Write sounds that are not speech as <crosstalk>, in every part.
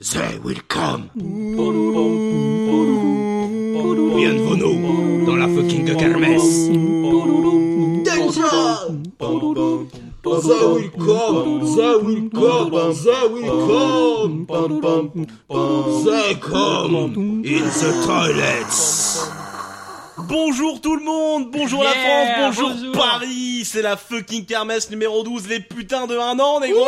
They will come. Bienvenue dans la fucking kermesse. Danger! They will come. They will come. They will come. They come in the toilets. Bonjour tout le monde, bonjour la Yeah, France, bonjour, bonjour. Paris, c'est la fucking kermesse numéro 12, les putains de un an, négro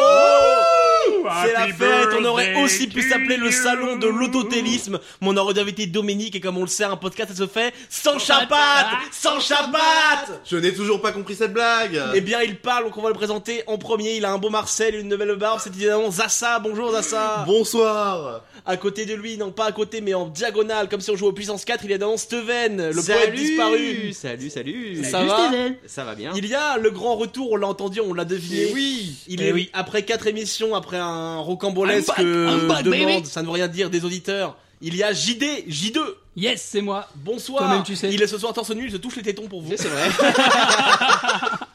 C'est la Happy fête, on aurait birthday aussi pu to s'appeler le you. salon de l'autotélisme, mais on aurait dû inviter Dominique, et comme on le sait, un podcast ça se fait sans Shabbat. Shabbat Ah. Sans Shabbat Je n'ai toujours pas compris cette blague Eh bien il parle, donc on va le présenter en premier, il a un beau Marcel, une nouvelle barbe, c'est évidemment Zassa, bonjour Zassa Bonsoir À côté de lui, non pas à côté, mais en diagonale, comme si on jouait aux puissance 4, il est évidemment Steven, le poète disparu Salut, salut. Ça va Ça va bien. Il y a le grand retour, on l'a entendu, on l'a deviné. oui Il Eh est oui. après quatre émissions, après un rocambolesque I'm back, I'm back, euh, demande, baby. ça ne veut rien dire des auditeurs. Il y a JD, J2. Yes, c'est moi. Bonsoir. Toi-même, tu sais. Il est ce soir torse nu, il se touche les tétons pour vous. C'est vrai. <laughs>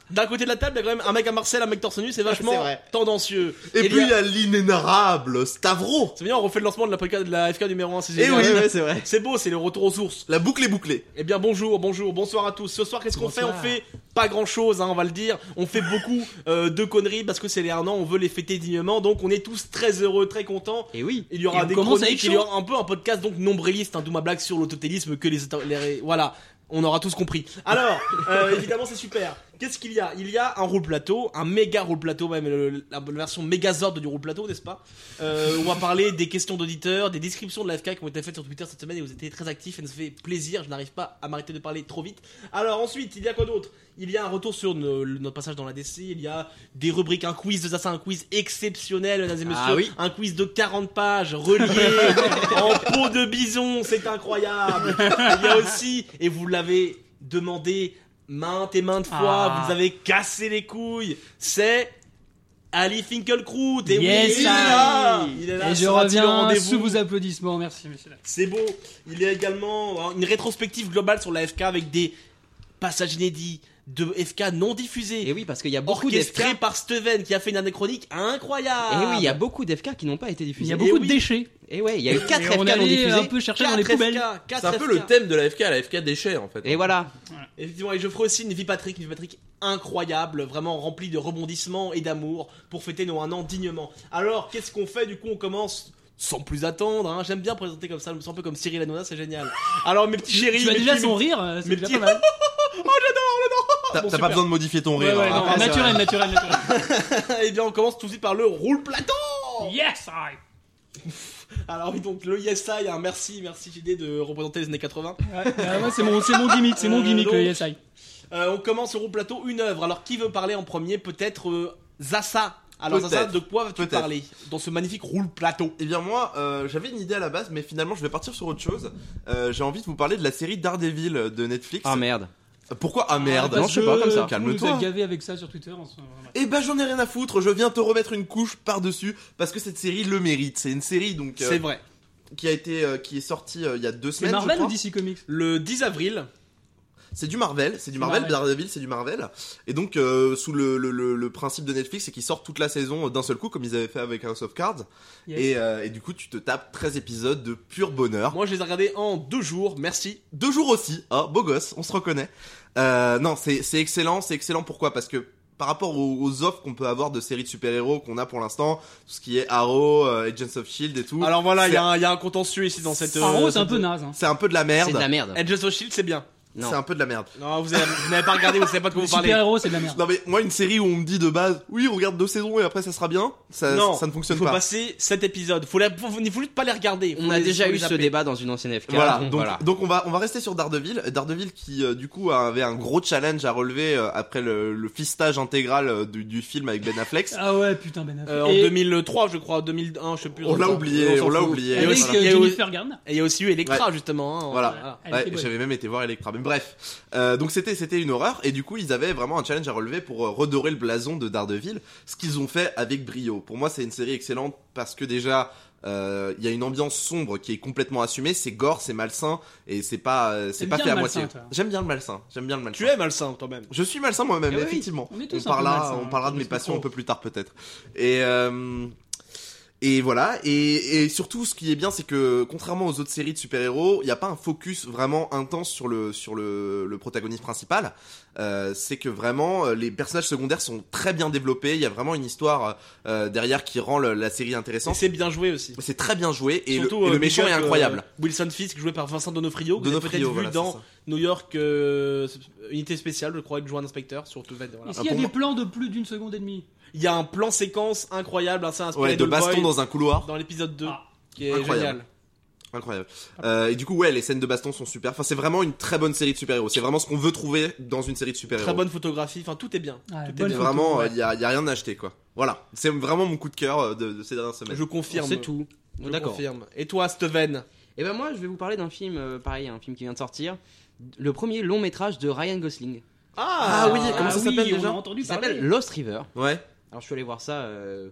D'un côté de la table, il y a quand même un mec à Marcel, un mec torse nu, c'est <laughs> C'est vachement vrai. tendancieux. Et, il puis il y y a a- l'inénarrable Stavro C'est bien, on refait le lancement de la, PK de la FK numéro 1, c'est Eh génial. oui. Ouais, ouais, c'est vrai. C'est beau, c'est le retour aux sources. La boucle est bouclée Eh bien bonjour, bonjour, bonsoir à tous. Ce soir, qu'est-ce qu'on fait On Bonsoir. fait pas grand-chose, hein, on va le dire. On fait beaucoup <laughs> euh, de conneries parce que c'est les 1 an, on veut les fêter dignement. Donc on est tous très heureux, très contents. Et oui. Il y aura Et on des commence chroniques, avec il y aura un peu un podcast donc nombriliste, hein, d'où ma blague sur l'autotélisme que les, auto- les- voilà. On aura tous compris. Alors, euh, <laughs> évidemment, c'est super. Qu'est-ce qu'il y a Il y a un roule plateau, un méga roule plateau, même le- la version méga zord du roule plateau, n'est-ce pas Euh, On va parler des questions d'auditeurs, des descriptions de l'AFK qui ont été faites sur Twitter cette semaine et vous étiez très actifs et nous fait plaisir. Je n'arrive pas à m'arrêter de parler trop vite. Alors ensuite, il y a quoi d'autre Il y a un retour sur nos- le- notre passage dans la DC. Il y a des rubriques, un quiz de Zassa, un quiz exceptionnel, mesdames et messieurs. Ah oui. Un quiz de 40 pages relié <laughs> en peau de bison, c'est incroyable. Il y a aussi, et vous l'avez demandé maintes et maintes fois, Ah. vous avez cassé les couilles, c'est Ali Finkielkraut. Et Yes, ah, oui, il est là. Il est Et là. je Sera-t-il au reviens rendez-vous sous vos applaudissements. Merci, monsieur. c'est beau. Il y a également euh, une rétrospective globale sur la FK avec des passages inédits de FK non diffusés. Et oui, parce qu'il y a beaucoup d'FK. orchestrés par Steven qui a fait une anachronique incroyable. Eh Et oui, il y a beaucoup d'FK qui n'ont pas été Il y diffusés. a Et beaucoup oui. de déchets. Et ouais, il y a eu 4 Et on FK non allait un diffusés. peu chercher dans quatre les poubelles. FK, quatre C'est un peu FK. le thème de la FK, la FK déchet en fait. Et Eh voilà. Effectivement, et je ferai aussi une vie Patrick, une vie Patrick incroyable, vraiment remplie de rebondissements et d'amour pour fêter nos un an dignement. Alors, qu'est-ce qu'on fait Du coup, on commence sans plus attendre. hein. J'aime bien présenter comme ça, je me sens un peu comme Cyril Hanouna, c'est génial. Alors, mes petits chéris, Tu as mes déjà petits- son rire. euh, C'est mes déjà petits- pas mal. T'as bon, t'as super. pas besoin de modifier ton rire Ouais, hein. non, Ah, ouais, c'est naturel, naturel, naturel. <laughs> Eh bien, on commence tout de suite par le roule plateau. yes, I. Alors oui, donc le Yes I, un merci, merci JD de représenter les années 80. Ouais, bah, ouais, c'est mon, c'est mon gimmick, c'est mon Euh, gimmick le donc- yes, I. Euh, on commence le roule plateau, une œuvre. Alors qui veut parler en premier Peut-être euh, Zassa. Alors Peut-être. Zassa, de quoi vas-tu Peut-être. parler dans ce magnifique roule plateau Eh bien moi, euh, j'avais une idée à la base, mais finalement je vais partir sur autre chose. Euh, J'ai envie de vous parler de la série Daredevil de Netflix. Ah merde. Pourquoi ah merde non, je sais pas, comme ça. Calme-toi. Calme-toi. Vous gavé avec ça sur Twitter. en ce moment. Eh ben j'en ai rien à foutre, je viens te remettre une couche par-dessus parce que cette série le mérite. C'est une série donc euh, C'est vrai. qui a été euh, qui est sortie euh, il y a deux C'est semaines. je Marvel crois. ou DC Comics Le 10 avril, C'est du Marvel, c'est du Marvel, Marvel. Daredevil, c'est du Marvel. Et donc, euh, sous le, le- le- le principe de Netflix, c'est qu'ils sortent toute la saison euh, d'un seul coup, comme ils avaient fait avec House of Cards. Yes. Et, euh, et du coup, tu te tapes 13 épisodes de pur bonheur. moi je les ai regardés en deux jours, merci. Deux jours aussi, ah, beau gosse, on se reconnaît. Euh, non, c'est c'est excellent, c'est excellent pourquoi Parce que par rapport aux, aux offres qu'on peut avoir de séries de super-héros qu'on a pour l'instant, tout ce qui est Arrow, euh, Agents of Shield et tout, Alors voilà, il y, C'est- a un- il y a un contentieux ici dans cette... En gros, euh, c'est un peu cette- naze. hein. c'est un peu de la C'est merde. de la merde. Agents of Shield, E c'est bien. Non. C'est un peu de la merde. Non, vous avez- vous n'avez pas regardé, vous savez pas de quoi Les vous parlez. super-héros, c'est de la merde. Non mais moi une série où on me dit de base oui on regarde deux saisons et après ça sera bien ça, non, ça ne fonctionne faut pas. passer cet épisode. Faut la- faut- Il faut juste pas les regarder. On Faut a les- déjà faut eu les ce zapper. débat dans une ancienne FK. Voilà, Bon, donc, donc on va on va rester sur Daredevil, Daredevil qui euh, du coup avait un gros challenge à relever euh, après le, le fistage intégral euh, du, du film avec Ben Affleck. Ah ouais, putain, Ben Affleck. Euh, en Et 2003, je crois, 2001, je sais plus. on l'a oublié, on l'a oublié. Avec voilà. euh, Il y a eu- Jennifer Garner. Et il y a aussi eu Electra, justement. hein. Voilà. Elle Ouais, était bonne. j'avais même été voir Electra, mais bref. Euh, donc c'était c'était une horreur et du coup ils avaient vraiment un challenge à relever pour euh, redorer le blason de Daredevil, ce qu'ils ont fait avec brio. Pour moi c'est une série excellente parce que déjà euh, il y a une ambiance sombre qui est complètement assumée, c'est gore, c'est malsain et c'est pas euh, c'est T'aimes pas bien fait à le malsain, moitié. toi. J'aime bien le malsain, j'aime bien le malsain. Tu es malsain, toi-même. Je suis malsain moi-même, Eh oui, effectivement. on est tous un peu parlera, malsains, on parlera hein, de mes parce que passions trop. un peu plus tard peut-être. Et euh, Et voilà, et, et surtout ce qui est bien c'est que contrairement aux autres séries de super-héros, il n'y a pas un focus vraiment intense sur le, sur le, le protagoniste principal. Euh, c'est que vraiment euh, les personnages secondaires sont très bien développés, il y a vraiment une histoire euh, derrière qui rend le- la série Et intéressante. C'est bien joué aussi. C'est très bien joué et, Surtout, le, et le euh, méchant big est up, euh, incroyable. Wilson Fisk, joué par Vincent Donofrio, que vous avez Donofrio, peut-être vu voilà, c'est dans ça. New York euh, Unité Spéciale, je crois, avec Joan Inspector, sur tout voilà. Est-ce qu'il y a pour des moi- plans de plus d'une seconde et demie Il y a un plan séquence incroyable, hein, c'est inspiré Ouais, de d'Old baston Boy dans un couloir. dans l'épisode 2, Ah. qui est Incroyable. génial. Incroyable. Ah. Euh, et du coup, ouais, les scènes de baston sont super. Enfin, c'est vraiment une très bonne série de super-héros. C'est vraiment ce qu'on veut trouver dans une série de Très super-héros. bonne photographie, enfin tout est bien. Ouais, Tout est C'est bonne bien. photo, Vraiment, ouais. il y, a, y a rien à acheter, quoi. Voilà. C'est vraiment mon coup de cœur euh, de, de ces dernières semaines. Je confirme. C'est tout. Je D'accord. confirme. Et toi, Steven Et ben moi, je vais vous parler d'un film, euh, pareil, un film qui vient de sortir. Le premier long métrage de Ryan Gosling. Ah oui, comment ça oui, s'appelle On a déjà entendu Il s'appelle parler. Lost River. Ouais. Alors je suis allé voir ça, euh,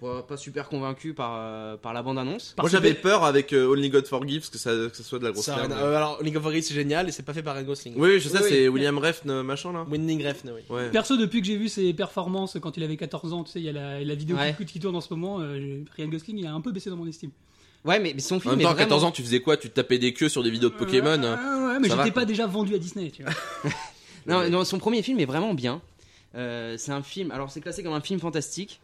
pas, pas super convaincu par, euh, par la bande-annonce. Moi, j'avais peur avec euh, Only God Forgives que ça, que ça soit de la grosse Ça a rien merde. à- euh, Alors, League of Legends, c'est génial et c'est pas fait par Ryan Gosling. Oui, oui, je sais, Oui, c'est William Refn, euh, machin, là. Winning Refn, oui. Ouais. Perso, depuis que j'ai vu ses performances quand il avait 14 ans, tu sais, il y a la, la vidéo Ouais. qui coûte qui tourne en ce moment, euh, Ryan Gosling, il a un peu baissé dans mon estime. Ouais, mais, mais son En film même est temps, à vraiment... Euh, 14 ans, tu faisais quoi Tu te tapais des queues sur des vidéos de Pokémon Ouais, hein Ah ouais, mais ça j'étais va, pas déjà vendu à Disney, tu vois. Non, non, son premier film est vraiment bien. Euh, c'est un film. Alors, c'est classé comme un film fantastique.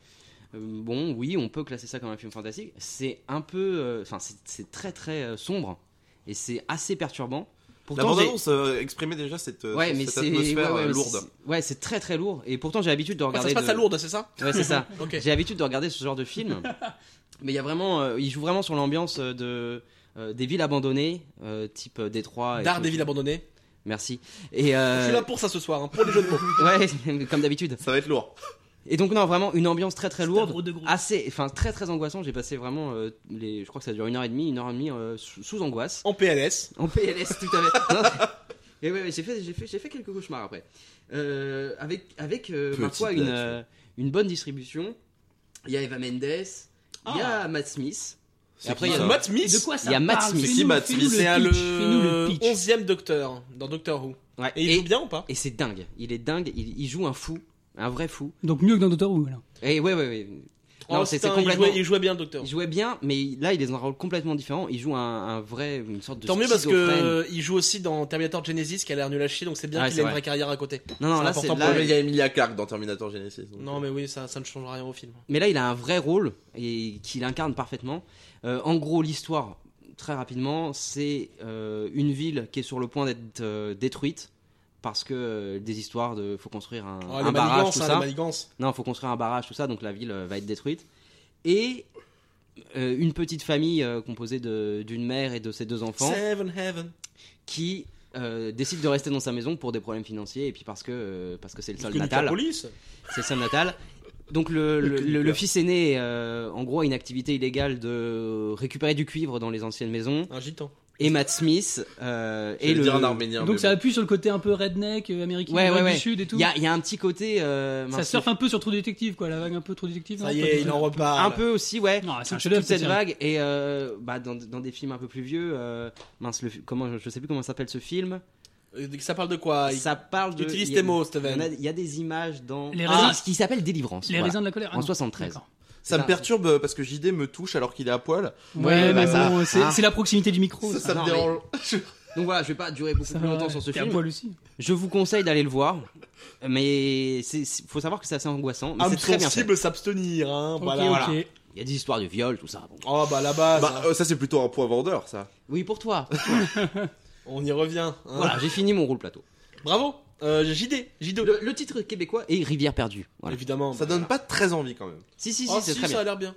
Euh, bon, oui, on peut classer ça comme un film fantastique. C'est un peu. euh, Enfin, c'est- c'est très très euh, sombre et c'est assez perturbant. La Pourtant, j'ai- bande-annonce euh, exprimait déjà cette, euh, Ouais, mais cette c'est atmosphère ouais, ouais, euh, mais lourde. c'est- Ouais, c'est très très lourd. Et pourtant, j'ai l'habitude de Ah, ça regarder. se passe de- à Lourdes, c'est ça Ouais, c'est ça. <laughs> Ok. J'ai l'habitude de regarder ce genre de <laughs> film. mais il y a vraiment, euh, il joue vraiment sur l'ambiance euh, de euh, des villes abandonnées, euh, type euh, Détroit. et D'art tout. des villes abandonnées. Merci. Et Je suis là euh, pour ça ce soir, hein, pour les jeux de mots. <laughs> ouais, comme d'habitude. Ça va être lourd. Et donc non, vraiment une ambiance très très lourde, Stavro de Ah, Gros. assez, enfin très très angoissant. J'ai passé vraiment, euh, les, je crois que ça dure une heure et demie, une heure et demie euh, sous, sous angoisse, En PLS. en PLS tout à fait. <laughs> Non, c'est- et ouais, ouais, j'ai fait, j'ai fait, j'ai fait quelques cauchemars après. Euh, avec avec euh, Petite parfois une blague. euh, une bonne distribution. Il y a Eva Mendes, il y a Matt Smith. C'est après, qui, il y a ça Matt Smith. De quoi ça Il y a Matt parle Smith. Fais-nous- Si, Matt fais-nous Smith, C'est un- le pitch, fais-nous le le pitch. 11 e Docteur dans Doctor Who. Ouais. Et il joue bien ou pas et c'est dingue. Il est dingue. Il, il joue un fou, un vrai fou. Donc mieux que dans Doctor Who, alors. Et ouais ouais ouais. Non, Oh, c'est putain, c'est il complètement. jouait- Il jouait bien le Docteur. Il jouait bien, mais là, il est dans un rôle complètement différent. Il joue un, un vrai, une sorte de. Tant mieux parce que schizophrène. euh, il joue aussi dans Terminator Genesis qui a l'air nul à chier donc c'est bien Ouais, qu'il c'est ait une vrai. vraie carrière à côté. Non, non, c'est là, important c'est pour là, Ouais, mais il y a Emilia Clarke dans Terminator Genesis. Mmh. donc. euh, Non mais oui ça, ça ne changera rien au film. Mais là, il a un vrai rôle et qu'il incarne parfaitement. Euh, en gros, l'histoire, très rapidement, c'est euh, une ville qui est sur le point d'être euh, détruite parce que euh, des histoires de faut construire un, Oh, un les barrage manigances, tout hein, ça. les manigances. non, faut construire un barrage tout ça, donc la ville euh, va être détruite. Et euh, une petite famille euh, composée de- d'une mère et de ses deux enfants Seven Heaven. qui euh, décide de rester dans sa maison pour des problèmes financiers et puis parce que euh, parce que c'est le Parce sol que nique natal. la police. C'est Sam Natal. Donc le, le, le- le fils aîné, euh, en gros, a une activité illégale de récupérer du cuivre dans les anciennes maisons. Un gitan. Et Matt Smith euh, J'allais et le. dire un arménien. Donc mais ça bon. appuie sur le côté un peu redneck, euh, américain, Ouais, vague ouais, ouais. du sud et tout. Il y a, il y a un petit côté. euh, Ça mince, surfe un peu sur Trou Détective, quoi, la vague un peu Trou Détective. hein, Ça non, y pas est du il tout. en reparle. Un peu aussi, ouais. Non, c'est un Toute chef-d'œuvre, cette cette vague et euh, bah, dans, dans des films un peu plus vieux. euh, mince, le, comment je sais plus comment s'appelle ce film. Euh, Ça parle de quoi Ça parle de. Utilise il y a- tes mots Il y, en a- Steven. il y a des images dans. Les Ah, raisins- ce qui s'appelle Délivrance. Les voilà. raisins de la colère. ah En non. 73. D'accord. Ça c'est me un- perturbe euh, parce que JD me touche alors qu'il est à poil. Ouais, Ouais, mais bah, bon, ça- c'est ah. c'est la proximité du micro. Ça, ça. ça me Non, mais- dérange. Donc voilà, je vais pas durer beaucoup Ça plus va, longtemps sur ce t'es à film. poil aussi. Je vous conseille d'aller le voir, mais c'est c'est- faut savoir que c'est assez angoissant, mais c'est Âme très bien fait. sensible s'abstenir hein. Ok, Voilà. voilà. ok. Il y a des histoires de viol, tout ça. bon. Oh bah la base. Bah, hein. euh, ça, c'est plutôt un point vendeur, ça. Oui, pour toi. On y revient. hein. <laughs> voilà, j'ai fini mon rôle plateau. Bravo. Euh, JD. JD. Le, le titre québécois est Rivière perdue. Voilà. Évidemment. Ça donne pas très envie quand même. Si, si, si, Oh, c'est si, très ça a bien. l'air bien.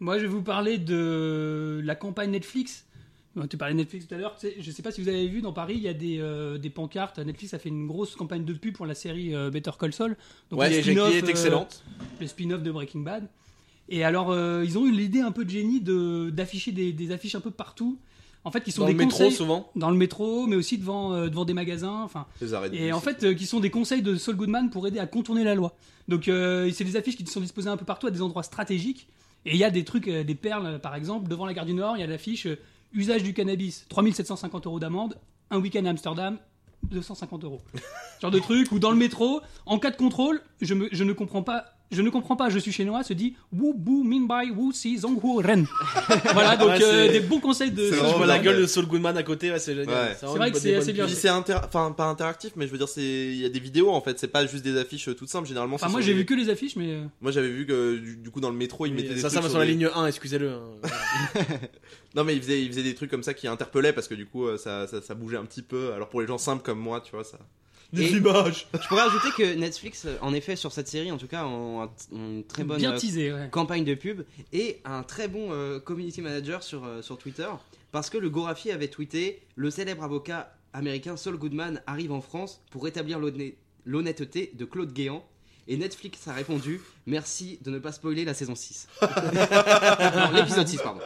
Moi, je vais vous parler de la campagne Netflix. Bon, Tu parlais de Netflix tout à l'heure. tu sais, Je sais pas si vous avez vu, dans Paris, il y a des, euh, des pancartes. Netflix a fait une grosse campagne de pub pour la série euh, Better Call Saul. Donc, Ouais, le qui spin-off, est euh, excellente. le spin-off de Breaking Bad. Et alors, euh, ils ont eu l'idée un peu de génie de- d'afficher des, des affiches un peu partout. En fait, qui sont Dans des le métro conseils- souvent. dans le métro, mais aussi devant, euh, devant des magasins. Enfin, Les arrêts de et bus. en fait, euh, qui sont des conseils de Saul Goodman pour aider à contourner la loi. Donc, euh, c'est des affiches qui sont disposées un peu partout à des endroits stratégiques. Et il y a des trucs, euh, des perles, euh, par exemple, devant la gare du Nord, il y a l'affiche euh, usage du cannabis, 3750 euros d'amende, un week-end à Amsterdam, <laughs> 250 euros. Genre de truc, ou dans le métro, en cas de contrôle, je, me- je ne comprends pas je ne comprends pas, je suis chinois, se dit Wu Bu Min Bai Wu Si Zong Hu Ren. <laughs> voilà, donc Ouais, euh, c'est- des bons conseils de. C'est Je vraiment vois la bien. gueule de Saul Goodman à côté, ouais, c'est génial. Ouais. vraiment C'est vrai une que bonne- c'est des bonnes assez bien Puis pistes. c'est inter... enfin pas interactif, mais je veux dire c'est il y a des vidéos en fait, c'est pas juste des affiches euh, toutes simples généralement. Enfin, c'est moi sur j'ai des- vu que les affiches, mais. euh, Moi j'avais vu que du, du coup dans le métro ils Oui, mettaient des ça, trucs ça va sur sur la des- ligne 1, excusez-le. hein. <laughs> Non mais ils faisaient, ils faisaient des trucs comme ça qui interpellaient parce que du coup euh, ça, ça, ça bougeait un petit peu. Alors pour les gens simples comme moi, tu vois ça. Des Et- images. Je pourrais ajouter que Netflix, euh, en effet, sur cette série, en tout cas, ont un- ont une très bonne Bien euh, teasé, ouais. campagne de pub et un très bon euh, community manager sur, euh, sur Twitter parce que le Gorafi avait tweeté le célèbre avocat américain Saul Goodman arrive en France pour rétablir l'honnê- l'honnêteté de Claude Guéant et Netflix a répondu merci de ne pas spoiler la saison 6 <laughs> Non, l'épisode 6 pardon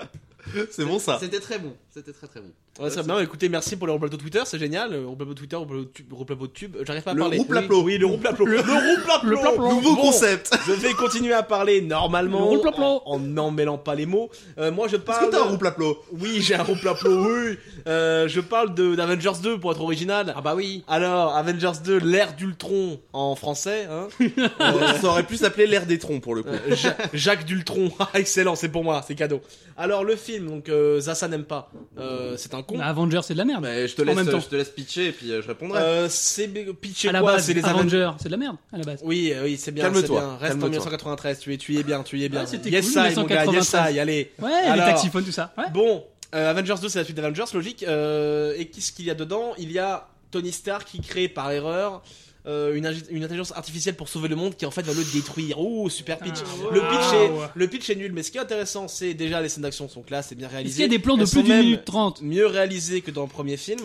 <laughs> C'est bon ça. c'était très bon c'était très très bon Ouais, ça, non, écoutez, merci pour le replateau Twitter, c'est génial. Le replateau Twitter, replateau tube, replateau tube, j'arrive pas à Le parler. rouplaplo. Oui, le rouplaplo. Le rouplaplo. Le plaplo. Nouveau Bon, concept. Je vais continuer à parler normalement. Le rouplaplo. En n'en mêlant pas les mots. Euh, moi, je Est-ce parle. que t'as un rouplaplo Oui, j'ai un rouplaplo, <laughs> oui. Euh, je parle de- d'Avengers 2 pour être original. ah bah oui Alors, Avengers 2, l'ère d'Ultron en français, hein. Euh, Ça aurait pu s'appeler l'ère des troncs pour le coup. Euh, Ja- Jacques Dultron, <laughs> Ah, excellent, c'est pour moi, c'est cadeau. Alors le film, donc euh, Zaza n'aime pas, Euh, c'est un con. Bah, Avengers, c'est de la merde. Mais je te En laisse, même temps. je te laisse pitcher et puis euh, je répondrai. Euh, c'est b- pitché À la quoi, base, c'est les Avengers. Avengers, c'est de la merde, à la base. Oui, euh, oui, c'est bien, Calme-toi, c'est bien. Reste en calme-toi. 1993, tu es, tu y es bien, tu y es bien. Ouais, Ah, c'était yes cool, I, mon gars, yes 1993. I, allez. Ouais, Alors- les taxiphones, tout ça. Ouais. Bon, euh, Avengers 2, c'est la suite d'Avengers, logique. Euh, et qu'est-ce qu'il y a dedans Il y a Tony Stark qui crée par erreur euh, une, ing- une intelligence artificielle pour sauver le monde qui en fait va le détruire. Ouh, super pitch. Ah, le, wow. pitch est, le pitch est nul, mais ce qui est intéressant, c'est déjà les scènes d'action sont classe, c'est bien Est-ce réalisé. qu'il y a des plans de Elles sont plus d'une même minute trente mieux réalisé que dans le premier film.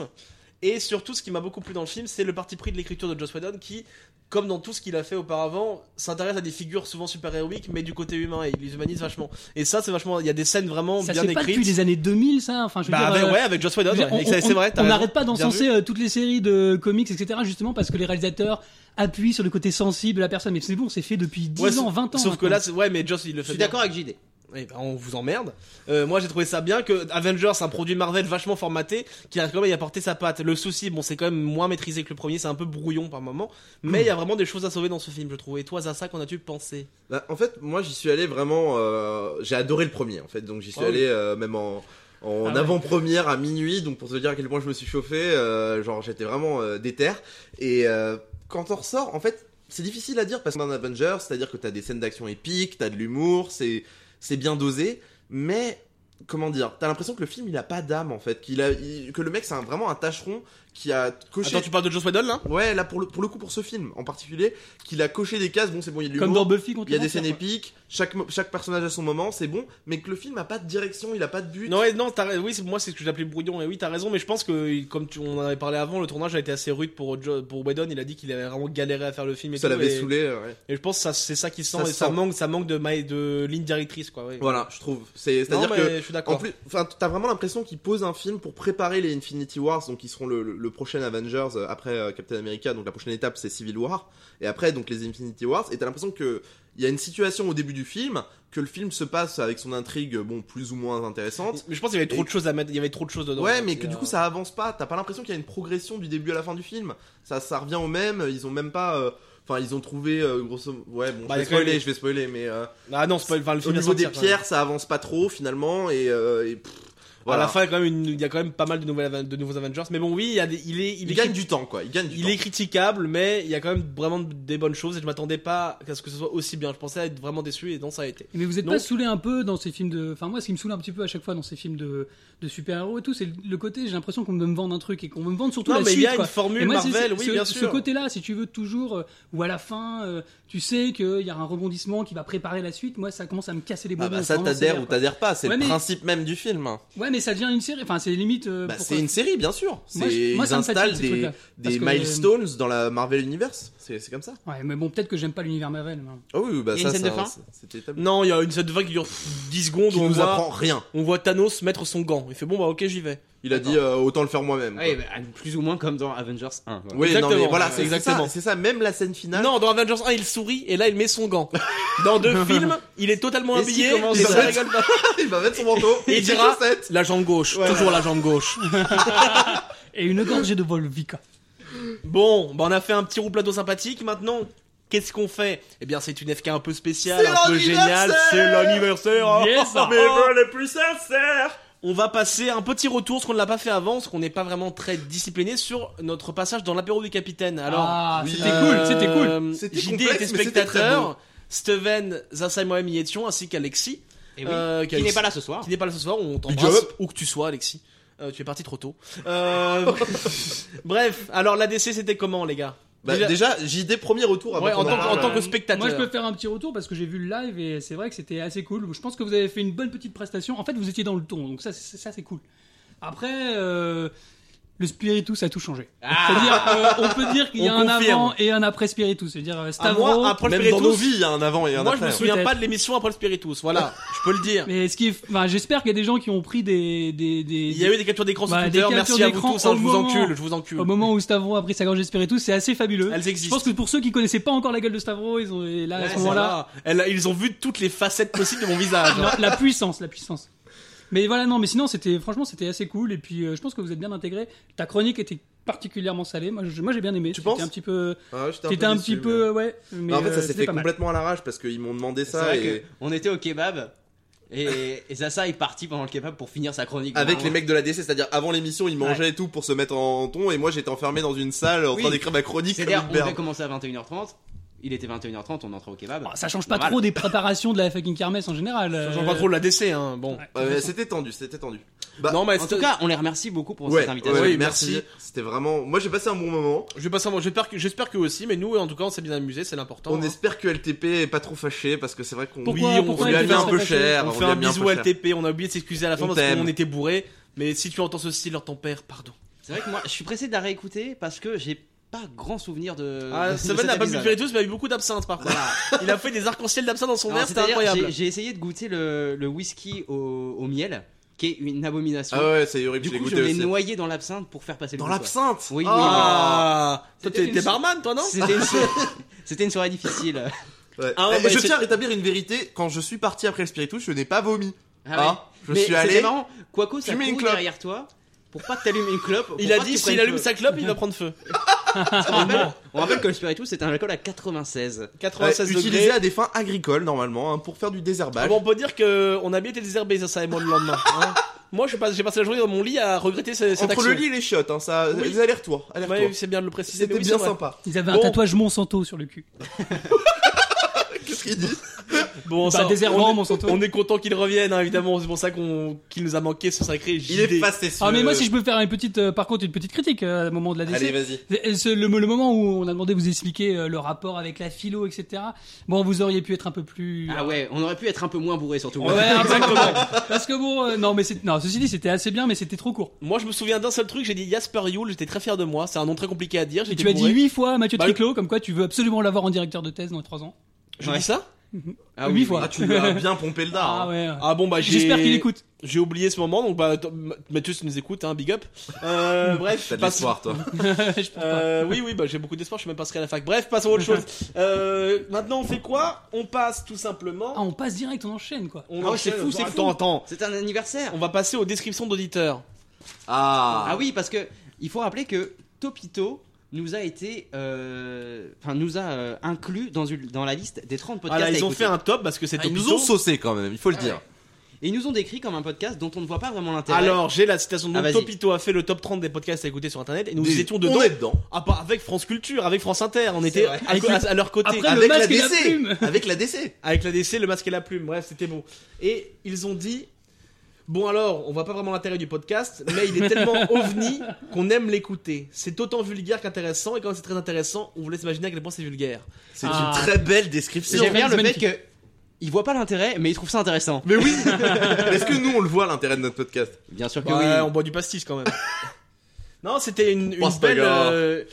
Et surtout, ce qui m'a beaucoup plu dans le film, c'est le parti pris de l'écriture de Joss Whedon qui, comme dans tout ce qu'il a fait auparavant, s'intéresse à des figures souvent super-héroïques, mais du côté humain, et il les humanise vachement. Et ça, c'est vachement. Il y a des scènes vraiment Ça bien c'est pas écrites. depuis les années 2000, ça. Enfin, je veux Bah, dire, avec- euh, ouais, avec Joss Whedon, Je veux ouais. dire, Et ça, c'est vrai. t'as on raison. n'arrête pas Bien d'encenser vu. euh, toutes les séries de comics, etc. Justement parce que les réalisateurs appuient sur le côté sensible de la personne. Mais c'est bon, c'est fait depuis 10 Ouais, ans, sauf- 20 ans. hein, Sauf que maintenant. là, c'est- ouais, mais Joss, il le je fait. suis bien. d'accord avec JD Eh ben, on vous emmerde. Euh, moi, j'ai trouvé ça bien que Avengers, un produit Marvel vachement formaté, qui arrive quand même à y apporter sa patte. Le souci, bon, c'est quand même moins maîtrisé que le premier, c'est un peu brouillon par moment, mais il y a vraiment des choses à sauver dans ce film, je trouve. Et toi, Zaza, qu'en as-tu pensé Bah, en fait, moi, j'y suis allé vraiment. euh, j'ai adoré le premier, en fait. Donc, j'y suis Ah oui. allé euh, même en, en Ah ouais. avant-première à minuit. Donc, pour te dire à quel point je me suis chauffé, euh, genre, j'étais vraiment euh, déter. Et euh, quand on ressort, en fait, c'est difficile à dire parce qu'on a un Avenger, c'est-à-dire que t'as des scènes d'action épiques, t'as de l'humour, c'est c'est bien dosé, mais. Comment dire T'as l'impression que le film il a pas d'âme en fait, qu'il a, il- que le mec c'est un- vraiment un tâcheron qui a coché. Attends, tu parles de Joss Whedon là Ouais, là pour le, pour le coup pour ce film en particulier, qu'il a coché des cases. Bon c'est bon, il y a de comme l'humour. dans Buffy, contre Il y a les des scènes vampires, quoi. épiques, chaque, mo- chaque personnage a son moment, c'est bon, mais que le film a pas de direction, il a pas de but. Non, ouais, non, t'as ra- oui, c'est- moi c'est ce que j'appelais brouillon, et oui, t'as raison, mais je pense que, comme tu, on en avait parlé avant, le tournage a été assez rude pour, Jo- pour Whedon, il a dit qu'il avait vraiment galéré à faire le film et ça tout, l'avait et, saoulé, euh, ouais. et je pense que ça- c'est ça qui sent, Ça et se ça sent. manque, ça manque de, maille- de ligne directrice, quoi, ouais. Voilà, je trouve. C'est- Non, C'est-à-dire mais que. je suis d'accord. En plus, enfin, t'as vraiment l'impression qu'il pose un film pour préparer les Infinity Wars, donc qui seront le, le- le prochain Avengers euh, après euh, Captain America, donc la prochaine étape c'est Civil War, et après donc les Infinity Wars, et t'as l'impression que il y a une situation au début du film, que le film se passe avec son intrigue, bon, plus ou moins intéressante, Mais je pense qu'il y avait trop de choses à mettre, il y avait trop de choses dedans. en Ouais, fait, mais il y que a- du coup ça avance pas. T'as pas l'impression qu'il y a une progression du début à la fin du film. Ça, ça revient au même. Ils ont même pas. euh, Enfin, ils ont trouvé euh, grosso. Ouais, bon, je Bah, il y vais a quand même spoiler, des- je vais spoiler, mais euh, Ah non, c'est pas enfin, le au film. niveau va sortir, des quand pierres, ça avance pas trop finalement. Et, euh, et pff, même. voilà. À la fin, il y a quand même une- il y a quand même pas mal de, nouvelles Aven- de nouveaux Avengers. Mais bon, oui, il, y a des- il est, il il, est, gagne cri- du temps, quoi. Il gagne du il temps. est critiquable, mais il y a quand même vraiment des bonnes choses. Et je m'attendais pas à ce que ce soit aussi bien. Je pensais être vraiment déçu, et non, ça a été. Mais vous êtes Donc- pas saoulé un peu dans ces films de. Enfin, moi, ce qui me saoule un petit peu à chaque fois dans ces films de, de super-héros et tout, c'est le- le côté, j'ai l'impression qu'on veut me vendre un truc et qu'on veut me vendre surtout non, la mais suite. il y a quoi. une formule Et moi, c'est- Marvel, c'est- oui, ce, bien ce sûr. côté-là, si tu veux, toujours, euh, ou à la fin, euh, tu sais qu'il y a un rebondissement qui va préparer la suite, moi, ça commence à me casser les Ah bonbons. bah ça vraiment, c'est t'adhères bien, ou quoi. t'adhères pas. C'est Ouais, le mais- principe même du film. Ouais, mais ça devient une série, enfin, c'est limite. euh, Bah, pour- c'est une série, bien sûr. Moi, C'est- je- moi, ils ça me fatigue, installent ces des, trucs-là. des Parce que- milestones dans la Marvel Universe. C'est c'est comme ça. Ouais, mais bon, peut-être que j'aime pas l'univers Marvel. mais- Oh oui, bah Il y a ça, une scène de ça- fin c'est- c'était établi. Non, il y a une scène de fin qui dure 10 secondes. Qui on, nous voit, apprend rien. on voit Thanos mettre son gant. Il fait bon, bah ok, j'y vais. Il a dit euh, autant le faire moi-même. quoi. Ouais, bah, plus ou moins comme dans Avengers 1 voilà. Oui, Exactement. non, mais voilà, Ouais, c'est exactement. exactement. C'est ça, même la scène finale. Non, dans Avengers 1, il sourit et là, il met son <laughs> gant. Dans deux films, il est totalement Et habillé. s'il commence et à- ça rigole pas. <laughs> il va mettre son manteau Et il ses dira- chaussettes. La jambe gauche, toujours la jambe gauche. Et une gorgée de Volvica. Bon, bah on a fait un petit roux plateau sympathique. Maintenant, Qu'est-ce qu'on fait Eh bien, c'est une FK un peu spéciale, C'est oh. un peu géniale. <laughs> C'est l'anniversaire. hein. Yes. mais voilà, le plus sincère. On va passer un petit retour, ce qu'on ne l'a pas fait avant, ce qu'on n'est pas vraiment très discipliné sur notre passage dans l'apéro du capitaine. Alors, Ah, oui, c'était euh, cool, c'était cool. C'était JD complexe, était mais c'était très beau. spectateur. Steven, Zassai, moi-même y étions, ainsi qu'Alexis. Et oui, Euh, qui n'est pas là ce soir. Qui n'est pas là ce soir, on Big t'embrasse où que tu sois, Alexis. Euh, tu es parti trop tôt. Euh, <laughs> Bref, alors l'ADC c'était comment, les gars Bah, Déjà- déjà, JD, premier retour avant Ouais, qu'on en tant, que- en parle. tant que spectateur. Moi, je peux faire un petit retour parce que j'ai vu le live et c'est vrai que c'était assez cool. Je pense que vous avez fait une bonne petite prestation. En fait, vous étiez dans le ton, donc ça, c'est- ça c'est cool. Après, euh, le spiritus a tout changé. C'est-à-dire, qu'on on peut dire qu'il y a Ah. On un confirme. avant et un après spiritus. C'est-à-dire, euh, À Stavro. moi, après le Même dans nos Spiritus, vies, il y a un avant et un moi je après. me souviens Peut-être. pas de l'émission après le Spiritus. Voilà, je peux le dire. Mais ce qui est- enfin, j'espère qu'il y a des gens qui ont pris des, des, des- Il y a eu des captures d'écran sur Bah, des Twitter, captures merci à vous d'écran tous, hein, au je vous moment. encule, je vous encule. au moment où Stavro a pris sa gorge de spiritus, c'est assez fabuleux. Elles Je existent. pense que pour ceux qui connaissaient pas encore la gueule de Stavro, ils ont et là à Ouais, ce ça moment-là, va. Elle- Ils ont vu toutes les facettes possibles de mon visage. hein. Non, la puissance, la puissance. Mais voilà, non, mais sinon, c'était franchement, c'était assez cool. Et puis, euh, je pense que vous êtes bien intégré. Ta chronique était particulièrement salée. Moi, je- moi, j'ai bien aimé. Tu C'était penses un petit peu, Ouais, hein. Ah, j'étais t'étais un petit déçu, peu, mais- euh, ouais. Mais Mais en fait, euh, ça s'est c'était fait pas mal. complètement à l'arrache parce qu'ils m'ont demandé C'est ça vrai et que on était au kebab et, et Zaza est parti pendant le kebab pour finir sa chronique. avec les Vraiment. mecs de la DC, c'est-à-dire avant l'émission, ils mangeaient et tout pour se mettre en ton et moi j'étais enfermé dans une salle en Oui. train d'écrire ma chronique comme C'est-à-dire, une on devait berne. commencer à 21h30. Il était 21h30, on entrait au kebab. Oh, ça change pas Normal. trop des préparations de la fucking kermesse en général. Je euh, change pas trop de l'ADC, hein. ouais. Bon. Ouais, ouais, c'était tendu, c'était tendu. Bah, Non, mais En c'est- tout cas, on les remercie beaucoup pour ouais, cette invitation. ouais, Oui, merci. merci. C'était vraiment. Moi j'ai passé un bon moment. Je vais passer un bon- J'espère que, j'espère que vous aussi, mais nous, en tout cas, on s'est bien amusé, c'est l'important. On hein. espère que LTP est pas trop fâché parce que c'est vrai qu'on Pourquoi- oui, on on pourquoi lui a elle mis était un pas peu fâchée cher. On fait lui a un mis un bisou peu à cher. LTP, on a oublié de s'excuser à la fin On parce qu'on t'aime. était bourré. Mais si tu entends ceci, leur ton père, pardon. C'est vrai que moi, je suis pressé de la réécouter parce que j'ai pas grand souvenir Euh, de. <laughs> Ah, de Seven cet n'a pas bu de épisode. spiritus, mais a eu beaucoup d'absinthe par contre. Il a fait des arcs-en-ciel d'absinthe dans son Alors, verre, c'était c'est-à-dire, incroyable. j'ai- J'ai essayé de goûter le, le whisky au, au miel, qui est une abomination. Ah ouais, c'est horrible, du je l'ai coup, je goûté l'ai aussi. noyé dans l'absinthe pour faire passer le Dans goût, quoi. l'absinthe Oui, oui. Ah, toi C'était t'es une t'es sou- barman, toi non C'était une, so- <laughs> c'était une soirée difficile. Ouais. Ah ouais, Et bah, je c'est- tiens à rétablir une vérité. Quand je suis parti après le spiritus, je n'ai pas vomi. Ah ouais. Ah, je Mais suis c'était allé. marrant. Quaco, ça fumer une court clope. derrière toi pour pas que t'allumes une clope. pour Il pas a que tu dit prennes s'il allume feu. sa clope, <laughs> il va prendre feu. On <laughs> rappelle- On rappelle que le spiritus c'est un alcool à 96. Ouais, 96 utilisé degrés. euh, à des fins agricoles normalement hein, pour faire du Ah désherbage. bon, on peut dire que euh, on a bien été désherbés, ça, ça et moi le lendemain. hein. Moi, je suis pas- j'ai passé la journée dans mon lit à regretter ce- cette Entre action. le lit et les chiottes, hein, ça, Oui. les allers-retours. allers-retours. Ouais, c'est bien de le préciser. C'était mais oui, bien c'est vrai. sympa. Ils avaient Bon. un tatouage Monsanto sur le cul. Qu'est-ce qu'il dit Bon, Bah, ça, des erreurs, on, est- Monsanto. on est content qu'il revienne, hein, évidemment. C'est pour ça qu'on qu'il nous a manqué ce sacré JD. Il est passé sur. Ah, mais moi, si je peux faire une petite, euh, par contre, une petite critique euh, au moment de la décision. Allez, vas-y. Et ce- Le, le moment où on a demandé de vous expliquer euh, le rapport avec la philo, etc. Bon, vous auriez pu être un peu plus. Ah ouais, on aurait pu être un peu moins bourré surtout. Ouais, <laughs> un peu quand même. Parce que bon, euh, non, mais c'est, non, ceci dit, c'était assez bien, mais c'était trop court. Moi, je me souviens d'un seul truc. J'ai dit Jasper Yule. J'étais très fier de moi. C'est un nom très compliqué à dire. Et j'étais tu as dit bourré. huit fois à Mathieu Bah, Triclot, comme quoi tu veux absolument l'avoir en directeur de thèse dans les trois ans. Je Ouais. dis ça Ah huit oui, oui. fois. Ah, tu lui <laughs> as bien pompé le dard. <laughs> Ah ouais. ouais. Ah bon, bah j'ai- J'espère qu'il écoute. <laughs> J'ai oublié ce moment. Donc, bah, attends, M- Mathieu, si tu nous écoutes, hein, big up. <laughs> Euh, bref, T'as de passe- l'espoir, toi. Je pense pas. Euh, oui, oui, bah, j'ai beaucoup d'espoir, je suis même pas inscrit à la fac. Bref, passons à <laughs> autre chose. Euh, maintenant, on fait quoi On passe tout simplement. Ah, on passe direct, on enchaîne quoi. On Ah ouais, enchaîne- c'est fou, c'est Attends, fou. attends. C'est un anniversaire. On va passer aux descriptions d'auditeurs. Ah. Ah oui, parce que il faut rappeler que Topito nous a été, euh, enfin nous a euh, inclus dans, une- dans la liste des 30 podcasts. Voilà, à Ah ils ont écouter. fait un top parce que c'est Ah, Ils nous Topito. ont saucé quand même, il faut le dire. Et ils nous ont décrit comme un podcast dont on ne voit pas vraiment l'intérêt. Alors, j'ai la citation de Ah, vas-y. Topito a fait le top 30 des podcasts à écouter sur internet et nous Des- étions On dedans. est dedans. Ah, pas avec France Culture, avec France Inter, on était vrai. à, à- à leur côté. Après, le Avec la masque et la DC. plume. <laughs> Avec la DC. Avec la DC, le masque et la plume, bref, c'était beau. Et ils ont dit Bon, alors, on voit pas vraiment l'intérêt du podcast, mais il est <laughs> tellement ovni qu'on aime l'écouter. C'est autant vulgaire qu'intéressant, et quand c'est très intéressant, on vous laisse imaginer à quel point c'est vulgaire. C'est Ah. une très belle <laughs> description. j'aime bien le fait magnifique. que ils voient pas l'intérêt, mais ils trouvent ça intéressant. Mais oui Est-ce que nous on le voit l'intérêt de notre podcast Bien sûr que Ouais, on oui. boit du pastis quand même. <laughs> non, c'était une, une Pense pas, belle. gars. euh,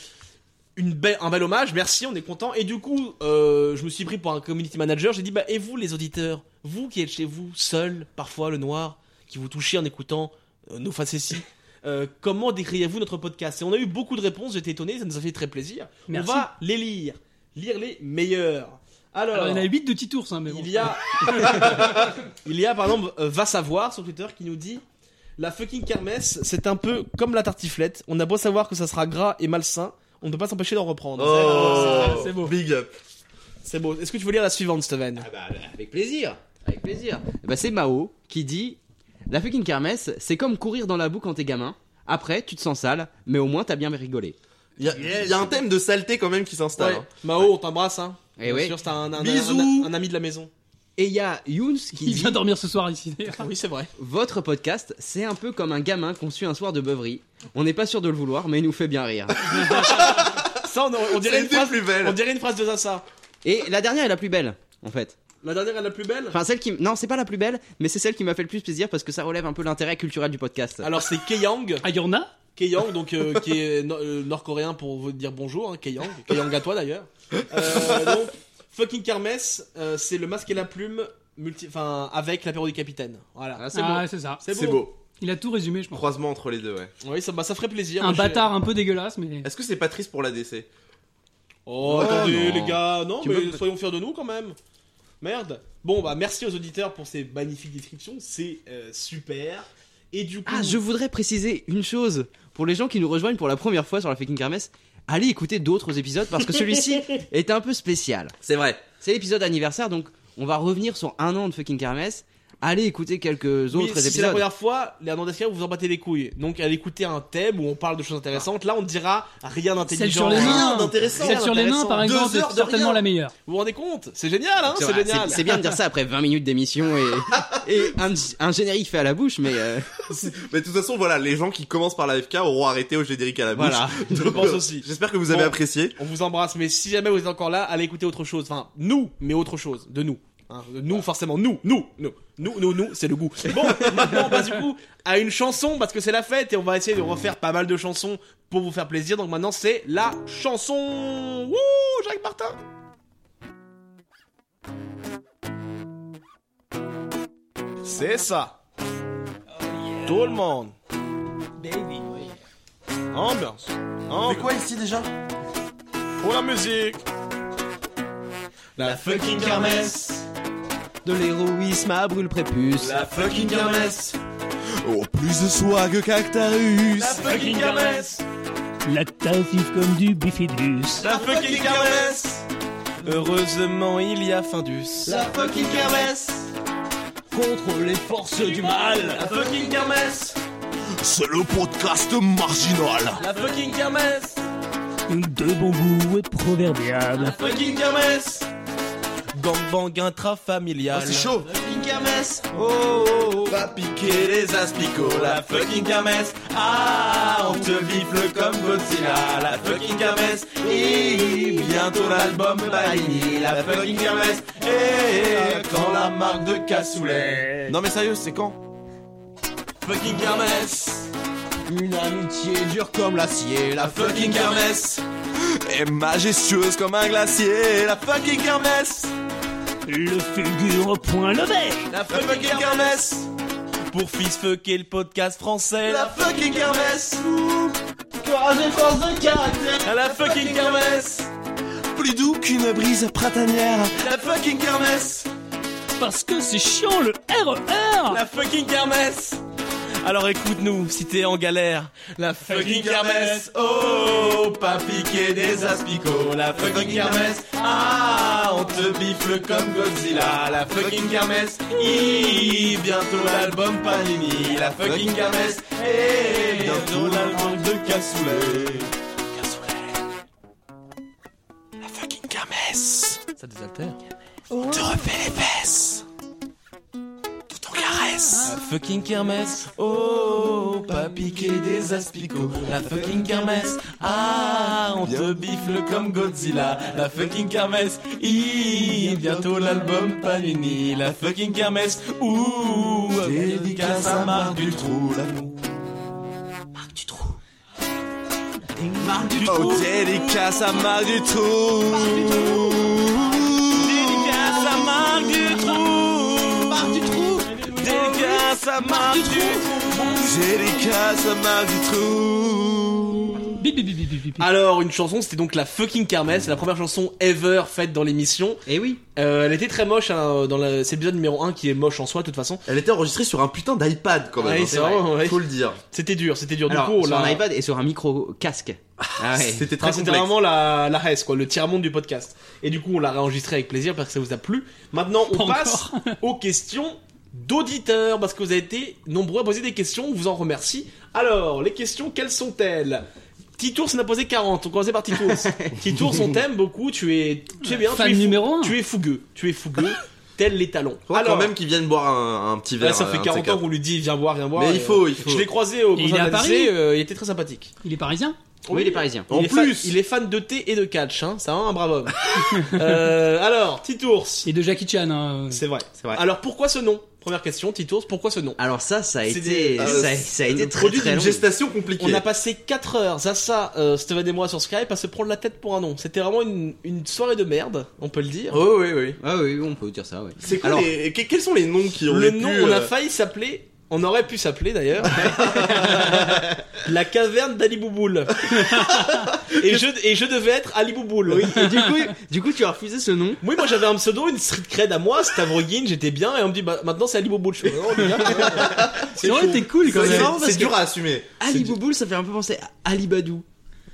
une belle, un bel hommage, merci, on est content. Et du coup, euh, je me suis pris pour un community manager. J'ai dit, bah, et vous, les auditeurs, vous qui êtes chez vous, seul, parfois le noir, qui vous touchez en écoutant euh, nos facéties, euh, comment décririez-vous notre podcast Et on a eu beaucoup de réponses, j'étais étonné, ça nous a fait très plaisir. Merci. On va les lire, lire les meilleurs. Alors, Alors, il y en a 8 de petits tours, hein, mais bon. il y a, <laughs> il y a par exemple euh, va savoir sur Twitter qui nous dit la fucking kermesse, c'est un peu comme la tartiflette. On a Ah, beau savoir que ça sera gras et malsain, on ne peut pas s'empêcher d'en reprendre. c'est Oh beau. Big up C'est beau. Est-ce que tu veux lire la suivante, Steven Ah bah, Avec plaisir. Avec plaisir. Eh ben, c'est Mao qui dit La fucking kermesse, c'est comme courir dans la boue quand t'es gamin. Après, tu te sens sale, mais au moins t'as bien rigolé. Il y, a- il y a un thème de saleté quand même qui s'installe. Ouais. hein. Mao, on t'embrasse, hein. Eh Bien ouais. sûr, c'est un, un- un- Bisous. un- un ami de la maison. Et il y a Younes qui Il dit vient dormir ce soir ici. d'ailleurs. Ah Oui, c'est vrai. Votre podcast, c'est un peu comme un gamin conçu un soir de beuverie. On n'est pas sûr de le vouloir, mais il nous fait bien rire. Ça, on, on C'est dirait une une des phrase. plus belles. On dirait une phrase de Zaza. Et la dernière est la plus belle, en fait. La dernière est la plus belle. Enfin, celle qui. Non, c'est pas la plus belle, mais c'est celle qui m'a fait le plus plaisir parce que ça relève un peu l'intérêt culturel du podcast. Alors c'est Keyang, Ah, il y en a Keyang donc euh, qui est no- euh, nord-coréen pour vous dire bonjour, hein, Keyang, Keyang à toi d'ailleurs. Euh, donc fucking kermesse, euh, c'est le masque et la plume multi, enfin avec l'apéro du capitaine. Voilà. Ah, c'est Ah, bon. c'est ça. C'est beau. Il a tout résumé, je pense. Croisement entre les deux, ouais. Oui, ça, bah, ça ferait plaisir. Un Moi, j'ai- bâtard un peu dégueulasse, mais. Est-ce que c'est pas triste pour l'ADC Oh, Oh, attendez non. les gars, non Tu mais veux- soyons fiers de nous quand même. Merde. Bon bah merci aux auditeurs pour ces magnifiques descriptions, c'est euh, super. Et du coup, Ah, je voudrais préciser une chose pour les gens qui nous rejoignent pour la première fois sur la fucking kermesse. Allez écouter d'autres épisodes parce <laughs> que celui-ci est un peu spécial. C'est vrai. C'est l'épisode anniversaire, donc on va revenir sur un an de fucking kermesse. Allez écouter quelques Oui, si autres c'est la épisodes. première fois, les Hernandez vous en battez les couilles. Donc, allez écouter un thème où on parle de choses intéressantes. Là, on dira rien Celle d'intelligent. sur les Rien. mains d'intéressant. Celle sur les mains, par Deux exemple, heures c'est de certainement rien. la meilleure. Vous vous rendez compte C'est génial, hein C'est vrai, génial. c'est bien de dire ça après 20 minutes <laughs> d'émission et, et un, un générique fait à la bouche, mais euh, Mais de toute façon, voilà, les gens qui commencent par l'AFK auront arrêté au générique à la bouche. voilà. <laughs> Donc, Je pense euh, aussi. J'espère que vous avez Bon. apprécié. On vous embrasse, mais si jamais vous êtes encore là, allez écouter autre chose. Enfin, nous, mais autre chose. De nous. Hein, de nous, forcément, nous, nous, nous, nous, nous, nous, c'est le goût. Bon, <laughs> maintenant, on passe du coup à une chanson parce que c'est la fête et on va essayer de refaire pas mal de chansons pour vous faire plaisir. Donc maintenant, c'est la chanson. Wouh, Jacques Martin. C'est ça. Tout le monde. Baby. Ambiance. Ambiance. quoi ici déjà Pour la musique La fucking kermesse De l'héroïsme à brûle prépuce. La fucking kermesse Oh, plus de swag qu'Actarus. La fucking kermesse Lactatif comme du bifidus. La fucking kermesse Heureusement il y a Findus La fucking kermesse Contre les forces du mal. La fucking kermesse C'est le podcast marginal. La fucking kermesse De bon goût et proverbial. Fucking kermesse Gangbang intrafamilial Ah, C'est chaud. fucking kermesse Va piquer les aspicots, La Oh, la fucking kermesse Ah On te bifle comme Godzilla, la fucking kermesse. Hi, hi, bientôt l'album Panini, la fucking kermesse. Et quand la marque de cassoulet. Non mais sérieux, c'est quand Fucking kermesse Une amitié dure comme l'acier, la fucking kermesse. Et majestueuse comme un glacier, la fucking kermesse. Le fulgure au point levé. La La fucking fucking kermesse, Pour fils fucker le podcast français la fucking kermesse. À la fucking kermesse Plus doux qu'une brise pratanière, la fucking kermesse. Parce que c'est chiant le RER. La fucking kermesse Alors écoute-nous si t'es en galère La fucking kermesse oh, pas piquer des aspicots, la fucking kermesse, ah, on te bifle comme Godzilla, la fucking kermesse, hi, bientôt l'album Panini, la fucking kermesse, et bientôt l'album de Cassoulet. La fucking kermesse, Ça désaltère on te refait les fesses, tout en caresse. La Ah, fucking kermesse Oh, pas piquer des aspicots, la fucking kermesse. Ah, on te bifle comme Godzilla, la fucking kermesse. Hi, bientôt l'album Panini, la fucking kermesse. Ouh, dédicace à Marc du Trou, la Marc du Trou. Oh, dédicace à Marc du Trou. Dédicace à Marc du Trou. Marc du Trou. Dédicace à Marc du Trou. Dédicace à Marc du Trou. Bip, bip, bip, bip, bip, bip. Alors une chanson c'était donc la fucking kermesse La première chanson ever faite dans l'émission Et Eh oui. Euh, Elle était très moche hein, dans la... C'est l'épisode numéro 1 qui est moche en soi de toute façon Elle était enregistrée sur un putain d'iPad quand Ouais, même. hein. c'est vrai, ouais. Faut le dire. C'était dur, c'était dur Alors, du coup on sur l'a- un iPad et sur un micro casque. Ah ouais. C'était très Enfin, <laughs> C'était complexe. vraiment la, la reste, quoi, le tiers-monde du podcast. Et du coup, on l'a réenregistré avec plaisir parce que ça vous a plu. Maintenant, on Pas passe aux questions d'auditeurs parce que vous avez été nombreux à poser des questions. On vous en remercie. Alors, les questions, quelles sont-elles Titours en a posé 40. On commençait par Titours. Titours, on t'aime beaucoup. Tu es, tu es bien. Fan tu es fou- numéro un. Tu es fougueux. Tu es fougueux, tel les talons. Faudra quand même qu'ils viennent boire un, un petit Là, verre. ça fait un de ces 40 ans quatre. qu'on lui dit viens voir, viens voir. Mais Et, il faut, euh, il faut. Je l'ai croisé au Il est concert à de la Paris. lycée, euh, il était très sympathique. Il est parisien Oui, il est parisien. En il est plus. fan, il est fan de thé et de catch, hein. C'est vraiment un brave homme. Euh, alors, Titours, Et de Jackie Chan. hein. c'est vrai. C'est vrai. Alors pourquoi ce nom Première question, Titours, pourquoi ce nom Alors ça, ça a C'est été, des- euh, ça, ça a Le été très produit très d'une long. gestation compliquée. On a passé 4 heures, Zaza, euh, Steven et moi sur Skype à se prendre la tête pour un nom. C'était vraiment une, une soirée de merde, on peut le dire. Oui, oui, oui. Ah oui, on peut dire ça, ouais. C'est quoi Alors- les- que- Quels sont les noms qui ont euh, le nom, on a failli s'appeler, on aurait pu s'appeler d'ailleurs, la caverne d'Ali Bouboul. et, je, et je devais être Ali Bouboul. Oui, Et du coup, <laughs> du coup, tu as refusé ce nom. Oui, moi j'avais un pseudo, une street cred à moi, Stavrogin, j'étais bien, et on me dit bah, maintenant c'est Ali Bobo le show. Non, les gars, C'est vrai, t'es cool quand C'est même. marrant parce que- dur à assumer. Ali Bouboul, ça fait un peu penser à Ali Badou.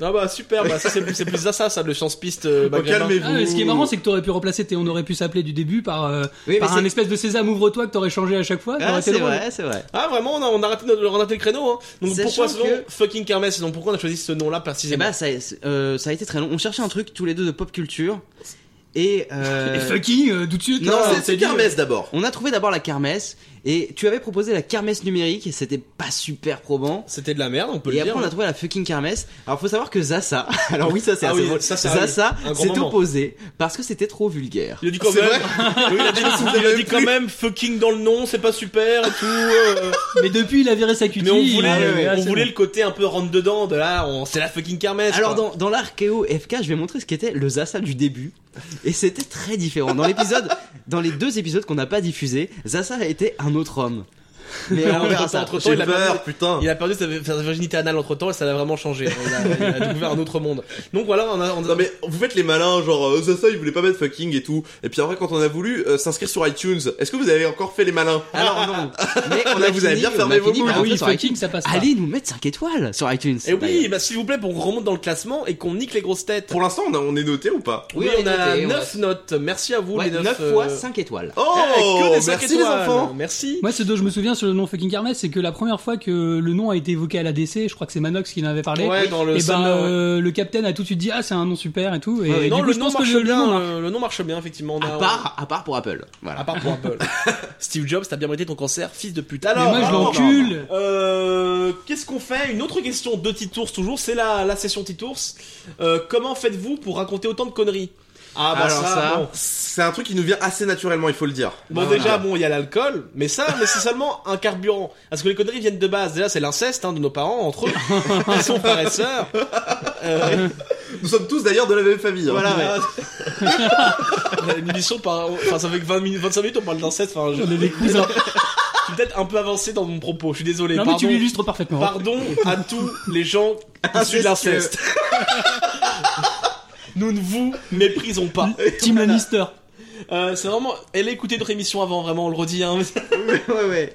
Ah bah super, bah, ça c'est c'est plus ça, ça, ça le chance-piste euh, Bon, maghrébin. calmez-vous. Ah, mais ce qui est marrant, c'est que t'aurais pu remplacer, tes- on aurait pu s'appeler du début par, euh, Oui, mais par un c'est- espèce de sésame ouvre-toi que t'aurais changé à chaque fois. ça aurait Ah, été c'est drôle. vrai, c'est vrai. Ah vraiment, on a, on a raté, notre- on a raté le créneau. Hein. Donc Sachant pourquoi ce nom que- Fucking Kermesse, donc pourquoi on a choisi ce nom-là Et précisément bah, ça, euh, ça a été très long. On cherchait un truc tous les deux de pop culture <laughs> et. euh, Et fucking, euh, tout de suite. Non, là. c'est- c'est Kermesse d'abord. On a trouvé d'abord la kermesse et tu avais proposé la kermesse numérique et c'était pas super probant. C'était de la merde, on peut Et le après dire. on a trouvé la fucking kermesse. Alors faut savoir que Zaza, <laughs> alors oui ça c'est Ah assez oui, drôle. ça, c'est Zaza un grand s'est moment. opposé parce que c'était trop vulgaire. Il a dit quand C'est même, vrai <laughs> Oui, il a dit, il a dit quand même fucking dans le nom, c'est pas super et tout. euh, Mais depuis, il a viré sa cutie. mais on voulait, Ah, ouais, ouais, on c'est voulait bon. le côté un peu rentre dedans de là, on- c'est la fucking Kermesse. Alors quoi. dans, dans l'archéo FK, je vais montrer ce qu'était le Zaza du début. Et c'était très différent. <laughs> Dans l'épisode, dans les deux épisodes qu'on n'a pas diffusés, Zaza a été un autre homme. Mais on verra ça. Entre-temps, J'ai il a perdu- peur, putain. Il a perdu sa, sa virginité anale entre temps et ça l'a vraiment changé. Il a, il a découvert un autre monde. Donc voilà, on a. on a- Non mais vous faites les malins, genre euh, Zaza il voulait pas mettre fucking et tout. Et puis après quand on a voulu euh, s'inscrire sur iTunes, est-ce que vous avez encore fait les malins Alors non. <laughs> Mais on Là, a vous fini- avez bien on a fermé vos fini par Ah oui, Eh rentrer sur fucking, ça passe. pas. Allez nous mettre 5 étoiles sur iTunes. Et d'ailleurs. oui, bah, s'il vous plaît, pour qu'on remonte dans le classement et qu'on nique les grosses <laughs> têtes. Pour l'instant on, a- on est noté ou pas Oui, on, a 9 notes. Merci à vous, les 9. 9 euh, fois 5 étoiles. Oh que des cinq merci les étoiles. enfants. Merci. Moi, ce dont je me souviens sur le nom fucking Kermesse, c'est que la première fois que le nom a été évoqué à l'ADC, je crois que c'est Manox qui en avait parlé. Ouais, dans et le ben, Sumner, ouais. euh, le capitaine a tout de suite dit ah c'est un nom super et tout. Et Euh, du non, coup, le je nom pense que marche le bien. nom- hein. euh, le nom marche bien, effectivement. On a- À part, à part pour Apple. à Ah, Voilà. part pour Apple. Steve Jobs, t'as bien mérité ton cancer, fils de pute. Mais Alors, moi, je alors, l'encule. Euh, qu'est-ce qu'on fait Une autre question de Titours toujours, c'est la, la session Titours. Euh, comment faites-vous pour raconter autant de conneries Ah bah Alors ça, ça- bon. C'est un truc qui nous vient assez naturellement, il faut le dire. Bon déjà bon il y a l'alcool mais ça mais c'est seulement un carburant parce que les conneries viennent de base déjà c'est l'inceste hein, de nos parents <laughs> entre eux ils sont frères et sœurs Euh, Nous sommes tous d'ailleurs de la même famille. hein. voilà ouais. <laughs> une émission par enfin ça fait que 20 minutes 25 minutes on parle d'inceste enfin je... On est des cousins. je suis peut-être un peu avancé dans mon propos je suis désolé Non mais pardon. tu l'illustres parfaitement. Pardon à tous <laughs> les gens issus de l'inceste. Nous ne vous méprisons pas. <laughs> Team Lannister. Euh, c'est vraiment. Elle a écouté notre émission avant, vraiment, on le redit. <laughs> Hein.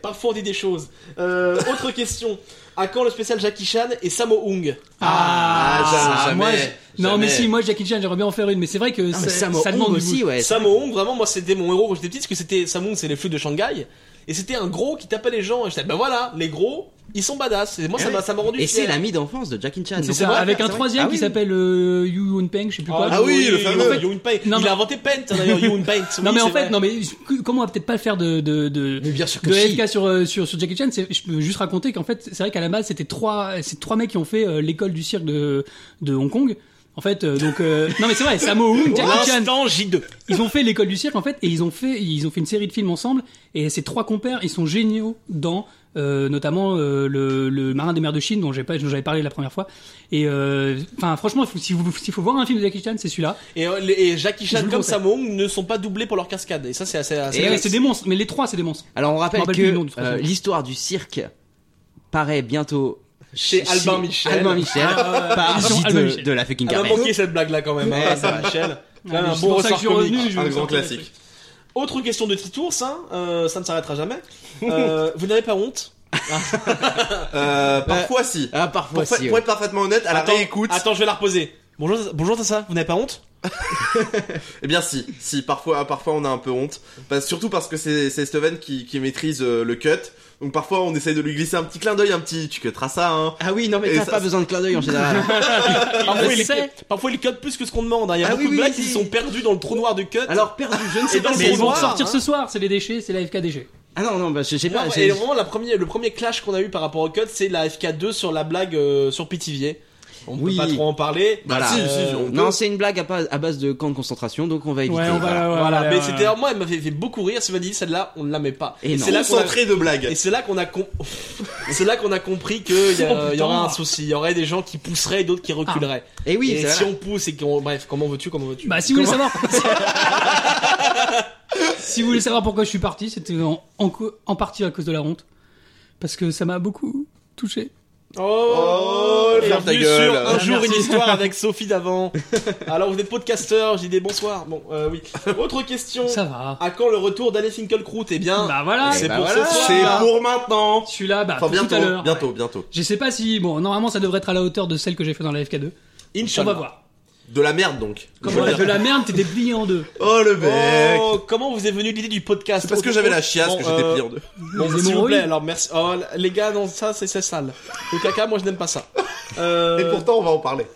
Parfois on dit des choses. Euh, autre question. À quand le spécial Jackie Chan et Samo Hung Ah, Ah, jamais, moi, je- jamais. Non mais si moi Jackie Chan j'aimerais bien en faire une mais c'est vrai que Ah, ça, mais Sam ça Hong demande aussi, ouais. Samo Hung, vraiment, moi c'était mon héros quand j'étais petit, parce que c'était Samo Hung, c'est les flux de Shanghai. Et c'était un gros qui tapait les gens. Et j'étais, ben voilà, les gros, ils sont badass. Et moi ça Eh oui. m'a ça m'a rendu Et c'est fier. l'ami d'enfance de Jackie Chan. C'est Donc, ça, vrai, avec c'est un vrai. troisième Ah qui oui. s'appelle euh, Yu Hun Peng, je sais plus quoi. Ah oui, le fameux. Yoon Paint. Non, Il mais- a inventé Paint hein, d'ailleurs, Yoon Paint. Oui, non mais en c'est fait, vrai. non mais je- comment on va peut-être pas le faire de de de, Mais bien sûr que de si. FK sur, euh, sur sur Jackie Chan, c'est- je peux juste raconter qu'en fait, c'est vrai qu'à la base, c'était trois c'est trois mecs qui ont fait euh, l'école du cirque de de Hong Kong. En fait, euh, donc euh, non mais c'est vrai, Sammo Hung, Jackie Chan, L'instant J2. ils ont fait l'école du cirque en fait et ils ont fait ils ont fait une série de films ensemble et ces trois compères ils sont géniaux dans euh, notamment euh, le, le marin des mers de Chine dont j'ai pas dont j'avais parlé la première fois et euh, enfin franchement il faut- si vous s'il faut voir un film de Jackie Chan c'est celui-là Et, euh, les- et Jackie Je Chan vous comme conseille. Sammo Hung ne sont pas doublés pour leur cascade. Et ça, c'est assez. assez- c'est ouais, c'est des monstres mais les trois c'est des monstres Alors on rappelle Je me rappelle plus que du nom du troisième. euh, l'histoire du cirque paraît bientôt Chez Albin Michel. Albin Michel par Édition J Albin de, Michel. de la fucking Elle a Carmel. manqué cette blague-là quand même. hein, Ouais, ça va. Michel. Quand même Ouais, un c'est bon pour ça que ressort je suis revenu, comique. je- Un vous grand sortez le classique. Autre question de Titours, hein, euh, ça ne s'arrêtera jamais. Euh, vous n'avez pas honte Euh, parfois si. Ah, parfois, Pour, fa- si. pour ouais. être parfaitement honnête, à la Attends, réécoute, Attends, je vais la reposer. Bonjour, Tassa- bonjour Tassa, vous n'avez pas honte eh bien si, si parfois, parfois on a un peu honte, Parce- surtout parce que c'est c'est Steven qui, qui maîtrise euh, le cut. Donc parfois on essaye de lui glisser un petit clin d'œil, un petit tu cutteras ça hein. Ah oui, non, mais Et t'as ça- pas besoin de clin d'œil en général. Parfois, le il, sait. parfois, il cut plus que ce qu'on demande. hein. Il y a Ah beaucoup oui, de oui, blagues oui. qui sont perdues dans le trou noir de cut. Alors, perdu, je ne sais Et pas dans si les Mais ils vont noirs, sortir hein. ce soir, c'est les déchets, c'est la FK déchets. Ah non, non, bah, je- j'ai Non, pas. et j'ai- vraiment, la première, le premier clash qu'on a eu par rapport au cut, c'est la FK2 sur la blague euh, sur Pitivier. On Oui. Bah peut pas trop en parler. Voilà. Si, Euh, si, on peut. Non, c'est une blague à, pas- à base de camp de concentration, donc on va éviter. Ouais, on va- Voilà. ouais, voilà, ouais, mais ouais, c'était ouais. moi, elle m'a fait, fait beaucoup rire. Elle m'a dit celle-là, on ne la met pas. Et non. c'est là qu'on a, Concentré de blagues. et c'est là qu'on a, com- <laughs> c'est là qu'on a compris qu'il Oh, y, a- putain. il y aurait un souci. Il y aurait des gens qui pousseraient et d'autres Ah. qui reculeraient. Et oui, et c'est si vrai. on pousse et qu'on, bref, comment veux-tu, comment veux-tu Bah si vous voulez savoir. <laughs> si vous voulez savoir pourquoi je suis parti, c'était en, en, co- en partie à cause de la honte. Parce que ça m'a beaucoup touché. Oh, Oh, bienvenue ferme ta sur gueule. Un Ah, jour, merci. une histoire avec Sophie d'avant. Alors, vous êtes podcasteur, j'ai des bonsoirs. Bon, euh, oui. Autre question. Ça va. À quand le retour d'Anne Finkielkraut Eh bien, Bah voilà. c'est bah pour voilà. ce soir. C'est pour maintenant. Je suis là, bah Enfin pour tout à bientôt, l'heure. bientôt, bientôt. Je sais pas si bon, normalement ça devrait être à la hauteur de celle que j'ai fait dans la FK2. On Inch'Allah. va voir. De la merde donc. Comment Je veux de dire. la merde, t'étais plié en deux. Oh le mec. Oh, comment vous est venue l'idée du podcast C'est parce que Autre j'avais chose la chiasse Bon, que j'étais euh, pire de. Les Bon, s'il vous plaît, hémorroïdes. alors merci. Oh, les gars, non, ça, c'est c'est sale. Le caca, moi, je n'aime pas ça. Euh, Et pourtant on va en parler.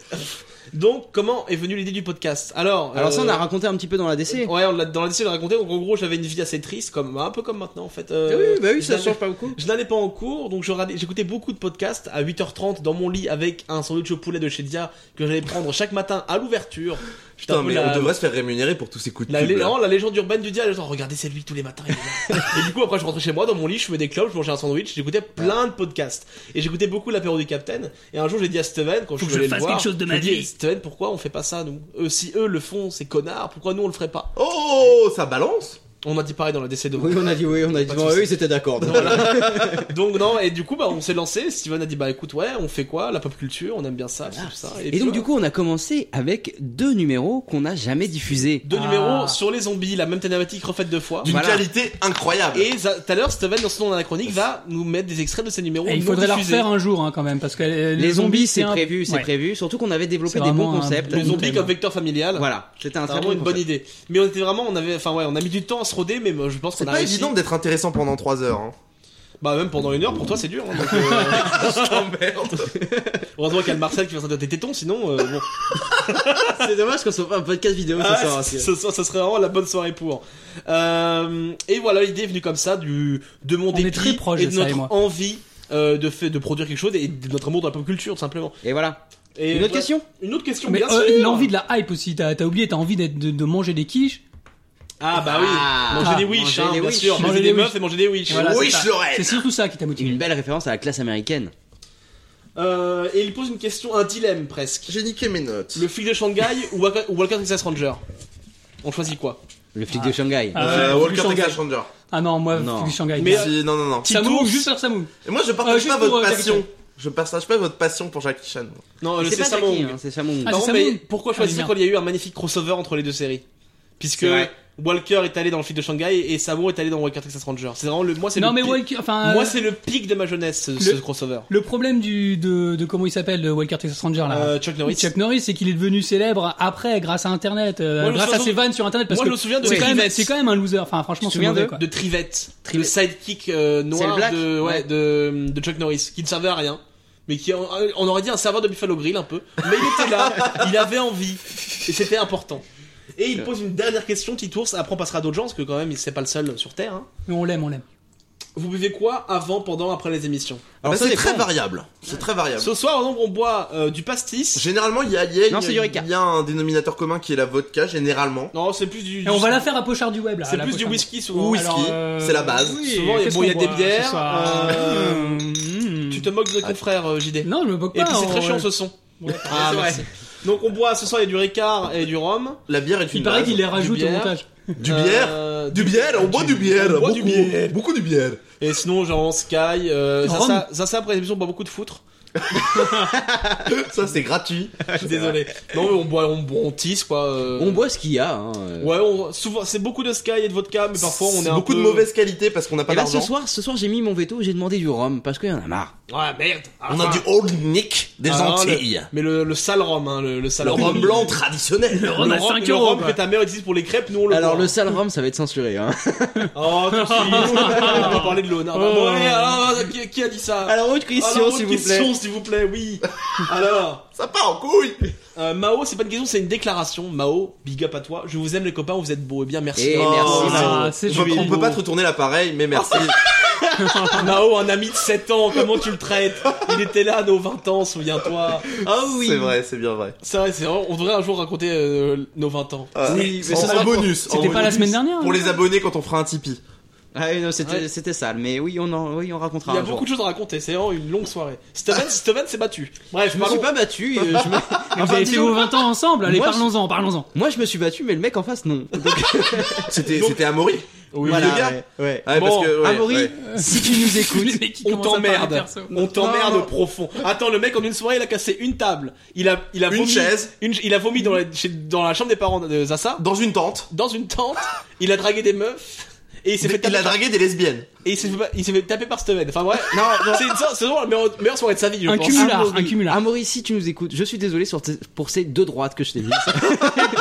Donc, comment est venue l'idée du podcast Alors, Alors, ça, on euh, a raconté un petit peu dans la DC. Ouais, on l'a dans la liste, on l'a raconté. Donc, en gros, j'avais une vie assez triste, comme un peu comme maintenant, en fait. Ah Euh, bah je n'allais- pas beaucoup. Je n'allais pas en cours, donc je regardais- j'écoutais beaucoup de podcasts à 8h30 dans mon lit avec un sandwich au poulet de chez Dia que j'allais prendre chaque matin à l'ouverture. J'étais un Putain peu mais la- on devrait se faire rémunérer pour tous ces coups de La, pub. là. non, la légende urbaine du diable, genre regardez c'est lui tous les matins. il est là. et du coup après je rentrais chez moi dans mon lit, je fumais des clopes, je mangeais un sandwich, j'écoutais plein de podcasts et j'écoutais beaucoup l'apéro du Capitaine. Et un jour j'ai dit à Steven quand Faut que je je suis allé fasse le voir, quelque chose de je ma lui ai dit, vie. Steven pourquoi on fait pas ça nous Eux si eux le font ces connards, pourquoi nous on le ferait pas Oh ça balance. On a dit pareil dans le décès de Oui, on a dit oui, on a dit. Pas de bon, soucis. eux, ils étaient d'accord. <laughs> Donc non et du coup bah on s'est lancé. Steven a dit bah écoute ouais on fait quoi la pop culture, on aime bien ça, tout ça. Et puis, donc, du voilà. coup, on a commencé avec deux numéros qu'on n'a jamais diffusés. deux Ah. numéros sur les zombies, la même thématique refaite deux fois. D'une Voilà. qualité incroyable. Et ça- tout à l'heure, Steven, dans son nom anachronique, va nous mettre des extraits de ces numéros. Et il non faudrait la diffusés. refaire un jour hein, quand même parce que euh, Les le zombie, zombies, c'est un- prévu, c'est Ouais. prévu. Surtout qu'on avait développé C'est des bons vraiment un- concepts. Le Donc, zombie euh, comme vecteur familial. Voilà, c'était un C'est très vraiment bon une bonne concept. idée. Mais on était vraiment, on avait, enfin ouais, on a mis du temps à se roder, mais je pense C'est qu'on a pas réussi. évident d'être intéressant pendant 3 heures. <laughs> Hein. Bah même pendant une heure, pour toi c'est dur. hein, <laughs> donc, euh, heureusement qu'il y a le Marcel qui vient s'adapter tes tétons, sinon euh, bon. C'est dommage qu'on soit pas un podcast vidéo Ah, ce soir, c- hein, ce soir, ça serait vraiment la bonne soirée pour. Euh, et voilà, l'idée est venue comme ça du de mon On est dépit très proches et de de ça, notre et moi. envie euh, de fait, de produire quelque chose et de notre amour de la pop culture tout simplement. Et voilà. Et Une autre ouais, question Une autre question. Mais bien euh, sûr. l'envie de la hype aussi, t'as t'as oublié, t'as envie d'être- de, de manger des quiches. Ah bah oui. Ah. manger des Ah, wish, manger hein, des bien wish. sûr. Manger Manger des des meufs wish. et manger des wish. Et voilà, oui, c'est ça. Lorraine. C'est surtout ça qui t'a Une motivé. belle référence à la classe américaine. Euh, et il pose une question, un dilemme presque. J'ai niqué mes notes. Le flic de Shanghai ou Walker, ou Walker Texas Ranger On choisit quoi Le flic de Shanghai. Ah, Euh, ouais, Walker Flic du Texas Shanghai. Ranger. Ah non, moi, Non. Flic du Shanghai. Mais, non. Si, non, non, non. Si- Samoum, Titouche. juste faire Samoum. Et moi, je Euh, partage juste pas pour, votre euh, passion. Capitaine. Je partage pas votre passion pour Jackie Chan. Non, C'est c'est pas Sammo Jackie, Hung. hein, c'est Sammo Hung. Ah, Pardon, c'est Sammo mais Hung. pourquoi Ah, choisir bien. quand il y a eu un magnifique crossover entre les deux séries Puisque C'est vrai. Walker est allé dans le flic de Shanghai et Samo est allé dans Walker Texas Ranger. C'est vraiment le moi c'est Non le mais pic- Walker, enfin. moi euh, c'est le pic de ma jeunesse ce, ce le- crossover. Le problème du, de, de comment il s'appelle, le Walker Texas Ranger là. Euh, Chuck Norris. Chuck Norris, c'est qu'il est devenu célèbre après, grâce à Internet, euh, Moi, je me grâce à souviens- ses vannes sur Internet, parce Moi, que je me souviens de c'est quand, même- Trivets. c'est quand même un loser. Enfin, franchement, Tu te c'est souviens mauvais, de- quoi. De Trivette, le Trivette. sidekick euh, C'est noir le black de, ouais, Ouais. de, de Chuck Norris, qui ne servait à rien, mais qui on on aurait dit un serveur de Buffalo Grill un peu, mais il était <laughs> là, il avait envie, et c'était important. Et Euh. il pose une dernière question, petit ours, après on passera à d'autres gens, parce que quand même, il c'est pas le seul sur Terre. hein. Mais on l'aime, on l'aime. Vous buvez quoi avant, pendant, après les émissions Bah, ça c'est dépend. très variable. C'est très variable. Ce soir, on, on boit euh, du pastis. Généralement, il y a, il y a une- Non, c'est du Ricard. il y a un dénominateur commun qui est la vodka, généralement. Non, c'est plus du. Et on va la faire à Pochard du Web là. C'est la plus du Pochard. whisky souvent. Ou whisky, alors, euh, c'est la base. oui, Souvent, il y a- qu'est-ce bon, il y a qu'on des boit bières, ce soir euh, Mmh. Tu te moques de ton frère, euh, JD. Non, je me moque pas. Et puis c'est on- très chiant ce son. Ouais. Ah, c'est merci. Donc on boit ce soir il y a du Ricard et du rhum. La bière est une Il paraît base. qu'il les rajoute au bière. montage. Du Euh, bière Du bière, on boit du bière, On boit beaucoup, du bière. beaucoup du bière. Et sinon, genre Sky, euh, Rome. Zaza, Zaza, après l'émission, pas beaucoup de foutre. Ça, <laughs> c'est gratuit. Je suis désolé. Non, mais on boit, on, on tisse quoi. euh. On boit ce qu'il y a. hein, euh. Ouais, on, souvent, c'est beaucoup de Sky et de vodka, mais parfois on est, C'est un beaucoup peu- de mauvaise qualité parce qu'on n'a pas Et là, Eh ben, ce d'argent. soir, ce soir, j'ai mis mon veto, j'ai demandé du rhum parce qu'il y en a marre. Ouais, merde. On Enfin. a du Old Nick des Ah, Antilles. Mais le, le sale rhum, hein, le, le sale Le rhum. rhum blanc traditionnel. Le rhum à Le rhum- 5 le euros. rhum quoi. que ta mère utilise pour les crêpes, nous on le Alors, boit. le sale rhum, ça va être censuré. Hein. Oh, tout de <laughs> suite. on va parler de l'honneur. Bah, bon, allez, alors, qui, qui a dit ça Alors, autre Alors, question, autre s'il vous plaît. question, s'il vous plaît, oui. Alors, Ça part en couille. euh, Mao, c'est pas une question, c'est une déclaration. Mao, big up à toi. Je vous aime les copains, vous êtes beaux. Eh bien, merci. Oh, Eh, Mao. merci, Mao. Ah, c'est Oh, On peut- joli. on peut pas te retourner l'appareil, mais merci. Mao, un ami de 7 ans, comment tu le traites Il était là à nos 20 ans, souviens-toi. Ah oui. C'est vrai, c'est bien vrai. C'est vrai, c'est vrai. On devrait un jour raconter euh, nos 20 ans. Ah, Oui, mais en ce sera pour- bonus. en C'était pas la bonus. semaine dernière. Pour hein. les abonnés quand on fera un Tipeee. Ah oui, non, c'était Ouais. c'était sale, mais oui, on en, oui, on racontera Il y a un jour. beaucoup de choses à raconter, c'est vraiment une longue soirée. Steven, Steven s'est battu. Bref, Je me suis pardon. pas battu. euh, je me- <laughs> Vous Enfin, avez fait disons- vos 20 ans ensemble. Allez, Moi, je- parlons-en, parlons-en. Moi, je me suis battu, mais le mec en face, non. C'était c'était Amaury. Oui, le gars. ouais, ouais. Ouais, Bon, parce que, ouais, Amaury, ouais. si tu nous Les écoutes, mecs qui On commencent à parler t'emmerde, perso. on Non, t'emmerde non. profond. Attends, le mec en une soirée, il a cassé une table, il a, il a Une vomi, chaise. une- il a vomi dans la, chez- dans la chambre des parents de Zaza, Dans une tente. dans une tente, il a dragué des meufs et il s'est fait Il taper, a dragué des lesbiennes. et il s'est fait, il s'est fait taper par Steven. Enfin ouais, <laughs> c'est une sorte- c'est vraiment la meilleure, meilleure soirée de sa vie, je Un pense. cumulard, Amaury, un cumulard. Amaury, si tu nous écoutes, je suis désolé sur tes- pour ces deux droites que <laughs> je t'ai mises. <laughs>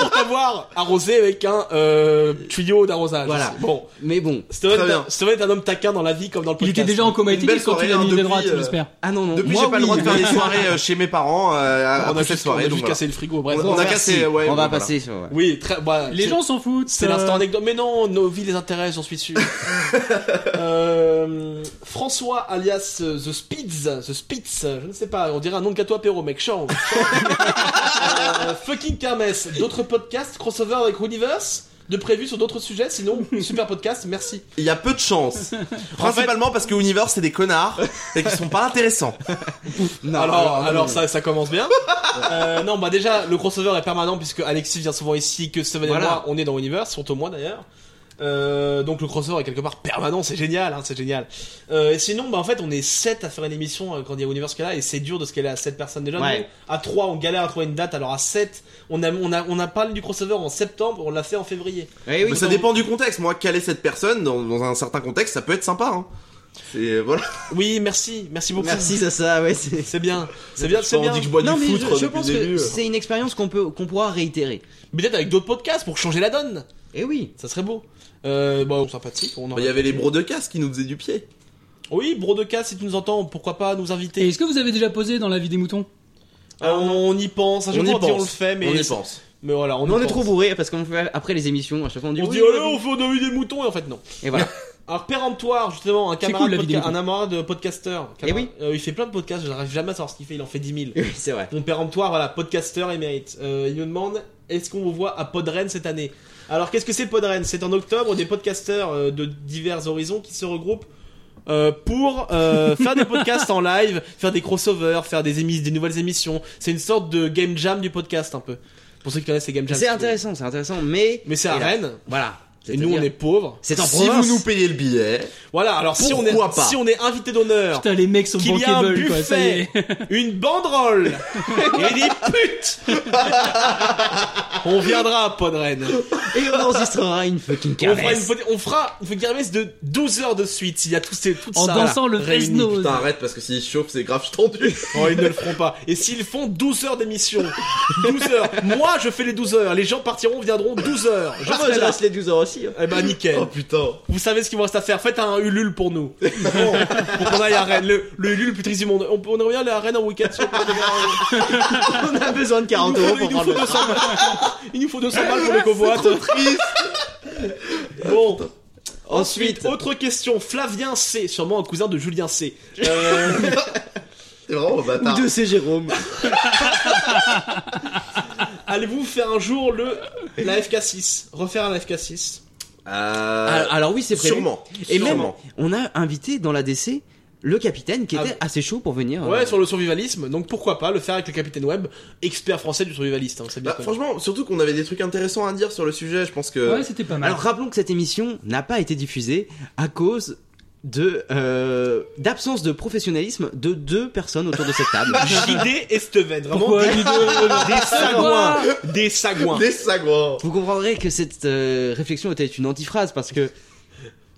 Pour t'avoir arrosé avec un euh, tuyau d'arrosage. Voilà. Bon, mais bon. Steven, Très bien. t'as- Steven est un homme taquin dans la vie comme dans le Il podcast. était déjà en coma Une belle éthylique quand il soirée, a hein, mis des depuis, droites, euh, j'espère. Ah non, non. Depuis, moi, j'ai pas le oui. droit de faire des soirées euh, chez mes parents euh, à- on a après juste, cette Ah, bah, on a soirée. juste donc voilà. cassé le frigo, bref. On a cassé, ouais. On va voilà. passer sur. ouais. Oui, très. bah, Les c'est- gens s'en foutent. C'est euh, l'instant anecdote. Mais non, nos vies les intéressent, j'en suis sûr. Euh, François alias euh, The Spitz, The Spitz, je ne sais pas, on dirait un nom de gâteau apéro, mec, change. Euh, fucking Kermesse, d'autres podcasts, crossover avec Universe, de prévu sur d'autres sujets, sinon, super podcast, merci. Il y a peu de chance. Principalement parce que Universe, c'est des connards et qu'ils sont pas intéressants. Non, alors, non, alors non. ça, ça commence <laughs> bien. Euh, non, bah déjà, le crossover est permanent puisque Alexis vient souvent ici, que Steven Voilà. et moi, on est dans Universe, sont au moins d'ailleurs. Euh, donc le crossover est quelque part permanent, c'est génial, hein, c'est génial. Euh, et sinon, bah en fait, on est 7 à faire une émission euh, quand il y a Universe qui est là, et c'est dur de scaler à 7 personnes déjà. Ouais. Nous, À 3, on galère à trouver une date, alors à 7, on a, on a, on a parlé du crossover en septembre, on l'a fait en février. Eh oui, Mais ça non. dépend du contexte. Moi, caler cette personne dans, dans un certain contexte, ça peut être sympa. Hein. C'est voilà. Oui, merci, merci beaucoup. Merci, ça, ça, ouais. c'est- <laughs> C'est bien, c'est bien, Je sais c'est pas, bien. On dit que je bois Non, du mais foutre je, je depuis pense le début. hein. que c'est une expérience qu'on peut, qu'on pourra réitérer. Peut-être avec d'autres podcasts pour changer la donne, Eh oui. ça serait beau. Euh, bon, sympathique, on en Bah, Il y avait les bros de casse qui nous faisaient du pied. Oui, Brodeca, si tu nous entends, pourquoi pas nous Et inviter est-ce que vous avez déjà posé dans la vie des moutons Euh, on, on y pense, à chaque On y fois on dit on le pense. fait, mais, On y pense. oh, mais voilà, on, On, y est pense. trop bourré parce qu'on fait après les émissions, à chaque fois on dit. On oui, dit, allez, on fait on a eu des moutons, et en fait, non. <laughs> Et voilà. Alors, péremptoire, justement, un camarade, cool, la vie des podca- moutons. un amarade podcasteur. Eh oui. Euh, il fait plein de podcasts, je n'arrive jamais à savoir ce qu'il fait, il en fait 10 000. Oui, c'est vrai. Mon péremptoire, voilà, podcasteur émérite. Euh, il nous demande est-ce qu'on vous voit à Podren cette année Alors qu'est-ce que c'est Podren C'est en octobre des podcasteurs euh, de divers horizons qui se regroupent euh, pour euh, faire des podcasts en live, faire des crossovers, faire des, émis des nouvelles émissions. C'est une sorte de game jam du podcast un peu. Pour ceux qui connaissent les game jams. C'est intéressant, c'est intéressant, mais. Mais c'est à Et là, Rennes. Voilà. Et nous on est C'est-à-dire- pauvres. C'est en Si province. vous nous payez le billet, Voilà, alors si on, est, Pourquoi pas si on est invité d'honneur, Putain, les mecs sont qu'il y a un bankable, quoi. Ça y buffet, est. <laughs> une banderole et des putes. On viendra à Podren. Et on enregistrera une fucking On fera, une, caresse. pod- on fera une kermesse de 12 heures de suite. Il y a tout, ces, tout En ça. dansant là, le réuni. face nose. putain, arrête parce que s'il chauffe, c'est grave <laughs> tendu. Oh, ils ne le feront pas. Et s'ils font 12 heures d'émission, 12 heures. Moi, je fais les 12 heures. Les gens partiront, viendront 12 heures. Ah, Je serai là. les 12 heures aussi. Eh ben, nickel. Oh putain. Vous savez ce qu'il vous reste à faire. Faites un Ulule pour nous. Bon, pour qu'on aille à Rennes. Le, le Ulule le plus triste du monde. On, on revient aller à Rennes en week-end. sur- On a besoin de Il 40 nous euros faut- pour il nous prendre faut le 200 Il nous faut 200 balles pour les covoites. Bon. Ensuite, Ensuite, autre question. Flavien C, sûrement un cousin de Julien C. C'est vraiment un bâtard. Euh, Ou de ces Euh, Jérôme. Allez-vous faire un jour le la FK6 Refaire un FK6 Euh, Ah, Alors, alors oui, c'est prévu. sûrement. Et sûrement. même, on a invité dans l'ADC le capitaine qui Ah. était assez chaud pour venir. Ouais, euh, sur le survivalisme, donc pourquoi pas le faire avec le capitaine Webb, expert français du survivaliste, hein, c'est bien. Bah, franchement, surtout qu'on avait des trucs intéressants à dire sur le sujet, je pense que. Ouais, c'était pas mal. Alors rappelons que cette émission n'a pas été diffusée à cause de euh, d'absence de professionnalisme de deux personnes autour de cette <laughs> table. JD et Steven, vraiment Pourquoi des, Guido des sagouins, des sagouins. Des sagouins Vous comprendrez que cette euh, réflexion était une antiphrase parce que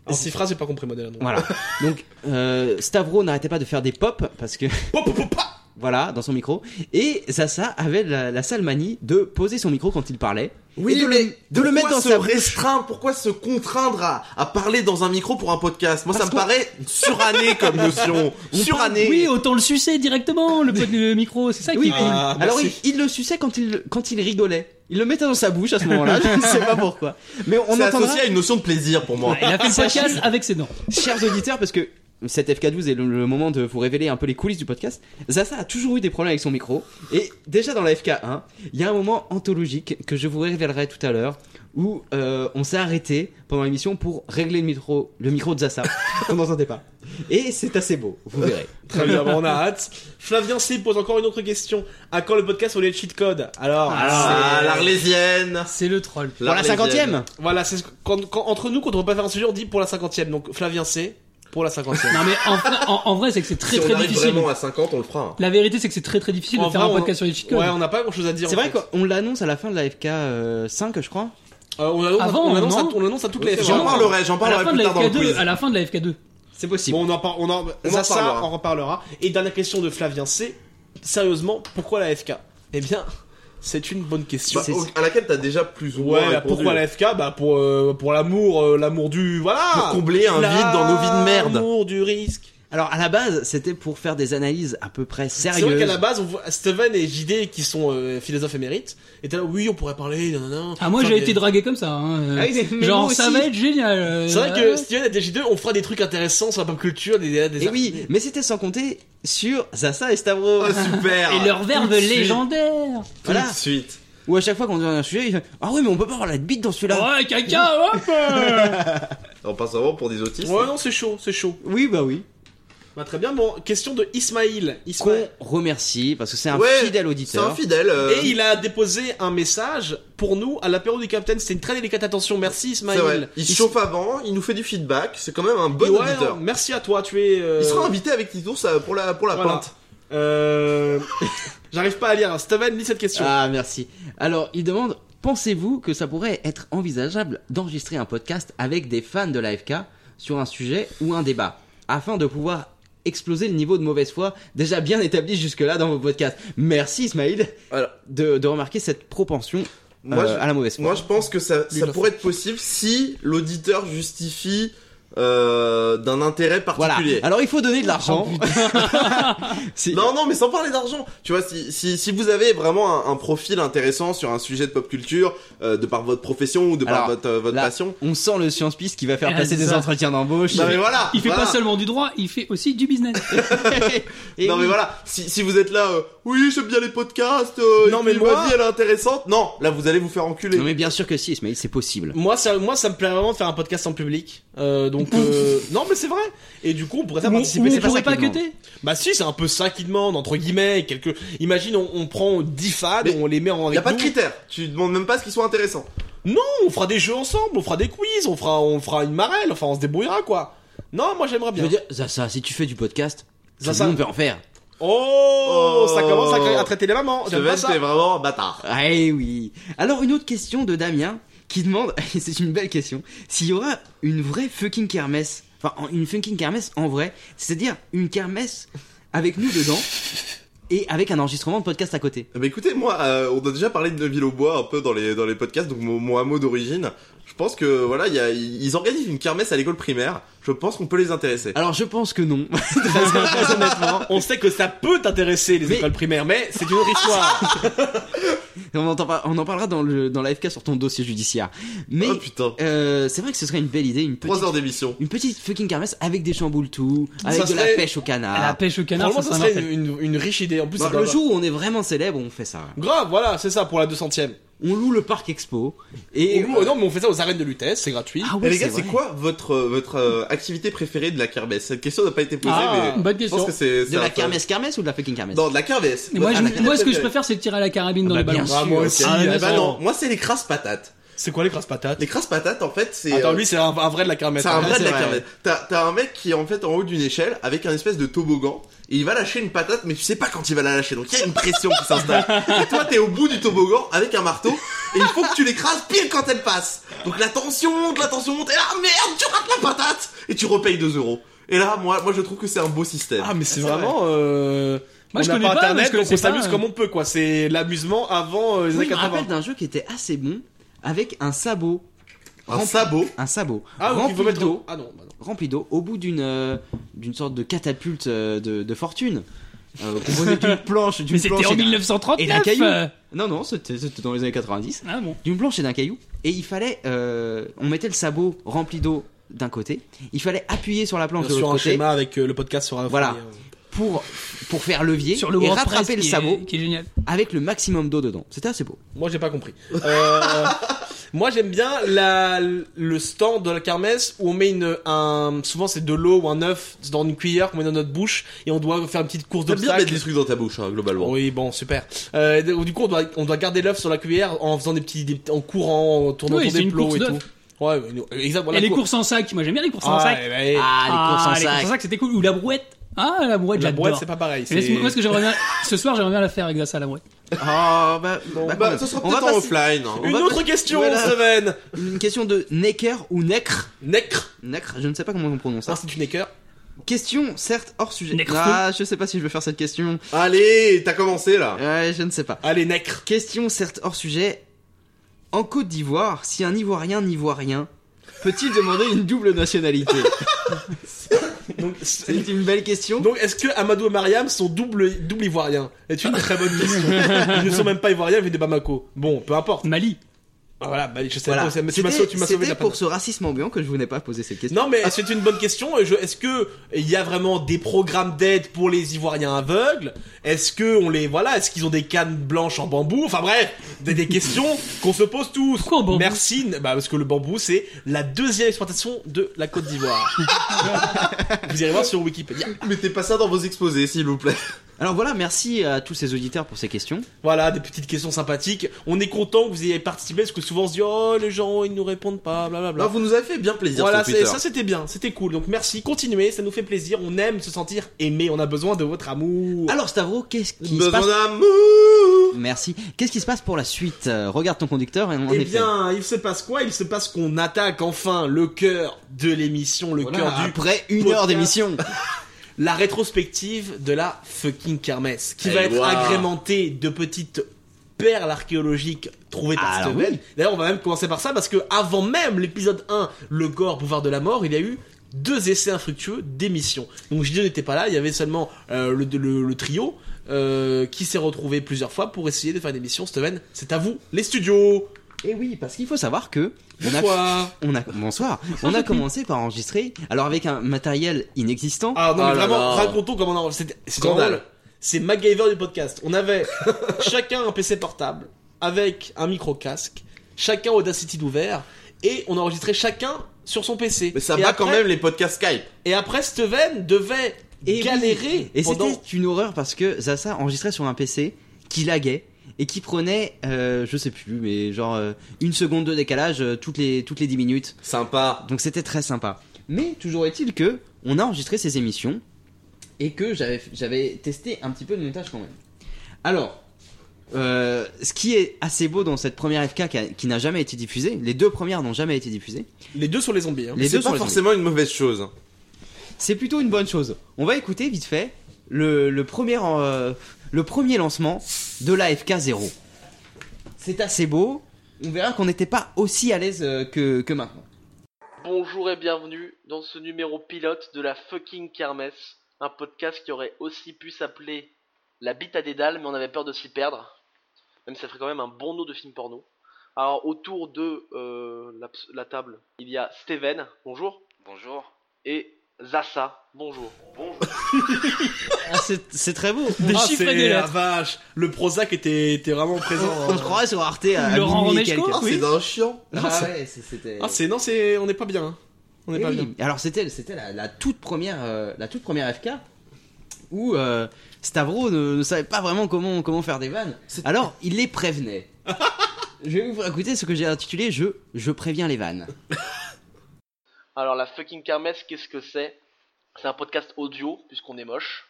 Alors, ces phrases, j'ai pas compris, moi, déjà, non. <laughs> voilà. Donc euh, Stavro n'arrêtait pas de faire des pop parce que Pop, pop, pop, pop. voilà dans son micro et Zaza avait la, la sale manie de poser son micro quand il parlait. Oui, Et de mais le- de le pourquoi mettre dans se sa bouche restreindre, pourquoi se contraindre à, à parler dans un micro pour un podcast Moi, Parce ça me paraît suranné comme notion. Suranné. Oui, autant le sucer directement, le, pod- le micro, c'est ça qui Oui, est mais- cool. Ah, alors il, merci. il le suçait quand il quand il rigolait. Il le mettait dans sa bouche à ce moment-là. je ne sais pas pourquoi. Mais on C'est entendra. associé à une notion de plaisir pour moi. Il a fait le podcast avec ses dents. chers auditeurs, parce que cet FK12 est le, le moment de vous révéler un peu les coulisses du podcast. Zaza a toujours eu des problèmes avec son micro. Et déjà dans la FK1, il y a un moment anthologique que je vous révélerai tout à l'heure où euh, on s'est arrêté pendant l'émission pour régler le micro, le micro de Zaza. on n'entendait pas. Et c'est assez beau, vous verrez. Très bien, bon, on a hâte. Flavien C pose encore une autre question. À quand le podcast sur les cheat codes Alors, Ah, c'est- l'Arlésienne C'est le troll. Pour la cinquantième voilà, c'est ce que- quand, quand- entre nous, quand on peut pas faire un sujet, on dit pour la cinquantième. Donc Flavien C pour <laughs> la cinquantième. Non mais en, vrai- en- en vrai c'est que c'est très Si on très arrive difficile. vraiment à 50, on le fera. hein. La vérité c'est que c'est très très difficile En de faire vrai, un on- podcast sur les chicots. Ouais, on n'a pas grand chose à dire. C'est en vrai fait. qu'on l'annonce à la fin de la FK5, je crois. Euh, on annonce, Avant, on, annonce non à, on annonce à toutes les Oui, FK. J'en parlerai, j'en à la parlerai fin de plus la tard dans le FK2, quiz. à la fin de la FK2. C'est possible. Bon, on en parle, on en, On en ça, ça, parlera. on en parlera. Et dernière question de Flavien C. Sérieusement, pourquoi la FK Eh bien, c'est une bonne question. Bah, au- à laquelle t'as déjà plus ou moins Ouais, bah, répondu. pourquoi la FK Bah pour euh, pour l'amour, euh, l'amour du voilà. Pour combler un vide dans nos vies de merde. L'amour du risque. Alors à la base, c'était pour faire des analyses à peu près C'est vrai qu'à sérieuses. la base, on voit Steven et JD qui sont euh, philosophes émérites. Et t'es là, oui, on pourrait parler. nanana. Ah moi Enfin, j'ai mais- été dragué comme ça. hein, euh, Ah oui, mais- mais Genre nous ça aussi. va être génial. euh, C'est vrai euh, que Steven et JD, on fera des trucs intéressants sur la pop culture, des des. Eh Et Eh oui, mais c'était sans compter sur Zaza et <laughs> Stavro. Oh, super Ah et leur verbe Tout de suite. légendaire. Tout Voilà. de suite. Ou à chaque fois qu'on donne un sujet, il fait Ah oui, mais on peut pas avoir la bite dans celui-là. Ouais caca hop. euh. On passe vraiment pour des autistes. Ouais, non, c'est chaud, c'est chaud. Oui, bah oui. Bah, très bien. Bon, question de Ismail. Qu'on Ismail. remercie parce que c'est un Ouais, fidèle C'est auditeur. un fidèle. euh, Et il a déposé un message pour nous à l'apéro du Capitaine. C'était une très délicate attention. Merci c'est vrai. Ismail. Il se chauffe avant, il nous fait du feedback, c'est quand même un bon Ouais, auditeur. non, merci à toi. Tu es. euh, Il sera invité avec Titours euh, pour la, pour la Voilà. pinte. Euh... <laughs> J'arrive pas à lire. hein. Steven, lis cette question. <laughs> Ah, merci. Alors, il demande Pensez-vous que ça pourrait être envisageable d'enregistrer un podcast avec des fans de l'AFK sur un sujet ou un débat afin de pouvoir exploser le niveau de mauvaise foi déjà bien établi jusque-là dans vos podcasts Merci, Ismail, Alors. de, de remarquer cette propension Moi, euh, je- à la mauvaise foi. Moi, je pense que ça, ça pourrait être possible si l'auditeur justifie euh, d'un intérêt Voilà. particulier. Oh, Alors, il faut donner de l'argent. <laughs> Si- Non, non, mais sans parler d'argent. Tu vois, si, si, si vous avez vraiment un, un profil intéressant sur un sujet de pop culture, euh, de par votre profession ou de par Alors, votre, euh, votre là- passion. On sent le science piste qui va faire Ah, passer c'est des ça. entretiens d'embauche. Non mais voilà. Il fait voilà. pas seulement du droit, il fait aussi du business. Et non oui. mais voilà, si, si vous êtes là, euh, oui j'aime bien les podcasts, euh, Non, et mais puis moi- ma vie elle est intéressante, non, là vous allez vous faire enculer. Non, mais bien sûr que si, mais c'est possible. Moi, ça, moi, ça me plairait vraiment de faire un podcast en public. Euh, donc, euh, non, mais c'est vrai. Et du coup, on pourrait faire Ou- participer. ou C'est on pas ça pourrait qui pas demande. cuter. Bah si, c'est un peu ça qui demande entre guillemets. Quelques. Imagine, on, on prend 10 fans, Mais on les met en. Y a avec pas de nous. critères, tu demandes même pas ce qui soit intéressant. Non, on fera des jeux ensemble, on fera des quiz, on fera, on fera une marelle. Enfin, on se débrouillera quoi. Non, moi j'aimerais Je bien. veux dire, Zaza, si tu fais du podcast, Zaza. tout le monde peut en faire. Oh, Oh. ça commence à, cra- à traiter les mamans. J'aime Steven pas ça. t'es vraiment un bâtard. Ah eh oui. Alors une autre question de Damien qui demande, <laughs> et c'est une belle question, s'il y aura une vraie fucking kermesse, enfin en- une fucking kermesse en vrai, c'est-à-dire une kermesse avec nous dedans et avec un enregistrement de podcast à côté. Bah écoutez, moi, euh, on a déjà parlé de Neuville au bois un peu dans les, dans les podcasts, donc mon, mon hameau d'origine. Je pense que voilà, y a, ils organisent une kermesse à l'école primaire. Je pense qu'on peut les intéresser. Alors je pense que non, <laughs> très, très honnêtement. <laughs> On sait que ça peut t'intéresser les Mais- écoles primaires, mais c'est une autre histoire. On, en par- on en parlera dans, le, dans l'AFK sur ton dossier judiciaire. Mais Oh putain. euh, c'est vrai que ce serait une belle idée, une petite, 3 heures d'émission. une petite fucking kermesse avec des chamboules tout, avec de la serait- pêche au À la canard. pêche au canard, Franchement, ça ça serait serait un rappel. une, une- une riche idée. En plus, Bah, ça le doit- jour où on est vraiment célèbre, on fait ça. Grave, voilà, c'est ça pour la 200 e On loue le parc expo et Et nous, euh, non, mais on fait ça aux arènes de l'UTS, c'est gratuit. Ah ouais, Eh les gars, c'est c'est vrai. quoi votre, euh, votre euh, activité préférée de la kermesse Cette question n'a pas été posée, Ah, mais Bonne je pense question. que c'est. de c'est un la peu- kermesse kermesse ou de la fucking kermesse Non, de la kermesse. Et moi, Ah, Votre je- activité moi, ce que je préférée. préfère, c'est de tirer à la carabine dans Bah, les bien ballons. sûr. Ah, moi aussi. Ah, Eh là, ben non, moi c'est les crasses patates. C'est quoi les crasses patates Les crasses patates, en fait, c'est. Attends, euh, lui, c'est un, un vrai de la kermesse. C'est un hein. vrai de la c'est vrai. kermesse. T'as t'as un mec qui est en fait en haut d'une échelle avec un espèce de toboggan et il va lâcher une patate, mais tu sais pas quand il va la lâcher. Donc il y a une pression qui <laughs> s'installe. Et toi, t'es au bout du toboggan avec un marteau et il faut que tu l'écrases pile quand elle passe. Donc la tension monte, la tension monte et là, merde, tu rates la patate et tu repayes 2 euros. Et là, moi, moi, je trouve que c'est un beau système. Ah, mais c'est vraiment. euh, Moi, on je n'a connais pas pas, mais internet, je connais donc on pas, s'amuse hein. comme on peut, quoi. C'est l'amusement avant euh, les années Moi, je me 80. rappelle d'un jeu qui était assez bon avec un sabot, un sabot. un sabot Ah, donc il faut rempli mettre d'eau, d'eau. Ah non, bah non. rempli d'eau au bout d'une euh, d'une sorte de catapulte euh, de, de fortune euh, composée d'une planche, d'une Mais c'était planche en et d'un- 1939 et d'un caillou. euh. Non non, c'était c'était dans les années 90. Ah bon d'une planche et d'un caillou. Et il fallait, euh, on mettait le sabot rempli d'eau d'un côté, il fallait appuyer sur la planche de sur un l'autre côté schéma avec euh, le podcast sur un Voilà. foyer, euh. pour pour faire levier Sur le et WordPress rattraper le qui est- sabot qui est génial. avec le maximum d'eau dedans. C'était assez beau. Moi, j'ai pas compris. Euh, <laughs> moi, j'aime bien la, le stand de la kermesse où on met une, un, souvent c'est de l'eau ou un œuf dans une cuillère qu'on met dans notre bouche et on doit faire une petite course T'aimes bien mettre d'obstacles. des trucs dans ta bouche, hein, globalement. Oui, bon, super. Euh, du coup, on doit, on doit garder l'œuf sur la cuillère en faisant des petits, des- en courant, en tournant Oui, autour c'est des une plots course et tout. d'œuf. Ouais, mais nous- exactement. Et la les cour- courses en sac, moi j'aime bien les courses en Ah, sac. eh ben, Ah, les courses en les sac. courses en sac, c'était cool. Ou la brouette. Ah, la brouette, la j'adore. boîte, c'est pas pareil. Mais laisse- c'est- Moi, ce que j'aimerais bien, ce soir, j'aimerais bien la faire avec ça, la brouette. Ah, bah, bah, bah, quand ce sera même. On va peut-être en passer- offline. <laughs> hein. Une va autre peut-être- question, Voilà. Seven. Une question de Necker ou Necre Necre. Necre, je ne sais pas comment on prononce ça. Institut Necker. Question certes hors sujet. Necrefeu. Ah, je sais pas si je veux faire cette question. Allez, t'as commencé là. Ouais, je ne sais pas. Allez, Necre. Question certes hors sujet. En Côte d'Ivoire, si un Ivoirien n'y voit rien, peut-il demander une double <laughs> nationalité Donc, C'est une belle question. Donc, est-ce que Amadou et Mariam sont double, double ivoiriens C'est une très bonne question. Ils ne sont même pas ivoiriens, ils viennent de Bamako. Bon, peu importe. Mali. Ah, Voilà, bah, je sais Voilà. pas, c'est- tu m'as sauvé, tu C'était m'as sauvé de c'était la pour peine. ce racisme ambiant que je voulais pas poser cette question. Non, mais Ah, c'est une bonne question. Et je- Est-ce que il y a vraiment des programmes d'aide pour les ivoiriens aveugles Est-ce que on les voilà Est-ce qu'ils ont des cannes blanches en bambou Enfin bref, des, des questions qu'on se pose tous. Pourquoi en bambou Merci. Bah, parce que le bambou c'est la deuxième exploitation de la Côte d'Ivoire. Vous irez voir sur Wikipédia. Mettez pas ça dans vos exposés, s'il vous plaît. Alors voilà, merci à tous ces auditeurs pour ces questions. Voilà, des petites questions sympathiques. On est content que vous ayez participé parce que souvent on se dit oh les gens ils nous répondent pas, blablabla. Non, vous nous avez fait bien plaisir Voilà, sur c'est- Twitter. ça c'était bien, c'était cool. Donc merci, continuez, ça nous fait plaisir. On aime se sentir aimé, on a besoin de votre amour. Alors Stavro, qu'est-ce qui se Besoin passe d'amour. Merci. Qu'est-ce qui se passe pour la suite Euh, Regarde ton conducteur et on en eh est fait. bien, il se passe quoi Il se passe qu'on attaque enfin le cœur de l'émission, le Voilà, cœur du après une podcast. heure d'émission. la rétrospective de la fucking kermesse qui Eh, va être waouh. agrémentée de petites perles archéologiques trouvées par Alors Steven. D'ailleurs, on va même commencer par ça parce que avant même l'épisode 1, le gore pouvoir de la mort, il y a eu deux essais infructueux d'émissions. Donc JD n'était pas là, il y avait seulement euh, le, le- le trio euh, qui s'est retrouvé plusieurs fois pour essayer de faire une émission. Steven, c'est à vous, les studios. Et Eh oui, parce qu'il faut savoir que on a, Bonsoir. on a bonsoir. On a commencé par enregistrer. Alors avec un matériel inexistant. Ah non, Ah mais là vraiment, là. racontons comment on a enregistré. C'est Scandale. drôle. C'est MacGyver du podcast. On avait <laughs> chacun un PC portable avec un micro-casque, chacun Audacity d'ouvert, et on enregistrait chacun sur son PC. Mais ça et bat après- quand même les podcasts Skype. Et après, Steven devait Et oui. galérer Et pendant... c'était une horreur parce que Zaza enregistrait sur un PC qui laguait et qui prenait, euh, je sais plus, mais genre euh, une seconde de décalage euh, toutes les toutes les dix minutes. Sympa. Donc c'était très sympa. Mais toujours est-il que on a enregistré ces émissions et que j'avais j'avais testé un petit peu de montage quand même. Alors, euh, ce qui est assez beau dans cette première FK qui, a- qui n'a jamais été diffusée, les deux premières n'ont jamais été diffusées. Les deux sur les zombies. hein. Les deux C'est sont pas les forcément une mauvaise chose. hein. zombies. C'est plutôt une bonne chose. On va écouter vite fait le, le premier euh, le premier lancement de la FK 0. C'est assez beau. On verra qu'on n'était pas aussi à l'aise euh, que, que maintenant. Bonjour et bienvenue dans ce numéro pilote de la fucking kermesse, un podcast qui aurait aussi pu s'appeler La bite à dédale, mais on avait peur de s'y perdre. même si ça ferait quand même un bon lot de films porno. Alors autour de euh, la, ps- la table, il y a Steven, bonjour, Bonjour. et Zassa, bonjour. Bonjour. Ah, c'est c'est très beau. Des Ah, chiffres et c'est- des la <laughs> lettres. vache. Le Prozac était, était vraiment présent. hein. On se croirait sur Arte à Laurent minuit et Romeshko quelques. Ah, c'est d'un chien. Ah ouais, c'est- c'était. Ah, c'est non, c'est on n'est pas bien. hein. On n'est Eh pas oui. bien. Alors c'était c'était la, la toute première euh, la toute première FK où euh, Stavro ne, ne savait pas vraiment comment comment faire des vannes. Alors il les prévenait. <laughs> je vais vous écouter ce que j'ai intitulé je je préviens les vannes. Alors la fucking kermesse, qu'est-ce que c'est C'est un podcast audio, puisqu'on est moche.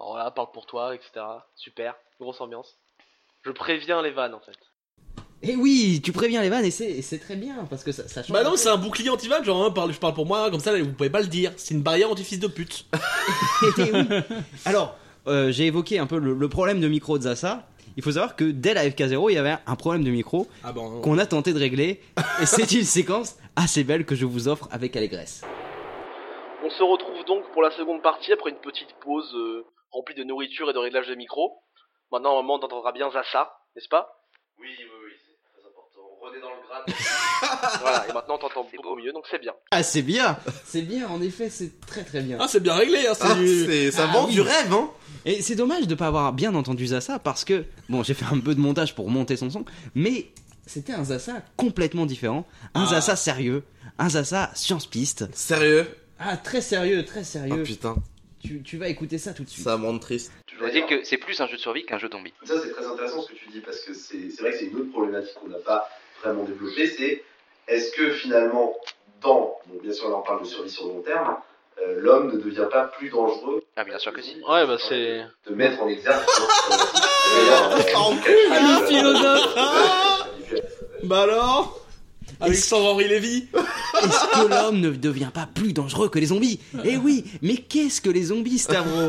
Alors voilà, parle pour toi, etc. Super, grosse ambiance. Je préviens les vannes en fait. Et Eh oui, tu préviens les vannes et c'est et c'est très bien parce que ça, ça change. Bah non, <laughs> c'est un bouclier anti-van, genre hein, parle- je parle pour moi, comme ça là, vous pouvez pas le dire. C'est une barrière anti-fils de pute. Et Eh oui. Alors euh, j'ai évoqué un peu le, le problème de micro de Zassa. Il faut savoir que dès la FK0, il y avait un problème de micro <laughs> Ah bon. qu'on a tenté de régler et c'est une <laughs> séquence assez belle que je vous offre avec allégresse. On se retrouve donc pour la seconde partie après une petite pause euh, remplie de nourriture et de réglage de micro. Maintenant, normalement, on entendra bien Zassa, n'est-ce pas Oui, oui, oui, c'est très important. René dans le grade. <laughs> voilà, et maintenant on t'entend beaucoup mieux, donc c'est bien. Ah c'est bien, c'est bien en effet, c'est très très bien. Ah, c'est bien réglé, hein, <laughs> c'est Ah, du- c'est- ça Ah vend oui. du rêve, hein. Et c'est dommage de pas avoir bien entendu Zassa parce que, bon, j'ai fait un peu de montage pour monter son son, mais c'était un Zassa complètement différent, un Ah. Zassa sérieux, un Zassa science-piste. Sérieux. Ah, très sérieux, très Ah sérieux. putain, tu, tu vas écouter ça tout de suite. ça me rend triste. Je dois dire que c'est plus un jeu de survie qu'un jeu zombie. Ça, c'est très intéressant ce que tu dis parce que c'est c'est vrai que c'est une autre problématique qu'on n'a pas vraiment développée. C'est est-ce que finalement, dans, bon, bien sûr, là on parle de survie sur le long terme, euh, l'homme ne devient pas plus dangereux Ah bien sûr que si. Ouais, bah c'est. de mettre en exergue le philosophe Bah alors Alexandre Henri <laughs> Lévy Est-ce que l'homme ne devient pas plus dangereux que les zombies Eh oui, mais qu'est-ce que les zombies, <laughs> Stavro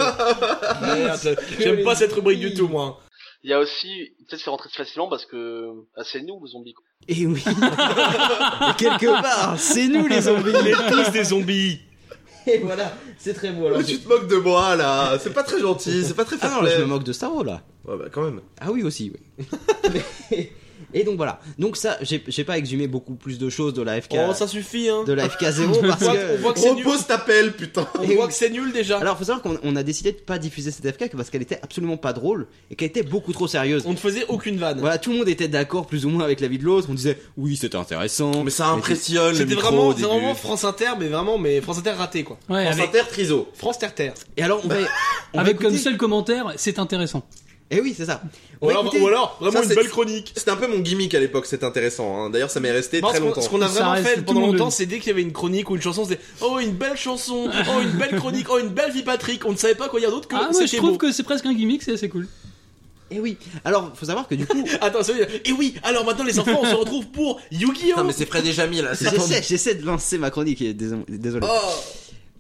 Merde, Eh, J'aime pas cette rubrique du tout, moi. Il y a aussi. Peut-être c'est rentré facilement parce que. Ah, c'est nous, les zombies. quoi. Eh oui Quelque part, c'est nous les zombies On est tous des zombies. Et voilà, c'est très beau. Alors, Oh, je- tu te moques de moi là, c'est pas très gentil, c'est pas très Ah fair non, là, je play. me moque de Stavro là Ouais, bah quand même. Ah oui aussi, oui. <laughs> Mais- Et donc voilà. Donc ça, j'ai j'ai pas exhumé beaucoup plus de choses de la FK, Oh, ça suffit, hein. de <laughs> la FK0 parce On voit- on que. voit que c'est nul. Repose ta pelle, putain. On Et voit oui. que c'est nul déjà. Alors faut savoir qu'on on a décidé de pas diffuser cette FK parce qu'elle était absolument pas drôle et qu'elle était beaucoup trop sérieuse. On ne faisait aucune vanne. Voilà, tout le monde était d'accord plus ou moins avec l'avis de l'autre. On disait oui, c'était intéressant. Mais ça impressionne le C'était micro vraiment, au c'était début. vraiment France Inter, mais vraiment, mais France Inter raté quoi. Ouais, France avec, Inter Triso. France Terre Terre. Et alors on va, on va avec comme écouter- seul commentaire, c'est intéressant. Eh oui, c'est ça. On Ou va alors, écouter- ou alors, Ça, vraiment une c'est- belle chronique. C'était un peu mon gimmick à l'époque, c'est intéressant. hein. D'ailleurs, ça m'est resté Non, très ce qu'on- longtemps. ce qu'on a Ça vraiment reste fait tout pendant le monde longtemps, le- c'est dès qu'il y avait une chronique ou une chanson, c'était Oh, une belle chanson, oh, une belle chronique, oh, une belle vie Patrick. On ne savait pas quoi dire d'autre que Ah ouais, c'était je trouve beau. que c'est presque un gimmick, c'est assez cool. Eh oui. Alors faut savoir que <laughs> du coup, Attends, ça veut dire- Et oui, alors maintenant les enfants, on se retrouve pour hein. Yu-Gi-Oh! Putain, mais c'est Fred et Jamy là. c'est j'essaie, j'essaie de lancer ma chronique. et dés- Désolé. Oh. Oh,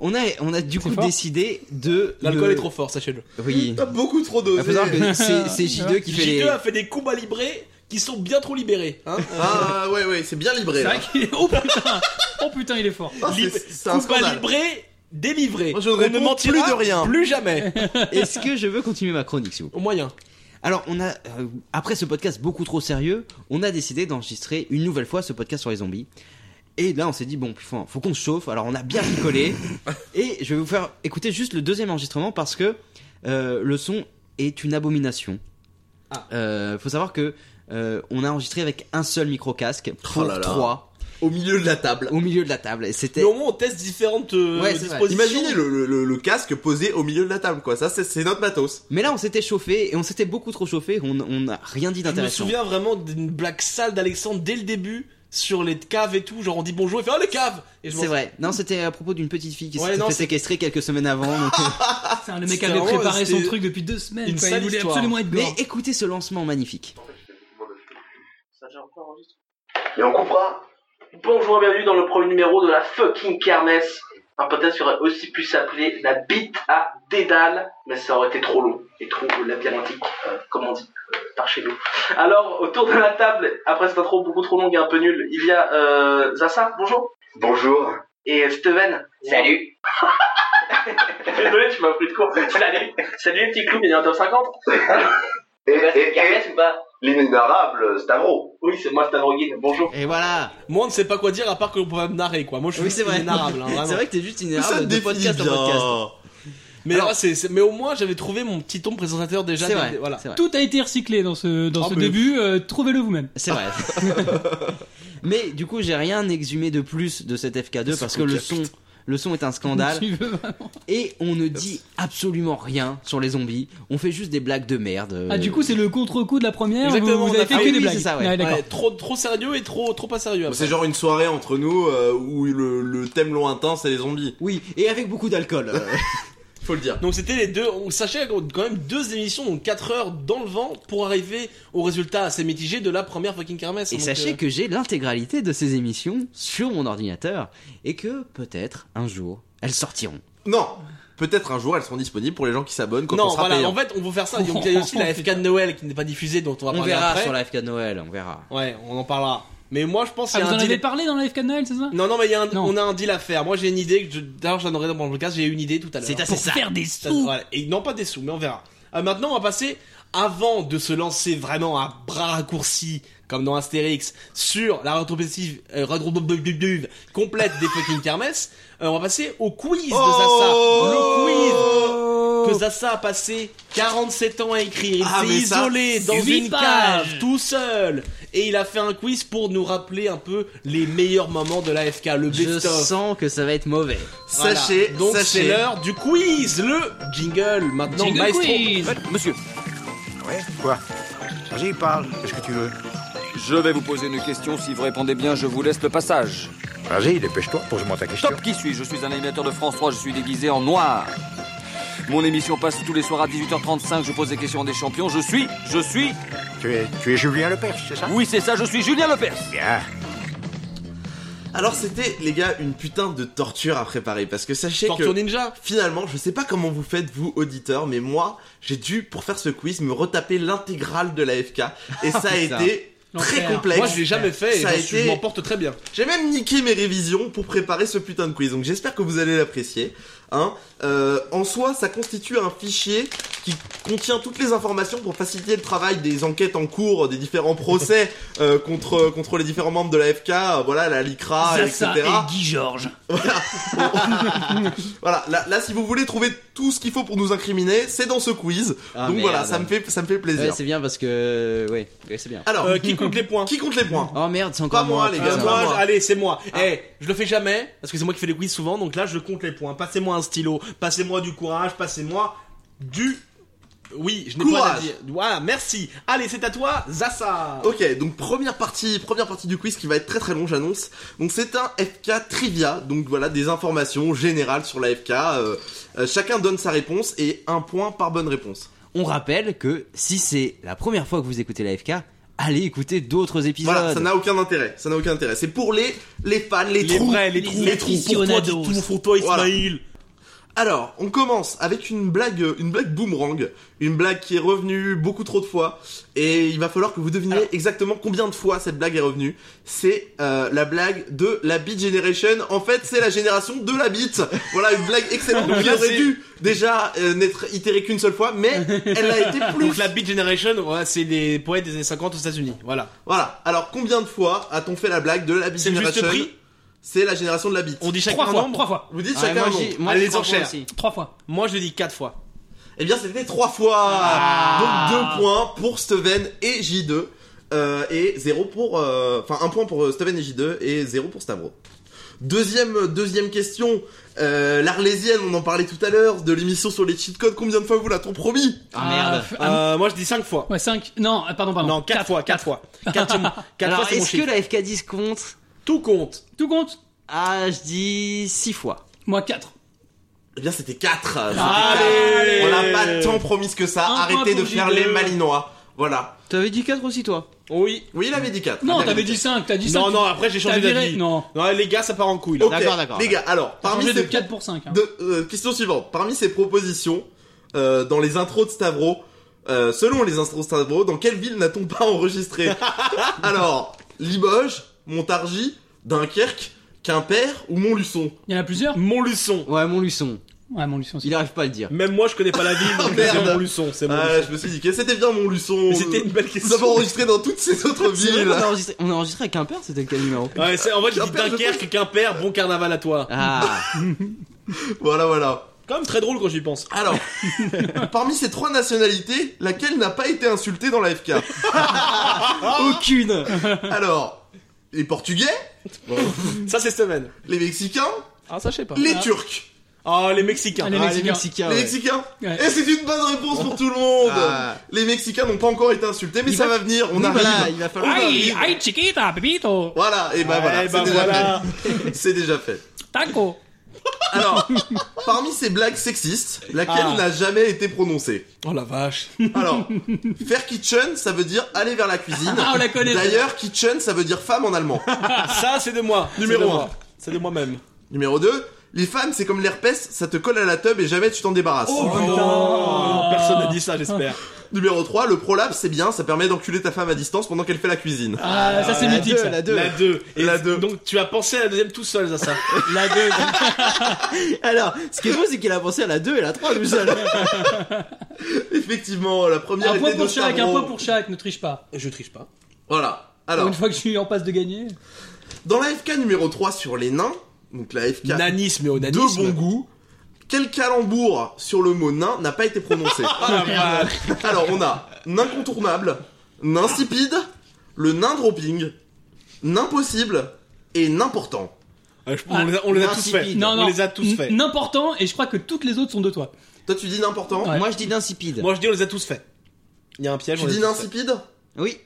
On a, on a du coup fort. décidé de. L'alcool le- est trop fort, sachez-le. Oui. T'as beaucoup trop Il faut dosé. savoir que c'est c'est J2 qui fait J2 les. a fait des coups à librer qui sont bien trop libérés. Hein Ah ouais, ouais, c'est bien libré C'est là. vrai qu'il est. Oh putain Oh putain, il est fort. Ah, c'est- Lib- C'est un coups à scandale. librer, délivrés. Moi, je ne On réponds mentira plus de rien. Plus jamais. Est-ce que je veux continuer ma chronique, s'il vous plaît Au moyen. Alors, on a, euh, après ce podcast beaucoup trop sérieux, on a décidé d'enregistrer une nouvelle fois ce podcast sur les zombies. Et là, on s'est dit, bon, putain, faut qu'on se chauffe. Alors, on a bien <laughs> picolé. et je vais vous faire écouter juste le deuxième enregistrement parce que euh, le son est une abomination. Ah. Euh, faut savoir que euh, on a enregistré avec un seul micro-casque pour Oh là là. trois Au milieu de la table. au milieu de la table. Et c'était. Mais au moins, on teste différentes euh, Ouais, c'est vrai. dispositions. Imaginez le, le- le- le casque posé au milieu de la table quoi. Ça, c'est- c'est notre matos. Mais là, on s'était chauffé et on s'était beaucoup trop chauffé. On on n'a rien dit Je me d'intéressant. souviens vraiment d'une blague sale d'Alexandre dès le début sur les caves et tout. Genre, on dit bonjour, il fait Oh, les caves Et je m'en C'est vrai. Non, c'était à propos d'une petite fille qui Ouais, s'était non, fait c'est- Ah, séquestrer quelques semaines avant. donc, euh, Putain, le mec C'était avait vraiment- préparé son c'était truc depuis deux semaines. une quoi, il sale voulait histoire. absolument être Mais gore. écoutez ce lancement magnifique. <laughs> Et on comprend. Bonjour et bienvenue dans le premier numéro de la fucking kermesse. Un podcast qui aurait aussi pu s'appeler la bite à dédale, mais ça aurait été trop long et trop labyrinthique, euh, comme on dit, euh, par chez nous. Alors, autour de la table, après cette intro beaucoup trop longue et un peu nulle, il y a euh, Zassa, bonjour, Bonjour. et euh, Steven. Salut. <laughs> Désolé, tu m'as pris de court. Salut, salut les petits clous, il y en a un top 50. Et, Tu vas et, faire et, ou pas l'inénarrable Stavro. Oui, c'est moi Stavrogin, bonjour. Et voilà Moi, on ne sait pas quoi dire à part que l'on pourrait me narrer, quoi. Moi, je suis Oui, c'est vrai. vulnérable, hein, vraiment. c'est vrai que t'es juste Ça inérable de définit podcast en bien. podcast. Mais, Alors- là, c'est- c'est- mais au moins, j'avais trouvé mon petit ton présentateur déjà. C'est dès- vrai, Voilà. c'est vrai. Tout a été recyclé dans ce, dans Ah, ce mais- début, euh, trouvez-le vous-même. <laughs> C'est vrai. Mais du coup, j'ai rien exhumé de plus de cet FK2 parce que le son, le son est <laughs> un scandale Tu veux Euh, vraiment. et on ne dit absolument rien sur les zombies. On fait juste des blagues de merde. euh. Ah, du coup, c'est le contre-coup de la première. Exactement, vous, vous on a avez fait fait- que oui, des oui, blagues. Ah, c'est ça, ouais. d'accord. Ouais, trop, trop sérieux et trop, trop pas sérieux. C'est genre une soirée entre nous euh, où le, le thème lointain c'est les zombies. Oui, et avec beaucoup d'alcool. euh. Faut le dire. Donc c'était les deux, on sachait qu'on- quand même deux émissions, donc 4 heures dans le vent pour arriver au résultat assez mitigé de la première fucking kermesse. et Donc, sachez euh, que j'ai l'intégralité de ces émissions sur mon ordinateur et que peut-être un jour elles sortiront. Non, peut-être un jour elles seront disponibles pour les gens qui s'abonnent quand non, on sera voilà, payant. en fait, on veut faire ça. Donc, Il y a aussi la FK de Noël qui n'est pas diffusée, dont on va On parler verra après. sur la FK de Noël, on verra. Ouais, on en parlera. Mais moi, je pense Ah, qu'il y vous a en un avez deal. parlé dans la FK de Noël, c'est ça Non, non, mais il y a un- Non. on a un deal à faire. Moi, j'ai une idée. que je- D'ailleurs, j'en aurai dans mon podcast. J'ai une idée tout à Ah, l'heure. C'est assez Pour ça. faire des Ça- sous. voilà. Et non pas des sous, mais on verra. Euh, maintenant, on va passer, avant de se lancer vraiment à bras raccourcis, comme dans Astérix, sur la rétrospective euh, rétrospective complète des fucking kermesses, euh, on va passer au quiz de Zaza. Le quiz que Zaza a passé 47 ans à écrire. Il Ah, s'est mais ça, isolé dans huit une pages. cave, tout seul. Et il a fait un quiz pour nous rappeler un peu les meilleurs moments de l'AFK, le Je best-of. sens que ça va être mauvais. Voilà. Sachez, donc c'est sachez. l'heure du quiz, le jingle maintenant Jingle maestro. quiz. Monsieur. Ouais, quoi J'y parle, qu'est-ce que tu veux Je vais vous poser une question, si vous répondez bien, je vous laisse le passage. Vas-y, dépêche-toi, pose-moi ta question. Top, qui suis-je Je suis un animateur de France 3, je suis déguisé en noir. Mon émission passe tous les soirs à 18h35, je pose des questions des champions, je suis, je suis... Tu es, tu es Julien Lepers, c'est ça Oui, c'est ça, je suis Julien Lepers Bien. Alors c'était les gars une putain de torture à préparer parce que sachez Tortue que Ninja finalement je sais pas comment vous faites vous auditeurs mais moi j'ai dû pour faire ce quiz me retaper l'intégrale de la FK <laughs> et ça a Putain. été très L'enfer. complexe. Moi je l'ai jamais fait et Ça a j'en suis- été- je m'en porte très bien. J'ai même niqué mes révisions pour préparer ce putain de quiz, donc j'espère que vous allez l'apprécier. Hein. Euh, en soi, ça constitue un fichier qui contient toutes les informations pour faciliter le travail des enquêtes en cours, des différents procès euh, contre contre les différents membres de la FK, euh, voilà la LICRA, etc. Zaza et Guy Georges. <laughs> Voilà, là, là, si vous voulez trouver tout ce qu'il faut pour nous incriminer, c'est dans ce quiz. Ah, donc voilà, merde. ça me fait ça me fait plaisir. Ouais, c'est bien parce que. Ouais, ouais c'est bien. Alors, Euh, qui compte <laughs> les points qui compte les points Oh merde, c'est Pas encore moi, moi. les Euh, gars, putain. pas moi, Ah, moi. Ah. je- allez, c'est moi. Eh, je le fais jamais parce que c'est moi qui fais les quiz souvent. Donc là, je compte les points. Passez-moi un stylo, passez-moi du courage, passez-moi du oui, je n'ai pas à Courage. dire. Voilà, merci. Allez, c'est à toi, Zassa. Ok, donc première partie, première partie du quiz qui va être très très long, j'annonce. Donc c'est un FK trivia, donc voilà des informations générales sur la FK. euh, euh, chacun donne sa réponse et un point par bonne réponse. On rappelle que si c'est la première fois que vous écoutez la FK, allez écouter d'autres épisodes. Voilà, ça n'a aucun intérêt, ça n'a aucun intérêt. C'est pour les les fans, les, Les trous, vrais, les trous, les trous. Pour toi, dis tout, pour toi, Voilà. Ismail. Alors, on commence avec une blague, euh, une blague boomerang, une blague qui est revenue beaucoup trop de fois, et il va falloir que vous deviniez exactement combien de fois cette blague est revenue. C'est euh, la blague de la Beat Generation. En fait, c'est la génération de la bite. Voilà une blague excellente qui aurait dû déjà euh, n'être itérée qu'une seule fois, mais elle a été plus. Donc la Beat Generation, ouais, c'est des poètes des années 50 aux États-Unis. Voilà. Voilà. Alors, combien de fois a-t-on fait la blague de la Beat C'est le juste Generation prix. C'est la génération de la bite. On dit chacun Trois un fois, nombre. trois fois, Vous dites Ah, chacun moi, un nom. j'ai- moi, Allez, j'ai les trois points enchères. aussi. trois fois. Moi, je dis quatre fois. Eh bien, c'était trois fois. Ah. Donc deux points pour Steven et J2. euh, et zéro pour. euh, Enfin, un point pour euh, Steven et J2 et zéro pour Stavro. Deuxième, deuxième question. euh, L'Arlésienne, on en parlait tout à l'heure, de l'émission sur les cheat codes. Combien de fois vous l'a-t-on promis Ah merde. f- ah, Euh, moi, je dis cinq fois. Ouais, 5. Non, ah, pardon, pardon. Non, 4 fois, 4 fois. <laughs> 4 Alors, fois, c'est mon est-ce que chiffre. la FK 10 compte Tout compte. Tout compte Ah, je dis 6 fois. Moi, 4. Eh bien, c'était 4. Allez On n'a pas tant promis que ça. Un point Arrêtez pour de faire J2. les malinois. Voilà. T'avais dit 4 aussi, toi Oui. Oui, il avait dit Ah, 4. Non, t'avais dit 5, t'as dit 5. Ah, Non, non, après, j'ai changé d'avis. Non. Non, les gars, ça part en couille, là. Ok, D'accord, d'accord. Les gars, alors, T'as parmi changé de ces 4 pour 5. hein. De- euh, question suivante. Parmi ces propositions, euh, dans les intros de Stavro, euh, selon les intros de Stavro, dans quelle ville n'a-t-on pas enregistré Alors, Limoges, Montargis, Dunkerque, Quimper ou Montluçon Il y en a plusieurs Montluçon. Ouais, mon luçon. Ouais, Montluçon. Il arrive pas à le dire. Même moi, je connais pas la <laughs> ville, donc c'est Merde. Montluçon. C'est Ah, Montluçon. je me suis dit que c'était bien mon Luçon. Euh, Mais c'était une belle question. Nous avons enregistré dans toutes ces autres C'est vrai villes. qu'on a enregistré- On a enregistré à Quimper, c'était quel numéro <laughs> Ouais, c'est- en fait, je dis Quimper, je Dunkerque, Quimper, bon carnaval à toi. Ah Voilà, voilà. Quand même très drôle quand j'y pense. Alors, parmi ces trois nationalités, laquelle n'a pas été insultée dans la FK Aucune Alors, les Portugais, Ça, c'est semaine. les Mexicains, Ah, ça, je sais pas. les Turcs. Ah, les Mexicains. Ah, les Les Mexicains. Mexicains, les ouais. Mexicains Ouais. Et c'est une bonne réponse pour tout le monde Ah. Les Mexicains n'ont pas encore été insultés, mais ça va, venir, on arrive Voilà, il va falloir. Aïe, aïe, chiquita, pepito, Voilà, et ben voilà, Eh c'est ben déjà voilà. fait. C'est déjà fait. taco. Alors, parmi ces blagues sexistes, laquelle Ah. n'a jamais été prononcée Oh la vache. Alors, faire kitchen, ça veut dire aller vers la cuisine. Ah, on la connaît. D'ailleurs, kitchen, ça veut dire femme en allemand. Ah, Ça, c'est de moi. Numéro C'est de un. moi. C'est de moi-même. Numéro 2, les femmes, c'est comme l'herpès, ça te colle à la teub et jamais tu t'en débarrasses. Oh. Oh, putain. Personne n'a dit ça, j'espère. Numéro 3, le prolapse, c'est bien, ça permet d'enculer ta femme à distance pendant qu'elle fait la cuisine. Ah, ça c'est La mythique. deux, ça. La 2. La 2. La deux. Donc, tu as pensé à la deuxième tout seul, Zaza. La 2. Alors, ce qui est beau, c'est qu'il a pensé à la 2 et la 3 tout seul. <laughs> Effectivement, la première Un était point de pour chaque, un Stavro. point pour chaque, ne triche pas. Je triche pas. Voilà. Alors, Une fois que je suis en passe de gagner. dans la FK numéro 3 sur les nains, donc la FK Nanisme et de onanisme. bon goût, quel calembour sur le mot nain n'a pas été prononcé <laughs> <laughs> Ah, bah, Alors, on a n'incontournable, n'insipide, le nain dropping, n'impossible et n'important. ouais, Euh, je- on les a, on les a tous Insipide. fait. Non, non. On les a tous fait. N'important, et je crois que toutes les autres sont de toi. Toi, tu dis n'important Ouais. Moi, je dis d'insipide. Moi, je dis, on les a tous fait. Il y a un piège. Tu on les dis a tous fait. n'insipide Oui.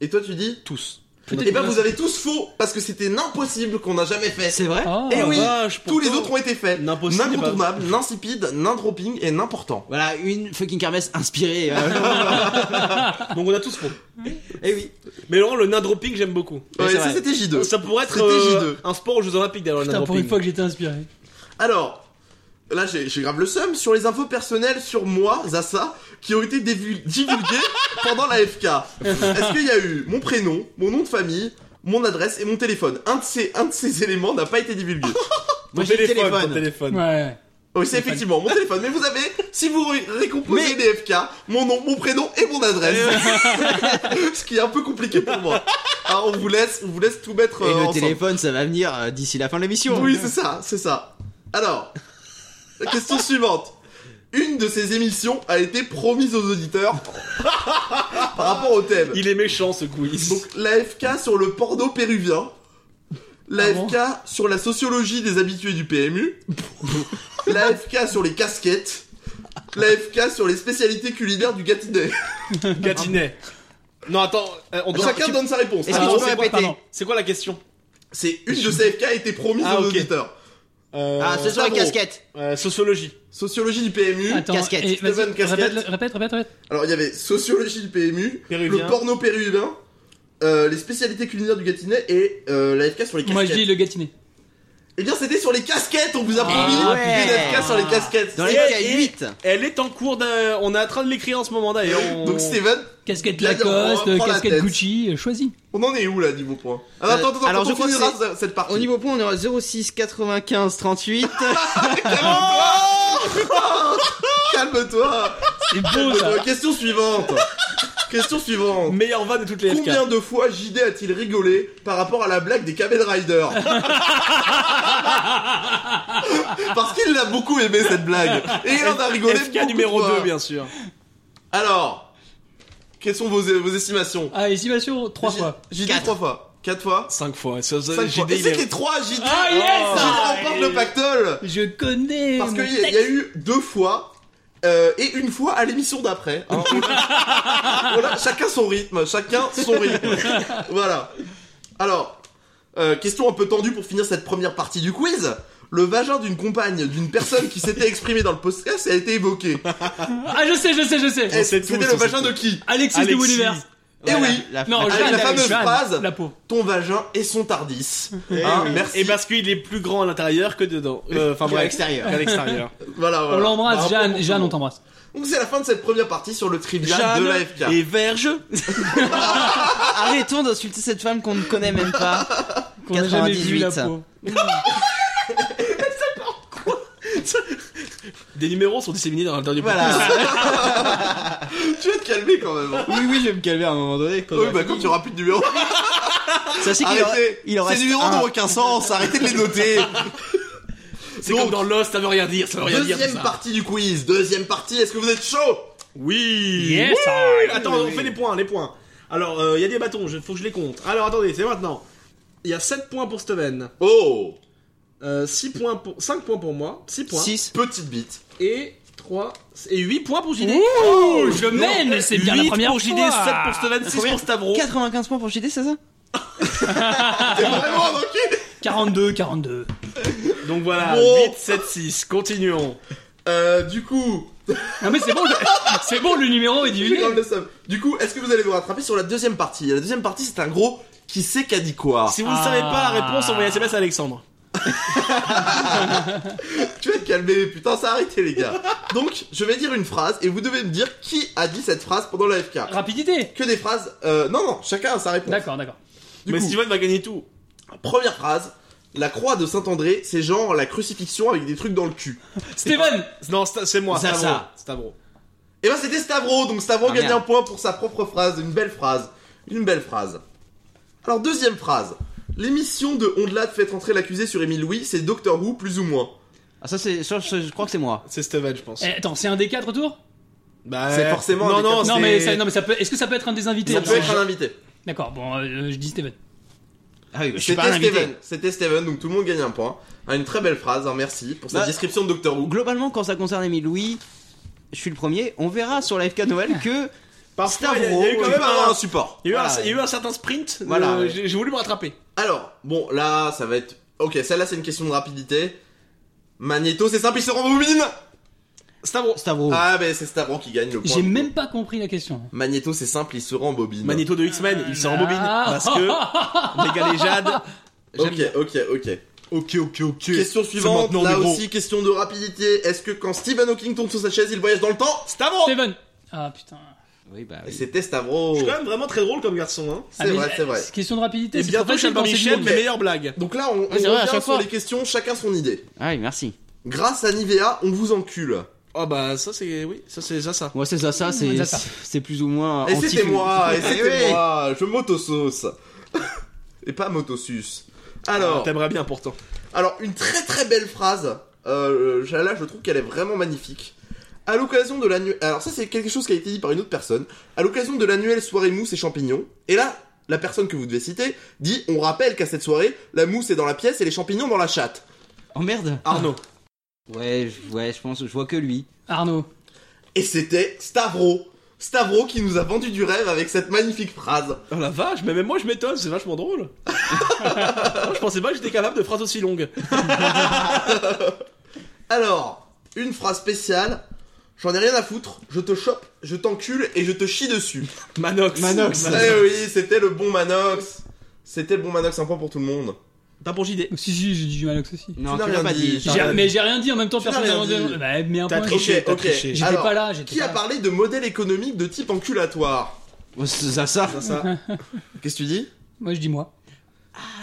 Et toi, tu dis Tous. Eh ben, vous avez tous faux Parce que c'était n'impossible qu'on n'a jamais fait C'est vrai Oh. Eh oui Vache, Tous les pourtant. autres ont été faits N'impossible, N'incontournable, bah. n'insipide, n'indropping et n'important. Voilà, une fucking kermesse inspirée. euh, Donc, on a tous faux. Eh oui. Mais Laurent, le nain dropping, j'aime beaucoup. Ouais, c'est ça vrai. c'était J2. Ça pourrait être C'était euh, J2. un sport aux Jeux Olympiques d'ailleurs, le nain Putain, pour une dropping. fois que j'étais inspiré. Alors, là j'ai j'ai grave le seum sur les infos personnelles sur moi, Zassa, qui ont été dévu- divulguées <laughs> pendant la FK. Est-ce qu'il y a eu mon prénom, mon nom de famille, mon adresse et mon téléphone Un de ces, un de ces éléments n'a pas été <laughs> divulgué. Moi, j'ai le Ton téléphone. téléphone. Ouais. Oui, c'est effectivement mon téléphone, mais vous avez, si vous ré- récomposez les FK, mon nom, mon prénom et mon <laughs> adresse. <laughs> Ce qui est un peu compliqué pour moi. Alors on vous laisse, on vous laisse tout mettre Et euh, le ensemble. téléphone, ça va venir euh, d'ici la fin de l'émission. Oui, c'est ça, c'est ça. Alors, la <laughs> question suivante. Une de ces émissions a été promise aux auditeurs <laughs> par rapport au thème. Il est méchant <laughs> ce quiz. Donc, l'AFK sur le porno péruvien. L'AFK sur la sociologie des habitués du <laughs> PMU. L'AFK sur les casquettes. L'AFK sur les spécialités culinaires du Gâtinais. Gatinet. Non, attends, euh, on doit. Chacun donne sa réponse. Est-ce que Alors, tu peux c'est quoi- répéter Ah, pardon. C'est quoi la question C'est une de ces AFK a été promise Ah, aux ok. auditeurs. Euh, Ah, c'est sur les Stavro. casquettes. euh, Sociologie. Sociologie du PMU. Ah, Attends, Casquette. et vas-y, Stéphane, casquette. Répète, le- répète, répète, répète. Alors il y avait sociologie du PMU, Péruvien. le porno péruvien, euh, les spécialités culinaires du Gâtinais et euh, l'AFK sur les casquettes. Moi je dis le gâtinet. Eh bien c'était sur les casquettes, on vous a promis Ah ouais. une AFK sur les casquettes. Dans les Et- cas et- 8. Elle est en cours d'un. On est en train de l'écrire en ce moment d'ailleurs. <laughs> <laughs> On- Donc Steven, Casquette Là, on reprend Lacoste, la casquette tête. Gucci, euh, choisis. on en est où là niveau point Ah, Euh, Attends, attends, alors, attends, je on crois que finira ce- cette partie. Au niveau point, on aura 06 95 <laughs> 38. Oh <laughs> Calme-toi C'est beau ça. Euh, Question suivante Question suivante Meilleure vanne de toutes les FK. Combien de fois JD a-t-il rigolé par rapport à la blague des Camel <laughs> Rider Parce qu'il l'a beaucoup aimé cette blague et il en a rigolé FK beaucoup numéro de fois. 2, bien sûr. Alors, quelles sont vos, vos estimations Ah, estimation, trois fois. Euh, J'ai dit Quatre. trois fois. Quatre fois 5 fois. Cinq fois. Et c'était trois, JD Ah, yes JD remporte le pactole Je connais Parce mon qu'il y, a- texte. il y a eu deux fois... euh, et une fois à l'émission d'après. <laughs> hein. voilà, chacun son rythme, chacun son rythme. voilà. Alors, euh, question un peu tendue pour finir cette première partie du quiz. Le vagin d'une compagne d'une personne qui s'était exprimée dans le podcast a été évoqué. Ah, je sais, je sais, je sais. Et sait C'était tous, on le sait vagin tous. de qui Alexis, de Alexis. Univers. Eh Voilà, oui, la- Non, la- Avec Jeanne, la fameuse Jeanne, phrase. La peau. ton vagin et son tardis. Hein, merci. Et Ah, parce qu'il est plus grand à l'intérieur que dedans. Euh, Enfin à bref. l'extérieur. <laughs> À l'extérieur. Voilà, On voilà. l'embrasse, Bravo. Jeanne. Jeanne, on t'embrasse. Donc c'est la fin de cette première partie sur le trivia de la FK. Jeanne et Verge. <laughs> Arrêtons d'insulter cette femme qu'on ne connaît même pas. Qu'on a jamais vu la 98. peau. Des numéros sont disséminés dans le dernier Voilà. Tu vas te calmer quand même. Oui, oui, je vais me calmer à un moment donné. Quand hein. Oui, bah quand tu auras plus de numéros. Sachez qu'il en- Arrêtez. il en Ces reste numéros un. n'ont aucun sens, arrêtez de les noter. C'est comme dans Lost, ça veut rien dire, ça veut rien dire. Deuxième tout ça. partie du quiz, deuxième partie, est-ce que vous êtes chaud Oui. Yes, Oui. I- Attends, on fait les points, les points. Alors, euh, il y a des bâtons, il faut que je les compte. Alors, attendez, c'est maintenant. Il y a 7 points pour Steven. Oh 6 points pour 5 points pour moi, 6 points. Six. Petite bite. Et 3 et 8 points pour JD. Ouh, je mène, c'est bien la Huit première pour JD, fois. 7 pour Steven, 6 pour Stavro. 95 points pour JD, c'est ça Ah. 42, 42. Donc voilà, Bon. 8 7 6. Continuons. Euh, du coup. Non mais c'est bon, je- c'est bon, le numéro est J'ai divisé. quand même le seum. Du coup, est-ce que vous allez vous rattraper sur la deuxième partie La deuxième partie, c'est un gros qui sait qu'a dit quoi. Si vous ne savez pas la réponse, envoyez un SMS à Alexandre. Tu vas te calmer, putain, ça a arrêté les <laughs> gars. Donc, je vais dire une phrase et vous devez me dire qui a dit cette phrase pendant la FK. Rapidité Que des phrases. euh, non, non, chacun a sa réponse. D'accord, d'accord. Mais Steven va gagner tout. Première phrase. La croix de Saint-André, c'est genre la crucifixion avec des trucs dans le cul. Steven Non, Sta- c'est moi, Ça, Stavro. ça. Stavro. Et ben c'était Stavro, donc Stavro Ah, gagne merde. un point pour sa propre phrase, une belle phrase. Une belle phrase. Alors deuxième phrase. L'émission de Ondelat fait entrer l'accusé sur Émile Louis, c'est Doctor Who plus ou moins. Ah, ça, c'est. ça, Je, je crois que c'est moi. C'est Steven, je pense. Eh, attends, c'est un des quatre tours Bah, C'est forcément un Non des non, quatre. non c'est- mais, ça, non mais ça peut. Est-ce que ça peut être un des invités Ça alors peut être un invité. D'accord, bon, euh, je dis Steven. Ah oui, C'était Steven, c'était Steven, donc tout le monde gagne un point. Ah, Une très belle phrase, hein, merci pour cette Bah, description de Doctor Who. Globalement, quand ça concerne Émile Louis, je suis le premier. On verra sur la FK de Noël que. Parfois, il y a- Stavro, il y a eu quand Tu même parles à un Ah, un support. Il y a eu, Voilà, un, il y a eu un certain sprint. Voilà, euh, ouais. j'ai j'ai voulu me rattraper. Alors, bon, là, ça va être... Ok, celle-là, c'est une question de rapidité. Magneto, c'est simple, il se rembobine Stavro. Stavro. Ah, mais c'est Stavro qui gagne le point. J'ai même pas compris la question. Magneto, c'est simple, il se rembobine. Magneto de X-Men, il s'en rembobine. Parce <laughs> que les gars, les Jade. Ok, ok, ok. Ok, ok, ok. Question suivante, maintenant, là mais gros. aussi, question de rapidité. Est-ce que quand Stephen Hawking tombe sur sa chaise, il voyage dans le temps Stavro Steven Ah putain. Oui, bah. Et C'était Stavro. Je suis quand même vraiment très drôle comme garçon. Hein. C'est Ah, mais- vrai, c'est vrai. c'est Question de rapidité. Et c'est bientôt, trop facile Chalma quand c'est Michel, du mes monde. meilleures blagues. Donc là, on, on Ah, c'est vrai, à revient chaque sur fois. les questions, chacun son idée. Ah oui, merci. Grâce à Nivea, on vous encule. Oh bah, ça c'est. Oui, ça c'est ça. ça. Moi, c'est ça, ça, Mmh, c'est. ça, ça. C'est plus ou moins. Ah, Et anti- c'était moi, Eh et c'était oui. moi, je m'autosauce. <laughs> et pas m'autosus. Alors. Alors, Ah, T'aimerais bien pourtant. alors, une très très belle phrase. Euh, je- là, je trouve qu'elle est vraiment magnifique. À l'occasion de l'annuel. Alors, ça, c'est quelque chose qui a été dit par une autre personne. À l'occasion de l'annuelle soirée mousse et champignons. Et là, la personne que vous devez citer dit On rappelle qu'à cette soirée, la mousse est dans la pièce et les champignons dans la chatte. Oh merde. Arnaud. Ouais, je- ouais, je pense, je vois que lui. Arnaud. Et c'était Stavro. Stavro qui nous a vendu du rêve avec cette magnifique phrase. Oh la vache, mais même moi je m'étonne, c'est vachement <laughs> drôle. Moi, je pensais pas que j'étais capable de phrases aussi longues. Alors, une phrase spéciale. J'en ai rien à foutre, je te chope, je t'encule et je te chie dessus. Manox. Manox. eh oui, c'était le bon Manox. C'était le bon Manox, un point pour tout le monde. Pas pour JD. Oh, Si, si, j'ai dit du mal avec ceci. Non, n'as tu l'as rien pas dit. dit. J'ai- J'ai- Mais j'ai rien dit en même temps, Tu n'as personne n'a rien demandé. dit. Bah, mais un T'as point. triché. ok, t'as ok. triché. J'étais Alors, pas là, j'étais Qui pas a là. parlé de modèle économique de type enculatoire Oh, c'est ça, ça. Qu'est-ce que tu dis Moi, je dis moi.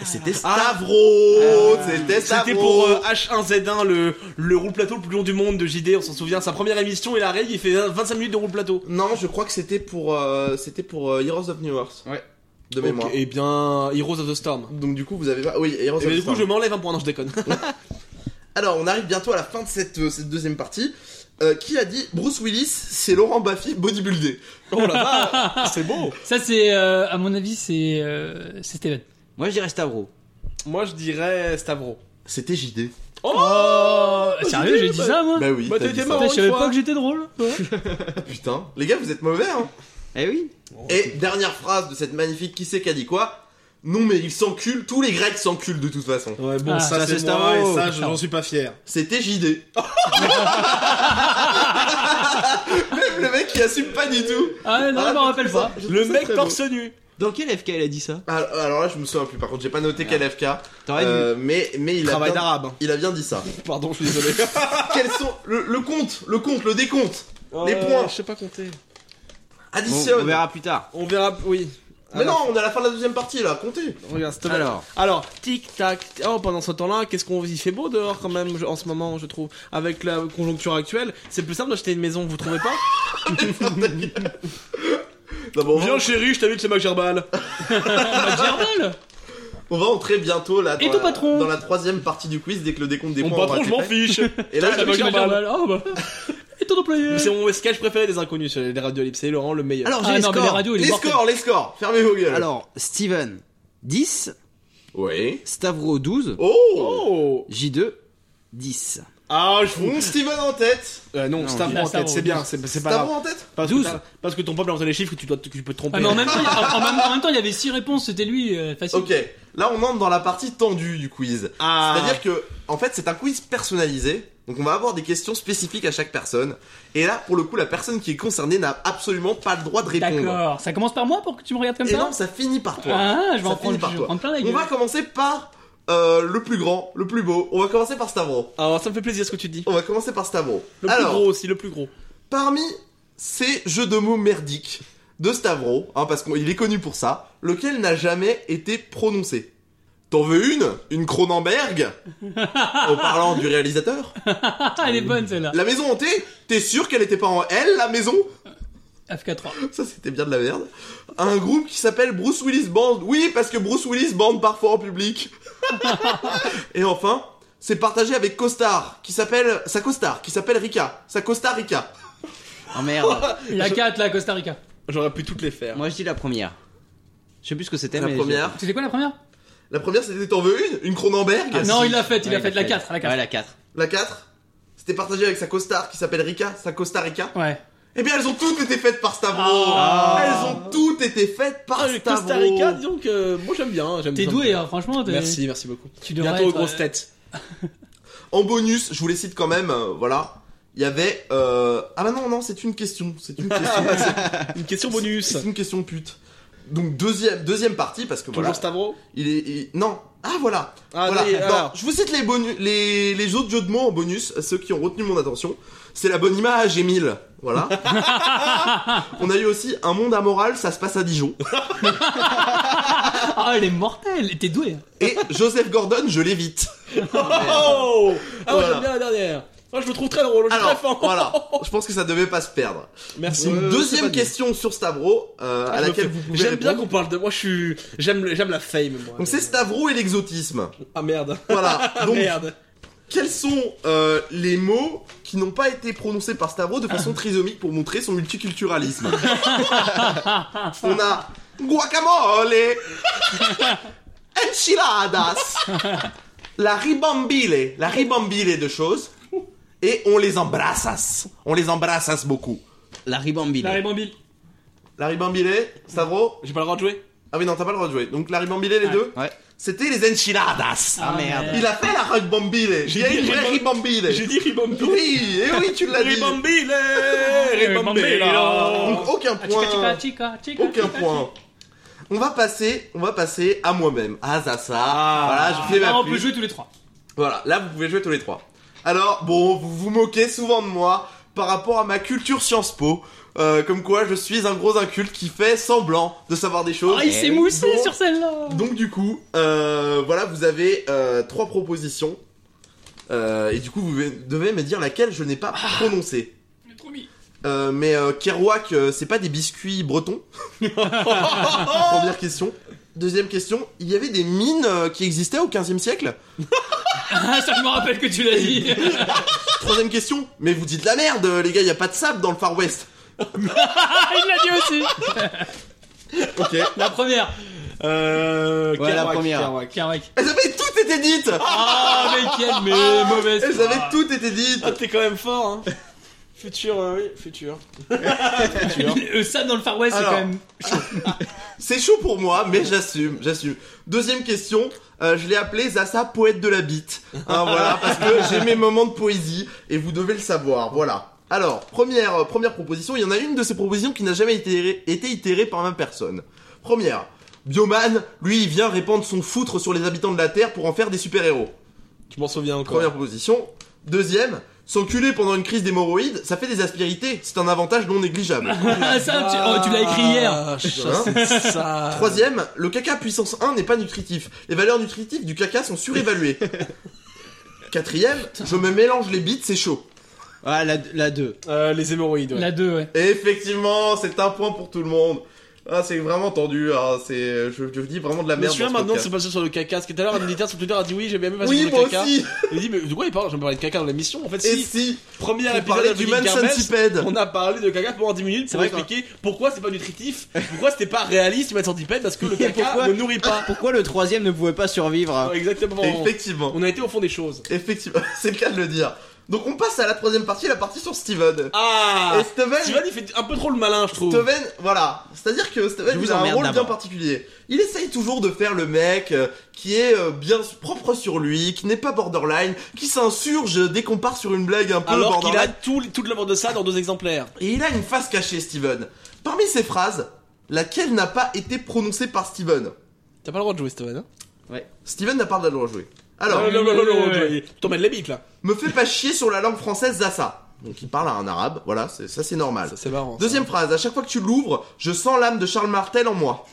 Et C'était Stavro Oh, Ah. C'était Stavro C'était pour euh, H1Z1, le, le roule plateau le plus long du monde de JD, on s'en souvient. Sa première émission, il arrive, il fait 25 minutes de roule plateau. Non, je crois que c'était pour, euh, c'était pour euh, Heroes of New Earth. Ouais. De mémoire. et eh bien, Heroes of the Storm. Donc du coup, vous avez pas... Oui, Heroes Et of ben, New du coup, je m'enlève un point, non, je déconne. Alors, on arrive bientôt à la fin de cette, euh, cette deuxième partie. Euh, qui a dit Bruce Willis, c'est Laurent Baffy bodybuildé oh la vache, c'est beau. Ça, c'est, euh, à mon avis, c'est euh, c'est Steven. Moi, je dirais Stavro. Moi, je dirais Stavro. C'était JD. Oh, Oh, sérieux, j'ai dit ça, moi Bah oui, Bah, t'as dit t'étais ça. Ah, marrant. Putain, Je savais une fois. pas que j'étais drôle. Putain, les gars, vous êtes mauvais, hein Eh oui. Et dernière phrase de cette magnifique qui c'est qui a dit quoi Non, mais ils s'enculent, tous les Grecs s'enculent de toute façon. Ouais, bon, Ah, ça, ça, c'est c'est moi, Stavro. et ça, je- j'en suis pas fier. C'était JD. <laughs> Même le mec qui assume pas du tout. Ah, non, Ah, je m'en rappelle pas. je trouve Le ça mec très torse nu. Dans quel FK elle a dit ça beau. Alors, alors là, je me souviens plus, par contre, j'ai pas noté quel FK. Ah, T'aurais dû. hein. euh, mais, mais il, a Travail bien, d'arabe. il a bien dit ça. Pardon, je suis désolé. <laughs> Quels sont. Le, le compte, le compte, le décompte. Les Euh, points. Je sais pas compter. Bon, Additionne. on verra plus tard. On verra, oui. Mais non, on est à la fin de la deuxième partie là, <laughs> comptez. Regarde, stop. Alors. Alors, tic tac. Oh, pendant ce temps-là, qu'est-ce qu'on il fait beau dehors quand même je- en ce moment, je trouve. Avec la conjoncture actuelle, c'est plus simple d'acheter une maison, vous trouvez pas <laughs> Viens chérie, je t'invite chez Mac Gerbal. Gerbal On va entrer bientôt là Et dans, ton la, patron dans la troisième partie du quiz dès que le décompte des Mon points aura patron, été je m'en fait. fiche. Et là, Ah, je vais Mac Gerbal. Oh, bah. <laughs> Et ton employeur <laughs> C'est mon sketch préféré des inconnus, c'est les radios ellipses, c'est Laurent le meilleur. Ah, Alors, j'ai les scores. les scores, les scores. Fermez vos gueules. Alors, Steven, 10. Oui. Stavro, 12. Oh J2, 10. Ah, je Bon, Steven en tête. Euh, non, Non, Stavro il a en tête, Stavro, c'est bien, douze. c'est c'est pas Stavro en grave. tête Parce que, 12. t'as- parce que ton peuple a inventé les chiffres que tu, dois, tu peux te tromper. Ah, mais en même temps, il y a- en, en même, en même temps, il y avait 6 réponses, c'était lui, euh, facile. Ok, là on entre dans la partie tendue du quiz. Ah. C'est-à-dire que, en fait, c'est un quiz personnalisé. Donc on va avoir des questions spécifiques à chaque personne. Et là, pour le coup, la personne qui est concernée n'a absolument pas le droit de répondre. D'accord, ça commence par moi pour que tu me regardes comme Et ça non, ça finit par toi. Ah, je vais Ça en prendre, finit par je toi. vais en prendre plein la On gueule. va commencer par euh, le plus grand, le plus beau. On va commencer par Stavro. Alors, ça me fait plaisir ce que tu dis. On va commencer par Stavro. Le Alors, plus gros aussi, le plus gros. parmi ces jeux de mots merdiques de Stavro, hein, parce qu'il est connu pour ça, lequel n'a jamais été prononcé T'en veux une Une Cronenberg En parlant du réalisateur Ah, Euh, elle est bonne celle-là. La maison hantée T'es sûr qu'elle était pas en L, la maison euh, FK3. Ça, c'était bien de la merde. Un groupe qui s'appelle Bruce Willis Band. Oui, parce que Bruce Willis bande parfois en <laughs> public. Et enfin, c'est partagé avec Costard, qui s'appelle... Sa Costard, qui s'appelle Rica. Sa Costard Rica. Oh <laughs> merde. La 4, là, Costa Rica. J'aurais pu toutes les faire. Moi, je dis la première. Je sais plus ce que c'était, La mais. première. C'était quoi la première Ah, La première, c'était T'en veux une Une Cronenberg Ah, Non, si. il l'a faite, il Ouais, l'a faite. La 4, la 4. Ouais, la 4. La 4 C'était partagé avec sa costar qui s'appelle Rica, sa Costa Rica. Ouais. Eh bien, elles ont toutes été faites par Stavro. Elles ont toutes été faites par Ah, le Stavro. Costa Rica, dis donc, euh, moi j'aime bien. hein, j'aime T'es bien. doué, hein, franchement. t'es- Merci, merci beaucoup. Tu devrais Bientôt aux être, grosses euh, têtes. En bonus, je vous les cite quand même. euh, voilà. Il y avait. euh, Ah bah non, non, c'est une question. C'est une <laughs> question. Une question c'est bonus. une question pute. Donc deuxième deuxième partie parce que voilà. Toujours Stavro Il est il- non. Ah voilà. Ah, Voilà. allez, Non, alors. je vous cite les bonus, les, les autres jeux de mots en bonus, euh, ceux qui ont retenu mon attention. C'est la bonne image, Émile. Voilà. On a eu aussi un monde amoral, ça se passe à Dijon. Ah, elle est mortelle. et T'es doué. hein. Et Joseph Gordon, je l'évite. Oh Ah, ouais, Voilà. j'aime bien la dernière. Moi je le trouve très drôle, je suis très Alors fort. voilà, je pense que ça devait pas se perdre. Merci. Une Euh, deuxième c'est pas Ah, question sur Stavro euh, à Je me laquelle fais- vous pouvez J'aime bien répondre. qu'on parle de moi, je suis j'aime le- j'aime la fame moi. Donc c'est Stavro et l'exotisme. Ah merde. Voilà. <laughs> Ah Donc merde. Quels sont euh, les mots qui n'ont pas été prononcés par Stavro de façon trisomique pour montrer son multiculturalisme On a guacamole, enchiladas, la ribambile, la ribambile de choses, et on les embrassas. On les embrassas beaucoup. La ribambine. La rébambile. La ribambile, Stavro J'ai pas le droit de jouer Ah oui, non, t'as pas le droit de jouer. Donc la ribambile, les deux Ouais. C'était les enchiladas. Ah, merde. Il a fait la ribambile. Il y a dit une vraie ribambile. J'ai dit Ribambile. Oui, et oui, tu l'as dit. Ribambile Donc Ribambile aucun Ah, chica, point. chica, chica, chica, Aucun chica, point. On va passer, on va passer à moi-même. Ah ça ça. voilà, je fais chica. Ah, ma on peut pub. jouer tous les trois. Voilà, là vous pouvez jouer tous les trois. Alors bon, vous vous moquez souvent de moi par rapport à ma culture Sciences Po, euh, comme quoi je suis un gros inculte qui fait semblant de savoir des choses. Ah, il s'est moussé sur celle-là. Donc du coup, euh, voilà, vous avez euh, trois propositions. Euh, et du coup, vous devez me dire laquelle je n'ai pas prononcée. Euh, mais euh, Kerouac, euh, c'est pas des biscuits bretons <laughs> Première question. Deuxième question, il y avait des mines euh, qui existaient au 15 siècle Ah, ça, je me rappelle que tu l'as dit. Troisième question, mais vous dites la merde, euh, les gars, il y a pas de sable dans le Far West. Ah, il l'a dit aussi. Ok. La première. Euh Ouais, la Kerouac, première. Kerouac. Karak. Elles avaient toutes été dites Ah, mais quelle mais mauvaise. Elles foi. avaient toutes été dites Ah t'es quand même fort hein. Futur euh, oui, futur. Euh, Ça, dans le Far West, c'est Alors. quand même. C'est chaud pour moi, mais j'assume, j'assume. Deuxième question, euh, je l'ai appelé Zaza poète de la bite. Hein, voilà, parce que j'ai mes moments de poésie et vous devez le savoir. Voilà. Alors, première, euh, première proposition, il y en a une de ces propositions qui n'a jamais été, été itérée par ma personne. Première, Bioman, lui, il vient répandre son foutre sur les habitants de la Terre pour en faire des super-héros. Je m'en souviens encore. Première proposition. Deuxième, S'enculer pendant une crise d'hémorroïdes, ça fait des aspérités, c'est un avantage non négligeable. Ah, Ça, tu- oh, tu l'as écrit hier. Hein c'est ça. Troisième, le caca puissance 1 n'est pas nutritif. Les valeurs nutritives du caca sont surévaluées. Quatrième, je me mélange les bites, c'est chaud. Ah, la, 2. Euh, les hémorroïdes, ouais. La 2, ouais. Effectivement, c'est un point pour tout le monde. Ah, c'est vraiment tendu. Ah, c'est, je, je dis vraiment de la Mais merde. dans celui-là ce maintenant podcast. c'est passé sur le caca. Parce que tout à l'heure, un militaire sur Twitter a dit oui, j'ai bien vu passer Oui, sur le moi caca. aussi. Il dit, mais de quoi il parle J'aime parler de caca dans l'émission. En fait, Et si. si Premier Pour épisode parler de du Flipping Kermesse, Mansentipede. On a parlé de caca pendant 10 minutes. Ça va Oui, ça. expliquer pourquoi c'est pas nutritif, pourquoi c'était pas réaliste du Mansentipede parce que le Et caca pourquoi- ne nourrit pas. Pourquoi le troisième ne pouvait pas survivre Exactement. Effectivement. On a été au fond des choses. Effectivement, <laughs> c'est le cas de le dire. Donc on passe à la troisième partie, la partie sur Steven. Ah Et Steven, Steven, il fait un peu trop le malin, je trouve. Steven, voilà. C'est-à-dire que Steven Je vous il a un emmerde rôle bien d'abord. particulier. Il essaye toujours de faire le mec euh, qui est euh, bien s- propre sur lui, qui n'est pas borderline, qui s'insurge dès qu'on part sur une blague un peu Alors qu'il a borderline. tout, toute l'œuvre de ça dans deux exemplaires. Et il a une face cachée, Steven. Parmi ces phrases, laquelle n'a pas été prononcée par Steven T'as pas le droit de jouer, Steven. Hein ouais. Steven n'a pas le droit de jouer. Alors, non, non, non, non, non, non, tu t'emmènes les bites là. me fait pas chier sur la langue française Zassa. Donc il parle à un arabe, voilà, c'est- ça c'est normal. C'est marrant. ça. Deuxième phrase, à chaque fois que tu l'ouvres, je sens l'âme de Charles Martel en moi.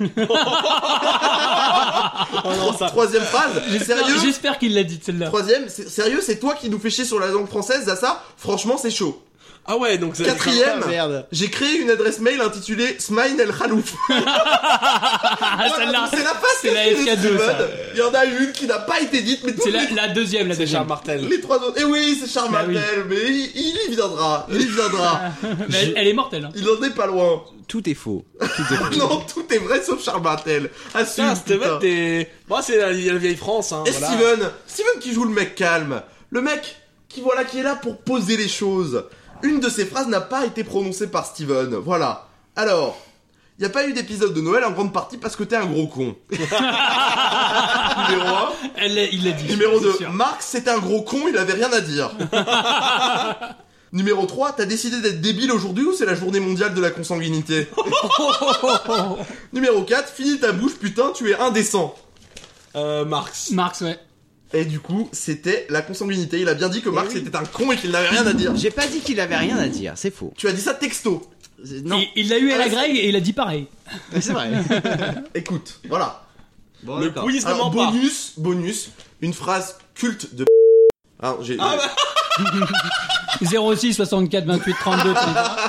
Oh non, ça. Troisième phrase, J'espère sérieux j'espère qu'il l'a dit celle-là. Troisième, c'est- sérieux, c'est toi qui nous fais chier sur la langue française, Zassa Franchement, c'est chaud. Ah ouais, donc ça- Quatrième, Ah, merde. j'ai créé une adresse mail intitulée Smile El Khalouf. Ah, celle-là. <laughs> c'est la face c'est la cachée de FK2, ça. Steven. Il y en a une qui n'a pas été dite, mais toutes C'est la, les la deuxième, la C'est deuxième. Charles Martel. Les trois autres. Eh oui, c'est Charles Bah oui. Martel, mais il, il y viendra. Il y viendra. Mais elle, elle est mortelle. hein. Il en est pas <laughs> loin. Ah Tout est faux. Tout est faux. Non, tout est vrai sauf Charles Martel. Assume, Putain, Steven, putain. t'es. Moi, c'est la, la vieille France, hein. Et voilà. Steven Steven qui joue le mec calme. Le mec qui voilà qui est là pour poser les choses. Une de ces phrases n'a pas été prononcée par Steven. Voilà. Alors, il n'y a pas eu d'épisode de Noël en grande partie parce que t'es un gros <laughs> con. Numéro 1. Elle l'a- il l'a dit. Numéro c'est 2, sûr. Marc, c'était un gros con, il avait rien à <laughs> dire. Numéro 3, t'as décidé d'être débile aujourd'hui ou c'est la journée mondiale de la <laughs> consanguinité Numéro 4, finis ta bouche, putain, tu es indécent. Euh, Marx. Marx, ouais. Et du coup, c'était la consanguinité. Il a bien dit que Marc c'était un con et qu'il n'avait rien à dire. J'ai pas dit qu'il avait rien à dire, c'est faux. Tu as dit ça texto. Non, Il- Il l'a eu à Ah, la Greg et il a dit pareil. c'est vrai. Écoute, voilà. Bon, Le d'accord. quiz ne Alors, ment pas. bonus, bonus, une phrase culte de. Ah, j'ai. 06 64 28 32.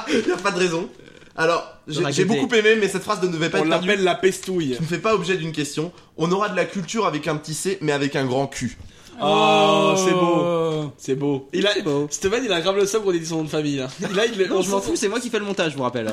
Il n'y a pas de raison. Alors, j'ai J'aurais j'ai guetté. beaucoup aimé, mais cette phrase ne devait pas On être perdue. l'appelle la pestouille. ne fait pas objet d'une question. On aura de la culture avec un petit C, mais avec un grand Q. Oh, c'est beau. C'est beau. Il a... Steven, il a grave le seum qu'on ait dit son nom de famille là. Là, il... Non, on je m'en s'en- fous, c'est moi qui fais le montage, je vous rappelle.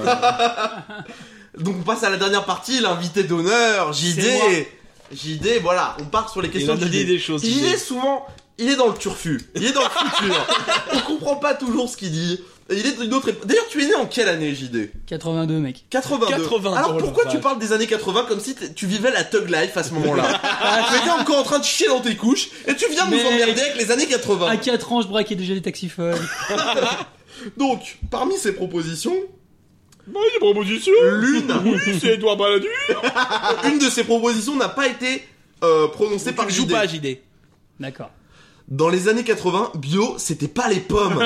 Donc on passe à la dernière partie, l'invité d'honneur, JD. C'est moi. JD, voilà, on part sur les questions. Il de a dit JD. des choses. Il JD. est souvent, il est dans le turfu, il est dans le futur. <laughs> on comprend pas toujours ce qu'il dit. Et il est d'une autre. époque. D'ailleurs, tu es né en quelle année, JD 82, mec. 82. 82, Alors oh la pourquoi tu vache. parles des années 80 comme si t- tu vivais la thug life à ce moment-là Tu étais encore en train de chier dans tes couches et tu viens de Mais- nous emmerder avec les années 80. À 4 ans, je braquais déjà des <laughs> taxis folles. Donc, parmi ces propositions, Bah, il est proposition. l'une. C'est Edouard Balladur. une de ces propositions n'a pas été euh, prononcée par Il joue JD. pas à JD. D'accord. Dans les années 80, bio, c'était pas les pommes.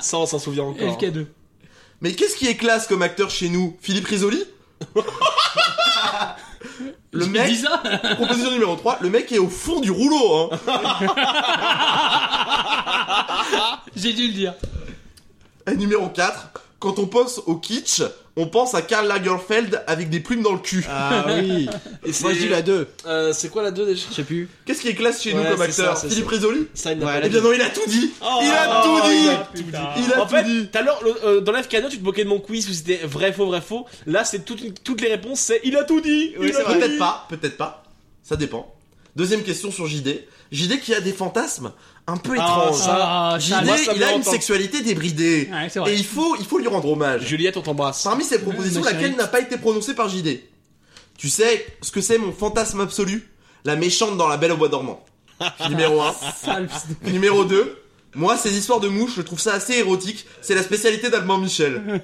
Ça, on s'en souvient encore. LK2. Mais qu'est-ce qui est classe comme acteur chez nous Philippe Risoli Le Il dit mec, ça <laughs> proposition numéro 3, le mec est au fond du rouleau. Hein. J'ai dû le dire. Et numéro 4, quand on pense au kitsch, on pense à Karl Lagerfeld avec des plumes dans le cul. Ah <laughs> oui. Et c'est- Moi je dis la 2. Euh, c'est quoi la 2 déjà Je sais plus. Qu'est-ce qui est classe chez Ouais, nous comme c'est acteur ça, c'est Philippe Risoli Ça, il n'a Ouais, pas la Eh bien non, il a tout dit Il a Oh, tout il dit a Putain. Il a en tout fait, dit tout à l'heure, le- euh, dans la FK2, tu te moquais de mon quiz où c'était vrai, faux, vrai, faux. Là, c'est toutes toutes les réponses, c'est il a tout dit. Oui, il a tout peut-être dit. pas, peut-être pas. Ça dépend. Deuxième question sur JD. JD qui a des fantasmes un peu Ah, étranges. ça, Ah, JD, ça, moi, ça me il a une l'entend. sexualité débridée. Ouais, c'est et vrai. il faut, il faut lui rendre hommage. Juliette, on t'embrasse. Parmi ces propositions, ma chérie. laquelle n'a pas été prononcée par JD Tu sais ce que c'est mon fantasme absolu La méchante dans La Belle au Bois <laughs> dormant. Numéro 1. Ah, Sale pseudo. Numéro 2. Moi, ces histoires de mouches, je trouve ça assez érotique. C'est la spécialité d'Allemand <laughs> Michel.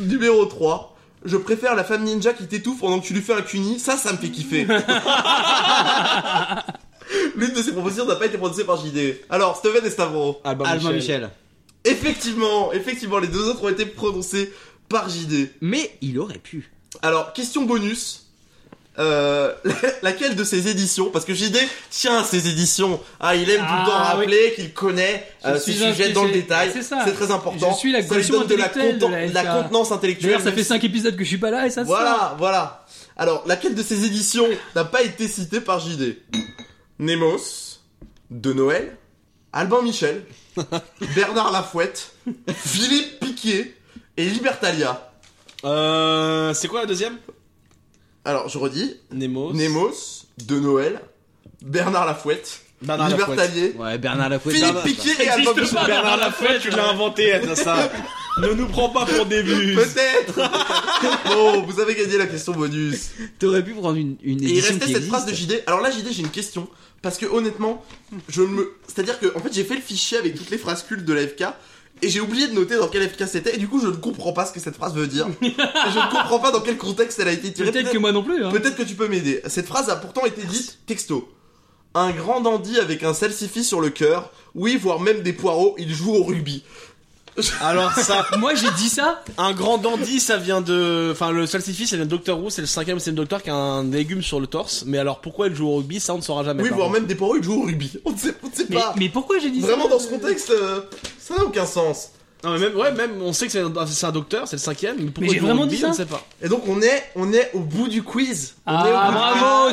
Numéro 3. Je préfère la femme <laughs> ninja qui t'étouffe pendant que tu lui fais un cuni. Ça, ça me fait kiffer. L'une de ces propositions n'a pas été prononcée par JD. Alors, Steven et Stavro. Albin Albin Michel. Michel. Effectivement, effectivement, les deux autres ont été prononcés par JD. Mais il aurait pu. Alors, question bonus. Euh, <laughs> laquelle de ces éditions Parce que JD tient à ces éditions. Ah, il aime tout le temps Ah, rappeler qu'il connaît Je euh, ce suis sujet un dans le spécial- détail. C'est ça. très important. Je suis la ça lui caution donne de la, intellectuelle de conten- la de la LCA. contenance intellectuelle. D'ailleurs, ça même fait si- 5 épisodes que je suis pas là et ça Voilà, voilà. Alors, laquelle de ces éditions n'a pas été citée par JD Nemos, De Noël, Albin <laughs> Michel, Bernard Lafouette, Philippe Piquier et Libertalia. Euh, c'est quoi la deuxième Alors, je redis. Nemos. Nemos, De Noël, Bernard Lafouette, Bernard Lafouette. Libertalier, Ouais, Bernard Lafouette. Philippe Bernard- Piquier et Ça Albin existe pas, Michel. Bernard Lafouette, tu l'as inventé, ça. Ne nous prends pas pour des vues. Peut-être <laughs> Bon, vous avez gagné la question bonus. T'aurais pu prendre une, une Et il édition restait qui cette existe. phrase de JD. Alors là, JD, j'ai une question. Parce que honnêtement, je ne me. C'est-à-dire que, en fait, j'ai fait le fichier avec toutes les phrases cultes de l'AFK. Et j'ai oublié de noter dans quel FK c'était, et du coup je ne comprends pas ce que cette phrase veut <laughs> dire. Et je ne comprends pas dans quel contexte elle a été tirée. Peut-être que moi non plus. hein. Peut-être que tu peux m'aider. Cette phrase a pourtant été dite texto. Un grand dandy avec un salsifis sur le cœur, oui, voire même des poireaux, il joue au rugby. Alors ça, Moi j'ai dit ça. un grand dandy, ça vient de, enfin le salsifis, ça vient de Doctor Who, c'est le cinquième, c'est le docteur qui a un légume sur le torse. Mais alors pourquoi elle joue au rugby, ça on ne saura jamais. Oui, par voire contre. même des poireaux, il joue au rugby. On ne sait, on ne sait Mais, pas. mais pourquoi j'ai dit Vraiment ça dans ce contexte, euh, ça n'a aucun sens. Non mais même, ouais, même on sait que c'est un, c'est un docteur, c'est le cinquième, mais pourquoi j'ai il joue au vraiment rugby, dit ça on ne sait pas. Et donc on est, on est au bout du quiz. On Ah,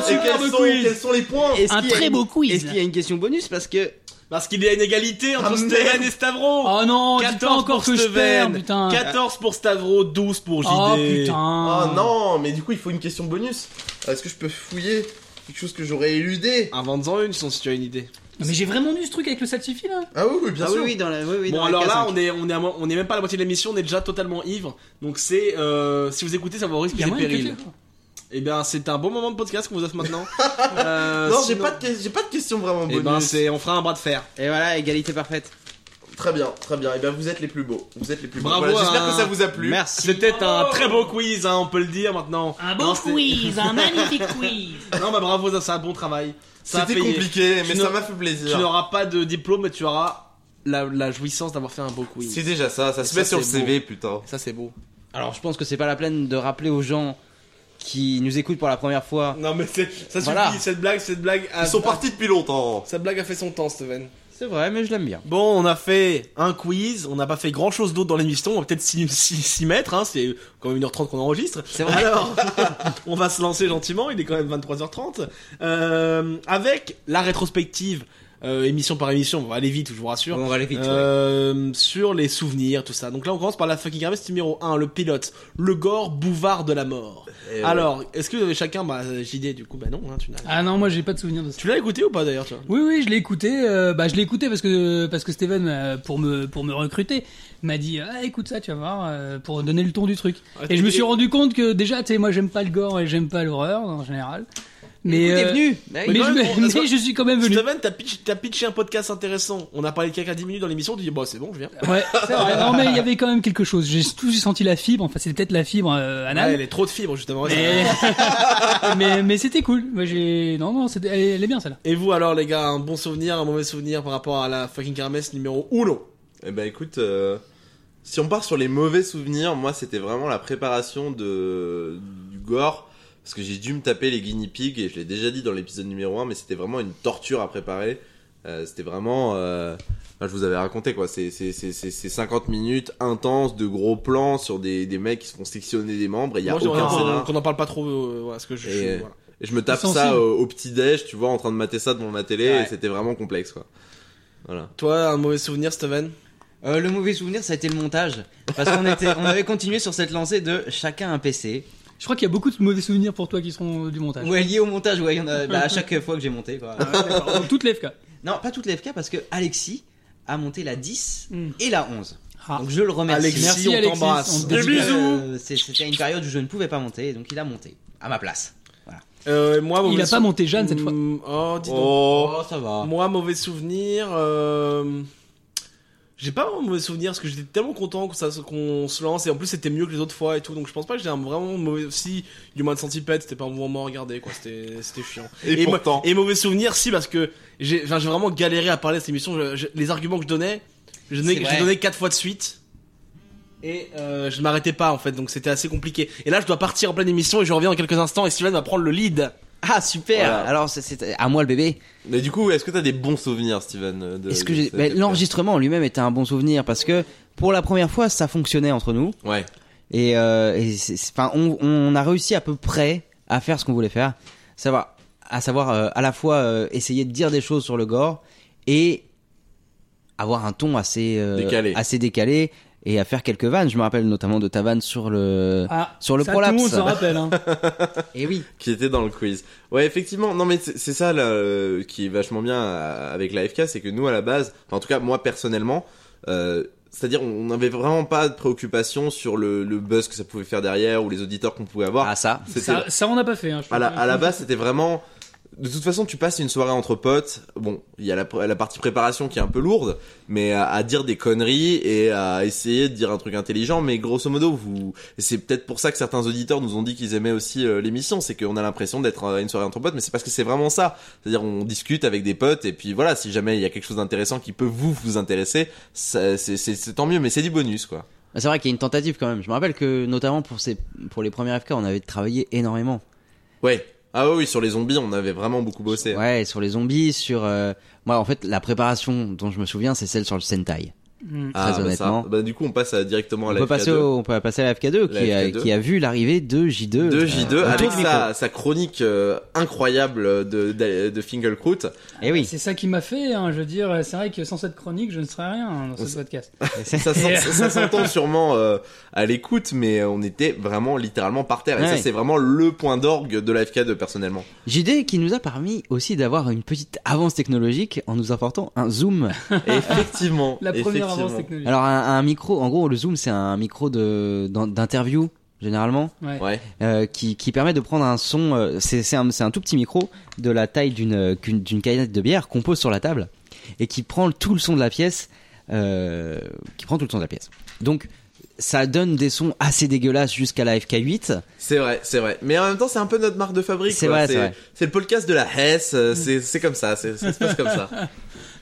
est au bout du quiz. Et bravo, superbe quels sont, quiz. Quels sont les points Est-ce Un qu'il y a très une- beau quiz. Est-ce qu'il y a une question bonus Parce que. Parce qu'il y a une égalité entre Ah, Stéphane merde. et Stavro. Oh non, dis pas 14 encore pour que je perds, Steven, putain. 14 pour Stavro, 12 pour JD. Oh putain. Ah non, mais du coup il faut une question bonus. Ah, Est-ce que je peux fouiller quelque chose que j'aurais éludé Invente-en une, si tu as une idée. Non, Mais j'ai vraiment lu ce truc avec le salsifis là. Ah oui, oui, bien ah oui, sûr. oui, dans la. Oui, oui, Bon dans la hein. alors là K5. on est on est à mo- on est même pas à la moitié de l'émission on est déjà totalement ivre donc c'est euh, si vous écoutez ça va vous risque Il y a des moyen de périls. cliquer, quoi. Et Eh bien c'est un bon moment de podcast qu'on vous offre <laughs> maintenant. Euh, non, j'ai sinon- pas, de que- j'ai pas de question vraiment Eh bonus. ben c'est on fera un bras de fer. Et voilà, égalité parfaite. Très bien, très bien. Et ben vous êtes les plus beaux. Vous êtes les plus beaux. Bravo Voilà, J'espère à- que ça vous a plu. Merci. C'était un Bravo. très beau quiz hein, on peut le dire maintenant. Un Non, bon c'est- quiz, un magnifique quiz. Non mais bravo ça c'est un bon travail. Ça a C'était payé. compliqué, mais Tu ça n'auras- m'a fait Tu plaisir. n'auras pas de diplôme mais tu auras la, la jouissance d'avoir fait un beau quiz. C'est déjà ça, ça se Ça, met sur le c'est CV, putain. Ça c'est beau. Alors je pense que c'est pas la peine de rappeler aux gens qui nous écoutent pour la première fois. Non mais c'est ça suffit Voilà. cette blague cette blague a, Ils sont partis depuis longtemps. cette blague a fait son temps Steven. C'est vrai, mais je l'aime bien. Bon, on a fait un quiz, on n'a pas fait grand chose d'autre dans l'émission, on va peut-être s'y, s'y- s'y mettre, hein, c'est quand même 1h30 qu'on enregistre. <laughs> C'est vrai. Alors, on va se lancer gentiment, il est quand même 23h30. Euh, avec la rétrospective, euh, émission par émission, on va aller vite, je vous rassure. on va aller vite. ouais. Euh, sur les souvenirs, tout ça. Donc là, on commence par la fucking Hermès numéro 1, le pilote, le gore bouvard de la mort. Et Eh ouais. Alors, est-ce que vous avez chacun, bah, JD, du coup, bah non, hein, tu, n'as- Ah non, moi j'ai pas de souvenir de ça. tu l'as écouté ou pas d'ailleurs, toi Oui, oui, je l'ai écouté. euh, bah, je l'ai écouté parce que parce que Steven, m'a- pour me pour me recruter, m'a dit ah, écoute ça, tu vas voir, euh, pour donner le ton du truc. Ah, et je me suis et- rendu compte que déjà, tu sais, moi j'aime pas le gore et j'aime pas l'horreur en général. Mais Écoute, t'es euh, venu. Mais, quand je, même, on- <laughs> parce mais que- je suis quand même venu. Steven, t'as pitch- t'as pitché un podcast intéressant. On a parlé de caca 10 minutes dans l'émission. Tu dis, bon, c'est bon, je viens. Ouais, c'est vrai. Non mais il y avait quand même quelque chose. J'ai tout j'ai senti la fibre. Enfin, c'était peut-être la fibre euh, Ouais, anale. elle est trop de fibres, justement. mais <laughs> mais, <laughs> mais c'était cool. Moi j'ai non non, c'était elle, est- elle est bien celle-là. Et vous, alors, les gars, un bon souvenir, un mauvais souvenir par rapport à la fucking kermesse numéro 1 Eh ben écoute, euh, si on part sur les mauvais souvenirs, moi c'était vraiment la préparation de du gore. Parce que j'ai dû me taper les guinea pigs et je l'ai déjà dit dans l'épisode numéro 1, mais c'était vraiment une torture à préparer. Euh, c'était vraiment... euh, enfin, je vous avais raconté quoi, c'est c'est- c'est- c'est- c'est 50 minutes intenses de gros plans sur des, des mecs qui se font sectionner des membres et il y a Moi, je aucun dirais qu'on- scénar. qu'on en parle pas trop, euh, voilà, parce que je Et, suis- euh, voilà. Et je me tape Sensible. ça au, au petit-déj, tu vois, en train de mater ça devant ma télé Ouais. et c'était vraiment complexe quoi. Voilà. Toi, un mauvais souvenir, Steven Euh, le mauvais souvenir, ça a été le montage. Parce qu'on était, on avait continué sur cette lancée de chacun un PC. Je crois qu'il y a beaucoup de mauvais souvenirs pour toi qui seront du montage. Ouais, lié au montage, ouais, il y en a bah, à chaque fois que j'ai monté. Quoi. D'accord. Donc, Toutes les FK. Non, pas toutes les FK parce que Alexis a monté la 10 Hmm. et la 11. Ah. Donc je le remercie. Alexis, merci, on Alexis, t'embrasse. on te Des Parce que, bisous euh, c'est- C'était une période où je ne pouvais pas monter, donc il a monté à ma place. Euh, moi, Il mauvais a pas monté Jeanne cette fois. Hum, Oh, dis donc. Oh. ça va. Moi, mauvais souvenir. euh, J'ai pas vraiment de mauvais souvenir parce que j'étais tellement content que ça- qu'on se lance et en plus c'était mieux que les autres fois et tout donc je pense pas que j'ai un vraiment mauvais. Si Human Centipede c'était pas un bon moment à regarder quoi, c'était c'était chiant. Et mo- pourtant. et mauvais souvenir si parce que j'ai enfin, j'ai vraiment galéré à parler de cette émission. Je- je- les arguments que je donnais, je donnais, C'est je vrai. donnais quatre fois de suite. Et euh, je ne m'arrêtais pas en fait, donc c'était assez compliqué. Et là, je dois partir en pleine émission et je reviens dans quelques instants et Steven va prendre le lead. Ah super Voilà. Alors c'est- c'est à moi le bébé. Mais du coup, est-ce que t'as des bons souvenirs, Steven euh, de- Est-ce que de j'ai- cette ben, époque l'enregistrement en lui-même était un bon souvenir parce que pour la première fois ça fonctionnait entre nous. Ouais. Et, euh, et c'est- c'est- enfin on, on a réussi à peu près à faire ce qu'on voulait faire, savoir à savoir euh, à la fois euh, essayer de dire des choses sur le gore et avoir un ton assez euh, Décalé. assez décalé et à faire quelques vannes. Je me rappelle notamment de ta vanne sur le Ah, sur le ça, prolapse. Tout le monde s'en rappelle. hein. Et oui. qui était dans le quiz. Ouais, effectivement. Non, mais c'est c'est ça là, euh, qui est vachement bien euh, avec l'AFK, c'est que nous à la base, enfin, en tout cas moi personnellement, euh, c'est-à-dire on n'avait vraiment pas de préoccupation sur le, le buzz que ça pouvait faire derrière ou les auditeurs qu'on pouvait avoir. Ah ça. <laughs> C'était- Ça, ça, on n'a pas fait. hein, je à la, pense. à la base, c'était vraiment. De toute façon, tu passes une soirée entre potes. Bon, il y a la, pr- la partie préparation qui est un peu lourde, mais à, à dire des conneries et à essayer de dire un truc intelligent. Mais grosso modo, vous, et c'est peut-être pour ça que certains auditeurs nous ont dit qu'ils aimaient aussi euh, l'émission, c'est qu'on a l'impression d'être à une soirée entre potes, mais c'est parce que c'est vraiment ça. C'est-à-dire, on discute avec des potes et puis voilà, si jamais il y a quelque chose d'intéressant qui peut vous vous intéresser, ça- c'est c'est- c'est tant mieux, mais c'est du bonus quoi. Bah, C'est vrai qu'il y a une tentative quand même. Je me rappelle que notamment pour ces pour les premiers FK, on avait travaillé énormément. Ouais. Ah oui, sur les zombies, on avait vraiment beaucoup bossé. hein. Ouais, sur les zombies, sur euh, moi en fait la préparation dont je me souviens, c'est celle sur le Sentai. Ah, Mm. Très bah, ça- honnêtement. bah, du coup, on passe euh, directement à On la peut, passer FK2. au- on peut passer à la FK2 qui, La a- FK2. qui a vu l'arrivée de J2. de euh, J2 autour avec du sa, sa chronique euh, incroyable de, de, de <laughs> Finkielkraut. Et eh oui. C'est ça qui m'a fait. hein, je veux dire, c'est vrai que sans cette chronique, je ne serais rien hein, dans ce podcast. ça s'en- ça- ça s'entend sûrement euh, à l'écoute, mais on était vraiment littéralement par terre. Et ça, Ouais. c'est vraiment le point d'orgue de la FK2 <laughs> personnellement. JD qui nous a permis aussi d'avoir une petite avance technologique en nous apportant <laughs> un zoom. Effectivement. La première avance effectivement. technologique. Alors un, un micro, en gros le zoom c'est un micro de d'in- d'interview généralement Ouais. Ouais. euh, qui, qui permet de prendre un son. euh, c'est c'est un, c'est un tout petit micro de la taille d'une euh, qu'une- d'une canette de bière qu'on pose sur la table et qui prend tout le son de la pièce. euh, qui prend tout le son de la pièce. Donc ça donne des sons assez dégueulasses jusqu'à la FK8. C'est vrai, c'est vrai. Mais en même temps, c'est un peu notre marque de fabrique. C'est quoi. vrai, c'est vrai. C'est le podcast de la Hesse. euh, C'est c'est comme ça. c'est- Ça se passe comme <laughs> ça.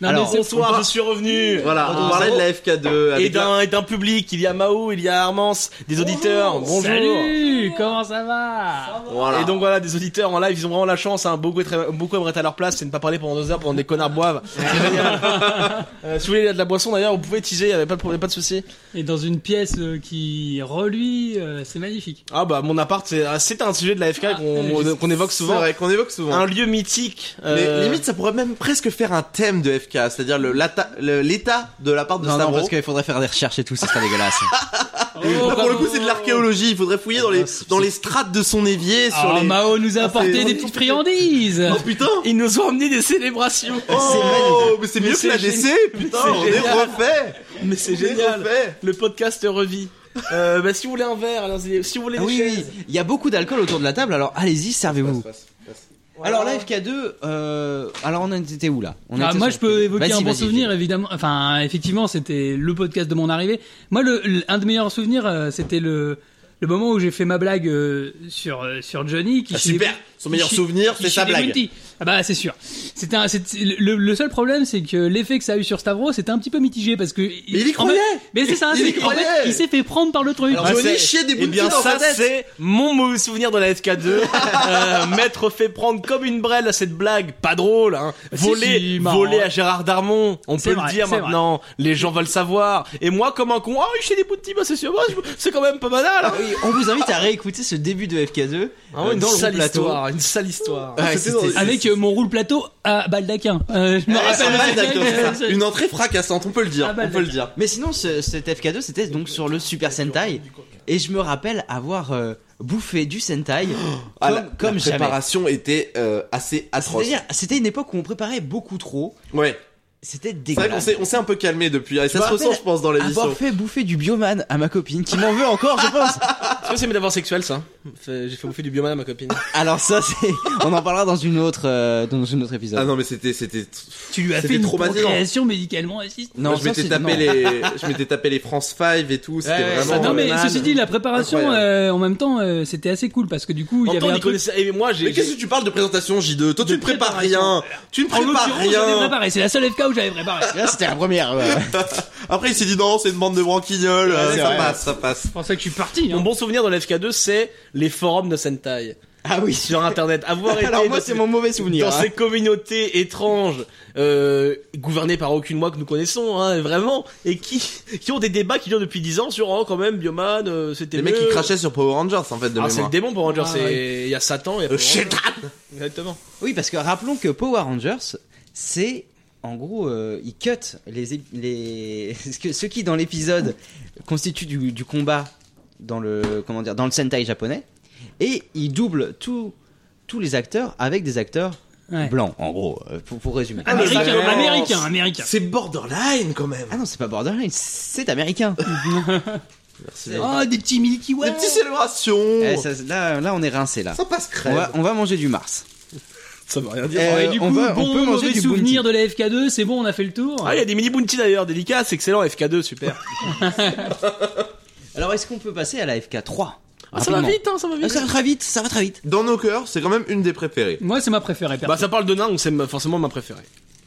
Non, Alors, mais c'est- bonsoir, on par- je suis revenu. Voilà. On Bonjour. parlait de la FK2 Et avec la- d'un, et d'un public, il y a Mao, il y a Armance, des auditeurs, bonjour. Salut, comment ça va Voilà. Et donc voilà, des auditeurs en live, ils ont vraiment la chance, hein, beaucoup, être, beaucoup aimeraient être à leur place, c'est ne pas parler pendant deux heures pendant que des connards boivent. C'est génial. Euh, si vous voulez il y a de la boisson d'ailleurs, vous pouvez teaser, il avait pas de problème, pas de souci. Et dans une pièce euh, qui reluit, euh, c'est magnifique. Ah bah mon appart, c'est, ah, c'est un sujet de la FK qu'on, juste- qu'on évoque C'est souvent. vrai qu'on évoque souvent. Un lieu mythique. Mais euh, limite, ça pourrait même presque faire un thème de FK, c'est-à-dire le- l'ata- le- l'état de la part de Non, non, Stavro. parce qu'il faudrait faire des recherches et tout, ça serait dégueulasse. <laughs> Là, pour le coup, c'est Oh. de l'archéologie. Il faudrait fouiller dans les, Ah, dans les strates de son évier. Sur Alors, les... Mao nous a Ah, apporté c'est- des petites friandises. Oh putain! Ils nous ont emmené des célébrations. Oh, mais c'est Mais mieux que c'est la génial. DC! Putain, C'est on est génial. refait! Mais c'est On est génial. refait. Le podcast revit. Euh, bah, si vous voulez un verre, allez-y. si vous voulez Ah <laughs> des oui, oui, chaises. oui. il y a beaucoup d'alcool autour de la table, alors allez-y, servez-vous. Alors la FK2, euh, alors on en était où là on Ah, était moi, sur- je peux évoquer Vas-y, un bon vas-y, souvenir, vas-y. évidemment. Enfin, effectivement, c'était le podcast de mon arrivée. Moi, le, le- un de mes meilleurs souvenirs, euh, c'était le, le moment où j'ai fait ma blague euh, sur, euh, sur Johnny. Qui Ah, chie super. des- Son qui meilleur chie- souvenir, qui c'est chie sa des blague. multis. Ah bah, c'est sûr. C'était un- c'est- le, le seul problème, c'est que l'effet que ça a eu sur Stavros, c'était un petit peu mitigé parce que. il y en fait- croyait. Mais c'est ça, Il y c'est qu'en croyait. fait, il s'est fait prendre par le truc. Alors, Johnny c'est- chiait des Eh boules bien, dans sa ça, tête. c'est mon mauvais souvenir de la FK2. Euh, M'être fait prendre comme une brêle à cette blague, pas drôle, hein. Si, Volé, si, marrant. volé à Gérard Darmon. On C'est peut vrai, le dire c'est maintenant. Les gens veulent savoir. Et moi, comme un con, oh, il chie des bouts de petits, bah, c'est sûr, bah, je- c'est quand même pas banal, hein. Ah oui, on vous invite à réécouter ce début de FK2 Ah euh, ouais, une dans le sale gros plateau. histoire, une sale histoire. Ouais, c'était- Avec euh, mon roule plateau à Baldaquin. Euh, je me Ah, rappelle. c'est mal, d'accord, c'est ça. C'est- Une entrée fracassante, on peut le dire. Ah, bah, on peut le dire. Mais sinon, ce- cet FK2, c'était donc sur le Super Sentai. Et je me rappelle avoir euh, bouffé du <gasps> Sentai Ah, comme, la, comme la jamais. préparation était euh, assez atroce. C'est-à-dire, c'était une époque où on préparait beaucoup trop. Ouais. C'était C'est vrai qu'on dégueulasse. s'est- on s'est un peu calmé depuis. Et ça Je se me ressent, rappelle je pense, dans l'émission. Avoir fait bouffer du bioman à ma copine qui m'en veut encore, je pense. <laughs> C'est pas c'est métaphore sexuelle ça. Fait- J'ai fait bouffer du bioman à ma copine. Alors ça, c'est. On en parlera dans une autre, euh, dans une autre épisode. Ah non, mais c'était, c'était. Tu lui as fait une procréation médicalement assistée. Non, je m'étais tapé les, je m'étais tapé les France 5 et tout. C'était Ouais, ouais, vraiment. euh, ça- Ah non mais ceci dit la préparation Incroyable. euh, en même temps euh, c'était assez cool parce que du coup il y avait un truc- Et moi, Mais qu'est-ce que tu parles de présentation J2 Toi, tu ne prépares rien. Tu ne En prépares l'occurrence, j'avais rien. préparé, c'est la seule FK où j'avais préparé. Là, Ah, c'était la première. euh, <laughs> Après, il s'est dit non, c'est une bande de branquignoles. euh, c'est Ça vrai. passe, ça passe. C'est pour ça que je suis parti. hein. Mon bon souvenir de la FK2, c'est les forums de Sentai. Ah oui. Sur internet. Avoir été Alors moi, dans c'est ces- mon mauvais souvenir, Dans hein. ces communautés étranges, euh, gouvernées par aucune loi que nous connaissons, hein, vraiment, et qui, qui ont des débats qui durent depuis 10 ans sur, oh, quand même, Bioman, euh, c'était Les mecs qui mieux. crachaient sur Power Rangers en fait de Ah, mémoire. c'est le démon pour Rangers, Ah, c'est- il ouais. y a Satan, il y a Euh, Power Shaitan Rangers. Exactement. Oui, parce que rappelons que Power Rangers, c'est en gros, euh, ils cut les, ép- les <laughs> ce que- ce qui dans l'épisode constitue du, du combat dans le comment dire dans le Sentai japonais, et ils doublent tous tous les acteurs avec des acteurs Ouais. blancs, en gros, euh, pour, pour résumer. Ah, mais Américain, ça commence. américain, américain. C'est borderline quand même. Ah non, c'est pas borderline, <laughs> c'est américain. Merci. Oh des petits Milky Way. Des petites célébrations. Eh, ça- là, là, on est rincé là. Ça passe crème. On va, on va manger du Mars. Euh, Ça veut rien Et, Ah, du coup, bon, mauvais souvenir de la FK2, c'est bon, on a fait le tour. Ah, il y a des mini bounty d'ailleurs, délicat, c'est excellent, FK2, super. Alors, est-ce qu'on peut passer à la FK3 Ah, ça va vite, hein, ça va vite. ça va très vite, ça va très vite. Dans nos cœurs, c'est quand même une des préférées. Moi, c'est ma préférée. Bah, ça parle de nain, donc c'est ma- forcément ma préférée.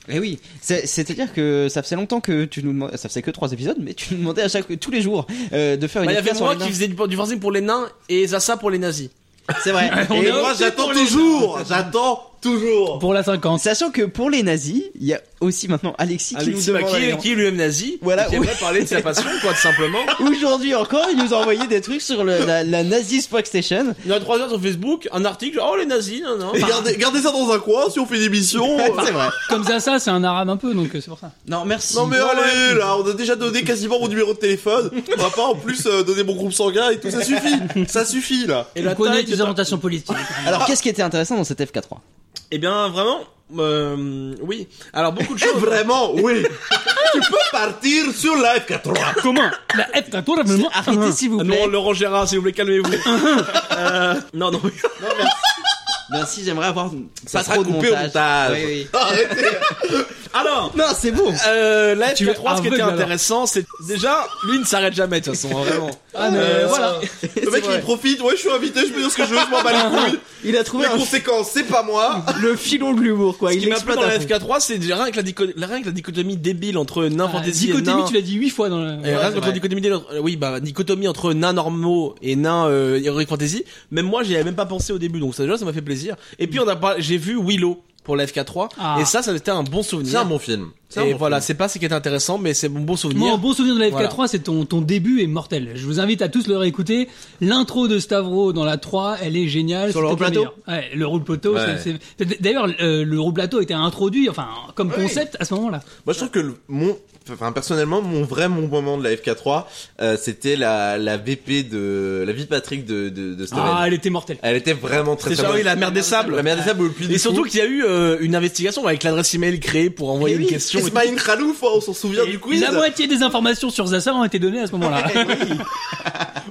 Eh oui, C'est- c'est-à-dire que ça faisait longtemps que tu nous demandais, ça faisait que trois épisodes, mais tu nous demandais à chaque tous les jours euh, de faire Bah, une il y avait FK sur moi les qui nains. faisais du, du forcing pour les nains et Zaza pour les nazis. <laughs> C'est vrai. Et moi, j'attends toujours. J'attends toujours. Pour la 50. Sachant que pour les nazis, il y a aussi maintenant Alexis, Alexis qui nous demande Macky, la- qui est lui-même nazi, <laughs> Voilà, et qui aimerait oui. parler de <laughs> sa passion, quoi, tout simplement. Aujourd'hui encore, il nous a envoyé des trucs sur le- la, la Nazi Spock Station. Il y a trois heures sur Facebook, un article, genre, oh les nazis, non, non. Et gardez, gardez ça dans un coin si on fait des missions. Oh. <laughs> C'est vrai. Comme ça, ça, c'est un arabe un peu, donc euh, c'est pour ça. Non, merci. Non mais allez, là, on a déjà donné quasiment mon numéro de téléphone. On va pas en plus euh, donner mon groupe sanguin et tout, ça suffit. Ça suffit là. Et Et la la connaît taille tes de- orientations politiques. Alors, qu'est-ce qui était intéressant dans cette FK3 Eh bien, vraiment, euh, oui. Alors, <laughs> beaucoup de choses. Eh, vraiment, oui. tu peux partir sur la F83. Comment La F4 vraiment. Arrêtez, s'il vous plaît. euh, Non, Laurent Gérard, s'il vous plaît, <laughs> calmez-vous. Euh, non, non. Merci, Ben, j'aimerais avoir Ça pas sera trop de coupé au montage. montage. Oui, <laughs> oui. Alors, Non, c'est beau. euh, la Tu es FK3, ce qui aveugle, était alors. intéressant, c'est déjà, lui ne s'arrête jamais, de toute façon, hein, vraiment. Ah, mais Euh, voilà. Le mec il profite, ouais je suis invité, je peux dire ce que je veux, je m'en bats les <laughs> couilles. Il a trouvé Les un- conséquences, c'est pas moi. le filon de l'humour, quoi. Ce Il qui m'a plu exploite dans à la fond. FK3, c'est déjà rien que la, dico- la- rien que la dichotomie débile entre nain Ah, fantasy et dichotomie, nain. tu l'as dit 8 fois dans le. Et rien c'est qu'entre vrai. dichotomie débile entre- euh, oui, bah, dichotomie entre nains normaux et nains euh, heroic fantasy. Même moi, j'y avais même pas pensé au début, donc ça déjà, ça m'a fait plaisir. Et puis on a pas, j'ai vu Willow pour la FK3, Ah. et ça, ça c'était un bon <laughs> souvenir. C'est un bon film. C'est un Et bon voilà, c'est pas ce qui est intéressant, mais c'est mon bon souvenir. Moi, un bon souvenir de la FK3, Voilà. c'est ton, ton début est mortel. Je vous invite à tous le réécouter. L'intro de Stavro dans la 3, elle est géniale. Sur le c'est peut-être roule la meilleure. Ouais, le roule plateau. Ouais. c'est- c'est- D'ailleurs, euh, le roule plateau était introduit, enfin, comme concept à ce moment-là. Moi, je trouve que le- mon, enfin, personnellement, mon vrai bon moment de la FK3, euh, c'était la, la VP de, la vie de Patrick de, de, de Steven. Ah, elle était mortelle. Elle était vraiment très C'est très genre, bonne. oui, la merde des sables. La merde des sables au puits Et du surtout fou. qu'il y a eu euh, une investigation avec l'adresse email créée pour envoyer Et une Eh oui, question. et tout. Ismail Khalouf, hein, on s'en souvient du quiz. La moitié des informations sur Zassa ont été données à ce moment-là.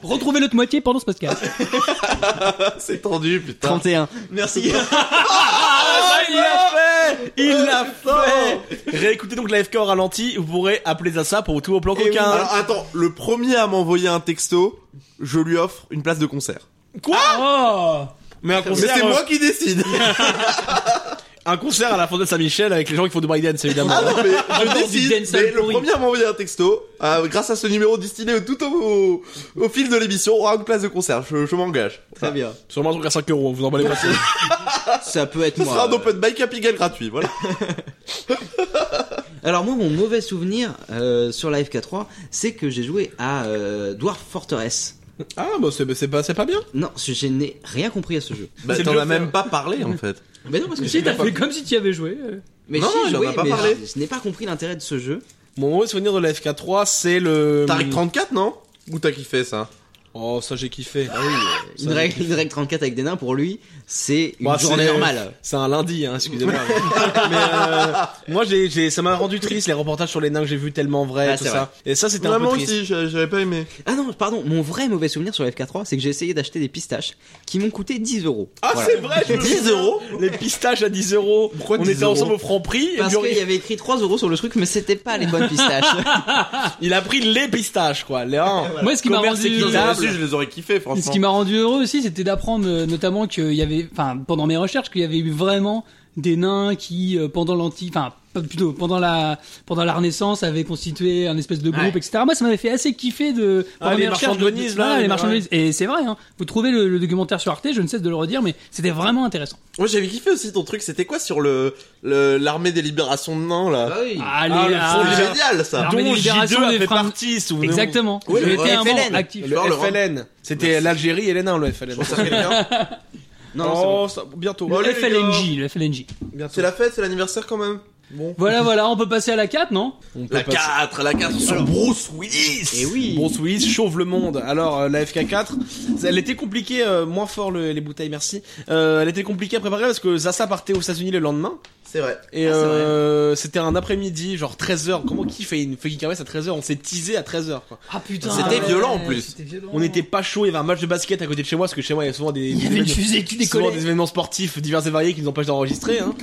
Retrouvez l'autre moitié pendant ce podcast. C'est tendu, putain. 31. Merci. Ah, il l'a fait Il l'a fait Réécoutez donc la FK au ralenti, vous pourrez appeler à ça pour tout au plan Et Eh oui. coquin. Alors, attends, le premier à m'envoyer un texto, je lui offre une place de concert. Quoi Oh Mais un Mais concert, c'est euh, moi qui <laughs> décide. un concert à la Fondation Saint-Michel avec les gens qui font du breakdance évidemment. Ah non, mais Attends, je du décide. dance Mais le pourri. premier à m'envoyer un texto, euh, grâce à ce numéro destiné au- tout au, au, au fil de l'émission, aura une place de concert. Je, je m'engage. Très bien. Sûrement un truc à 5 euros, vous emballez pas. Ça peut être Ce moi. sera euh, un open bike à Pigalle gratuit, <laughs> voilà. Alors moi, mon mauvais souvenir euh, sur la FK3, c'est que j'ai joué à euh, Dwarf Fortress. ah bah c'est c'est pas, c'est pas bien. Non, je je n'ai rien compris à ce jeu. Bah, C'est t'en le as même pas parlé en fait. Mais non, parce que Si, t'as fait comme si tu y avais joué. Mais Non, si, non, il j'ai en joué, a pas mais parlé. Je, je n'ai pas compris l'intérêt de ce jeu. Euh, Mon mauvais souvenir de la FK3, c'est le... Tariq 34, non Ou t'as kiffé ça Oh, ça j'ai kiffé. Une règle, une règle 34 avec des nains, pour lui, c'est une Bah, journée c'est- normale. C'est un lundi, hein, excusez-moi. <laughs> Mais euh, moi, j'ai, j'ai- ça m'a rendu triste les reportages sur les nains que j'ai vus tellement vrais, Ah, tout c'est ça. vrai. Et ça, c'était un peu Vraiment triste. aussi, j'avais pas aimé. Ah non, pardon, mon vrai mauvais souvenir sur FK3, c'est que j'ai essayé d'acheter des pistaches qui m'ont coûté 10 euros. Ah, Voilà. c'est vrai, je me 10 souviens. euros Les pistaches à 10 euros. On 10 était ensemble euros au franc prix. Parce qu'il y avait écrit 3 euros sur le truc, mais c'était pas les bonnes pistaches. il a pris les pistaches, quoi. Les Moi, ce qui m'a rendu- Si, je les aurais kiffés, Et franchement. ce qui m'a rendu heureux aussi, c'était d'apprendre euh, notamment qu'il y avait, enfin, pendant mes recherches, qu'il y avait eu vraiment des nains qui, euh, pendant l'anti, enfin, pas- plutôt pendant la, pendant la Renaissance, avaient constitué un espèce de groupe, etc. Moi, ça m'avait fait assez kiffer de. Ah, pendant les mes recherches, marchands de Venise, là, voilà, les les marchands de marins. Venise. Et c'est vrai, hein, vous trouvez le, le documentaire sur Arte, je ne cesse de le redire, mais c'était vraiment intéressant. Moi j'avais kiffé aussi ton truc, c'était quoi sur le le- l'armée des libérations de nains là Ah, les- le front ah, génial ça. l'armée des libérations des Francs- souvenez-vous. Exactement. Oui, J'ai le été un membre FLN. actif. Le FLN. C'était l'Algérie et les nains, le FLN. Non, Oh, ça- bientôt. Le Allez, les FLNJ, le FLNJ. C'est la fête, c'est l'anniversaire quand même. Bon. Voilà, voilà, on peut passer à la 4, non La 4, la 4 sur Bruce Willis. Eh Et oui. Bruce Willis chauve le monde. Alors euh, la FK4, elle était compliquée, euh, moins fort le- les bouteilles, merci. Euh, elle était compliquée à préparer parce que Zaza partait aux États-Unis le lendemain. C'est vrai. Et euh, c'était un après-midi, genre 13h. Comment qui fait une fucking caresse à 13h On s'est teasé à 13h. quoi. Ah putain. C'était violent en plus. On n'était pas chaud, il y avait un match de basket à côté de chez moi, parce que chez moi il y a souvent des, des avait une événements- fusée qui souvent décollait. des événements sportifs divers et variés qui nous empêchent d'enregistrer. Hein.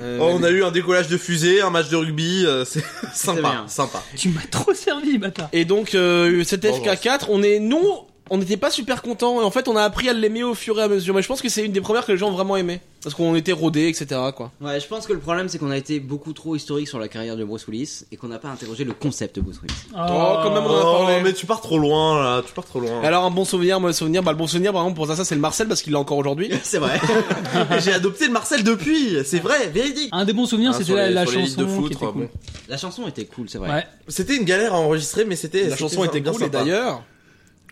Euh, Oh, on a eu un décollage de fusée, un match de rugby, euh, c'est <laughs> sympa, sympa. Tu m'as trop servi, bâtard. Et donc euh, cette Bon, FK4, on est nous, on n'était pas super contents. Et en fait, on a appris à l'aimer au fur et à mesure. Mais je pense que c'est une des premières que les gens ont vraiment aimé, parce qu'on était rodés, etc. Quoi. Ouais, je pense que le problème, c'est qu'on a été beaucoup trop historique sur la carrière de Bruce Willis et qu'on n'a pas interrogé le concept de Bruce Willis. Oh, quand même, on en Ah, a parlé. mais tu pars trop loin là, tu pars trop loin. Alors un bon souvenir, mauvais souvenir. Bah le bon souvenir, par exemple pour ça, c'est le Marcel parce qu'il l'a <laughs> encore aujourd'hui. c'est vrai. J'ai adopté le Marcel depuis, c'est vrai, véridique. Un des bons souvenirs, Ah, c'était sur la, les- la sur les chanson. lignes de foot, qui était cool. bon. La chanson était cool, c'est vrai. Ouais. C'était une galère à enregistrer, mais c'était. La chanson c'était était bien cool et sympa. d'ailleurs,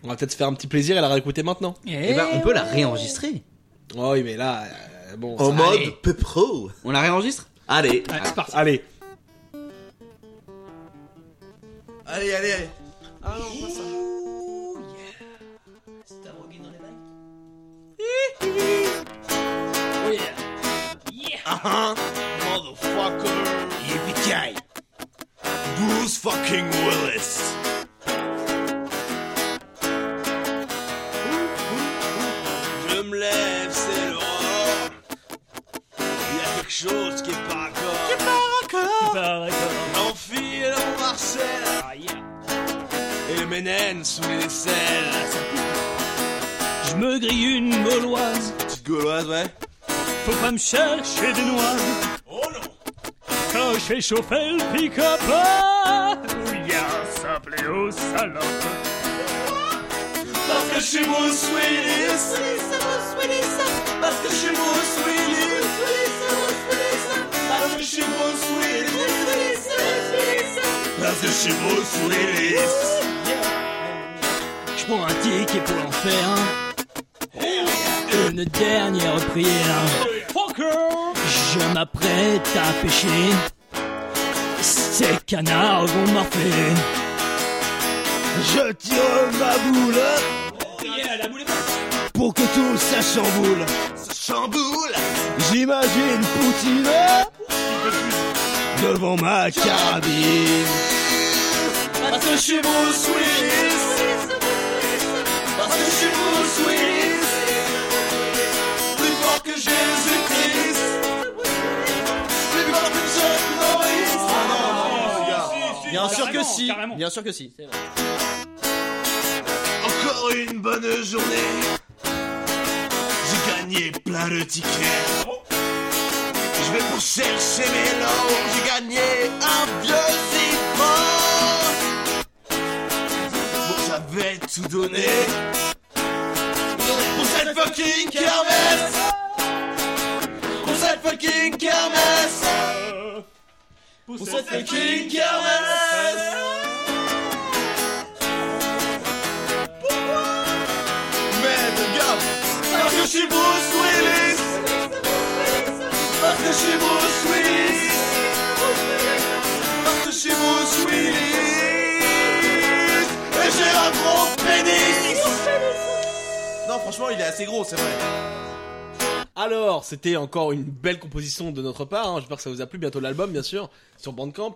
on va peut-être se faire un petit plaisir et la réécouter maintenant. Eh ben, on peut la réenregistrer. Oh oui, mais là, euh, bon. En ça- Allez. mode peu pro. On la réenregistre Allez. Ouais, c'est parti. Allez. Allez, allez, allez. Ah non, pas ça. Uh-huh. Motherfucker. Yippee-ki-yay. Bruce fucking Willis. Je me lève, c'est l'aurore. Il y a quelque chose qui est pas accord. Qui est pas accord. Enfile au Marcel. Et le ménène sous les aisselles. Je me grille une gauloise, Petite gauloise, ouais. faut pas me chercher des noix. Oh non Quand je fais chauffer le pick-up, ah, il y a un simple et aux salopes. Parce que je suis Bruce Willis. Parce que je suis Bruce Willis. Parce que je suis Bruce Willis. Parce que je suis Bruce Willis. Je prends un ticket pour l'enfer. Une dernière prière. Je m'apprête à pêcher. Ces canards vont morfler. Je tire ma boule. Pour que tout ça chamboule. Ça chamboule. J'imagine Poutine. Devant ma carabine. Parce que je suis Bruce Willis. Parce que je suis Bruce Willis. Plus fort que Jésus-Christ. Plus fort que Oh, John Morris. Bien sûr que Carrément, si. carrément. Bien sûr que si. Encore une bonne journée. J'ai gagné plein de tickets. Je vais pour chercher mes lots. J'ai gagné un vieux citron. Bon, j'avais tout donné. Pour cette fucking kermesse. Pour cette fucking kermesse. Pour cette fucking kermesse. Mais de gars, parce que je suis Bruce Willis. Parce que je suis Bruce Willis. Parce que je suis Bruce Willis. Et j'ai un gros pénis. franchement, il est assez gros, c'est vrai. Alors, c'était encore une belle composition de notre part. hein. J'espère que ça vous a plu. Bientôt l'album, bien sûr, sur Bandcamp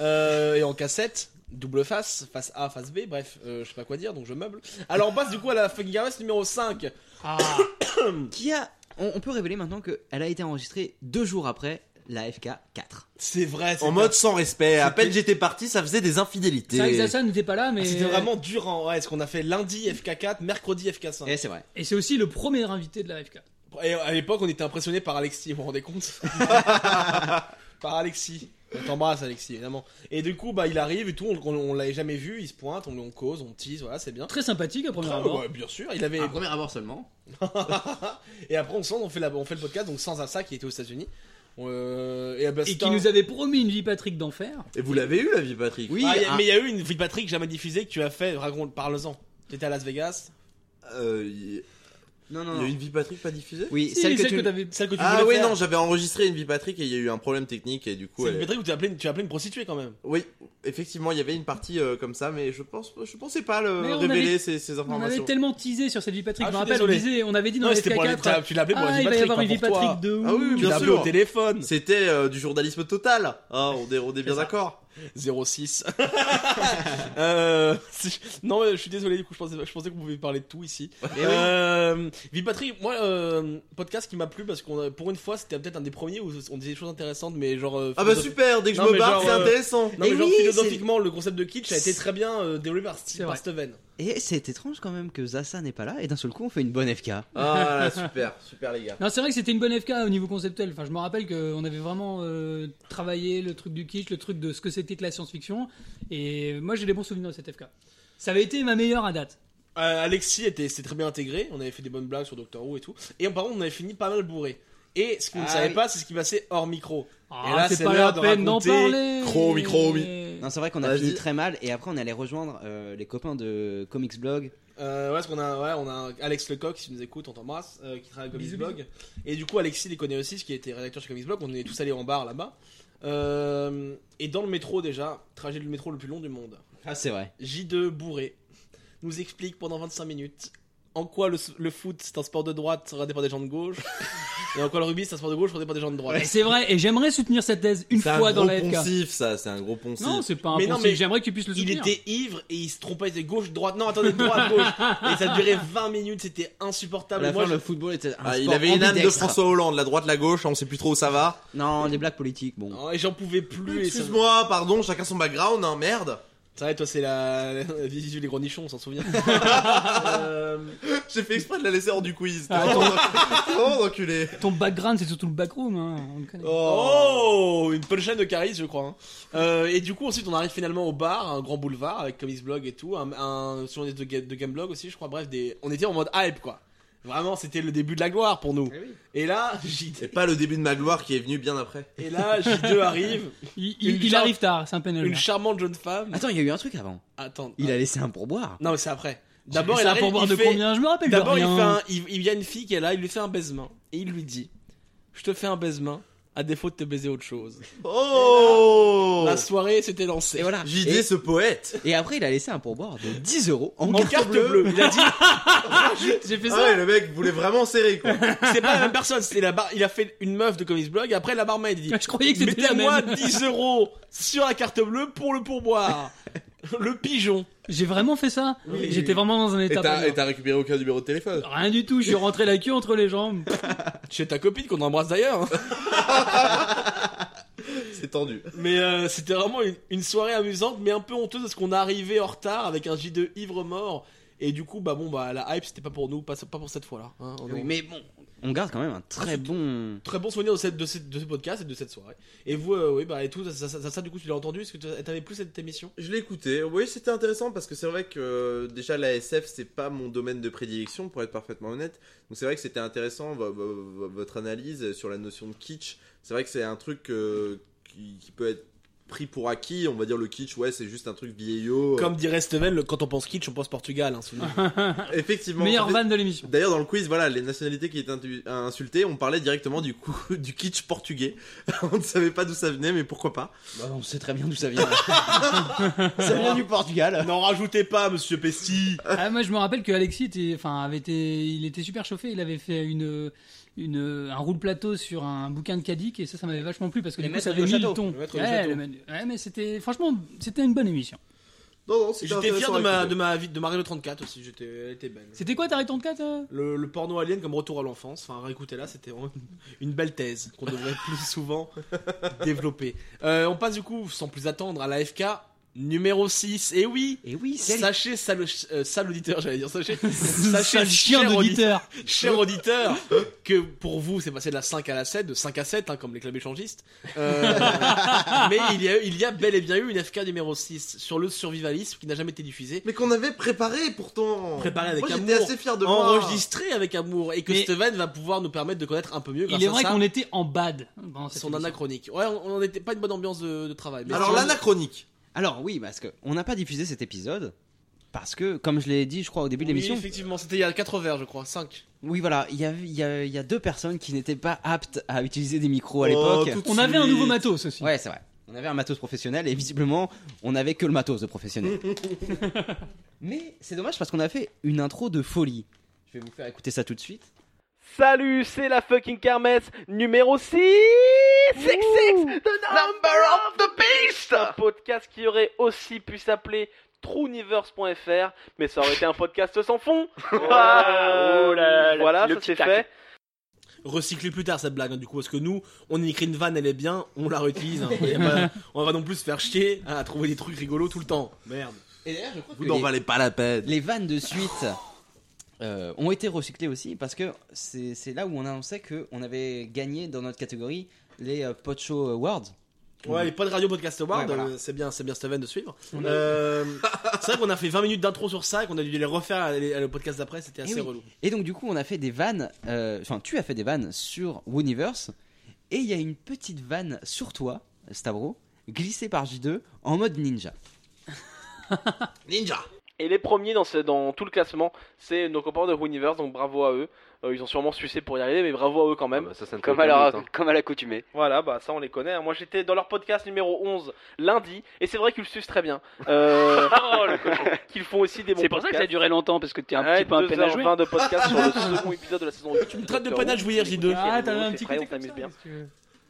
Euh, et en cassette. Double face, face A, face B, bref, euh, je sais pas quoi dire, donc je meuble. Alors on passe du coup à la Fucking Kermesse numéro 5. Qui a. On, on peut révéler maintenant qu'elle a été enregistrée deux jours après la FK 4. C'est vrai, En mode sans respect. À peine j'étais parti, ça faisait des infidélités. C'est vrai que Zaza n'était pas là, mais. Ah, C'était vraiment dur, hein, ouais, ce qu'on a fait lundi FK4, mercredi FK5. Et Eh, c'est vrai. Et c'est aussi le premier invité de la FK. Et à l'époque, on était impressionné par Alexis, vous vous <laughs> rendez compte Par Alexis. On t'embrasse, Alexis, évidemment. Et du coup, bah, il arrive et tout, on, on, on l'avait jamais vu, il se pointe, on, on cause, on tease, voilà, c'est bien. Très sympathique hein, à première abord. Ah Ouais, bien sûr, il Ah, avait. À premier abord seulement. et après, on sent, on fait, la, on fait le podcast, donc sans Assa qui était aux États-Unis. Euh, et bah, Et c'est qui un- nous avait promis une vie Patrick d'enfer. Et vous l'avez eu, la vie, Patrick Ah, y a- mais il y a eu une vie de Patrick jamais diffusée que tu as fait, raconte, parle-en. Tu étais à Las Vegas. Euh, il... Non, il y a eu une vie Patrick pas diffusée Oui, Si, celle que celle tu. que t'avais- celle que tu Ah voulais oui, faire. non, j'avais enregistré une vie Patrick et il y a eu un problème technique et du coup. C'est elle- une vie de Patrick où tu as appelé, tu as appelé une prostituée quand même. Oui, effectivement, il y avait une partie euh, comme ça, mais je pense, je pensais pas le Mais on révéler avait- ces, ces On informations. avait tellement teasé sur cette vie Patrick, Ah, je me je suis rappelle, on désolé. disait, on avait dit dans Non, la c'était pour la- FK4. t'as- tu l'appelais pour la ah, vie il va y Patrick, avoir pas une vie pour toi. Patrick de ouf. Ah oui, oui, Tu bien l'as appelé sûr. au téléphone. C'était euh, du journalisme total. Ah, on est, on est bien d'accord. <laughs> 06. Euh, si- non, mais je suis désolé, du coup, je pensais, je pensais qu'on pouvait parler de tout ici. Eh oui. Euh, Vive Patrick, moi, euh, podcast qui m'a plu parce qu'on a- pour une fois, c'était peut-être un des premiers où on disait des choses intéressantes, mais genre. euh, Ah bah philosoph- super, dès que je Non, me mais barre, genre, c'est euh, intéressant. Eh Non, mais Et genre, oui, philosophiquement, le concept de kitsch a été très bien euh, développé par, Steve- C'est par vrai. Steven. Et Eh, c'est étrange quand même que Zaza n'est pas là et d'un seul coup on fait une bonne FK. Ah là, <laughs> super, super les gars. Non, c'est vrai que c'était une bonne FK au niveau conceptuel. Enfin, je me rappelle qu'on avait vraiment euh, travaillé le truc du kitsch, le truc de ce que c'était que la science-fiction. Et moi, j'ai des bons souvenirs de cette FK. Ça avait été ma meilleure à date. Euh, Alexis était, s'est très bien intégré, on avait fait des bonnes blagues sur Doctor Who et tout. Et par contre, on avait fini pas mal bourré. Et ce qu'on ne Ah savait oui. pas, c'est ce qui passait hors micro. Ah, et là, c'est c'est pas l'heure la de peine d'en raconter. parler. Cro, oui, cro, oui. Non, c'est vrai qu'on a Vas-y. fini très mal et après on allait rejoindre euh, les copains de Comics Blog. Euh, ouais, parce qu'on a, ouais, on a Alex Lecoq, si tu nous écoutes, on t'embrasse, euh, qui travaille à Comics Bisous, Blog. Et du coup, Alexis les connaît aussi, ce qui était rédacteur chez Comics Blog. On est tous allés en bar là-bas. Euh, et dans le métro, déjà, trajet du métro le plus long du monde. Ah, c'est vrai. J2 bourré nous explique pendant 25 minutes en quoi le, le foot c'est un sport de droite rendé par des gens de gauche et en quoi le rugby c'est un sport de gauche rendé par des gens de droite. Et C'est vrai, et j'aimerais soutenir cette thèse une C'est un fois gros dans la FK. poncif, ça, c'est un gros poncif. Non, c'est pas un Mais non, poncif. mais J'aimerais que tu puisses le Il soutenir. était ivre et il se trompait, il était gauche, droite, non attendez, droite, gauche. Et ça durait 20 minutes, c'était À insupportable. la Moi, fin, je- le football était un Ah, il sport avait une âme de ambidextre. François Hollande, la droite, la gauche, on sait plus trop où ça va. Non, des blagues politiques, bon. Oh, et j'en pouvais plus. et ça- Excuse-moi, pardon, chacun son background, hein, merde. <laughs> C'est vrai, toi, c'est la. la Visu les gros nichons, on s'en souvient. Euh, J'ai fait exprès de la laisser hors du quiz. Ah, <laughs> Oh, <laughs> enculé. Ton background, c'est surtout le backroom. Hein. On le connaît. Oh, une punchline de Caris, je crois. hein. Euh, et du coup, ensuite, on arrive finalement au bar, un grand boulevard avec Comics Blog et tout, un, un journaliste de, Ga- de Game Blog aussi, je crois. Bref, des... on était en mode hype, quoi. Vraiment, c'était le début de la gloire pour Eh nous. Et là, C'est J2, pas le début de ma gloire qui est venu bien après. et là, <laughs> J2 arrive, Il, Une il, il char- arrive tard, c'est un une pénal. charmante jeune femme. Attends, il y a eu un truc avant. Attends. Il a laissé un pourboire. Non, mais c'est après. D'abord, C'est il un arrive, pourboire il de fait- combien Je me rappelle de D'abord, il, rien. fait un- il, il y a une fille qui est là, il lui fait un baisement et il lui dit Je te fais un baisement à défaut de te baiser autre chose. Oh Bah, La soirée s'était lancée. Et voilà. JD, Et, ce poète. et après, il a laissé un pourboire de 10 euros en, En carte, carte bleue. bleue, il a <laughs> dit J'ai fait Ah ça. ouais, le mec voulait vraiment serrer, <laughs> quoi. c'est pas la même personne, c'était la bar... il a fait une meuf de Comics Blog, et après la barmaid il dit <laughs> Je croyais que c'était la Mettez-moi même. 10 euros sur la carte bleue pour le pourboire. le pigeon. J'ai vraiment fait ça. Oui. J'étais vraiment dans un Et état. pas t'as bien. et t'as récupéré aucun numéro de téléphone. Rien du tout. Je suis rentré la queue entre les jambes. Chez ta copine qu'on embrasse d'ailleurs. hein. C'est tendu. Mais euh, c'était vraiment une, une soirée amusante, mais un peu honteuse parce qu'on est arrivé en retard avec un J2 ivre mort. Et du coup, bah bon, bah la hype c'était pas pour nous, pas, pas pour cette fois-là. hein. On- Oui, mais bon, on garde quand même un très bon. Très bon souvenir de, cette, de, cette- de ce podcast et de cette soirée. Et vous, euh, oui, bah et tout, ça, ça, ça, ça, du coup, tu l'as entendu Est-ce que tu- t'avais plus cette émission Je l'ai écouté. Oui, c'était intéressant parce que c'est vrai que euh, déjà la SF c'est pas mon domaine de prédilection pour être parfaitement honnête. Donc c'est vrai que c'était intéressant vo- vo- vo- votre analyse sur la notion de kitsch. C'est vrai que c'est un truc euh, qui, qui peut être pris pour acquis. On va dire le kitsch, ouais, c'est juste un truc vieillot. Comme dirait Steven, le- quand on pense kitsch, on pense Portugal. hein, <laughs> souvenez-vous. <laughs> Effectivement. Meilleure En fait, vanne de l'émission. <laughs> D'ailleurs, dans le quiz, voilà, les nationalités qui étaient intu- insultées, on parlait directement du coup <laughs> du kitsch portugais. on ne savait pas d'où ça venait, mais pourquoi pas Bah, On sait très bien d'où ça vient. <laughs> Ça vient du Portugal. N'en rajoutez pas, monsieur Pesti. Euh, Ah, moi, je me rappelle que Alexis était, enfin, avait été, il était super chauffé. Il avait fait une, une, un roule plateau sur un bouquin de Cadic et ça, ça m'avait vachement plu parce que Les du coup, maîtres ça avait du mis château. le ton. Les maîtres du ouais, château. le- ouais, mais c'était, franchement, c'était une bonne émission. Non, non, c'était J'étais fier intéressant de à ma, écouter. de ma vie, de Mario 34 aussi. J'étais, elle était belle. C'était quoi ta rétente 4 Le, le porno alien comme retour à l'enfance. Enfin, réécoutez-la, c'était vraiment une belle thèse qu'on devrait plus souvent développer. Euh, on passe du coup, sans plus attendre, à l'AFK numéro 6. Et oui, et oui sachez, sale, euh, sale auditeur, j'allais <laughs> dire, sachez, sachez Sale chien cher d'auditeur. audi- cher auditeur, que pour vous, c'est passé de la 5 à la 7, de 5 à 7, hein, comme les clubs échangistes. <laughs> Euh, mais il y, a, eu- il y a bel et bien eu une AFK numéro 6 sur le survivalisme qui n'a jamais été diffusée. Mais qu'on avait préparé pourtant. préparé avec Moi, amour, j'étais assez fier de moi. enregistré avec amour, et que Mais- Steven va pouvoir nous permettre de connaître un peu mieux. Grâce Il est vrai à ça, qu'on était en bad. pendant cette son émission. anachronique. Ouais, on on n'était pas une bonne ambiance de, de travail. mais Alors, sur- l'anachronique. Alors oui, parce que on n'a pas diffusé cet épisode parce que, comme je l'ai dit, je crois au début de Oui, l'émission, effectivement, c'était il y a 4 verres, je crois, 5. oui voilà, il y a, il y a- il y a deux personnes qui n'étaient pas aptes à utiliser des micros Oh, à l'époque. tout de On avait un suite. nouveau matos aussi. Ouais, c'est vrai. On avait un matos professionnel et visiblement, on n'avait que le matos de <laughs> professionnel. Mais c'est dommage parce qu'on a fait une intro de folie. Je vais vous faire écouter ça tout de suite. Salut, c'est la fucking kermesse numéro 6 Six, six, the number of the beast. Un podcast qui aurait aussi pu s'appeler Trouniverse.fr, mais ça aurait été un podcast sans <laughs> fond. Euh, Ah, oh là là, le voilà, petit- ça le c'est petit tac. fait. Recycler plus tard cette blague, hein, du coup, parce que nous, on écrit une vanne, elle est bien, on la réutilise. hein. Y a <laughs> pas- on va non plus se faire chier à trouver des trucs rigolos tout le temps. Merde. Et d'ailleurs, je crois Vous n'en valez pas la peine. Les vannes de suite euh, ont été recyclées aussi parce que c'est c'est là où on annonçait qu'on avait gagné dans notre catégorie les euh, Podshow Awards. Ouais, les de Radio Podcast Award, Ouais, voilà. euh, c'est bien, c'est bien Steven de suivre. On a- Euh, c'est vrai qu'on a fait 20 minutes d'intro sur ça et qu'on a dû les refaire à, à le podcast d'après, c'était Et, assez Eh oui. relou. Et donc du coup, on a fait des vannes, euh, enfin tu as fait des vannes sur Wooniverse, et il y a une petite vanne sur toi, Stavro, glissée par J2 en mode ninja. Ninja Et les premiers dans, ce- dans tout le classement, c'est nos copains de Universe, donc bravo à eux. Euh, ils ont sûrement sucé pour y arriver, mais bravo à eux quand Ah bah même. Comme à, la- hein. comme à l'accoutumée. Voilà, bah ça on les connaît. hein. Moi j'étais dans leur podcast numéro 11 lundi, et c'est vrai qu'ils le sucent très bien. <laughs> Euh, qu'ils font aussi des bons C'est pour ça que ça a podcasts. duré longtemps, parce que t'es un Ouais, petit peu un 2 peine à jouer. heures 20 de podcast sur le second épisode de la saison 8. Tu me traites de peine à jouir, J2. Ah, t'avais un petit côté comme ça, bien. si tu veux.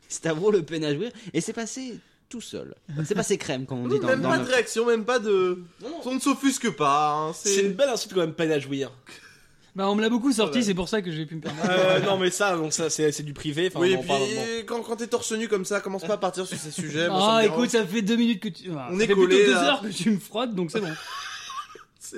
Stavro le peine à jouer, et c'est passé tout seul. C'est passé crème, comme on dit dans, même dans pas le- de réaction, même pas de. On ne s'offusque pas. hein, C'est une belle insulte quand même, peine à jouir. Bah, on me l'a beaucoup sorti, ouais. c'est pour ça que j'ai pu me permettre. <laughs> Euh, non mais ça, donc ça c'est c'est du privé. Enfin, Oui, on et en puis parle, bon. quand, quand t'es torse nu comme ça, commence pas à partir sur ces sujets. moi, ça Ah, me dérange. écoute, ça fait deux minutes que tu. Ah, On ça est fait plutôt collés, deux là. heures que tu me frottes, donc c'est bon.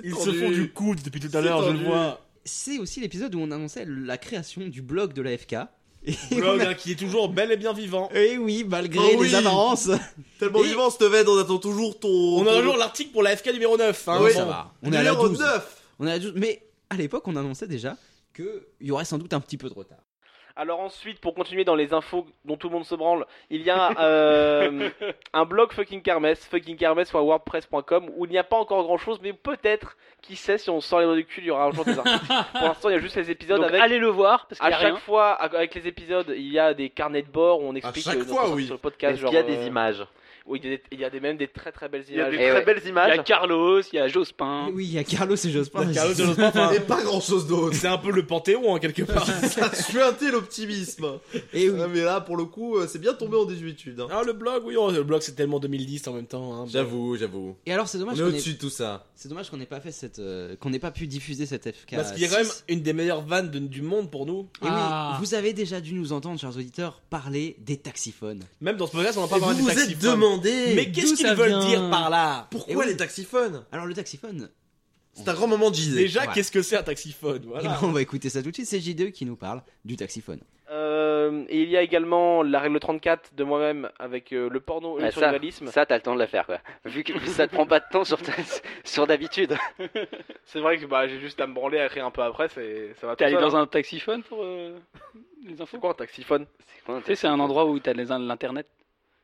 Ils tendu. se font du coude depuis tout à C'est l'heure, je le tendu. vois. C'est aussi l'épisode où on annonçait la création du blog de l'AFK. Et Blog, on a- hein, qui est toujours bel et bien vivant. Et Eh oui, malgré Oh oui. les apparences. Tellement Et- vivant, Steven, on attend toujours ton. On a ton- toujours l'article pour la FK numéro 9. Hein, Non, bon. ça va. On est à la Numéro 12. 9. On est à la 12. Mais à l'époque, on annonçait déjà qu'il y aurait sans doute un petit peu de retard. Alors ensuite, pour continuer dans les infos dont tout le monde se branle, il y a euh, un blog fucking kermesse, fuckingkermesse.wordpress.com où il n'y a pas encore grand chose, mais peut-être, qui sait, si on sort les doigts du cul, il y aura encore des articles. <laughs> pour l'instant, il y a juste les épisodes Donc, avec. allez le voir, parce qu'il à y a chaque rien. fois, à- avec les épisodes, il y a des carnets de bord où on explique chaque euh, notre fois, sortie oui. sur le podcast. Est-ce qu'il y a genre, des euh, images Eh Oui, il y a des- il y a des- même des très très belles images. Il y a des Et très ouais. belles images. Il y a Carlos, il y a Jospin. Oui, il y a Carlos et Jospin. Carlos de Jospin, enfin, Et pas grand chose <laughs> d'autre. C'est un peu le Panthéon, hein, quelque <laughs> part. Ça suintait l'optimisme. Eh Et oui. Ah, mais là, pour le coup, euh, c'est bien tombé en désuétude. hein. Ah, le blog, oui, oh, le blog c'est tellement 2010 en même temps. hein. J'avoue, j'avoue. Et alors, c'est On dommage est qu'on au-dessus ait... de tout ça. c'est dommage qu'on n'ait pas fait cette, euh, qu'on n'ait pas pu diffuser cette FK. Parce qu'il y a quand même une des meilleures vannes de- du monde pour nous. Et Ah. oui, vous avez déjà dû nous entendre, chers auditeurs, parler des taxiphones. Même dans ce podcast, on n'a pas Et vous parlé des vous taxis. êtes demandé Mais qu'est-ce d'où qu'ils ça veulent vient dire par là Et pourquoi oui. les taxiphones Alors, le eh taxiphone, C'est un grand moment de gisée. Déjà, Ouais. qu'est-ce que c'est un taxiphone voilà. eh ben, on va écouter ça tout de suite. C'est J2 qui nous parle du taxiphone. Euh, et il y a également la règle 34 de moi-même avec euh, le porno et Ah, le ça, survivalisme. ça, t'as le temps de la faire, quoi. Vu que ça te prend pas de temps sur, ta- <laughs> sur d'habitude. <laughs> C'est vrai que bah, j'ai juste à me branler, à rire un peu après, c'est- ça va T'es tout allé seul, dans hein. un taxiphone pour euh, les infos C'est quoi un taxiphone C'est quoi un Tu sais, c'est un endroit où t'as les- l'internet.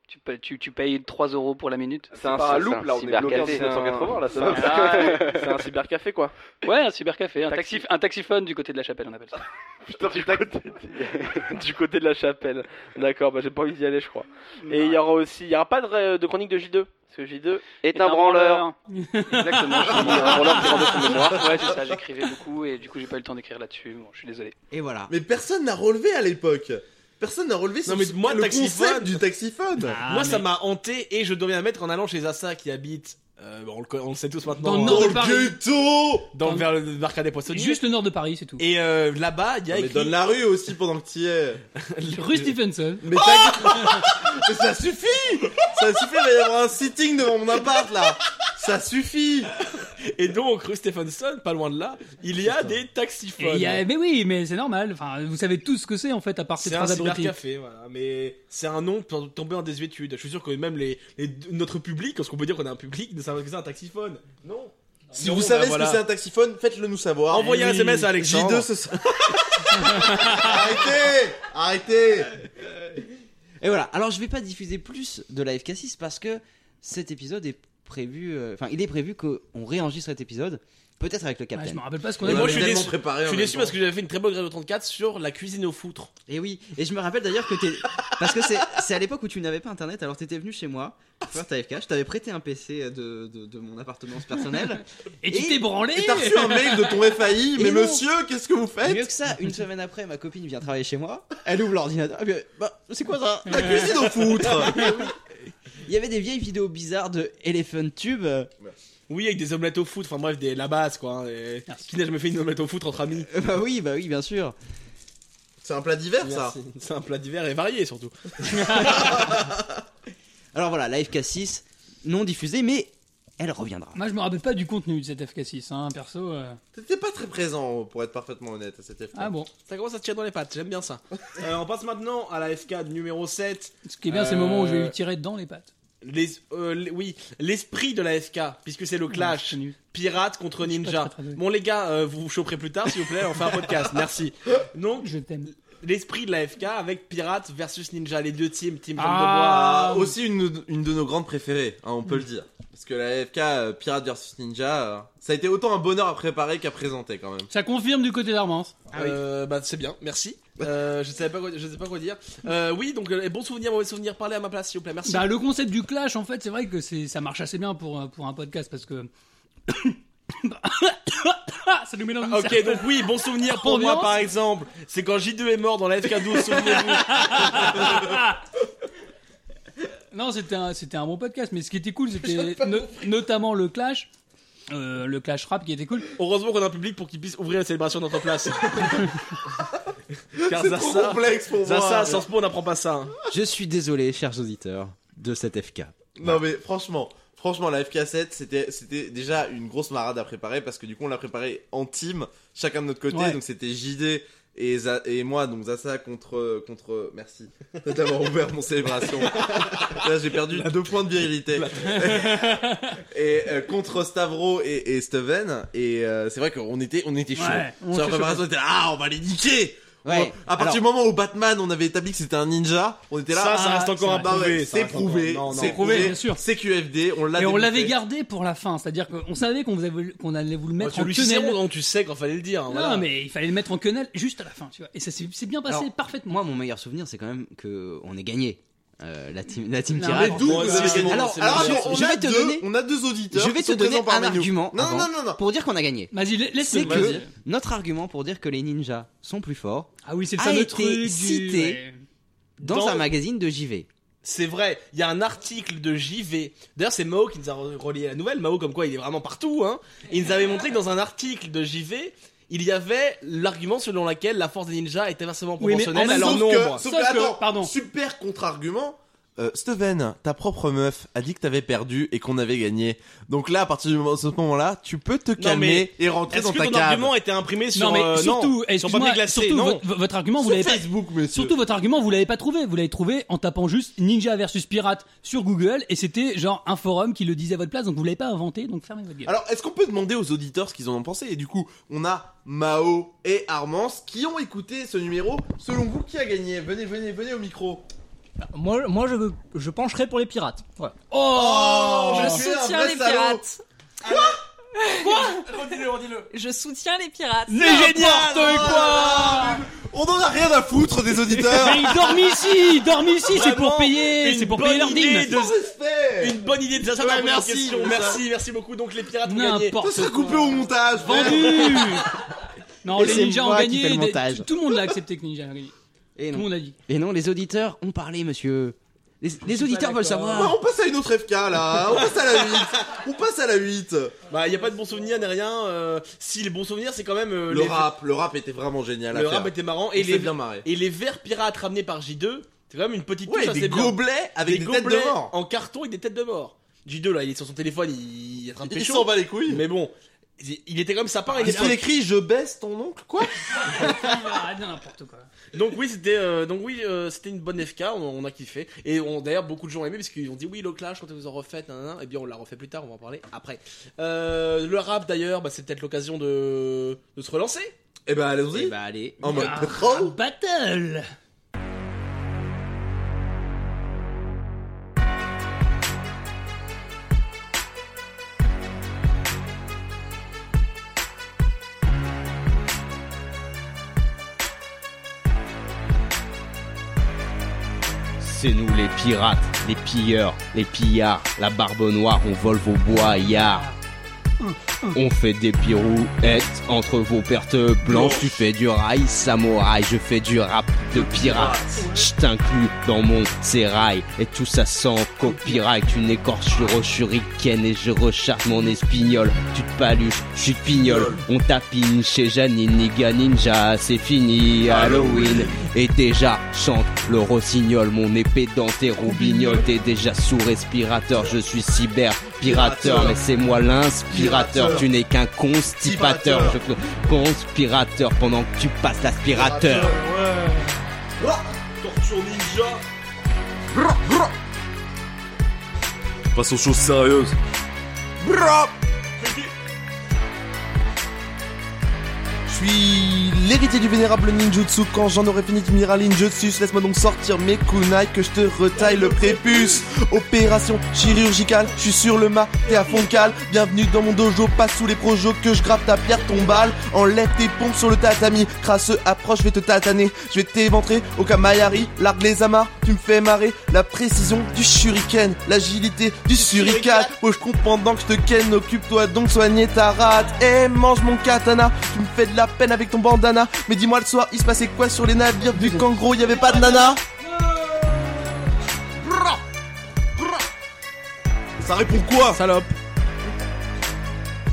Tu payes, tu, tu payes 3 euros pour la minute C'est un, c'est un loop, là, on est bloqué en cybercafé. 1980, là, ça va. <laughs> Ah. C'est un cybercafé, quoi. Ouais, un cybercafé, un, taxi... un taxiphone du côté de la chapelle, on <laughs> appelle ça. Putain, du côté, <laughs> du côté de la chapelle. D'accord, bah j'ai pas envie d'y aller, je crois. Et il y aura aussi, il y aura pas de, de chronique de J2. Parce que J2 Est un branleur. Exactement, je suis un branleur qui rendait son mémoire. Ouais, c'est ça, j'écrivais beaucoup et du coup, j'ai pas eu le temps d'écrire là-dessus. Bon, je suis désolé. Et voilà. Mais personne n'a relevé à l'époque. Personne n'a relevé Non, ce- mais moi, le taxiphone- Bah, concept du taxiphone. Ah. Moi, ça m'a hanté et je dois bien admettre en allant chez Assa qui habite. euh, bon, on, le, co- on le sait tous maintenant. Dans hein, le nord de Paris. ghetto Dans Dans- vers le marché des poissonniers. Juste le nord de Paris, c'est tout. Et euh, là-bas, il y a. Non, mais écrit- <laughs> donne la rue aussi pendant que t'y es. Rue Stephenson. Oh Mais, ta- <laughs> Mais ça suffit Ça suffit, il va y avoir un sitting devant mon appart là Ça suffit Et donc, rue Stephenson, pas loin de là, il y a des taxiphones. Et il y a- mais oui, mais c'est normal. Enfin, vous savez tous ce que c'est en fait, à part ces C'est un trois abrutis. Ah, cybercafé, voilà. Mais c'est un nom pour tomber en désuétude. Je suis sûr que même les, les- notre public, parce qu'on peut dire qu'on a un public, ne savent pas ce que c'est un taxiphone. Non. Si Non, vous bah savez voilà. ce que c'est un taxiphone, faites-le nous savoir. Envoyez un Oui. SMS à Alexandre. J2 ce soir. <laughs> Arrêtez Arrêtez Et voilà. Alors, je vais pas diffuser plus de la FK6 parce que cet épisode est prévu. euh, Enfin, il est prévu qu'on réenregistre cet épisode, peut-être avec le capitaine. je me rappelle pas ce qu'on Et a moi, je suis tellement déçu, préparé je en suis même déçu temps. parce que j'avais fait une très bonne grève de 34 sur la cuisine au foutre. Et oui, et je me rappelle d'ailleurs que t'es. Parce que c'est c'est à l'époque où tu n'avais pas internet, alors t'étais venu chez moi pour faire ta FK. Je t'avais prêté un PC de, de, de mon appartement <laughs> personnel. Et tu t'es branlé Et t'as reçu un mail de ton FAI, Et mais non. monsieur, qu'est-ce que vous faites Mieux que ça, une semaine après, ma copine vient travailler chez moi, elle ouvre l'ordinateur, et puis, bah, c'est quoi ça La cuisine au foutre Il y avait des vieilles vidéos bizarres de Elephant Tube. euh, Oui, avec des omelettes au foutre, enfin bref, des, la base quoi. hein, et- Ah, Qui n'a jamais fait une omelette au foutre entre amis Bah oui, bah oui, bien sûr. <laughs> C'est un plat divers ça Merci. C'est un plat divers et varié surtout. Alors voilà, la FK6, non diffusée, mais elle reviendra. Moi, je me rappelle pas du contenu de cette FK6, hein, perso. euh. T'étais pas très présent, pour être parfaitement honnête, à cette FK. Ah bon. Ça commence à se tirer dans les pattes, j'aime bien ça. <laughs> Euh, on passe maintenant à la FK numéro 7. Ce qui est bien, c'est le moment où je vais Euh, lui tirer dans les pattes. Les, euh, les- oui, l'esprit de la FK, puisque c'est le clash pirate contre ninja. Bon les gars, euh, vous vous choperez plus tard s'il vous plaît, on fait <laughs> un podcast, merci. Donc Je t'aime. l'esprit de la FK avec pirate versus ninja, les deux teams, team Jeanne Ah, de Bois. aussi une, une de nos grandes préférées, hein, on peut le dire. Parce que la FK euh, Pirate vs Ninja, euh, ça a été autant un bonheur à préparer qu'à présenter quand même. Ça confirme du côté d'Armance. Ah Euh, bah c'est bien, <laughs> merci. Euh, je savais pas quoi, je sais pas quoi dire. Euh, oui, donc euh, bon souvenir, mauvais souvenir, parlez à ma place s'il vous plaît, merci. Bah, le concept du clash, en fait, c'est vrai que c'est, ça marche assez bien pour, euh, pour un podcast parce que. <coughs> ça nous mélange. Ah, Ok, donc oui, bon souvenir pour moi Ambiance. par exemple, c'est quand J2 est mort dans la FK12, souvenez-vous. Non, c'était un, c'était un bon podcast, mais ce qui était cool, <laughs> c'était no- notamment le clash. euh, le clash rap qui était cool. Heureusement qu'on a un public pour qu'il puisse ouvrir la célébration dans <laughs> notre place. Car C'est trop Zaza, complexe pour moi. Zaza, sans ce mot, on n'apprend pas ça. hein. Je suis désolé, chers auditeurs, de cette FK. Non mais franchement, franchement la FK7 c'était c'était déjà une grosse marade à préparer parce que du coup on l'a préparé en team, chacun de notre côté, Ouais. donc c'était JD et, Za- et moi donc Zaza contre contre merci <laughs> d'avoir ouvert mon célébration. <laughs> Là j'ai perdu deux points de virilité. <laughs> et euh, contre Stavro et, et Steven et euh, c'est vrai qu'on était on était chaud. Ouais, on Sur la était préparation on était là, ah on va les niquer. Ouais, On- à partir du moment où Batman, on avait établi que c'était un ninja, on était là. Ça, ça Ah, reste encore à c'est Bah ouais, prouver. ça c'est reste encore- prouvé, Non, non. c'est prouvé, prouvé, bien sûr. C'est QFD, on l'a Et on démontré. l'avait gardé pour la fin, c'est-à-dire qu'on savait qu'on vous avait- qu'on allait vous le Bah, mettre tu en lui quenelle. sais, bon, tu sais quand fallait le dire. hein, Non, voilà. mais il fallait le mettre en quenelle juste à la fin, tu vois. Et ça s'est s'est bien passé Alors, parfaitement. Moi, mon meilleur souvenir, c'est quand même que on ait gagné. Euh, la team, la team Non, pirate. mais D'où Moi vous aussi, avez c'est gagné. bon, Alors, c'est bon. alors je- attends, on, je a vais te deux, donner- on a deux auditeurs. Je vais qui te sont donner présents un parmi nous. argument Non, avant non, non, non. pour dire qu'on a gagné. Vas-y, la- laisse-le. C'est que Vas-y. notre argument pour dire que les ninjas sont plus forts Ah oui, c'est le a fameux été truc du- cité. Ouais. dans, Dans- un magazine de JV. C'est vrai, il y a un article de JV. D'ailleurs, c'est Mao qui nous a re- relié la nouvelle. Mao, comme quoi, il est vraiment partout. Hein. Il nous avait montré que dans un article de JV, il y avait l'argument selon lequel la force des ninjas est inversement Oui, mais en proportionnelle même à leur sauf nombre. que, sauf Sauf que, que- attends, pardon. super contre-argument. Euh, Steven, ta propre meuf a dit que t'avais perdu et qu'on avait gagné. Donc là, à partir du moment, ce moment-là, tu peux te calmer et rentrer Est-ce dans que ta ton cave. argument était imprimé sur Non, mais euh, surtout, sur excuse-moi, papier glacé surtout, Non. votre, votre argument, vous l'avez pas. Facebook, monsieur. Surtout votre argument, vous l'avez pas trouvé. Vous l'avez trouvé en tapant juste Ninja versus Pirate sur Google et c'était genre un forum qui le disait à votre place, donc vous l'avez pas inventé, donc fermez Ah, votre gueule. Alors, est-ce qu'on peut demander aux auditeurs ce qu'ils en ont pensé Et du coup, on a Mao et Armance qui ont écouté ce numéro. Selon vous, qui a gagné Venez, venez, venez au micro. Moi, moi je, je pencherai pour les pirates. Voilà. Oh, je tu es un soutiens vrai les salaud. pirates. Quoi Quoi Redis-le, redis-le. Je soutiens les pirates. Mais génial quoi On en a rien à foutre des auditeurs. <laughs> Mais ils dorment ici, ils dorment ici, c'est pour Vraiment payer, une c'est pour bonne payer leur idée dîme. de- Une bonne idée de ça, Ouais, ça merci, merci, question. ça. merci, merci beaucoup. Donc les pirates ont gagné. N'importe Ça sera coupé au montage. <laughs> Vendu Non, Et les c'est ninjas ont moi qui gagné. fais le des- montage. tout- Tout le monde l'a accepté que les ninjas ont gagné. Et Tout non. le monde <laughs> a dit. Et non, les auditeurs ont parlé, monsieur. Les, les auditeurs veulent Bah, savoir. on passe à une autre FK là. On passe à la 8. on passe à la 8. Bah, il y a pas de bons souvenirs ni rien. euh, si les bons souvenirs, c'est quand même euh, Le les- rap, le rap était vraiment génial. à Le faire. rap était marrant On et s'est les bien marré. et les verres pirates ramenés par J2, c'est quand même une petite Ouais, touche des assez bien. gobelets avec des têtes de gobelets mort. en carton avec des têtes de mort. J2 là, il est sur son téléphone, il est en train de Il pécho. s'en bat les couilles. Mais bon, il Ah, il était comme ça part. Qu'est-ce qu'il écrit Je baisse ton oncle Quoi Ah, bien n'importe quoi. Donc oui, c'était euh, donc oui, euh, c'était une bonne FK, on, on a kiffé et on d'ailleurs beaucoup de gens ont aimé parce qu'ils ont dit oui le clash quand vous en refaites, nan, nan, nan. et bien on l'a refait plus tard, on va en parler après. Euh, le rap d'ailleurs, bah, c'est peut-être l'occasion de, de se relancer. Eh ben allons-y. Eh ben, allez. En mode Ah, Oh, battle C'est nous les pirates, les pilleurs, les pillards, la barbe noire, on vole vos bois, yard. On fait des pirouettes entre vos pertes blanches. Tu fais du rail samouraï, je fais du rap de pirate. Je t'inclus dans mon sérail et tout ça sent copyright. Une écorche au shuriken et je recharge mon espignol. Tu te paluches, je suis pignol. On tapine chez Janine, Niga Ninja, c'est fini Halloween. Et déjà chante le rossignol, mon épée dans tes roubignoles. T'es déjà sous respirateur, je suis cyber pirateur. Mais c'est moi l'inspirateur, tu n'es qu'un constipateur. Je te- conspirateur pendant que tu passes l'aspirateur. Ouais. Ah, Torture ninja. Passe aux choses sérieuses. Oh, Je suis l'héritier du vénérable ninjutsu. Quand j'en aurai fini de Mira ninjutsu, laisse-moi donc sortir mes kunai que je te retaille le prépuce. Opération chirurgicale, je suis sur le mât, t'es à fond de cale. Bienvenue dans mon dojo, passe sous les projos que je grappe ta pierre tombale. Enlève tes pompes sur le tatami, crasseux approche, je vais te tataner. Je vais t'éventrer au kamayari, largue les amarres, tu me fais marrer. La précision du shuriken, l'agilité du suricate. Ouais, je compte pendant que je te ken, occupe-toi donc soigner ta rate. Et mange mon katana, tu me fais de la peine avec ton bandana. Mais dis-moi le soir, il se passait quoi sur les navires vu qu'en gros il y avait pas de nana Ça répond quoi Salope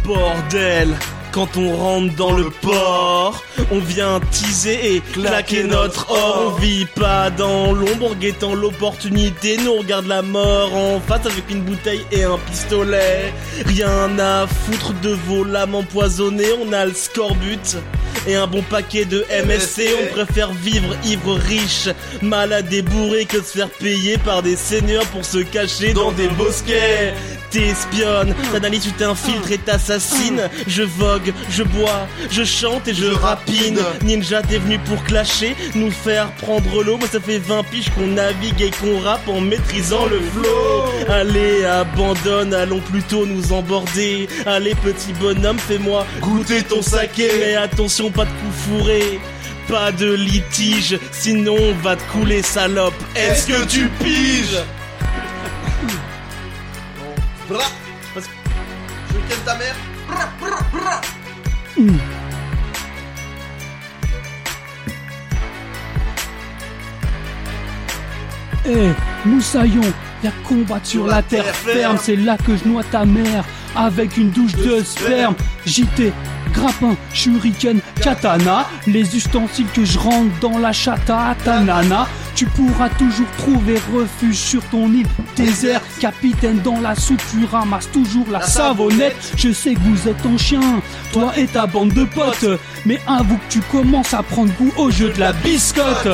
Bordel quand on rentre dans le port, on vient teaser et claquer notre or. On vit pas dans l'ombre, en guettant l'opportunité. Nous on regarde la mort en face avec une bouteille et un pistolet. Rien à foutre de vos lames empoisonnées. On a le scorbut et un bon paquet de MSC. On préfère vivre ivre riche, malade et bourré que de se faire payer par des seigneurs pour se cacher dans, des bosquets. T'espionnes, t'analyses, tu t'infiltres et t'assassines. Je vogue, je bois, je chante et je, rapine. Ninja, t'es venu pour clasher, nous faire prendre l'eau. Moi, ça fait 20 piges qu'on navigue et qu'on rappe en maîtrisant le flow. Allez, abandonne, allons plutôt nous emborder. Allez, petit bonhomme, fais-moi goûter ton saké. Mais attention, pas de coups fourrés. Pas de litige, sinon on va te couler salope. Est-ce que tu piges Bra Parce que je t'aime ta mère. Bra, bra, bra. Eh, moussaillon, viens combattre sur la terre ferme. C'est là que je noie ta mère avec une douche de sperme. JT, grappin, shuriken, katana. Les ustensiles que je rentre dans la chata, tanana. Tu pourras toujours trouver refuge sur ton île désert. Capitaine dans la soupe, tu ramasses toujours la savonnette. Je sais que vous êtes en chien, toi et ta bande de potes. Mais avoue que tu commences à prendre goût au jeu de la biscotte.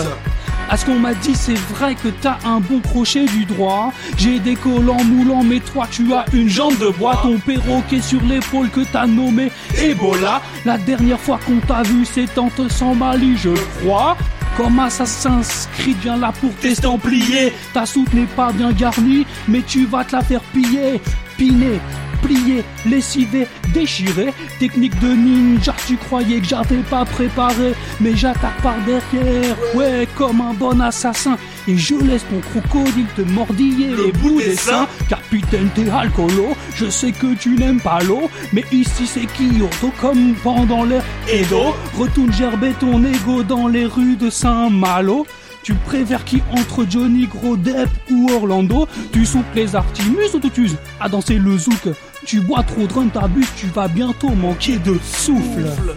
À ce qu'on m'a dit, c'est vrai que t'as un bon crochet du droit. J'ai des collants moulants, mais toi tu as une jambe de bois. Ton perroquet sur l'épaule que t'as nommé Ebola. La dernière fois qu'on t'a vu, c'est en te sans Mali, je crois. comme Assassin's Creed, viens là pour t'estamplier. Ta soupe n'est pas bien garnie, mais tu vas te la faire piller. Piner, plier, lessiver, déchirer. Technique de ninja, tu croyais que j'avais pas préparé, mais j'attaque par derrière. Ouais, comme un bon assassin. Et je laisse ton crocodile te mordiller les bouts des seins. Capitaine, t'es alcoolo, je sais que tu n'aimes pas l'eau, mais ici c'est Kyoto comme pendant l'air Edo. Retourne gerber ton ego dans les rues de Saint-Malo. Tu préfères qui entre Johnny Gros Depp ou Orlando Tu soupes les Artimus ou tu t'uses à danser le zouk Tu bois trop de rhum, t'abuses, tu vas bientôt manquer de Eh souffle. ben,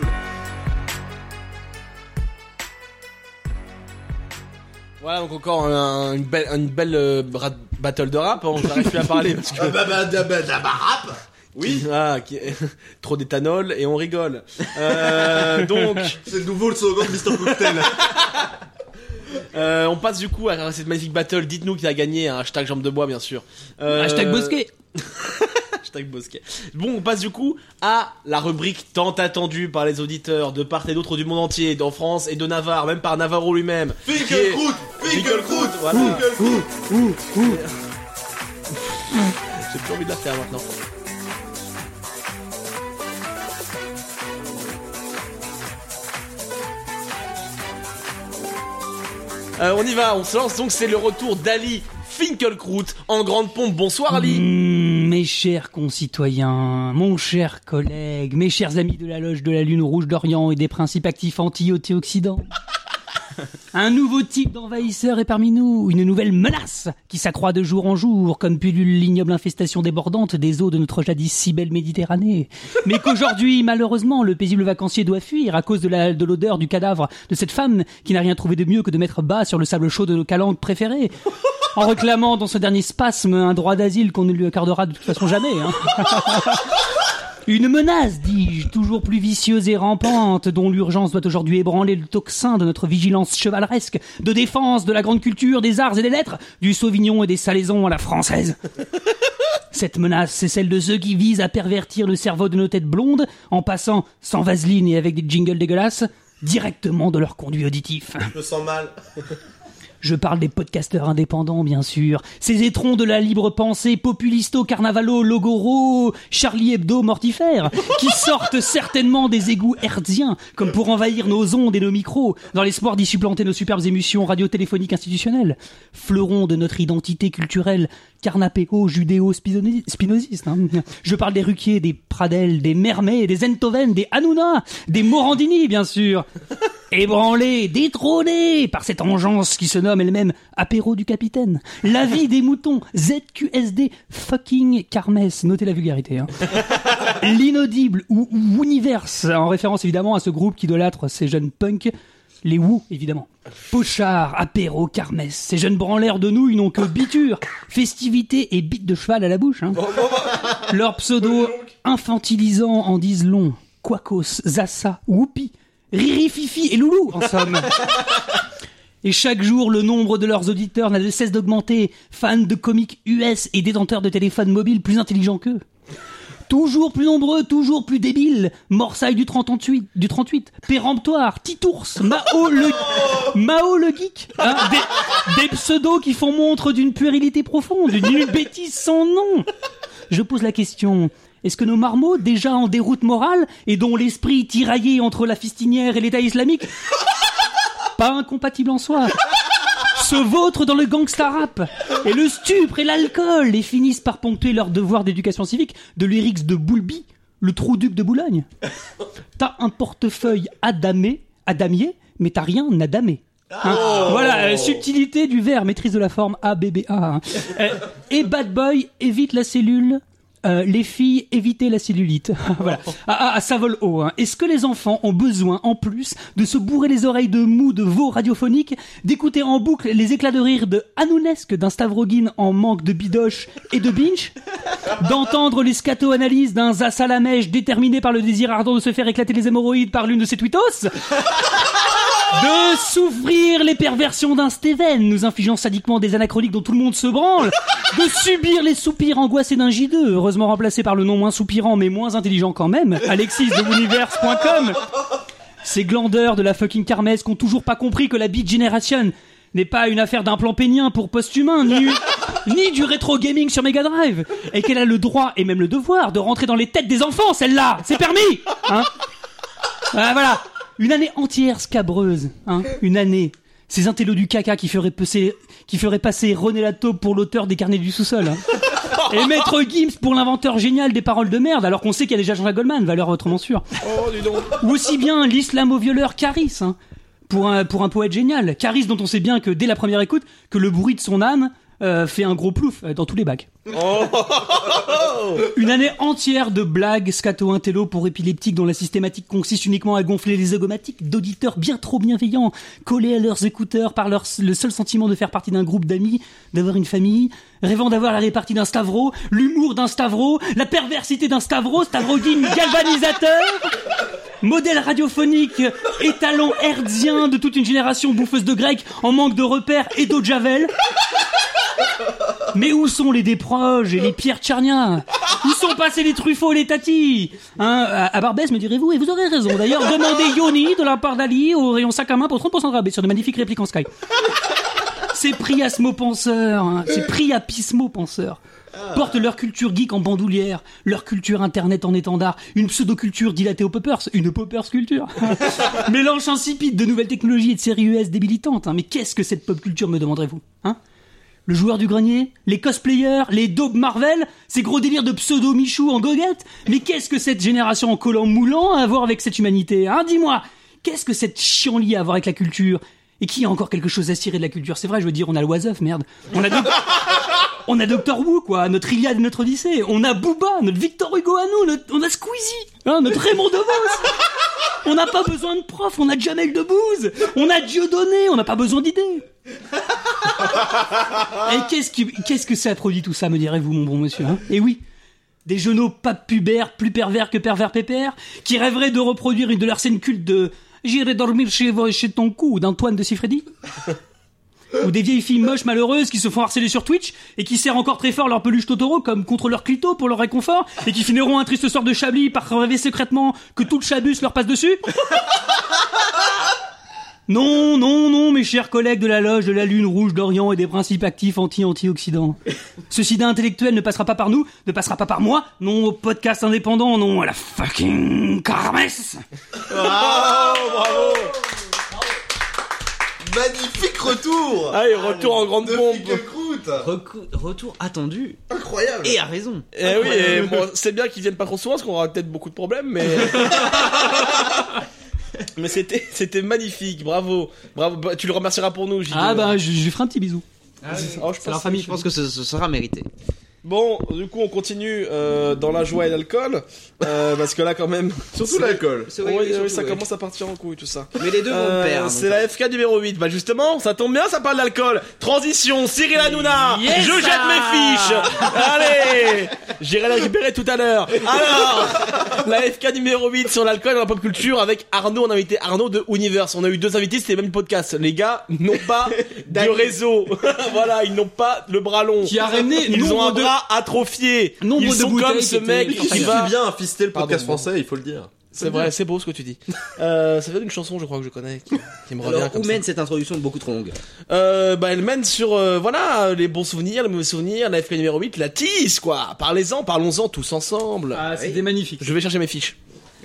Voilà, donc encore un- une belle, une belle euh, ra- battle de rap. hein, J'arrive plus à parler parce que. Ah bah bah bah bah bah rap Oui. Ah, qui- <laughs> trop d'éthanol et on rigole. Euh, donc. C'est nouveau le slogan de Mr. Cocktail. Euh, on passe du coup à cette magnifique battle. Dites-nous qui a gagné. hein, hashtag jambe de bois, bien sûr. Euh, Hashtag Bosquet. hashtag Bosquet. Bon, on passe du coup à la rubrique tant attendue par les auditeurs de part et d'autre du monde entier, d'en France et de Navarre, même par Navarro lui-même. Finkelkraut, Finkelkraut, voilà. Ouh, ouh, ouh. J'ai plus envie de la faire maintenant. Euh, on y va, on se lance donc, c'est le retour d'Ali Finkelkraut en grande pompe. Bonsoir Ali Mmh, mes chers concitoyens, mon cher collègue, mes chers amis de la loge de la Lune Rouge d'Orient et des principes actifs anti-antioxydants. Un nouveau type d'envahisseur est parmi nous, une nouvelle menace qui s'accroît de jour en jour, comme pullule l'ignoble infestation débordante des eaux de notre jadis si belle Méditerranée. Mais qu'aujourd'hui, malheureusement, le paisible vacancier doit fuir à cause de la- de l'odeur du cadavre de cette femme qui n'a rien trouvé de mieux que de mettre bas sur le sable chaud de nos calanques préférées, en réclamant dans ce dernier spasme un droit d'asile qu'on ne lui accordera de toute façon jamais. hein. Une menace, dis-je, toujours plus vicieuse et rampante, dont l'urgence doit aujourd'hui ébranler le tocsin de notre vigilance chevaleresque, de défense de la grande culture, des arts et des lettres, du Sauvignon et des Salaisons à la française. Cette menace, c'est celle de ceux qui visent à pervertir le cerveau de nos têtes blondes en passant, sans vaseline et avec des jingles dégueulasses, directement de leur conduit auditif. Je me sens mal. Je parle des podcasteurs indépendants, bien sûr. Ces étrons de la libre pensée, populisto, carnavalo, logoro, Charlie Hebdo, mortifère, qui sortent certainement des égouts hertziens, comme pour envahir nos ondes et nos micros, dans l'espoir d'y supplanter nos superbes émissions radiotéléphoniques institutionnelles. Fleurons de notre identité culturelle, carnapéo, judéo-spinoziste. hein. Je parle des Ruquier, des Pradel, des Mermet, des Enthoven, des Hanouna, des Morandini, bien sûr ébranlé, détrôné par cette engeance qui se nomme elle-même apéro du capitaine, la vie des moutons, ZQSD, fucking Carmes, notez la vulgarité, hein. l'inaudible ou, ou universe, en référence évidemment à ce groupe qui idolâtre ces jeunes punks, les Wou évidemment. Pochard, apéro, Carmes, ces jeunes branleurs de nouilles n'ont que biture, festivité et bite de cheval à la bouche. Hein. Leurs pseudos infantilisants en disent long. Quacos, Zassa, Whoopi, Riri, Fifi et Loulou, en somme. Et chaque jour, le nombre de leurs auditeurs n'a de cesse d'augmenter, fans de comiques US et détenteurs de téléphones mobiles plus intelligents qu'eux. Toujours plus nombreux, toujours plus débiles. Morsaille du 38, du 38 Péremptoire, Titours, Mao le, Mao le geek. hein, des, des pseudos qui font montre d'une puérilité profonde, d'une bêtise sans nom. Je pose la question. Est-ce que nos marmots, déjà en déroute morale, et dont l'esprit tiraillé entre la fistinière et l'État islamique, <laughs> pas incompatible en soi, se vautrent dans le gangsta rap et le stupre et l'alcool et finissent par ponctuer leur devoir d'éducation civique de l'Urix de Boulby, le trou duc de Boulogne. T'as un portefeuille adamé, adamier, mais t'as rien adamé. Hein Oh. voilà, euh, subtilité du verre, maîtrise de la forme ABBA. hein. Euh, et bad boy, évite la cellule. Euh, les filles, évitez la cellulite. <laughs> voilà. Ah, ah, ah, ça vole haut. hein. Est-ce que les enfants ont besoin, en plus, de se bourrer les oreilles de mou de veaux radiophoniques, d'écouter en boucle les éclats de rire de Hanounesque d'un Stavrogin en manque de bidoche et de binge D'entendre les scato-analyses d'un Zassalamèche déterminé par le désir ardent de se faire éclater les hémorroïdes par l'une de ses tweetos de souffrir les perversions d'un Steven, nous infligeant sadiquement des anachroniques dont tout le monde se branle, de subir les soupirs angoissés d'un J2, heureusement remplacé par le nom moins soupirant mais moins intelligent quand même, Alexis de l'univers.com, Ces glandeurs de la fucking Carmès qui ont toujours pas compris que la Beat Generation n'est pas une affaire d'un plan pénien pour post-humain, ni, ni du rétro gaming sur Mega Drive, et qu'elle a le droit et même le devoir de rentrer dans les têtes des enfants, celle-là C'est permis hein ah, voilà, une année entière scabreuse, hein, une année. Ces intellos du caca qui feraient passer, qui feraient passer René Lataupe pour l'auteur des carnets du sous-sol. <laughs> hein. Et Maître Gims pour l'inventeur génial des paroles de merde, alors qu'on sait qu'il y a déjà Jean-Jacques Goldman, valeur autrement sûre. Oh, dis donc. Ou aussi bien l'islamo-violeur Caris, hein, pour, un, pour un poète génial. Caris dont on sait bien que dès la première écoute, que le bruit de son âme euh, fait un gros plouf euh, dans tous les bacs. Une année entière de blagues scato-intello pour épileptiques dont la systématique consiste uniquement à gonfler les zygomatiques d'auditeurs bien trop bienveillants, collés à leurs écouteurs par leur, le seul sentiment de faire partie d'un groupe d'amis, d'avoir une famille, rêvant d'avoir la répartie d'un stavro, l'humour d'un stavro, la perversité d'un stavro, stavroguine galvanisateur, modèle radiophonique, étalon hertzien de toute une génération bouffeuse de grec en manque de repères et d'eau de javel. Mais où sont les Desproges et les Pierre Tcharnia Où sont passés les Truffauts et les Tati hein, à, à Barbès, me direz-vous, et vous aurez raison. D'ailleurs, demandez Yoni de la part d'Ali au rayon sac à main pour 30% de rabais sur de magnifiques répliques en Sky. Ces priasmo-penseurs, hein, ces priapismo-penseurs, portent leur culture geek en bandoulière, leur culture internet en étendard, une pseudo-culture dilatée aux poppers, une poppers culture. <laughs> Mélange insipide de nouvelles technologies et de séries US débilitantes. hein. Mais qu'est-ce que cette pop culture, me demanderez-vous hein le joueur du grenier, les cosplayers, les daubes Marvel, ces gros délires de pseudo-michou en goguette Mais qu'est-ce que cette génération en collant moulant a à voir avec cette humanité, hein Dis-moi Qu'est-ce que cette chienlit a à voir avec la culture Et qui a encore quelque chose à cirer de la culture C'est vrai, je veux dire, on a l'oiseuf, merde. On a, Doc- on a Doctor Who, quoi, notre Iliade, notre Odyssée. On a Booba, notre Victor Hugo à nous, notre- on a Squeezie, hein, notre Raymond DeVos on n'a pas besoin de prof, on a Jamel Debbouze, on a Dieudonné, on n'a pas besoin d'idées. Et qu'est-ce, qui- qu'est-ce que ça a produit tout ça, me direz-vous, mon bon monsieur hein Et oui, des genoux pas pubères, plus pervers que pervers pépère, qui rêveraient de reproduire une de leurs scènes cultes de J'irai dormir chez, vous- chez ton cou d'Antoine de Siffredi ou des vieilles filles moches malheureuses qui se font harceler sur Twitch et qui serrent encore très fort leur peluche Totoro comme contre leur clito pour leur réconfort et qui finiront un triste sort de Chablis par rêver secrètement que tout le chabus leur passe dessus Non, non, non, mes chers collègues de la loge de la Lune Rouge d'Orient et des principes actifs anti-anti-occident. Ce sida intellectuel ne passera pas par nous, ne passera pas par moi, non au podcast indépendant, non à la fucking carmesse Bravo, bravo. Magnifique retour Allez, retour en grande pompe Retour attendu. Incroyable Et à raison. Eh oui, et bon, c'est bien qu'ils viennent pas trop souvent parce qu'on aura peut-être beaucoup de <laughs> problèmes, mais. mais c'était, c'était magnifique, bravo. bravo. Bah, Tu le remercieras pour nous, Gilles. Ah bah, je, je lui ferai un petit bisou. Oh, je C'est leur famille, que- je pense que ce, ce sera mérité. Bon, du coup, on continue euh, dans la joie et l'alcool, euh, parce que là, quand même. Surtout l'alcool. Oui, oui, ça commence à partir en couille, tout ça. Mais les deux vont Euh, de pair, donc C'est la FK numéro 8. Bah, justement, ça tombe bien, ça parle d'alcool. Transition, Cyril Hanouna. Yes, je jette ça. mes fiches. Allez, j'irai la récupérer tout à l'heure. Alors, la FK numéro 8 sur l'alcool et la pop culture avec Arnaud. On a invité Arnaud de Universe. On a eu deux invités, c'était le même podcast. Les gars n'ont pas de réseau. <laughs> voilà, ils n'ont pas le bras long. Qui a ramené Ils ont nombre un de- bras atrophié. Nombre ils de sont bouteilles comme ce qui mec étaient- qui Il va suffit bien infister le podcast Pardon. français, il faut le dire. C'est vrai, c'est beau ce que tu dis. <laughs> Euh, ça vient d'une chanson, je crois que je connais, qui, qui me revient Alors, comme où ça. mène cette introduction beaucoup trop longue Euh, bah, elle mène sur euh, voilà les bons souvenirs, les mauvais souvenirs, la FK numéro 8, la tease quoi. Parlez-en, parlons-en tous ensemble. Ah, c'était magnifique. Je vais chercher mes fiches.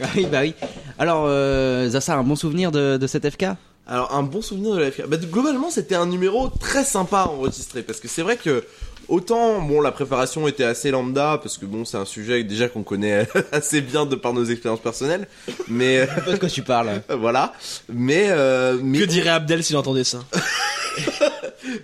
Ah oui, bah oui. Alors, euh, Zassa, un bon souvenir de, de cette FK Alors un bon souvenir de la FK. Bah, globalement c'était un numéro très sympa à enregistrer parce que c'est vrai que autant bon la préparation était assez lambda parce que bon c'est un sujet déjà qu'on connaît <laughs> assez bien de par nos expériences personnelles mais euh, de quoi tu parles <laughs> voilà mais, euh, mais <laughs> Que dirait Abdel s'il entendait ça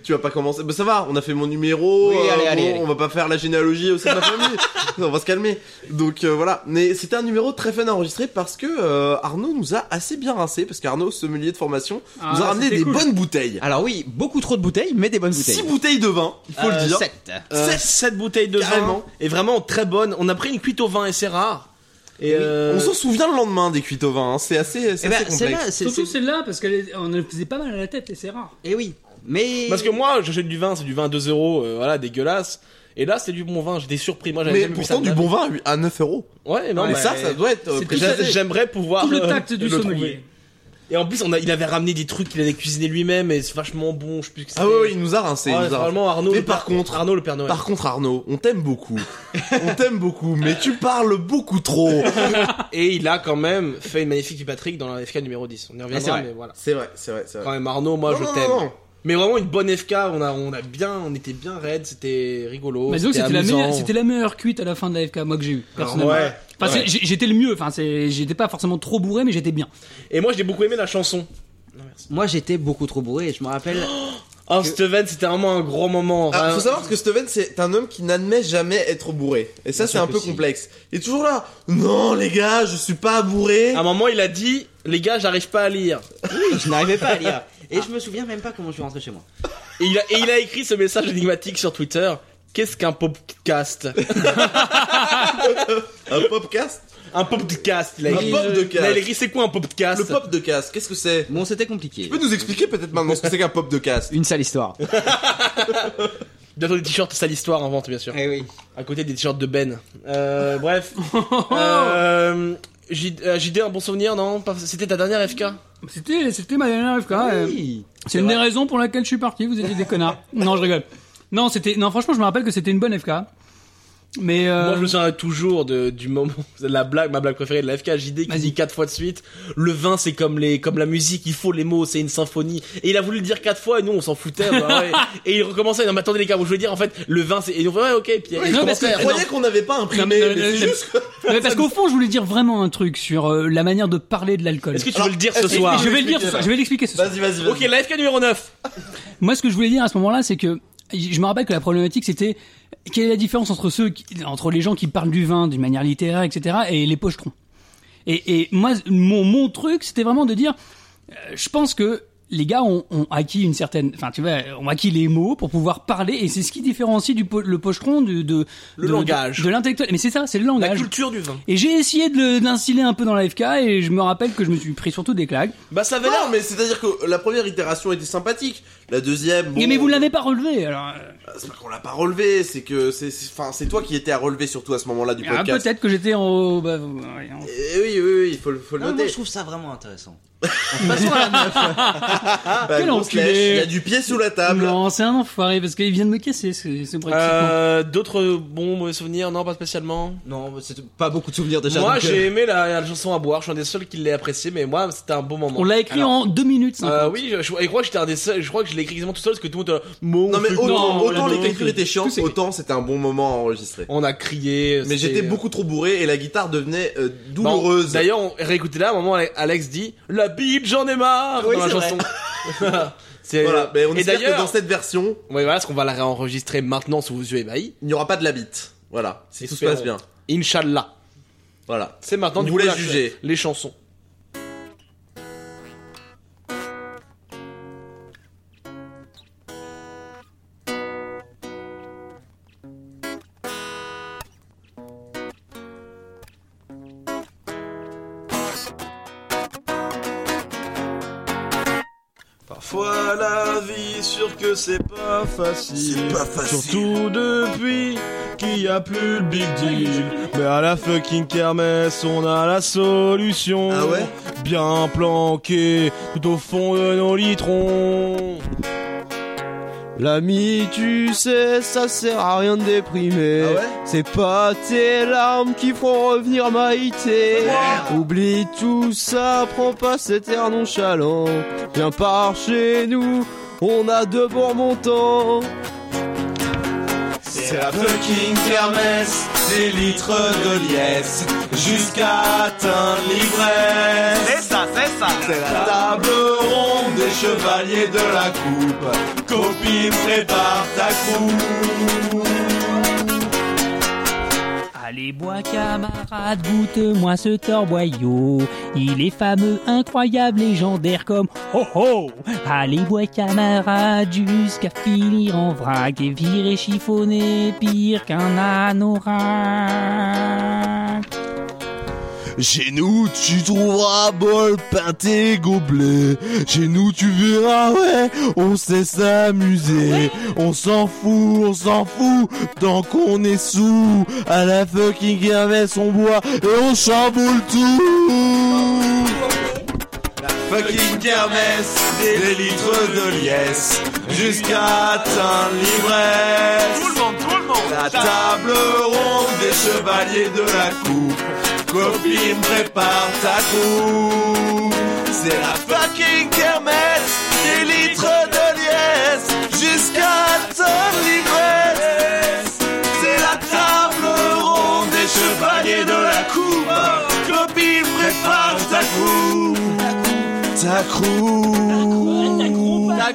tu vas pas commencer bah ça va on a fait mon numéro euh, Oui, allez, allez, allez. on va pas faire la généalogie au sein de la <laughs> famille on va se calmer donc euh, voilà mais c'était un numéro très fun à enregistrer parce que euh, Arnaud nous a assez bien rincé parce qu'Arnaud sommelier de formation nous a Ah, ramené c'était des cool. bonnes bouteilles Alors oui, beaucoup trop de bouteilles, mais des bonnes bouteilles. 6 bouteilles de vin, il faut le dire. 7. Euh, sept bouteilles de vin Carrément. et vraiment très bonne. On a pris une cuite au vin et c'est rare. Et euh, Eh ben, On s'en souvient le lendemain des cuites au vin, hein. c'est assez, Eh ben, c'est assez complexe. Surtout celle-là, parce qu'on le faisait pas mal à la tête et c'est rare. eh Et oui, mais. Parce que moi, j'achète du vin, c'est du vin à 2 euros, euh, voilà, dégueulasse. Et là, c'est du bon vin, j'étais surpris. Moi, j'avais Mais jamais vu pourtant ça de du ma bon vie. vin à 8 à 9 euros. Ouais, non, Mais mais ça, ça doit être, euh, C'est précisé. tout- J'aimerais pouvoir. Tout le euh, tact du le sommelier. trouver. Et en plus, on a, il avait ramené des trucs qu'il avait cuisiné lui-même et c'est vachement bon. Je sais plus que Ah ouais, ouais, il nous a rincé. Ouais, il nous a vraiment, rincé. Arnaud, Mais le ah, par père- contre, Arnaud le Père Noël. Par contre, Arnaud, on t'aime <laughs> beaucoup. on t'aime beaucoup, mais tu parles beaucoup trop. et il a quand même fait une magnifique vie Patrick dans la FK numéro 10. On y Ah, c'est reviendra, vrai. mais voilà. C'est vrai, c'est vrai, c'est vrai. Quand même, Arnaud, moi, Non, je non, non, t'aime. non. Mais vraiment une bonne FK, on a, on a bien, on était bien raide, c'était rigolo. Bah, disons que c'était la, amusant. Ah, meilleure- c'était la meilleure cuite à la fin de la FK, moi que j'ai eu, personnellement. ouais. Enfin, c'est- Ouais. j'ai- J'étais le mieux, enfin, c'est- j'étais pas forcément trop bourré, mais j'étais bien. Et moi, j'ai beaucoup aimé la chanson. Moi, j'étais beaucoup trop bourré. Je me rappelle. Oh, Steven, c'était vraiment un gros moment. Ah, Enfin, faut savoir que Steven, c'est un homme qui n'admet jamais être bourré. Et ça, Bien c'est sûr un que peu si. complexe. Il est toujours là. Non, les gars, je suis pas bourré. À un moment, il a dit Les gars, j'arrive pas à lire. Oui, je n'arrivais pas à lire. Et je me souviens même pas comment je suis rentré chez moi. Et il a, et il a écrit ce message énigmatique sur Twitter Qu'est-ce qu'un podcast Un podcast Un podcast, il a Un écrit. podcast. Là, il a écrit C'est quoi un podcast Le pop de casse, qu'est-ce que c'est Bon, c'était compliqué. Tu peux nous expliquer peut-être maintenant ce que c'est qu'un pop de casse Une sale histoire. Bientôt des t-shirts sale histoire en vente, bien sûr. Eh oui. À côté des t-shirts de Ben. Euh, bref. <laughs> euh, J- euh, JD, un bon souvenir, non Pas- C'était ta dernière FK C'était c'était ma dernière FK. euh, C'est une des raisons pour laquelle je suis parti, vous étiez des connards. non, je rigole. Non, c'était non franchement, je me rappelle que c'était une bonne FK. Mais euh, Moi, je me souviens toujours de, du moment, de la blague, ma blague préférée de la FK, JD qui dit quatre fois de suite, le vin c'est comme les, comme la musique, il faut les mots, c'est une symphonie. Et il a voulu le dire quatre fois et nous on s'en foutait, bah ouais. Et il recommençait, non mais attendez les gars, vous voulez dire en fait, le vin c'est, et on fait ouais ok, et puis Oui, il non, parce que recommençait. je croyais qu'on n'avait pas non, imprimé. mais- non, mais mais- c'est juste que- non, mais parce qu'au fond, je voulais dire vraiment un truc sur euh, la manière de parler de l'alcool. Est-ce que tu veux le dire ce est-ce que soir Je vais le dire ce soir, je vais l'expliquer ce soir. Vas-y, vas-y, Ok, la FK numéro 9. Moi, ce que je voulais dire à ce moment-là, c'est que je me rappelle que la problématique, c'était quelle est la différence entre ceux, qui- entre les gens qui parlent du vin d'une manière littéraire, etc., et les pochetrons. Et, et moi, mon, mon truc, c'était vraiment de dire, euh, je pense que les gars ont, ont acquis une certaine, enfin, tu vois, ont acquis les mots pour pouvoir parler, et c'est ce qui différencie du po- le pochetron du, de Le de- langage. de, de l'intellectuel. Mais c'est ça, c'est le langage. La culture du vin. Et j'ai essayé de le- de l'instiller un peu dans la FK, et je me rappelle que je me suis pris surtout des claques. Bah ça avait l'air, mais c'est-à-dire que la première itération était sympathique, la deuxième. Oh. bon, Mais, mais vous l'avez pas relevé, alors. euh, C'est pas qu'on l'a pas relevé, c'est que c'est, c'est- enfin, c'est toi qui étais à relever surtout à ce moment-là du Ah, podcast. peut-être que j'étais en. Bah, ouais, Ah, en- Eh oui, oui, oui, il faut, le- faut Ah, le Non, moi, noter. je trouve ça vraiment intéressant. Bah, Quel grosse enculé. lèche, Il y a du pied sous la table. Non, c'est un enfoiré parce qu'il vient de me casser ce, ce Brexit. bah. Euh, d'autres bons mauvais souvenirs Non, pas spécialement. Non, c'est pas beaucoup de souvenirs déjà. moi donc, euh, j'ai aimé la, la chanson à boire, je suis un des seuls qui l'ait appréciée, mais moi c'était un bon moment. On l'a écrit Alors, en 2 minutes 50. Euh, oui, je, je- je crois que j'étais un des seuls, je crois que je l'ai écrit quasiment tout seul parce que tout le monde était là, Mon Non, mais Dieu, autant, non, autant non, l'écriture non. était chiante, autant c'était un bon moment à enregistrer. On a crié. Mais c'était- euh, j'étais beaucoup trop bourré et la guitare devenait euh, Bon, douloureuse. D'ailleurs, on- réécoutez là, à un moment, Ale- Alex dit La bite, j'en ai marre Oui, dans la c'est chanson. <laughs> C'est- Voilà, mais on Et espère d'ailleurs- que dans cette version, Oui, voilà, parce qu'on va la réenregistrer maintenant sous vos yeux ébahis. il n'y aura pas de la bite. Voilà, si tout se passe bien. Inch'Allah. Voilà. C'est maintenant On du vous coup, laisse la- juger. Les chansons. Parfois la vie, sûr que c'est pas facile. Surtout depuis qu'il y a plus le Big Deal. Mais à la fucking kermesse, on a la solution. Ah ouais Bien planqué tout au fond de nos litrons. L'ami, tu sais, ça sert à rien de Ah déprimer. Euh, C'est pas tes larmes qui font revenir Maïté. Oublie tout ça, prends pas cet air nonchalant. Viens par chez nous, on a de bons montants. C'est la fucking kermesse, des litres de liesse, jusqu'à atteindre l'ivresse. C'est ça, c'est ça. C'est la table ronde des chevaliers de la coupe. Copine, prépare ta coupe. Allez, bois, camarade, goûte-moi ce torboyau. Il est fameux, incroyable, légendaire comme ho ho. Allez, bois, camarade, jusqu'à finir en vrac et virer chiffonné, pire qu'un anorak. Chez nous, tu trouveras bol, pinte et gobelet. Chez nous, tu verras, ouais, on sait s'amuser. Ah On s'en fout, on s'en fout, tant qu'on est sous. À la fucking kermesse, on boit et on chamboule tout. La Fucking kermesse, des litres de liesse, jusqu'à atteindre l'ivresse. Tout le monde, tout le monde. La table ronde des chevaliers de la coupe. Copine, prépare ta coupe. C'est la fucking kermesse, des litres de liesse, jusqu'à atteindre l'ivresse. C'est la table ronde des chevaliers de la coupe. Copine, prépare ta coupe. Ta coupe. Ta coupe. Ta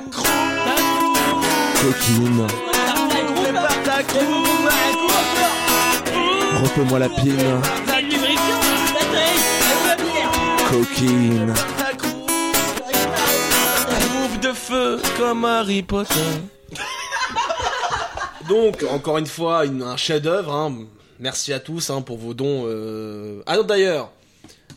Coquine, Prépare ta coupe. repeux-moi la pine. Coquine. Coupe de feu comme Harry Potter. <laughs> Donc, encore une fois, une- un chef-d'œuvre. hein. Merci à tous hein, pour vos dons. euh. Ah non, d'ailleurs,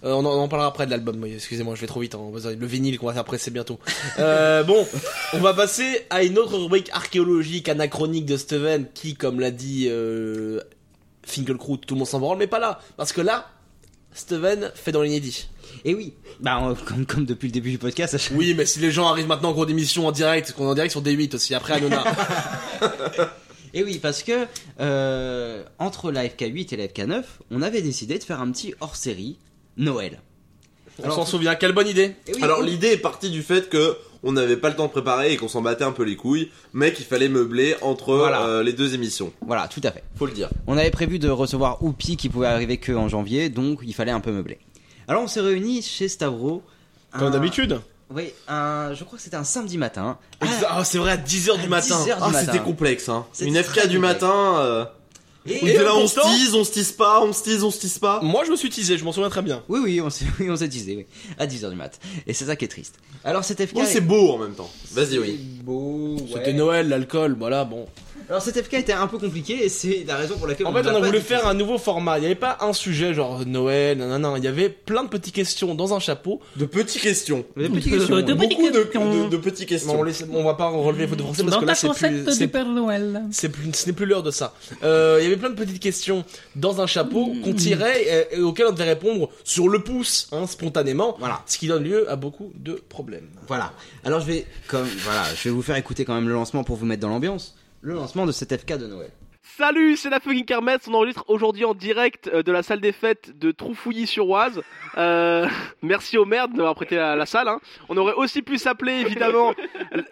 euh, on, en, on en parlera après de l'album. oui, Excusez-moi, je vais trop vite. hein, on va- Le vinyle qu'on va faire presser bientôt. Euh, bon, on va passer à une autre rubrique archéologique anachronique de Steven qui, comme l'a dit euh, Finkelkraut, tout le monde s'en branle, mais pas là. Parce que là, Steven fait dans l'inédit. Eh Et oui. Bah, euh, on- comme, comme depuis le début du podcast. Oui, mais si les gens arrivent maintenant en cours d'émission en direct, qu'on est en direct sur D8 aussi, après <laughs> Anona. Eh Et oui, parce que euh, entre la FK8 et la FK9, on avait décidé de faire un petit hors-série Noël. On Alors, s'en souvient, quelle bonne idée Alors Eh oui. l'idée est partie du fait que on n'avait pas le temps de préparer et qu'on s'en battait un peu les couilles, mais qu'il fallait meubler entre euh, les deux émissions. Voilà, tout à fait. Faut le dire. On avait prévu de recevoir Oupi qui pouvait arriver que en janvier, donc il fallait un peu meubler. Alors on s'est réunis chez Stavro. Comme d'habitude. Oui, un- je crois que c'était un samedi matin. Ah, oh, c'est vrai, à 10h du matin. 10 heures du Ah, matin. c'était complexe, hein. C'était Une très FK du complexe. matin. euh, Et- où et t'es là, on se pourtant- tease, on se tease pas, on se tease, on se tease pas. Moi, je me suis teasé, je m'en souviens très bien. Oui, oui, on s'est oui, on s'est teasé, oui. À 10h du mat. Et c'est ça qui est triste. Alors cette FK. Oh, Bon, c'est beau en même temps. Vas-y, oui. C'est beau, C'était ouais. Noël, l'alcool, voilà, bon. Alors cette FK était un peu compliquée et c'est la raison pour laquelle En fait, l'a on a pas voulu diffusée. faire un nouveau format. Il n'y avait pas un sujet genre Noël, nanana. Il y avait plein de petites questions dans un chapeau. De petites questions. De petites questions. De petites Beaucoup de- questions. de- de petites questions. on, laisse- on va pas relever votre français parce Dans que là, ta c'est recette plus, du c'est- Père Noël. c'est plus- ce n'est plus l'heure de ça. Euh, Il y avait plein de petites questions dans un chapeau qu'on tirait et, et auxquelles on devait répondre sur le pouce, hein, spontanément. Voilà. Ce qui donne lieu à beaucoup de problèmes. Voilà. Alors je vais comme voilà, je vais vous faire écouter quand même le lancement pour vous mettre dans l'ambiance. Le lancement de cette FK de Noël. Salut, c'est la fucking Kermesse. On enregistre aujourd'hui en direct euh, de la salle des fêtes de Troufouilly-sur-Oise. Euh, merci au maire de m'avoir prêté la, la salle. hein. On aurait aussi pu s'appeler <laughs> évidemment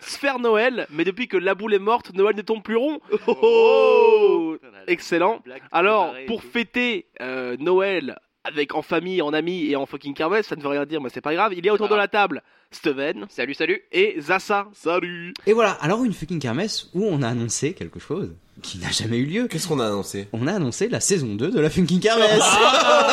Sphère Noël, mais depuis que la boule est morte, Noël ne tombe plus rond. Oh Excellent. Alors, pour fêter euh, Noël avec en famille, en amis et en fucking Kermesse, ça ne veut rien dire, mais c'est pas grave. Il y a autour de la table Steven. Ah. Salut, salut. Et Zassa. Salut. Et voilà, alors une fucking kermesse où on a annoncé quelque chose qui n'a jamais eu lieu. Qu'est-ce qu'on a annoncé On a annoncé la saison 2 de la fucking kermesse.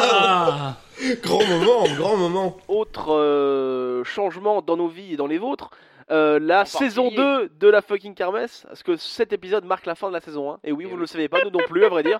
Ah. <laughs> grand moment, grand moment. Autre euh, changement dans nos vies et dans les vôtres, euh, la saison 2 de la fucking kermesse, parce que cet épisode marque la fin de la saison 1. Et oui, vous ne le savez pas, nous non plus, à vrai dire.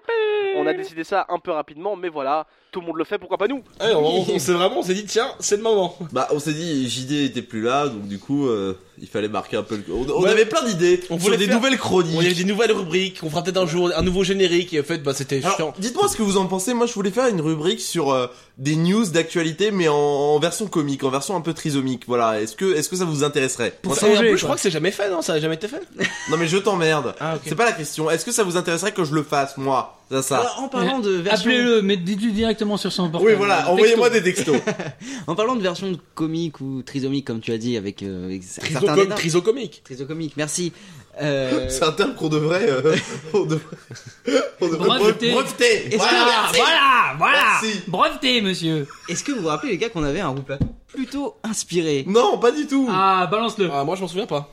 On a décidé ça un peu rapidement, mais voilà, tout le monde le fait, pourquoi pas nous Eh, on, on s'est vraiment, on s'est dit tiens, c'est le moment. Bah, on s'est dit, JD était plus là, donc du coup, euh, il fallait marquer un peu le. On, on Ouais. avait plein d'idées. sur On voulait des faire- nouvelles chroniques. On y avait des nouvelles rubriques, on fera peut-être un jour un nouveau générique et en fait bah c'était Alors, chiant. Dites-moi ce que vous en pensez. Moi, je voulais faire une rubrique sur euh, des news d'actualité, mais en, en version comique, en version un peu trisomique. Voilà. Est-ce que, est-ce que ça vous intéresserait Pour Moi, changer, un peu, je crois que c'est jamais fait, non Ça a jamais été fait Non, mais je t'emmerde. Ah, C'est pas la question. Est-ce que ça vous intéresserait que je le fasse, moi Ça, ça. Appelez-le, mais dites-le directement sur son portable. Oui, voilà. Envoyez-moi des textos. <laughs> en parlant de version de comique ou trisomique comme tu as dit avec, euh, avec Trisocom- certains dédains. trisocomique. Trisocomique, merci. Euh, C'est un terme qu'on devrait, euh, <laughs> on devrait, on devrait Breveter. breveter. Est-ce que- Voilà, merci. voilà, voilà. Merci. Ah, Breveté, monsieur. Est-ce que vous vous rappelez les gars qu'on avait un roule plutôt inspiré Non, pas du tout. Ah, balance-le. moi, je m'en souviens pas.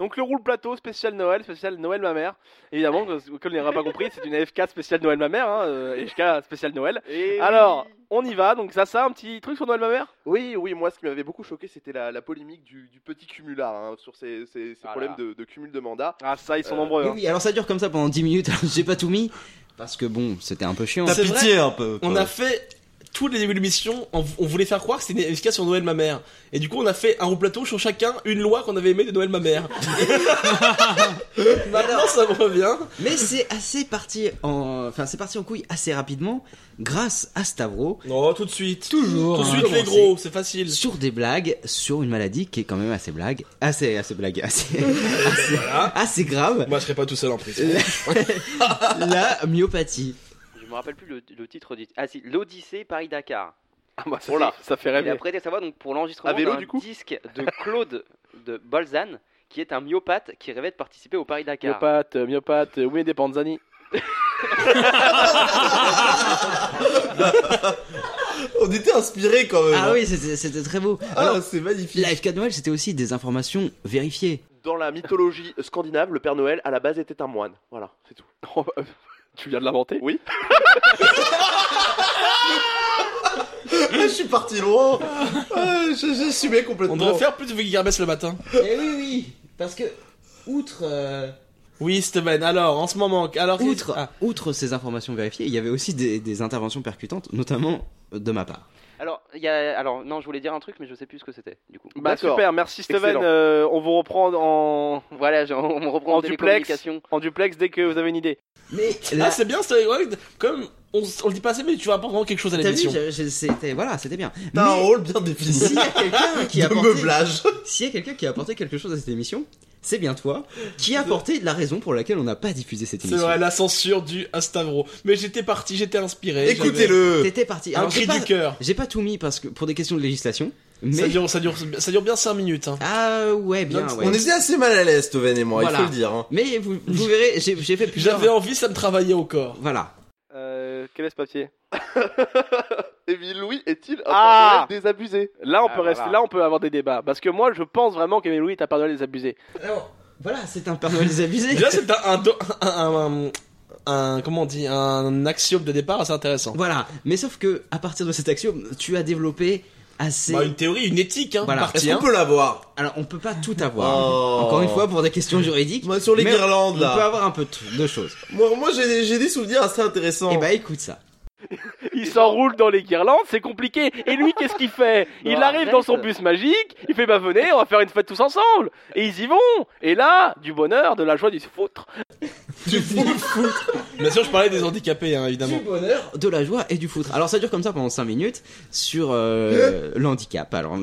Donc le roule plateau spécial Noël, spécial Noël ma mère. Évidemment, que- comme on n'aura pas compris, c'est une AFK spécial Noël ma mère, hein, euh, FK spécial Noël. Alors, on y va. Donc ça, ça, un petit truc sur Noël ma mère Oui, oui, moi ce qui m'avait beaucoup choqué c'était la, la polémique du, du petit cumulard hein, sur ces, ces- ces Ah problèmes là. de, de cumul de Euh, mandats. Ah ça, ils sont Mais oui, alors ça dure comme ça pendant 10 minutes, alors j'ai pas tout mis. Parce que bon, c'était un peu chiant. C'est vrai, On a fait tous les débuts de l'émission, on, on voulait faire croire que c'était efficace sur Noël ma mère. Et du coup, on a fait un roue plateau sur chacun une loi qu'on avait aimée de Noël ma <laughs> mère. Maintenant, ça me revient. Mais c'est assez parti en, enfin c'est parti en couille assez rapidement grâce à Stavro. Oh, tout de suite. Toujours. Tout de suite, les gros, c'est facile. Sur des blagues, sur une maladie qui est quand même assez blague, assez assez blague, assez assez <laughs> grave. Moi, je serais pas tout seul en prison. La myopathie. Je me rappelle plus le, le titre du. Ah si, l'Odyssée Paris-Dakar. Ah bah ça, fait- ça fait rêver. Il a prêté sa voix donc pour l'enregistrement À vélo, d'un du coup disque de Claude de Bolzan, qui est un myopathe qui rêvait de participer au Paris-Dakar. Myopathe, euh, myopathe, euh, oui des Panzani. On était inspirés quand euh, même. Ah oui, c'était c'était très beau. Ah, c'est magnifique. La FK de Noël, c'était aussi des informations vérifiées. Dans la mythologie scandinave, le Père Noël à la base était un moine. Voilà, c'est tout. <laughs> tu viens de l'inventer Oui. <laughs> je suis parti loin. Ah, je- J'assumais complètement. On devrait faire plus de Vegas le matin. Eh oui, oui, parce que outre. euh, Oui, Steven, alors, en ce moment, alors. Outre, outre ces informations vérifiées, il y avait aussi des, des interventions percutantes, notamment euh, de ma part. Alors, il y a... Alors, non, je voulais dire un truc, mais je sais plus ce que c'était, du coup. Bah super, merci Steven. Excellent. euh, on vous reprend en voilà, je- on me reprend en en duplex, télécommunication. en duplex dès que vous avez une idée. Mais Ah, c'est bien, Steven, ouais, comme on, s- on le dit pas assez, mais tu vas apprendre vraiment quelque chose à T'as vu, l'émission. je- je- c'était voilà, c'était bien. T'as un rôle bien défini. S'il y <laughs> a quelqu'un <laughs> qui a De apporté, meublage. s'il y a quelqu'un qui a apporté quelque chose à cette émission, c'est bien toi, qui a apporté la raison pour laquelle on n'a pas diffusé cette C'est émission. vrai, la censure du Astavro. Mais j'étais parti, j'étais inspiré. j'avais- T'étais parti. Un Alors, j'ai cri pas- du cœur. J'ai pas tout mis parce que pour des questions de législation. Mais Ça, dure, ça, dure, ça dure bien 5 minutes. hein. Ah ouais, bien. ouais. On était assez mal à l'aise, Steven et moi, Voilà. il faut le dire. hein. Mais vous, vous verrez, j'ai j'ai fait plusieurs. J'avais envie, ça me travaillait au corps. Voilà. Euh, quel est ce <laughs> papier Et Eh bien, Louis est-il un Ah Père Noël désabusé Là on Ah, peut rester, voilà. là on peut avoir des débats parce que moi je pense vraiment qu'Emile Louis est un Père Noël désabusé. Alors voilà, c'est un Père Noël désabusé. Déjà, c'est un, un, do- un- un- un- un- Comment on dit Un axiome de départ assez intéressant. Voilà, mais sauf que à partir de cet axiome, tu as développé assez. Bah, une théorie, une éthique, hein. Voilà. Est-ce qu'on peut l'avoir Alors, on peut pas tout avoir. Oh. Bah, Encore une fois, pour des questions juridiques. Moi, sur les mais guirlandes, on là. peut avoir un peu de, de choses. Moi, moi, j'ai des- j'ai des souvenirs assez intéressants. Et bah, écoute ça. Il s'enroule dans les guirlandes, c'est compliqué. Et lui, qu'est-ce qu'il fait Il Non, arrive dans son arrête. bus magique, il fait bah venez, on va faire une fête tous ensemble. Et ils y vont. Et là, du bonheur, de la joie, du foutre. Bien sûr, je parlais des handicapés, hein, évidemment. Du bonheur, de la joie et du foutre. Alors ça dure comme ça pendant 5 minutes sur euh, l'handicap. Alors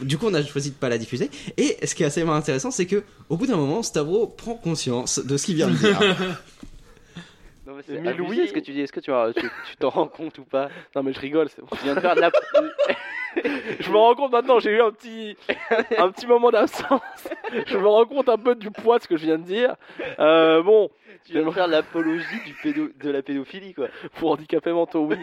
du coup on a choisi de pas la diffuser. Et ce qui est assez intéressant c'est que au bout d'un moment Stavro prend conscience de ce qu'il vient de dire. Non, mais c'est Émile abusé, Louis ce que tu dis. Est-ce que tu as- tu- tu t'en rends compte ou pas Non mais je rigole, c'est bon. Tu viens de faire de la. <laughs> Je me rends compte maintenant, j'ai eu un petit, un petit moment d'absence. Je me rends compte un peu du poids de ce que je viens de dire. Euh, bon, Tu viens de faire l'apologie du de la pédophilie, quoi. Pour handicapés mentaux, oui.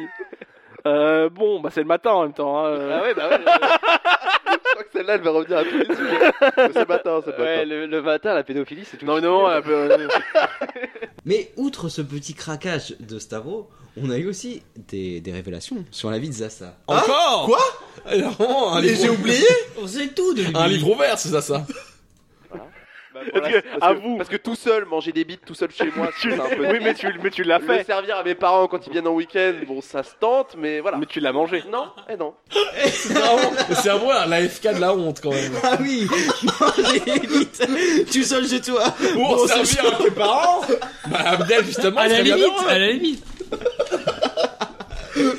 Euh, bon, bah c'est le matin en même temps. hein. Ah ouais, bah ouais. <laughs> Je crois que celle-là, elle va revenir à tous les sujets. C'est matin, c'est Ouais, matin. le, le matin, la pédophilie, c'est tout. Non, non, la Mais outre ce petit craquage de Stavro, on a eu aussi des, des révélations sur la vie de Zaza. Encore Ah, Quoi Mais j'ai oublié On sait tout de Un livre ouvert, c'est ça, ça. Bah, <laughs> Parce que, parce, que, parce que tout seul, manger <laughs> des bites tout seul chez moi, Tu- c'est un <laughs> peu. oui, mais tu- mais tu l'as fait. Le servir à mes parents quand ils viennent en week-end, bon, ça se tente, mais voilà. Mais tu l'as mangé. Non, eh non. C'est à voir, la FK de la honte quand même. Ah oui Vite Tu sors chez toi Ou on servir à tes parents Bah, Abdel, justement, À il la serait bien limite, heureux. à la limite.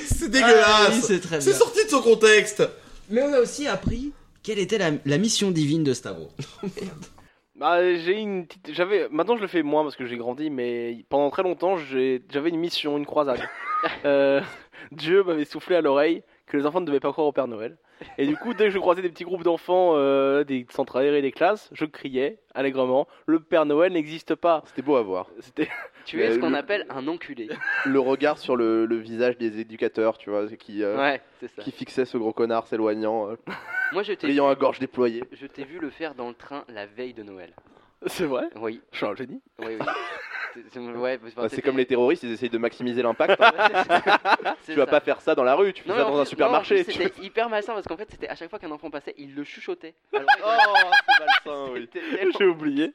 C'est dégueulasse. Ah oui, c'est Euh, très bien. sorti de son contexte. Mais on a aussi appris quelle était la, la mission divine de Stavro. Bah, j'ai une petite- j'avais maintenant je le fais moins parce que j'ai grandi mais pendant très longtemps j'ai- j'avais une mission une <laughs> croisade. Euh, Dieu m'avait soufflé à l'oreille que les enfants ne devaient pas croire au Père Noël et du coup dès que je croisais des petits groupes d'enfants euh, des centres aérés des classes je criais allègrement le Père Noël n'existe pas. C'était beau à voir. <laughs> Euh, C'était Tu es ce qu'on appelle un enculé. Le regard sur le, le visage des éducateurs, tu vois, qui, euh, Ouais, c'est ça. qui fixait ce gros connard s'éloignant, euh, Moi, je t'ai riant à gorge déployée. je t'ai vu le faire dans le train la veille de Noël. C'est vrai Oui. Je suis un génie. Oui, oui. <laughs> C'est- c'est- ouais, parce- Bah, c'est c'était- comme les terroristes, ils essayent de maximiser l'impact. hein. <laughs> <laughs> c'est tu vas ça. pas faire ça dans la rue, tu fais Non, mais ça en dans plus- un supermarché. non, en plus, tu C'était hyper malsain parce qu'en fait, c'était à chaque fois qu'un enfant passait, il le chuchotait. malsain, oui. <laughs> J'ai oublié.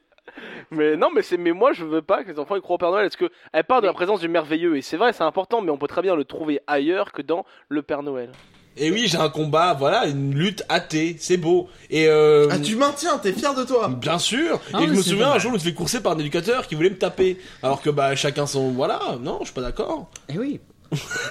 Mais non, mais c'est mais moi je veux pas que les enfants ils croient au Père Noël. Est-ce que elle parle de la présence du merveilleux et c'est vrai, c'est important, mais on peut très bien le trouver ailleurs que dans le Père Noël. Et oui, j'ai un combat, voilà, une lutte athée, c'est beau. Et euh, Ah, tu maintiens, t'es fier de toi Bien sûr Ah, Et je mais me c'est souviens, pas un jour, je me suis fait courser par un éducateur qui voulait me taper. Alors que, bah, chacun son... Voilà, non, je suis pas d'accord. Et oui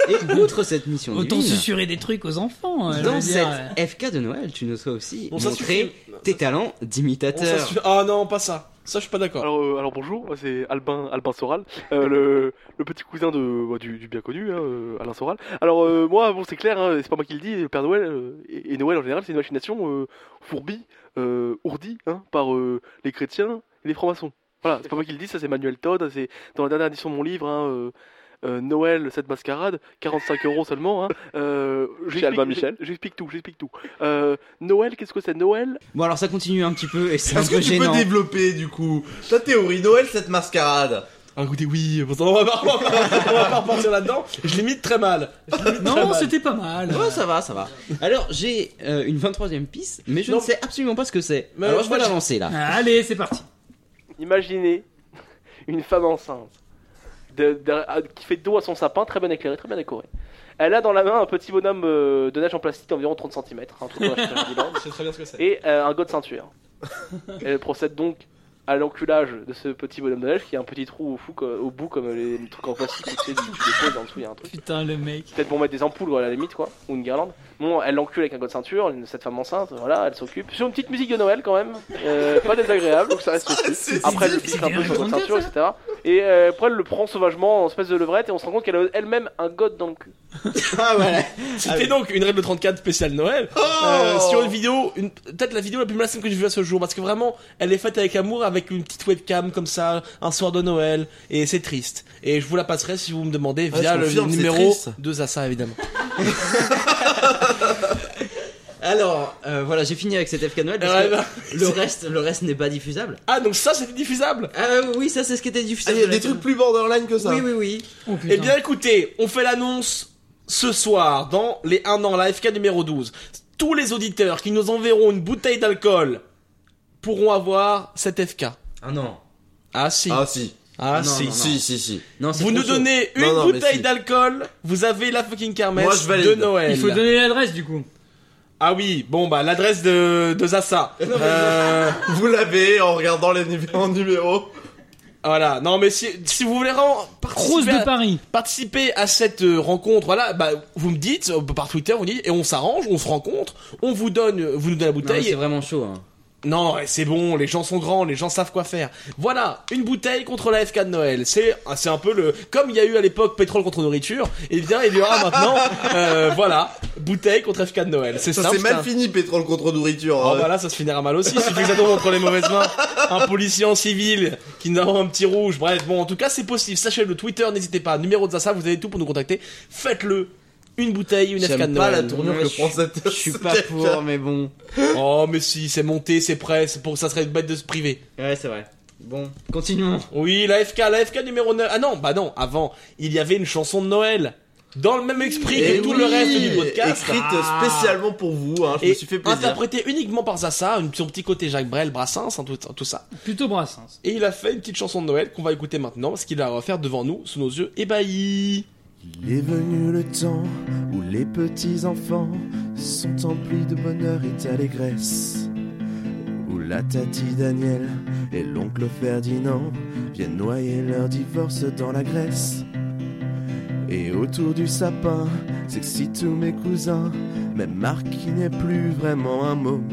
Et outre cette mission Autant divine, susurrer des trucs aux enfants. hein, euh, je Dans veux cette dire, euh. FK de Noël, tu nous sois aussi Bon, ça montrer tes talents On d'imitateur. s'assume- Ah non, pas ça. Ça, je suis pas d'accord. Alors, euh, alors bonjour, moi, c'est Albin, Albin Soral, euh, le, le petit cousin de, bah, du, du bien connu, hein, euh, Alain Soral. Alors euh, moi, bon, c'est clair, hein, c'est pas moi qui le dis, le Père Noël euh, et, et Noël en général, c'est une machination euh, fourbie, euh, ourdie hein, par euh, les chrétiens et les francs-maçons. Voilà, c'est pas moi qui le dis, ça c'est Manuel Todd, hein, c'est dans la dernière édition de mon livre. hein, euh, euh, Noël, cette mascarade, 45 euros seulement. Hein. Euh, j'explique- Albin Michel. J'explique tout, j'explique tout. Euh, Noël, qu'est-ce que c'est Noël Bon, alors ça continue un petit peu et bah, c'est un Est-ce que peu tu peux gênant. développer du coup ta théorie Noël cette <laughs> mascarade Ah, écoutez, oui, bon, on va pas, on va pas- on va pas repartir là-dedans. Je l'imite très mal. Je <laughs> l'imite Non, très mal. Oh, c'était pas mal. Ouais, Oh, ça va, ça va. Alors, j'ai euh, une 23ème piste, mais je Non. ne sais absolument pas ce que c'est. Mais Alors, je moi, vais j'ai- l'avancer là. Allez, c'est parti. Imaginez <laughs> une femme enceinte de- de- à- qui fait dos à son sapin, très bien éclairé, très bien décoré. Elle a dans la main un petit bonhomme euh, de neige en plastique d'environ 30 cm, Je sais très bien ce que c'est. et euh, un god ceinture. Elle procède donc à l'enculage de ce petit bonhomme de neige qui a un petit trou au, fou- au bout comme les trucs en plastique où tu, sais, tu déposes en dessous, il y a un truc. Putain, le mec. Peut-être pour mettre des ampoules quoi, à la limite quoi, ou une guirlande. Bon, elle l'encule avec un god ceinture, cette femme enceinte, voilà, elle s'occupe. Sur une petite musique de Noël quand même, euh, pas désagréable, donc ça reste cool. Après elle le fixe un peu sur grande god ceinture, etc. Et euh, après elle le prend sauvagement en espèce de levrette et on se rend compte qu'elle a elle-même un god dans le cul. Ah Euh, ouais. C'était donc une règle 34 spéciale Noël euh, Oh. sur une vidéo, une, peut-être la vidéo la plus malsaine que j'ai vue à ce jour parce que vraiment elle est faite avec amour avec une petite webcam comme ça un soir de Noël et c'est triste et je vous la passerai si vous me demandez Ouais, via je le confirme, c'est numéro triste. de Zassa <laughs> évidemment. Alors, euh, voilà, j'ai fini avec cette FK Noël parce Ouais, que bah, le reste, le reste n'est pas diffusable. Ah, Ah donc ça c'était diffusable Oui, ça c'est ce qui était Ah, diffusable. Il y a des trucs plus borderline que ça. Oui, oui, oui. Oh, Eh bien écoutez, on fait l'annonce ce soir dans les 1 an, la FK numéro 12. Tous les auditeurs qui nous enverront une bouteille d'alcool pourront avoir cette FK. Ah non. Ah si. Ah si. Ah Non, si. non, non. Si, si, si. Non, c'est vous trop nous chaud. donnez une Non, non, mais bouteille si. d'alcool, vous avez la fucking kermesse Moi, je valide. de Noël. Il faut donner l'adresse du coup. Ah oui, bon bah l'adresse de, <laughs> de Zassa. Euh, Vous l'avez en regardant les numéros. Voilà, non mais si, si vous voulez vraiment participer, de à, Paris. participer à cette euh, rencontre, voilà, bah, vous me dites euh, par Twitter, vous dites et on s'arrange, on se rencontre, on vous donne, euh, vous nous donnez la Non, mais bouteille. c'est vraiment chaud. hein. Non, et c'est bon, les gens sont grands, les gens savent quoi faire. Voilà, une bouteille contre la FK de Noël. C'est ah, c'est un peu le comme il y a eu à l'époque pétrole contre nourriture, et bien il y <laughs> aura maintenant euh, voilà, bouteille contre FK de Noël. C'est Ça simple, c'est mal un- fini, pétrole contre nourriture. Oh hein. bah là ça se finira mal aussi, il suffit que ça tombe entre les mauvaises mains. Un policier en civil qui nous a un petit rouge, bref, bon en tout cas c'est possible, sachez le Twitter, n'hésitez pas, numéro de Zassa, vous avez tout pour nous contacter, faites-le, une bouteille, une FK de J'aime Noël. pas la tournure que prend cette- Je <laughs> suis pas pour, mais bon. Oh mais si, c'est monté, c'est prêt, c'est pour ça serait bête de se priver. Ouais, c'est vrai. Bon, continuons. Oui, la FK, la FK numéro 9. Ah non, bah non, avant, il y avait une chanson de Noël. Dans le même esprit que Et tout Eh oui, le reste du podcast. écrite spécialement pour vous, hein, je et me suis fait plaisir. interprétée uniquement par Zassa, une- son petit côté Jacques Brel, Brassens, hein, tout, tout ça. Plutôt Brassens. Et il a fait une petite chanson de Noël qu'on va écouter maintenant, parce qu'il la refaire devant nous, sous nos yeux ébahis. Il est venu le temps où les petits enfants sont emplis de bonheur et d'allégresse. Où la tati Daniel et l'oncle Ferdinand viennent noyer leur divorce dans la Grèce. Et autour du sapin, s'excitent tous mes cousins, même Marc qui n'est plus vraiment un môme.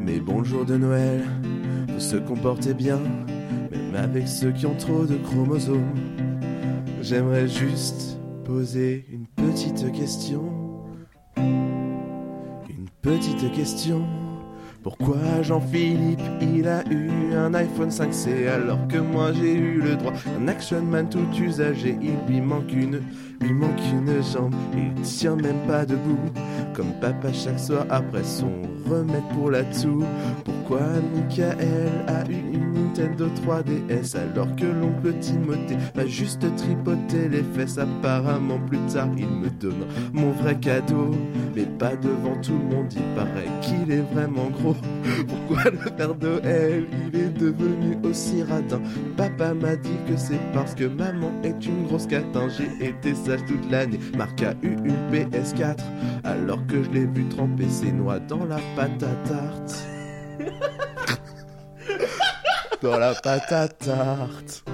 Mais bon le jour de Noël, faut se comporter bien, même avec ceux qui ont trop de chromosomes. J'aimerais juste poser une petite question. Une petite question. Pourquoi Jean-Philippe, il a eu un iPhone 5C alors que moi j'ai eu le droit d'un Action Man tout usagé Il lui manque une, lui manque une jambe, il tient même pas debout. Comme papa chaque soir après son remède pour la toux. Pourquoi Michael a eu une Nintendo 3DS alors que l'oncle Timothée va juste tripoter les fesses Apparemment plus tard il me donne mon vrai cadeau Mais pas devant tout le monde, il paraît qu'il est vraiment gros Pourquoi le père Noël il est devenu aussi radin Papa m'a dit que c'est parce que maman est une grosse catin J'ai été sage toute l'année, Marc a eu une PS4 Alors que je l'ai vu tremper ses noix dans la pâte à tarte <laughs> dans la pâte à tarte.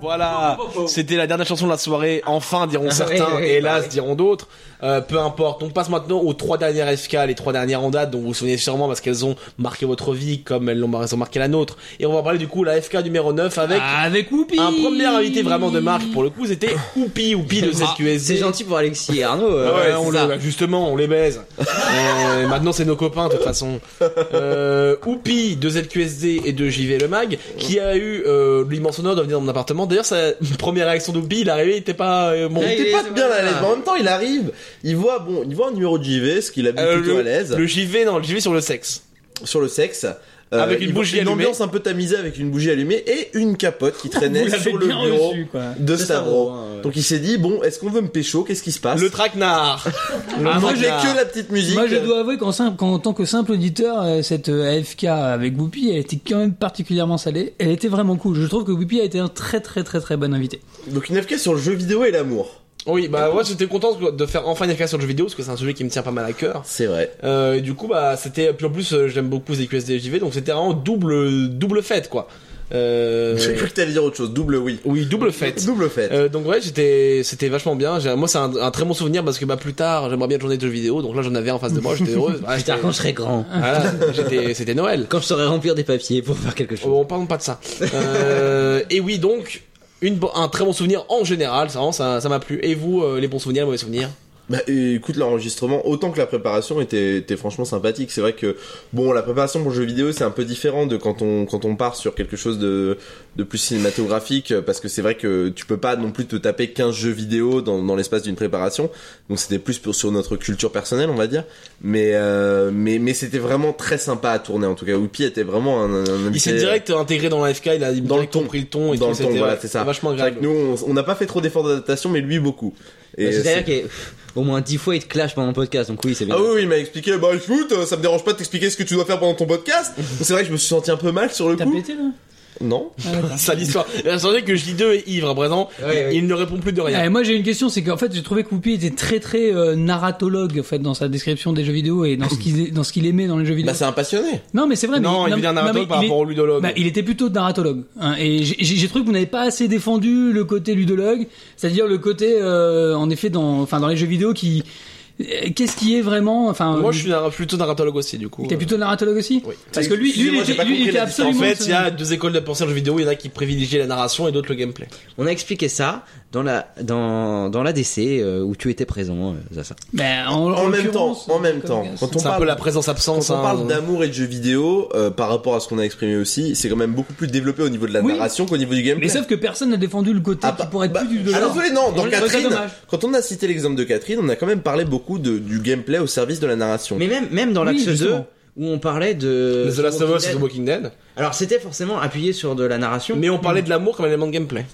Voilà, c'était la dernière chanson de la soirée. Enfin, diront certains, Ah Ouais, ouais, et hélas, diront d'autres. Euh, peu importe. On passe maintenant aux trois dernières FK, les trois dernières en date dont vous vous souvenez sûrement parce qu'elles ont marqué votre vie comme elles l'ont elles ont marqué la nôtre. Et on va parler du coup la FK numéro 9 avec, Ah, avec un premier invité vraiment de marque pour le coup. C'était Oupi Oupi de Ah, ZQSD. c'est gentil pour Alexis et Arnaud. euh, Ah Ouais, c'est on ça. les- justement, on les baise. Euh, maintenant, c'est nos copains, de toute façon. Euh, Oupi de ZQSD et de JV Le Mag, qui a eu euh, l'immense honneur de venir dans mon appartement. D'ailleurs, sa <laughs> première réaction d'Oupi, il est arrivé, il était pas... euh, bon, il était pas bien à l'aise, mais en même temps il arrive, il voit bon, il voit un numéro de JV, ce qu'il a mis Euh, plutôt le- à l'aise. le JV, non, le JV sur le sexe. Sur le sexe. Euh, Avec une il- bougie une allumée. ambiance un peu tamisée avec une bougie allumée et une capote qui traînait Vous l'avez sur le bien bureau reçu, quoi. de C'est Stavro. Stavro, hein, ouais. Donc il s'est dit bon, est-ce qu'on veut me pécho Qu'est-ce qui se passe Le traquenard. Ah, Moi, moi, j'ai j'ai- que la petite musique. Moi, je dois avouer qu'en simple- qu'en tant que simple auditeur, euh, cette euh, AFK avec Whoopi, elle était quand même particulièrement salée. Elle était vraiment cool. Je trouve que Whoopi a été un très très très très bon invité. Donc une AFK sur le jeu vidéo et l'amour. Oui, bah ouais, j'étais content de faire enfin une affaire sur le jeu vidéo parce que c'est un sujet qui me tient pas mal à cœur. C'est vrai. Euh, et du coup, bah c'était puis en plus euh, j'aime beaucoup ZQSD et JV, donc c'était vraiment double double fête quoi. Euh... J'ai <laughs> cru que t'allais dire autre chose, double oui. Oui, double fête. Double fête. Euh, donc ouais, j'étais, c'était vachement bien. J'ai- Moi, c'est un, un très bon souvenir parce que bah plus tard, j'aimerais bien une journée de jeux vidéo. Donc là, j'en avais en face de moi, j'étais heureux. Plus tard, quand je serai grand. Voilà, j'étais- c'était Noël. Quand je saurai remplir des papiers pour faire quelque chose. Bon, parlons pas de ça. Euh, et oui, donc une, bo- un très bon souvenir en général. Ça, vraiment, ça, ça m'a plu. Et vous, euh, les bons souvenirs, les mauvais souvenirs Bah écoute, l'enregistrement, autant que la préparation était, était franchement sympathique. C'est vrai que, bon, la préparation pour le jeu vidéo, c'est un peu différent de quand on, quand on part sur quelque chose de, de plus cinématographique, euh, parce que c'est vrai que tu peux pas non plus te taper 15 jeux vidéo dans, dans l'espace d'une préparation. Donc c'était plus pour, sur notre culture personnelle, on va dire. Mais, euh, mais, mais c'était vraiment très sympa à tourner, en tout cas. Whoopi était vraiment un, un- un Il s'est invité- direct intégré dans la FK. Il a dans le compris le ton et dans tout, le ton, c'était, voilà, ouais, c'est ça. Vachement C'est vrai agréable. que nous, on on n'a pas fait trop d'efforts d'adaptation, mais lui beaucoup. Bah, C'est-à-dire c'est- qu'au moins 10 fois, il te clash pendant le podcast, donc oui, c'est bien. Ah oui, oui, il m'a expliqué, bah écoute, euh, ça me dérange pas de t'expliquer ce que tu dois faire pendant ton <laughs> podcast. Donc c'est vrai que je me suis senti un peu mal sur le coup. T'as pété là Ah, Non. ça l'histoire. Attendez que je lis deux et ivre à présent. il, il ne répond plus de rien. Ouais, Eh, moi j'ai une question, c'est qu'en fait j'ai trouvé que Whoopi était très très euh, narratologue en fait dans sa description des jeux vidéo et dans ce qu'il dans ce qu'il aimait dans les jeux vidéo. Bah c'est un passionné. Non mais c'est vrai. Non, mais, il est un mais- narratologue mais par il est- rapport au ludologue. bah, il était plutôt narratologue. hein, et j'ai- j'ai j'ai trouvé que vous n'avez pas assez défendu le côté ludologue, c'est-à-dire le côté euh, en effet dans enfin dans les jeux vidéo qui euh, qu'est-ce qui est vraiment enfin. Moi, je suis narra- plutôt narratologue aussi, du coup. T'es Euh, plutôt narratologue aussi Parce que lui, lui, il Excusez-moi, j'ai était, pas lui, il compris était la absolument. différence. En fait, il y a deux écoles de pensée en jeu vidéo. Il y en a qui privilégient la narration et d'autres le gameplay. On a expliqué ça dans la dans dans l'ADC euh, où tu étais présent, euh, Zaza. Mais Ben, en, en même temps, en même temps, quand on C'est un parle peu la présence-absence, Quand on hein. parle d'amour et de jeux vidéo, euh, par rapport à ce qu'on a exprimé aussi, c'est quand même beaucoup plus développé au niveau de la narration qu'au niveau du gameplay. Mais sauf que personne n'a défendu le côté bah, qui pourrait être plus Ah, ludologue. désolé, non, dans C'est Catherine, dommage. quand on a cité l'exemple de Catherine, on a quand même parlé beaucoup de- du gameplay au service de la narration. Mais même même dans l'axe 2 où on parlait de The Last of Us et The Walking Dead. Alors c'était forcément appuyé sur de la narration. Mais on parlait de l'amour comme élément de gameplay.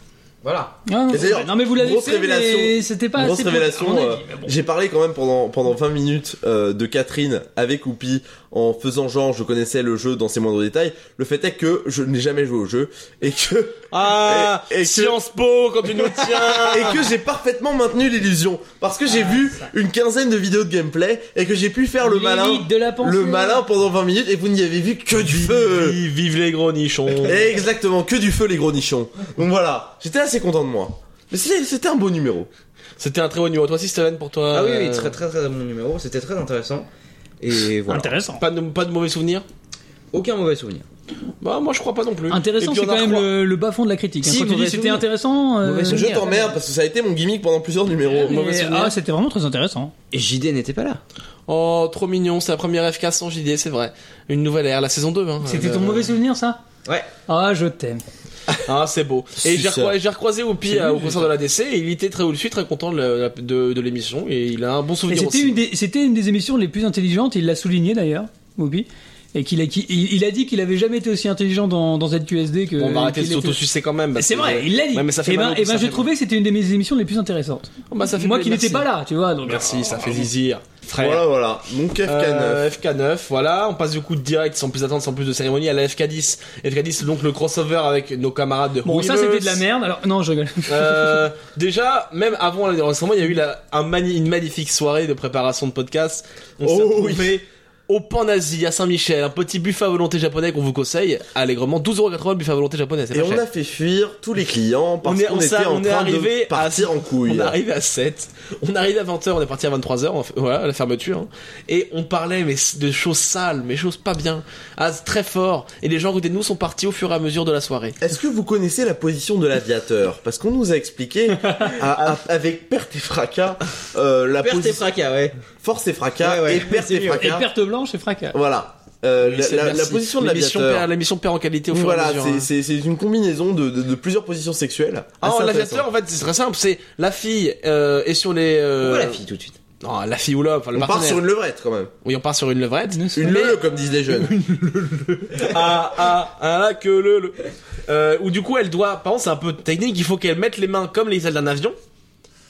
Voilà. Ah, Et d'ailleurs, non mais vous l'avez grosse fait, révélation, mais c'était pas grosse assez pour- bah, révélation. à mon avis. euh, J'ai parlé quand même pendant pendant 20 minutes euh, de Catherine avec Oupi en faisant genre je connaissais le jeu dans ses moindres détails. Le fait est que je n'ai jamais joué au jeu et que Ah, Sciences Po quand tu nous <laughs> tiens. et que j'ai parfaitement maintenu l'illusion parce que Ah, j'ai vu une quinzaine de vidéos de gameplay et que j'ai pu faire le Limite malin de la pensée. le malin pendant 20 minutes et vous n'y avez vu que du feu. Vive les gros nichons. Exactement, que du feu les gros nichons. Donc voilà, j'étais assez content de moi. Mais c'était c'était un beau numéro. C'était un très beau numéro. Toi aussi, Steven, pour toi Ah oui, euh, oui, très très très bon numéro, c'était très intéressant. <laughs> Et voilà. Intéressant. Pas de, pas de mauvais souvenirs Aucun mauvais souvenir. Bah, moi, je crois pas non plus. Intéressant, Et puis, c'est on a quand même trois- le, le bas fond de la critique. hein. Si, quand tu dis mauvais c'était souvenir. intéressant, euh, je t'emmerde parce que ça a été mon gimmick pendant plusieurs numéros. mais- ah, c'était vraiment très intéressant. Et JD n'était pas là. Oh, trop mignon. C'est la première FK sans JD, c'est vrai. Une nouvelle ère, la saison 2. hein. C'était Euh, ton mauvais souvenir, ça Ouais. Ah, je t'aime. Ah, c'est beau. Et j'ai Suceur. recroisé, j'ai recroisé Whoopi, C'est euh, au lui, concert de la DC et il était très au-dessus, très content de, la- de- de l'émission et il a un bon Et souvenir C'était aussi. une, des- c'était une des émissions les plus intelligentes, il l'a souligné d'ailleurs, Moby. Et qu'il a, qu'il- il, il a dit qu'il avait jamais été aussi intelligent dans, dans ZQSD que. On va arrêter bah, de euh, qu'il était- s'autosucer quand même, parce C'est que- euh, vrai, il l'a dit. Ouais, mais ça fait et ben, mal au- et ben ça j'ai fait trouvé que c'était une de mes émissions les plus intéressantes. Bah, ça fait Moi plaisir, qui n'étais merci. pas là, tu vois. Donc, Merci, ça fait zizir. Frère. Voilà, voilà. Mon FK9. Euh, FK9, voilà. On passe du coup de direct, sans plus attendre, sans plus de cérémonie, à la FK10. FK10, donc le crossover avec nos camarades de euh, Bon, ça Wheelers. c'était de la merde. Alors, non, je rigole. Euh, déjà, même avant l'enregistrement, il y a eu la- un mani- une magnifique soirée de préparation de podcast. On Oh s'est retrouvé au Panazi à Saint-Michel, un petit buffet à volonté japonais qu'on vous conseille allègrement 12,80€ buffet à volonté japonais. c'est Et pas on cher. a fait fuir tous les clients parce On est- qu'on on était s'est- en on est train arrivé de partir en couille. On est arrivé à 7, on est arrivé à 20h, on est parti à 23h, on fait- voilà, la fermeture. hein. Et on parlait mais, de choses sales, mais choses pas bien, ah, très fort. Et les gens à côté de nous sont partis au fur et à mesure de la soirée. Est-ce que vous connaissez la position de l'aviateur Parce qu'on nous a <laughs> expliqué, à- à- avec perte et fracas, euh, la Perte et position- fracas, ouais. Force et fracas, et perte et Et fracas. perte blanche et fracas. Voilà. Euh, Oui, la- c'est- la, la merci. position de L'émission l'aviateur. perd- l'émission perd en qualité au fur et Voilà, à mesure, c'est- hein. c'est c'est une combinaison de, de- de plusieurs positions sexuelles. Ah, Assez l'aviateur, en fait, c'est très simple. C'est la fille euh, est sur les. Euh... Pourquoi la fille, tout de suite Non, la fille ou l'homme. Enfin, le On part partenaire. sur une levrette quand même. Oui, on part sur une levrette. Une leu, comme disent les <laughs> jeunes. ah, ah, ah, là, que le. le. Euh, Ou du coup, elle doit. Par contre, c'est un peu technique. Il faut qu'elle mette les mains comme les ailes d'un avion.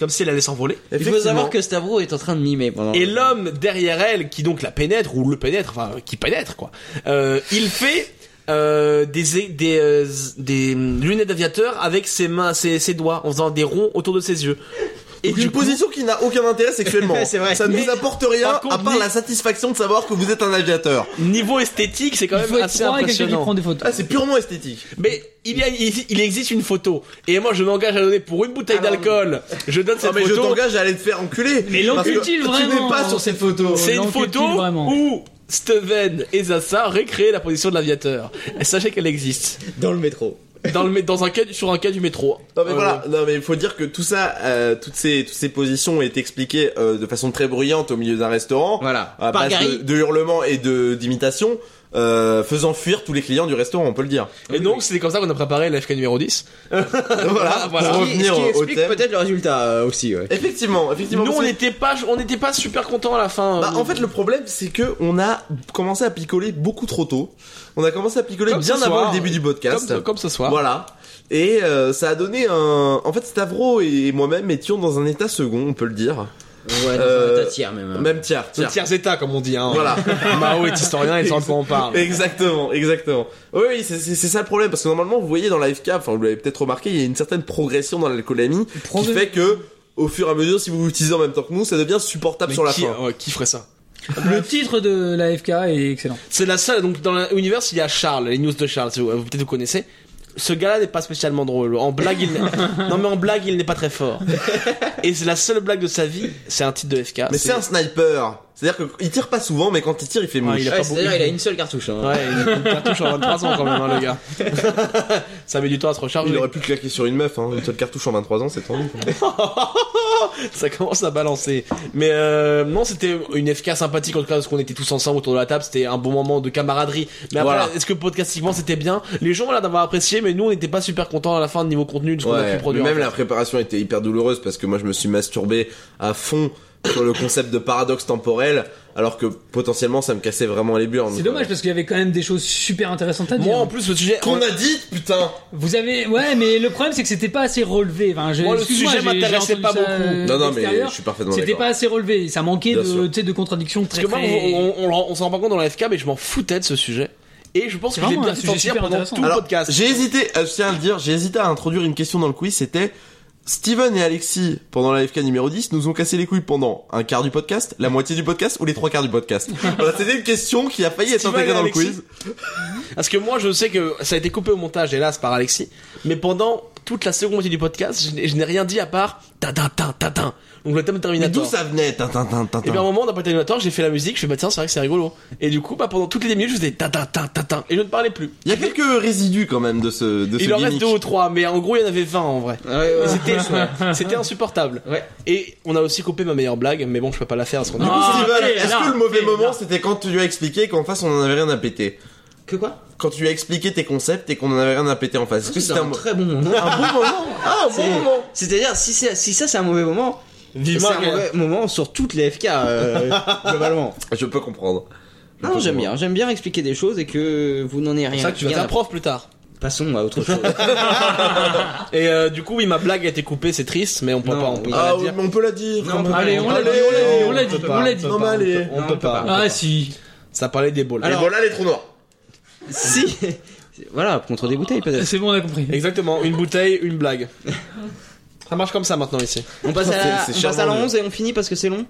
Comme si elle allait s'envoler. Il faut savoir que Stavro est en train de mimer pendant. Et l'homme derrière elle, qui donc la pénètre, ou le pénètre, enfin, qui pénètre, quoi, euh, il fait euh, des, des, euh, des lunettes d'aviateur avec ses mains, ses, ses doigts, en faisant des ronds autour de ses yeux. Et une position qui n'a aucun intérêt sexuellement. <laughs> c'est vrai. Ça ne Mais nous apporte rien par contre, à part la satisfaction de savoir que vous êtes un aviateur. Niveau esthétique, c'est quand même assez impressionnant. Ah, c'est purement esthétique. Mais il, y a- il- il existe une photo. Et moi, je m'engage à donner pour une bouteille d'alcool. Je donne cette mais je photo. t'engage à aller te faire enculer. Mais Parce que l'encule-t-il Tu vraiment n'es pas sur cette photo. C'est une photo où Steven et Zaza récréaient la position de l'aviateur. Et Sachez qu'elle existe. Dans le métro. Dans le, mé- dans un cas, sur un cas du métro. Non mais Euh, voilà, non mais il faut dire que tout ça, euh, toutes ces toutes ces positions ont été expliquées euh, de façon très bruyante au milieu d'un restaurant, voilà, à Par base de, Gary. de hurlements et de d'imitations, euh, faisant fuir tous les clients du restaurant, on peut le dire. Et donc, c'était comme ça qu'on a préparé l'FK numéro 10. voilà, <laughs> Voilà. pour Ce qui- ce revenir qui au- au explique thème. peut-être le résultat euh, aussi, ouais. Effectivement, effectivement. Nous, parce on que- n'était pas, on n'était pas super contents à la fin. euh, Bah, en fait, le problème, c'est que on a commencé à picoler beaucoup trop tôt. On a commencé à picoler Comme bien ce avant soir. le début du podcast. Comme- comme ce soir. Voilà. Et euh, ça a donné un. En fait, Stavro et moi-même étions dans un état second, on peut le dire. Ouais, dans un Euh, état tiers même, hein. Même tiers, Ah. Le tiers. tiers état, comme on dit. Hein. <laughs> Voilà. <laughs> Mao est historien, il sait de quoi on parle. Exactement, exactement. Oui, oui, c'est c'est- c'est ça le problème parce que normalement, vous voyez dans la FK, enfin vous l'avez peut-être remarqué, il y a une certaine progression dans l'alcoolémie qui fait que au fur et à mesure, si vous l'utilisez en même temps que nous, ça devient supportable Mais sur la qui- fin. ouais, qui ferait ça Le titre de la FK est excellent. C'est la seule. Donc dans l'univers, il y a Charles, les news de Charles. si Vous, vous- peut-être vous connaissez. Ce gars-là n'est pas spécialement drôle. En blague, il n'est- non mais en blague, il n'est pas très fort. Et c'est la seule blague de sa vie. ah, C'est un titre de FK. Mais c'est un sniper. C'est-à-dire qu'il tire pas souvent, mais quand il tire, il fait mouche. Ah, il a pas beaucoup- seule cartouche. Ouais, une, une cartouche en 23 ans quand même, hein, le gars. Ça met du temps à se recharger. Il aurait pu claquer sur une meuf, hein. une seule cartouche en 23 ans, c'est tendu. <laughs> Ça commence à balancer. Mais euh, non, c'était une FK sympathique en tout cas parce qu'on était tous ensemble autour de la table. C'était un bon moment de camaraderie. Mais après, Voilà. est-ce que podcastiquement c'était bien Les gens ont l'air d'avoir apprécié, mais nous on n'était pas super contents à la fin de niveau contenu de ce qu'on a Ouais, pu produire. mais même en fait. la préparation était hyper douloureuse parce que moi je me suis masturbé à fond sur le concept de paradoxe temporel alors que potentiellement ça me cassait vraiment les burnes. C'est dommage parce qu'il y avait quand même des choses super intéressantes à dire. Moi en plus le sujet Qu'on a dit putain. Vous avez ouais mais le problème c'est que c'était pas assez relevé. Enfin, je- Moi, le excuse-moi, sujet j'ai- j'ai m'intéressait entendu pas ça, beaucoup. euh, Non, non, mais d'extérieur. je suis parfaitement C'était d'accord. pas assez relevé. Ça manquait Bien de sûr. tu sais, de contradictions très Parce que moi, très- on, on- on- on s'en rend pas compte dans la FK, mais je m'en foutais de ce sujet. Et je pense C'est que j'ai vraiment bien un fait sujet sentir super pendant intéressant. tout le Alors, podcast. J'ai hésité, euh, je tiens à le dire, j'ai hésité à introduire une question dans le quiz, c'était Steven et Alexis, pendant la FK numéro 10, nous ont cassé les couilles pendant un quart du podcast, la moitié du podcast ou les trois quarts du <laughs> podcast Voilà, c'était une question qui a failli être Steven intégrée et dans le Alexis. quiz. Parce que moi, je sais que ça a été coupé au montage, hélas, par Alexis. Mais pendant toute la seconde moitié du podcast, je n'ai- je n'ai rien dit à part Tintin, Tintin, Tintin. Donc le thème Terminator. D'où ça venait Tintin, tintin, tintin. Et bien à un moment, d'un Terminator, j'ai fait la musique, je fais bah tiens, c'est vrai que c'est rigolo. Et du coup, bah pendant toutes les 10 minutes, je faisais Tintin, Tintin, Tintin. Et je ne parlais plus. Il y a quelques résidus quand même de ce de ce Il en reste gimmick. deux ou trois, mais en gros il y en avait 20 en vrai. Et C'était c'était insupportable. Et on a aussi coupé ma meilleure blague, mais bon je peux pas la faire parce qu'on Du coup, Ah, Steven, allez, est-ce là. que le mauvais moment c'était quand tu lui as expliqué qu'en face on en avait rien à péter Que quoi Quand tu lui as expliqué tes concepts et qu'on en avait rien à péter en face. Est-ce Ah, que C'est c'était un mo- très bon moment. Un bon moment Ah, un bon C'est- moment C'est-à-dire, si, c'est- si ça c'est un mauvais moment, Vivement c'est un que- mauvais moment sur toutes les FK, euh, globalement. Je peux comprendre. Ah, Non, j'aime bien. J'aime bien expliquer des choses et que vous n'en ayez rien. C'est ça que tu vas rien être un à- prof plus tard. Passons à autre chose. Et euh, du coup, oui, ma blague a été coupée, c'est triste, mais on peut pas, on peut pas Ah, la dire. on peut la dire. Non, quand on peut même. pas. Allez, on l'a Allez, dit, on l'a dit, on l'a dit, peut on pas. l'a dit. Non, mais allez. On peut pas. <laughs> Ah, si. Ça parlait d'Ebola. Alors- Ebola, Ah, les trous noirs. si Voilà, contre des bouteilles peut-être. C'est bon, on a compris. Exactement, une bouteille, une blague. Ça marche comme ça maintenant ici. On <laughs> passe à la, Bah, on passe à la 11 et on finit parce que c'est long.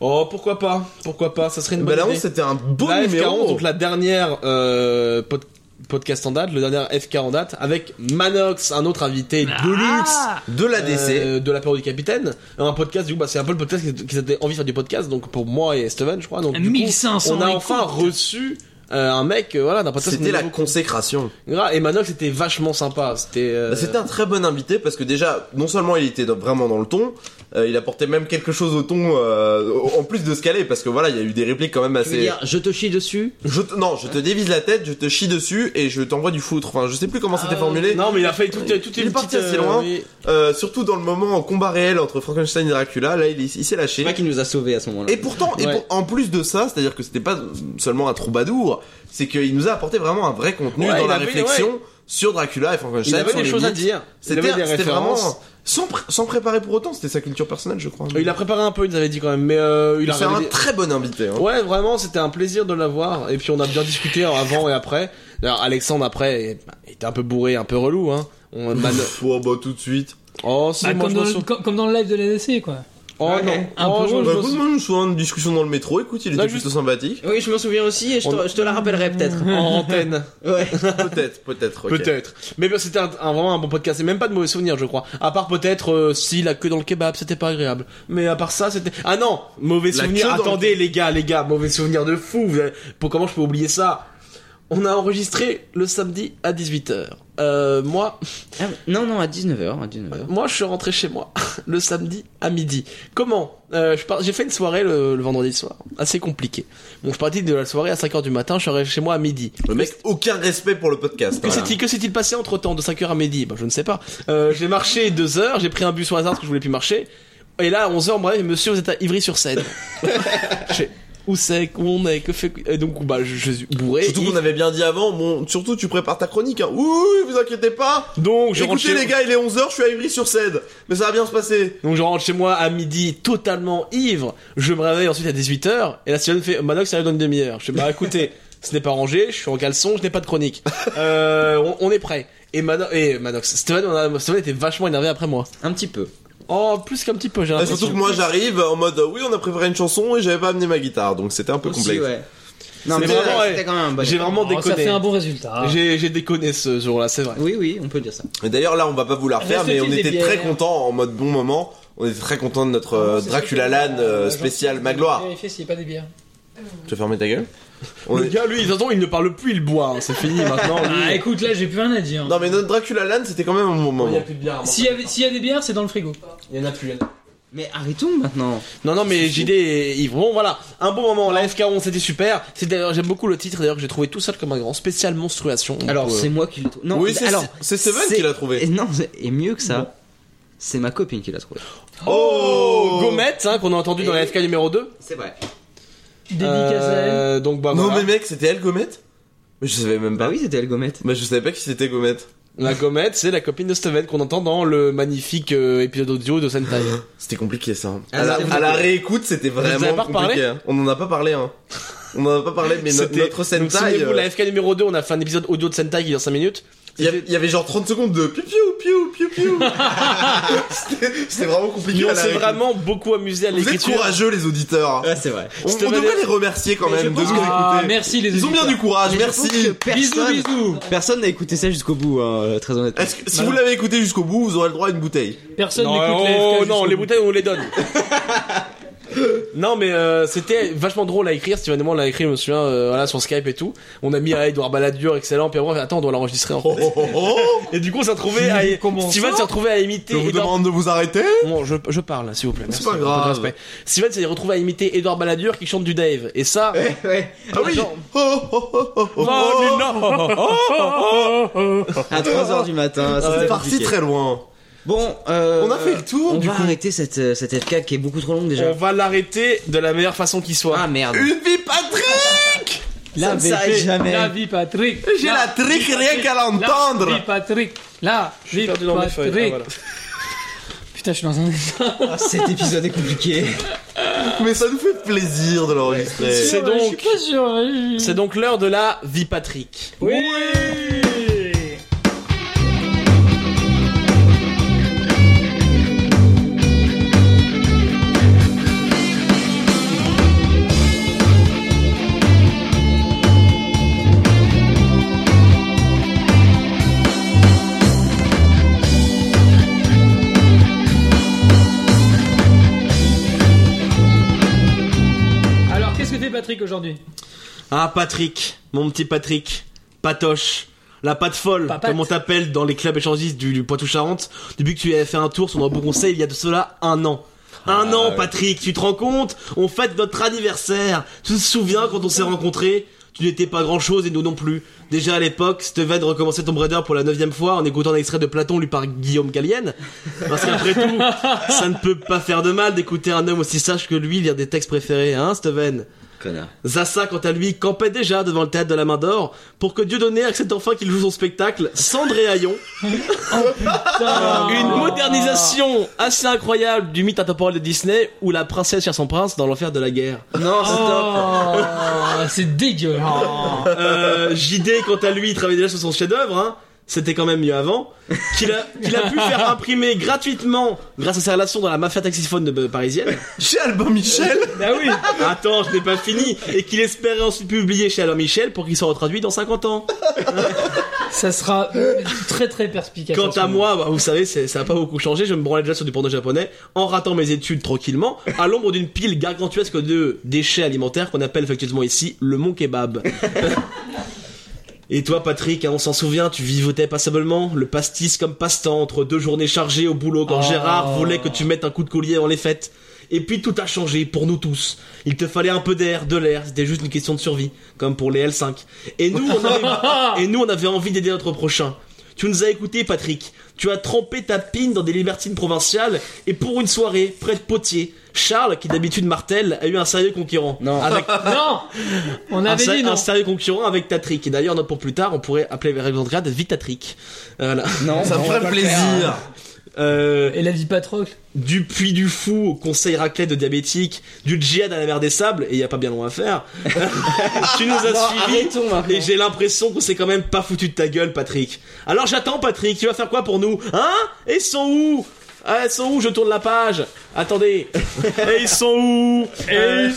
Oh, pourquoi pas Pourquoi pas Ça serait une Bah, bonne la idée. 11, c'était un beau La numéro. FK11, donc la dernière euh, pod- podcast en date, le dernier FK en date, avec Manox, un autre invité de luxe de l'ADC, de la période du capitaine. Un podcast, du coup, bah, c'est un peu le podcast qui- qui avait envie de faire du podcast, donc pour moi et Steven, je crois. Donc, du coup, 1500 on a enfin reçu. euh, un mec, euh, voilà, d'un podcast. C'était la consécration. Et Manox était vachement sympa. C'était. euh, Bah, C'était un très bon invité parce que déjà, non seulement il était dans- vraiment dans le ton, euh, il apportait même quelque chose au ton euh, en plus de ce qu'elle est parce que voilà, il y a eu des répliques quand même Je assez. veux dire, je te chie dessus. Je te- non, je te dévise la tête, je te chie dessus et je t'envoie du foutre. Enfin, je sais plus comment c'était formulé. Ah Non, mais il a fait tout- toutes les Il est petites, parti assez euh, loin. oui. Euh, surtout dans le moment en combat réel entre Frankenstein et Dracula, là, il, est- il s'est lâché. C'est qui nous a sauvés à ce moment-là. Et pourtant, et pour- en plus de ça, c'est-à-dire que c'était pas seulement un troubadour, c'est qu'il nous a apporté vraiment un vrai contenu Ouais, dans il la avait- réflexion ouais. sur Dracula et Frankenstein. Il avait sur des les choses à mythes. dire. Il C'était avait des c'était vraiment références. sans, pré- sans préparer pour autant, c'était sa culture personnelle, je crois. Il a préparé un peu, il nous avait dit quand même, mais euh, il a C'est un révélé- très bon invité. hein. Ouais, vraiment, c'était un plaisir de l'avoir. Et puis on a bien discuté en avant et après. D'ailleurs, Alexandre après, il était un peu bourré, un peu relou, hein. <laughs> On Man- Oh, bah, tout de suite. Oh, si, Bah, moi, comme, je dans me le, souviens- comme- comme dans le live de l'ADC, quoi. Oh non. Un Oh, peu, je me bah, souviens- écoute, moi, je me souviens d'une discussion dans le métro. Écoute, il était plutôt sympathique. <laughs> Oui, je me souviens aussi et je te, je te la rappellerai peut-être. En antenne. Ouais. peut-être, peut-être. ok. Peut-être. Mais bah, c'était un, un- vraiment un bon podcast. Et même pas de mauvais souvenirs, je crois. À part peut-être euh, si la queue dans le kebab, c'était pas agréable. Mais à part ça, c'était. Ah non Mauvais La souvenir. queue dans Attendez, les gars, les gars, mauvais souvenir de fou. Vous avez- Pour comment je peux oublier ça On a enregistré le samedi à 18h. Euh, moi. <laughs> non, non, à 19h. À 19h. Euh, Moi, je suis rentré chez moi <laughs> le samedi à midi. Comment Euh, je par- J'ai fait une soirée le, le vendredi soir, assez compliqué. Bon, je suis parti de la soirée à 5h du matin, je suis arrivé chez moi à midi. Le mec, aucun respect pour le podcast. Que hein. s'est-il- que s'est-il passé entre temps, de 5h à midi bah, Je ne sais pas. Euh, j'ai marché 2 heures, j'ai pris un bus au hasard parce que je voulais plus marcher. Et là, à 11h, bref, monsieur, vous êtes à <laughs> Ivry-sur-Seine. Je fais, où c'est Où on est Que fait Et donc, bah, je, je suis bourré. Surtout qu'on avait bien dit avant, bon, surtout tu prépares ta chronique. Hein. Oui, oui, vous inquiétez pas. Donc, je rentre Écoutez chez- les gars, il est 11h, je suis à Ivry-sur-Seine. Mais ça va bien se passer. Donc je rentre chez moi à midi totalement ivre, je me réveille ensuite à 18h, et la sirène fait Manox, ça arrive dans une demi-heure. Je fais bah écoutez, <laughs> ce n'est pas rangé, je suis en caleçon, je n'ai pas de chronique. Euh, on, on est prêt. Et, Mano- et Manox, Steven, on a- Steven était vachement énervé après moi. Un petit peu. Oh, plus qu'un petit peu, Et j'ai l'impression. surtout que moi j'arrive en mode euh, oui, on a préparé une chanson et j'avais pas amené ma guitare, donc c'était un peu Aussi, complexe. ouais. Non, C'est mais vraiment, c'était ouais, quand même un bon J'ai effort. vraiment Oh, ça déconné. Ah. fait un bon résultat. J'ai j'ai déconné ce jour-là, c'est vrai. Oui, oui, on peut dire ça. Et d'ailleurs là, on va pas vous la refaire, mais on Reste-t-il des était très bières contents en mode bon moment. On était très contents de notre euh, Dracula Lan euh, spécial Magloire. Vérifier s'il n'y a pas des bières. Tu veux fermer ta gueule On Le est- gars, lui, de toute façon, il ne parle plus, il boit, hein, c'est fini maintenant. lui. Ah, écoute, là, j'ai plus rien à dire. Non, mais notre Dracula Lan, c'était quand même un bon moment. plus de bière. S'il y, avait- s'il y a des bières, c'est dans le frigo. Il y en a plus. Mais arrêtons maintenant. Non, non, mais JD et Yves. Bon, voilà, un bon moment. La FK11, c'était super. C'est d'ailleurs, j'aime beaucoup le titre d'ailleurs que j'ai trouvé tout seul comme un grand spécial monstruation. Alors, Donc, euh, c'est moi qui le trouve. Non, Oui, c'est- alors, c'est Steven qui l'a trouvé. Et non, c'est- et mieux que ça, c'est ma copine qui l'a trouvé. Oh, Gommette, hein, qu'on a entendu dans la FK numéro 2. C'est vrai. Euh, Dédicace à elle. Donc, bah, non, voilà. mais mec, c'était elle Gomette Mais je savais même pas. Bah oui, c'était elle Gomette. Bah je savais pas qui c'était Gomette. La Gommette, c'est la copine de Steven qu'on entend dans le magnifique euh, épisode audio de <gasps> Sentai. C'était compliqué ça. Ah, à, la, c'était à la compliqué. réécoute, c'était Vous en avez vraiment pas reparlé compliqué. hein. On en a pas parlé, hein. On en a pas parlé, <laughs> mais no- C'était- notre donc, Sentai. souvenez-vous, euh, la FK numéro 2, on a fait un épisode audio de Sentai qui dure 5 minutes. Il y, avait, il y avait genre 30 secondes de piou piou piou piou piou. C'était- C'était vraiment compliqué. Mais à la on s'est réécoute. vraiment beaucoup amusé à Vous êtes l'écriture. courageux les auditeurs. Ouais, c'est vrai. On, on devrait les remercier quand Mais je même de pense nous que- écouter. Ah, merci, les Ils ont bien auditeurs. du courage, Mais je merci. pense que personne- Personne n'a écouté ça jusqu'au bout, hein, très honnêtement. Est-ce que- si vous l'avez écouté jusqu'au bout, vous aurez le droit à une bouteille. Personne Non, n'écoute les oh, FK non, jusqu'au les bout. bouteilles, on les donne. <laughs> Non mais euh, c'était vachement drôle à écrire, Steven et moi on l'a écrit, je me souviens, euh, voilà, sur Skype et tout. On a mis à Edouard Balladur, excellent, puis après on fait, attends on doit l'enregistrer en Oh. fait. Et du coup on s'est retrouvé à... Steven s'est retrouvé à imiter... Je vous Edouard- demande de vous arrêter. Bon, je, je parle, s'il vous plaît. C'est merci, pas un peu de grave. respect. Steven s'est retrouvé à imiter Edouard Balladur qui chante du Dave. Et ça... Oh, Ah oui oh, À 3h du matin, Ah, ça c'est c'est parti compliqué. très loin. Bon, euh, On a fait le tour, On du va coup. arrêter cette, euh, cette FK qui est beaucoup trop longue déjà. Ah, On va l'arrêter de la meilleure façon qui soit. Ah merde. Une vie Patrick La ne s'arrête jamais. La vie Patrick. <laughs> J'ai la trique rien qu'à l'entendre. La vie Patrick. La vie perdu dans mes feuilles. Ah, Patrick. voilà. Putain, je suis dans un état. cet épisode est compliqué. Mais ça nous fait plaisir de l'enregistrer. C'est donc, <laughs> Je suis pas sûr. je- c'est donc l'heure de la vie Patrick. Oui. Alors, qu'est-ce que fait Patrick aujourd'hui Ah Patrick, mon petit Patrick, Patoche, la patte folle, Papate. comme on t'appelle dans les clubs échangistes du, du Poitou-Charentes, depuis que tu avais fait un tour sur nos beaux conseils il y a de cela un an. Un an, Patrick, tu te rends compte On fête notre anniversaire. Tu te souviens quand on s'est rencontrés Tu n'étais pas grand chose et nous non plus. Déjà à l'époque, Steven recommençait Tomb Raider pour la neuvième fois en écoutant un extrait de Platon lu par Guillaume Gallienne. Parce qu'après <laughs> tout, ça ne peut pas faire de mal d'écouter un homme aussi sage que lui lire des textes préférés, hein, Steven Connard. Zassa, quant à lui, campait déjà devant le théâtre de la main d'or pour que Dieudonné accepte enfin qu'il joue son spectacle Cendre et Haillon. Ah. Une modernisation assez incroyable du mythe intemporel de Disney où la princesse cherche son prince dans l'enfer de la guerre. Non, Oh, c'est <laughs> dégueu. Oh, Euh, JD, quant à lui, il travaillait déjà sur son chef-d'œuvre, hein. C'était quand même mieux avant. Qu'il a, qu'il a pu faire imprimer gratuitement grâce à ses relations dans la mafia taxiphone de, euh, parisienne. Chez Albin Michel Bah oui Attends, je n'ai pas fini. Et qu'il espérait ensuite publier chez Albin Michel pour qu'il soit retraduit dans 50 ans. Ça sera très très perspicace. Quant à moi, bah, vous savez, c'est- ça n'a pas beaucoup changé. Je me branlais déjà sur du porno japonais en ratant mes études tranquillement, <laughs> à l'ombre d'une pile gargantuesque de déchets alimentaires qu'on appelle effectivement ici le Mont Kebab. <laughs> Et toi, Patrick, hein, on s'en souvient, tu vivotais passablement le pastis comme passe-temps entre deux journées chargées au boulot quand Oh. Gérard voulait que tu mettes un coup de collier avant les fêtes. Et puis tout a changé pour nous tous. Il te fallait un peu d'air, de l'air, c'était juste une question de survie, comme pour les L5. Et nous, on Ah, avait, et nous, on avait envie d'aider notre prochain. Tu nous as écoutés, Patrick. Tu as trempé ta pine dans des libertines provinciales et pour une soirée, près de Potier, Charles, qui d'habitude martèle, a eu un sérieux concurrent. Non. Avec, Non On un, avait sé- dit non. un sérieux concurrent avec Tatrick. Et d'ailleurs, note pour plus tard, on pourrait appeler Véragandriade Vitatrick. Voilà. Euh, Non, Ça me ferait plaisir. Et la vie Patrocle Du Puy du Fou au conseil raclette de diabétique, du djihad à la mer des sables, et il y a pas bien loin à faire. <laughs> tu nous as Non, suivis, et j'ai l'impression qu'on s'est quand même pas foutu de ta gueule, Patrick. Alors j'attends, Patrick, tu vas faire quoi pour nous Hein Et ils sont où Ah, ils sont où Je tourne la page. Attendez. et ils sont où Euh,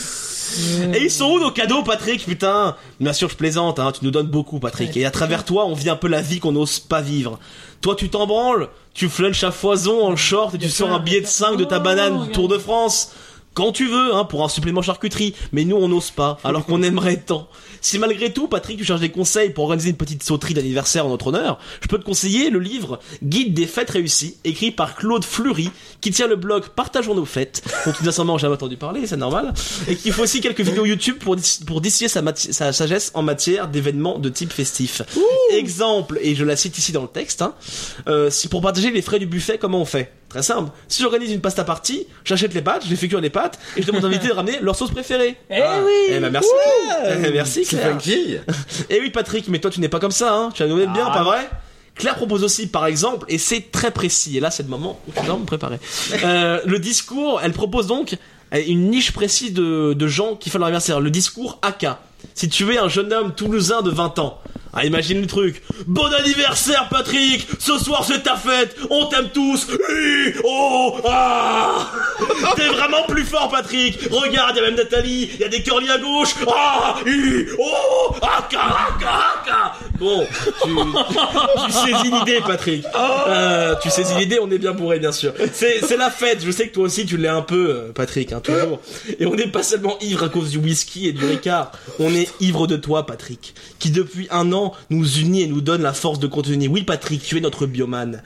Mm. et ils sont où nos cadeaux, Patrick Putain Bien sûr, je plaisante, hein, tu nous donnes beaucoup, Patrick. Et à travers toi, on vit un peu la vie qu'on n'ose pas vivre. Toi, tu t'en branles, tu flunches à foison en short et tu sors un billet de 5 de ta banane du Tour de France. Quand tu veux, hein, pour un supplément charcuterie. Mais nous, on n'ose pas, alors qu'on aimerait tant. Si malgré tout, Patrick, tu cherches des conseils pour organiser une petite sauterie d'anniversaire en notre honneur, je peux te conseiller le livre Guide des fêtes réussies, écrit par Claude Fleury, qui tient le blog Partageons nos fêtes, dont tu n'as sûrement jamais entendu parler, c'est normal, et qui fait aussi quelques vidéos YouTube pour, dis- pour distiller sa, mati- sa sagesse en matière d'événements de type festif. Exemple, et je la cite ici dans le texte, hein, euh, si pour partager les frais du buffet, comment on fait Très simple. Si j'organise une pasta party, j'achète les pâtes, je les fais cuire les pâtes, et je demande aux invités de ramener leur sauce préférée. Eh oui Eh ben merci. Claire. Eh, merci C'est Claire. funky. Eh oui Patrick, mais toi tu n'es pas comme ça, hein. Tu as nous aimes bien, Ah. pas vrai Claire propose aussi, par exemple, et c'est très précis, et là c'est le moment où je dois me préparer. Euh, le discours, elle propose donc euh, une niche précise de, de gens qui font leur anniversaire. Le discours AK. Si tu es un jeune homme toulousain de 20 ans, ah, imagine le truc. Bon anniversaire Patrick Ce soir c'est ta fête On t'aime tous Hi, Oh ah <laughs> T'es vraiment plus fort Patrick Regarde, il y a même Nathalie, il y a des curly à gauche Ah hi, Oh Ah ca, ca, ca. Bon, tu, tu saisis l'idée Patrick. Euh, tu saisis l'idée, on est bien bourré bien sûr. C'est c'est la fête, je sais que toi aussi tu l'es un peu euh, Patrick, hein, toujours. Et on n'est pas seulement ivre à cause du whisky et du Ricard, on est ivre de toi Patrick, qui depuis un an nous unit et nous donne la force de continuer. Oui Patrick, tu es notre bioman.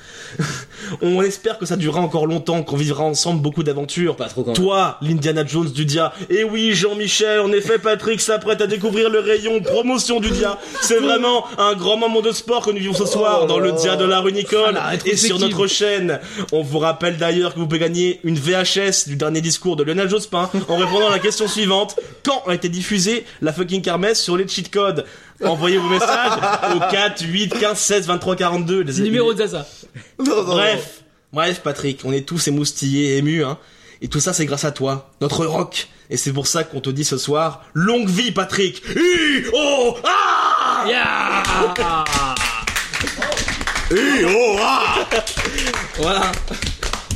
On espère que ça durera encore longtemps, qu'on vivra ensemble beaucoup d'aventures. Pas trop Toi, l'Indiana Jones du Dia. Eh Et oui, Jean-Michel, en effet, Patrick s'apprête à découvrir le rayon promotion du Dia. C'est vraiment un grand moment de sport que nous vivons ce soir dans le Dia de la Runicole Ah, la et sur rétrospective. notre chaîne. On vous rappelle d'ailleurs que vous pouvez gagner une VHS du dernier discours de Lionel Jospin en répondant à la question suivante. Quand a été diffusée la fucking kermesse sur les cheat codes Envoyez vos messages au 4, 8, 15, 16, 23, 42. Les Numéro de Zaza. Bref, bref, Patrick, on est tous émoustillés, émus, hein. Et tout ça, c'est grâce à toi, notre rock. Et c'est pour ça qu'on te dit ce soir, longue vie, Patrick. Hi, oh, ah, Hi, oh, ah. Voilà.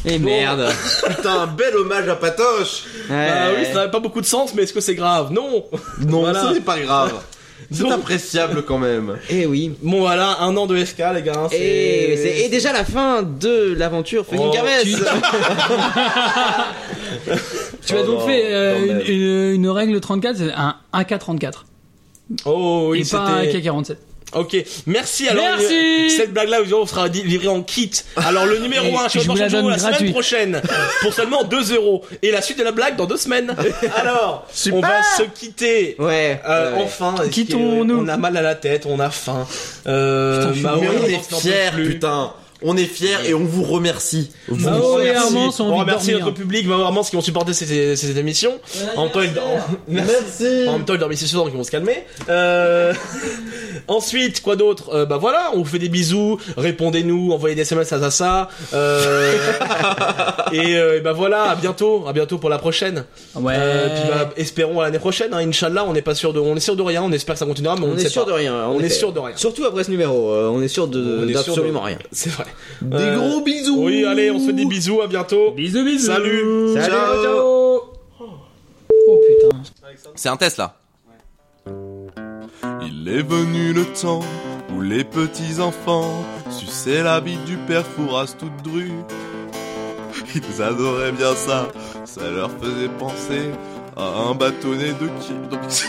Et Eh merde. Putain, un bel hommage à Patoche. Bah oui, ça n'avait pas beaucoup de sens, mais est-ce que c'est grave Non. Non, ce n'est pas grave. C'est appréciable quand même. Eh oui. Bon voilà, un an de FK les gars. hein, Eh, Et, c'est- et déjà la fin de l'aventure Fucking Oh, Kermesse. Tu as donc Oh, fait euh, bordel. une, une- une règle 34, c'est un AK34. Oh oui, et pas un c'était- AK47. Ok, merci alors. Merci. euh, Cette blague-là, on sera di- livrée en kit. Alors le <laughs> numéro Et 1, je vous la donne la semaine gratuite. prochaine pour seulement 2 euros. Et la suite de la blague dans deux <laughs> semaines. Alors, on va se quitter. Ouais. Euh, ouais. Enfin, parce que, euh, On a mal à la tête, on a faim. Euh, Putain, Mao, mais Bah on n'en est peut fiers, plus. putain. On est fiers et on vous remercie. Vous Mao vous et remercie. Armand sont On remercie notre public, Mao et Armand, qui ont supporté cette, cette émission. En même temps, ils Bah, <laughs> Merci. En même temps, ils dormaient, c'est sûr, donc ils vont se calmer. Euh, <laughs> Ensuite, quoi d'autre Euh, Bah voilà, on vous fait des bisous, répondez-nous, envoyez des SMS à Zaza. <laughs> Euh... et, euh, et bah voilà, à bientôt, à bientôt pour la prochaine. Ouais. puis bah, espérons à l'année prochaine, hein, Inch'Allah, on est pas sûr de, on est sûr de rien, on espère que ça continuera, mais on, On ne est sait sûr pas. de hein, rien. On en est effet. sûr de rien. Surtout après ce numéro, euh, on est sûr On de est sûr d'absolument de- rien. C'est vrai. Des Euh, gros bisous. Oui, allez, on se fait des bisous, à bientôt. Bisous, bisous. Salut. Salut, Ciao. Oh, Oh, C'est un test là. Il est venu le temps où les petits enfants suçaient la bite du père Fouras toute drue. Ils adoraient bien ça, ça leur faisait penser à un bâtonnet de qui.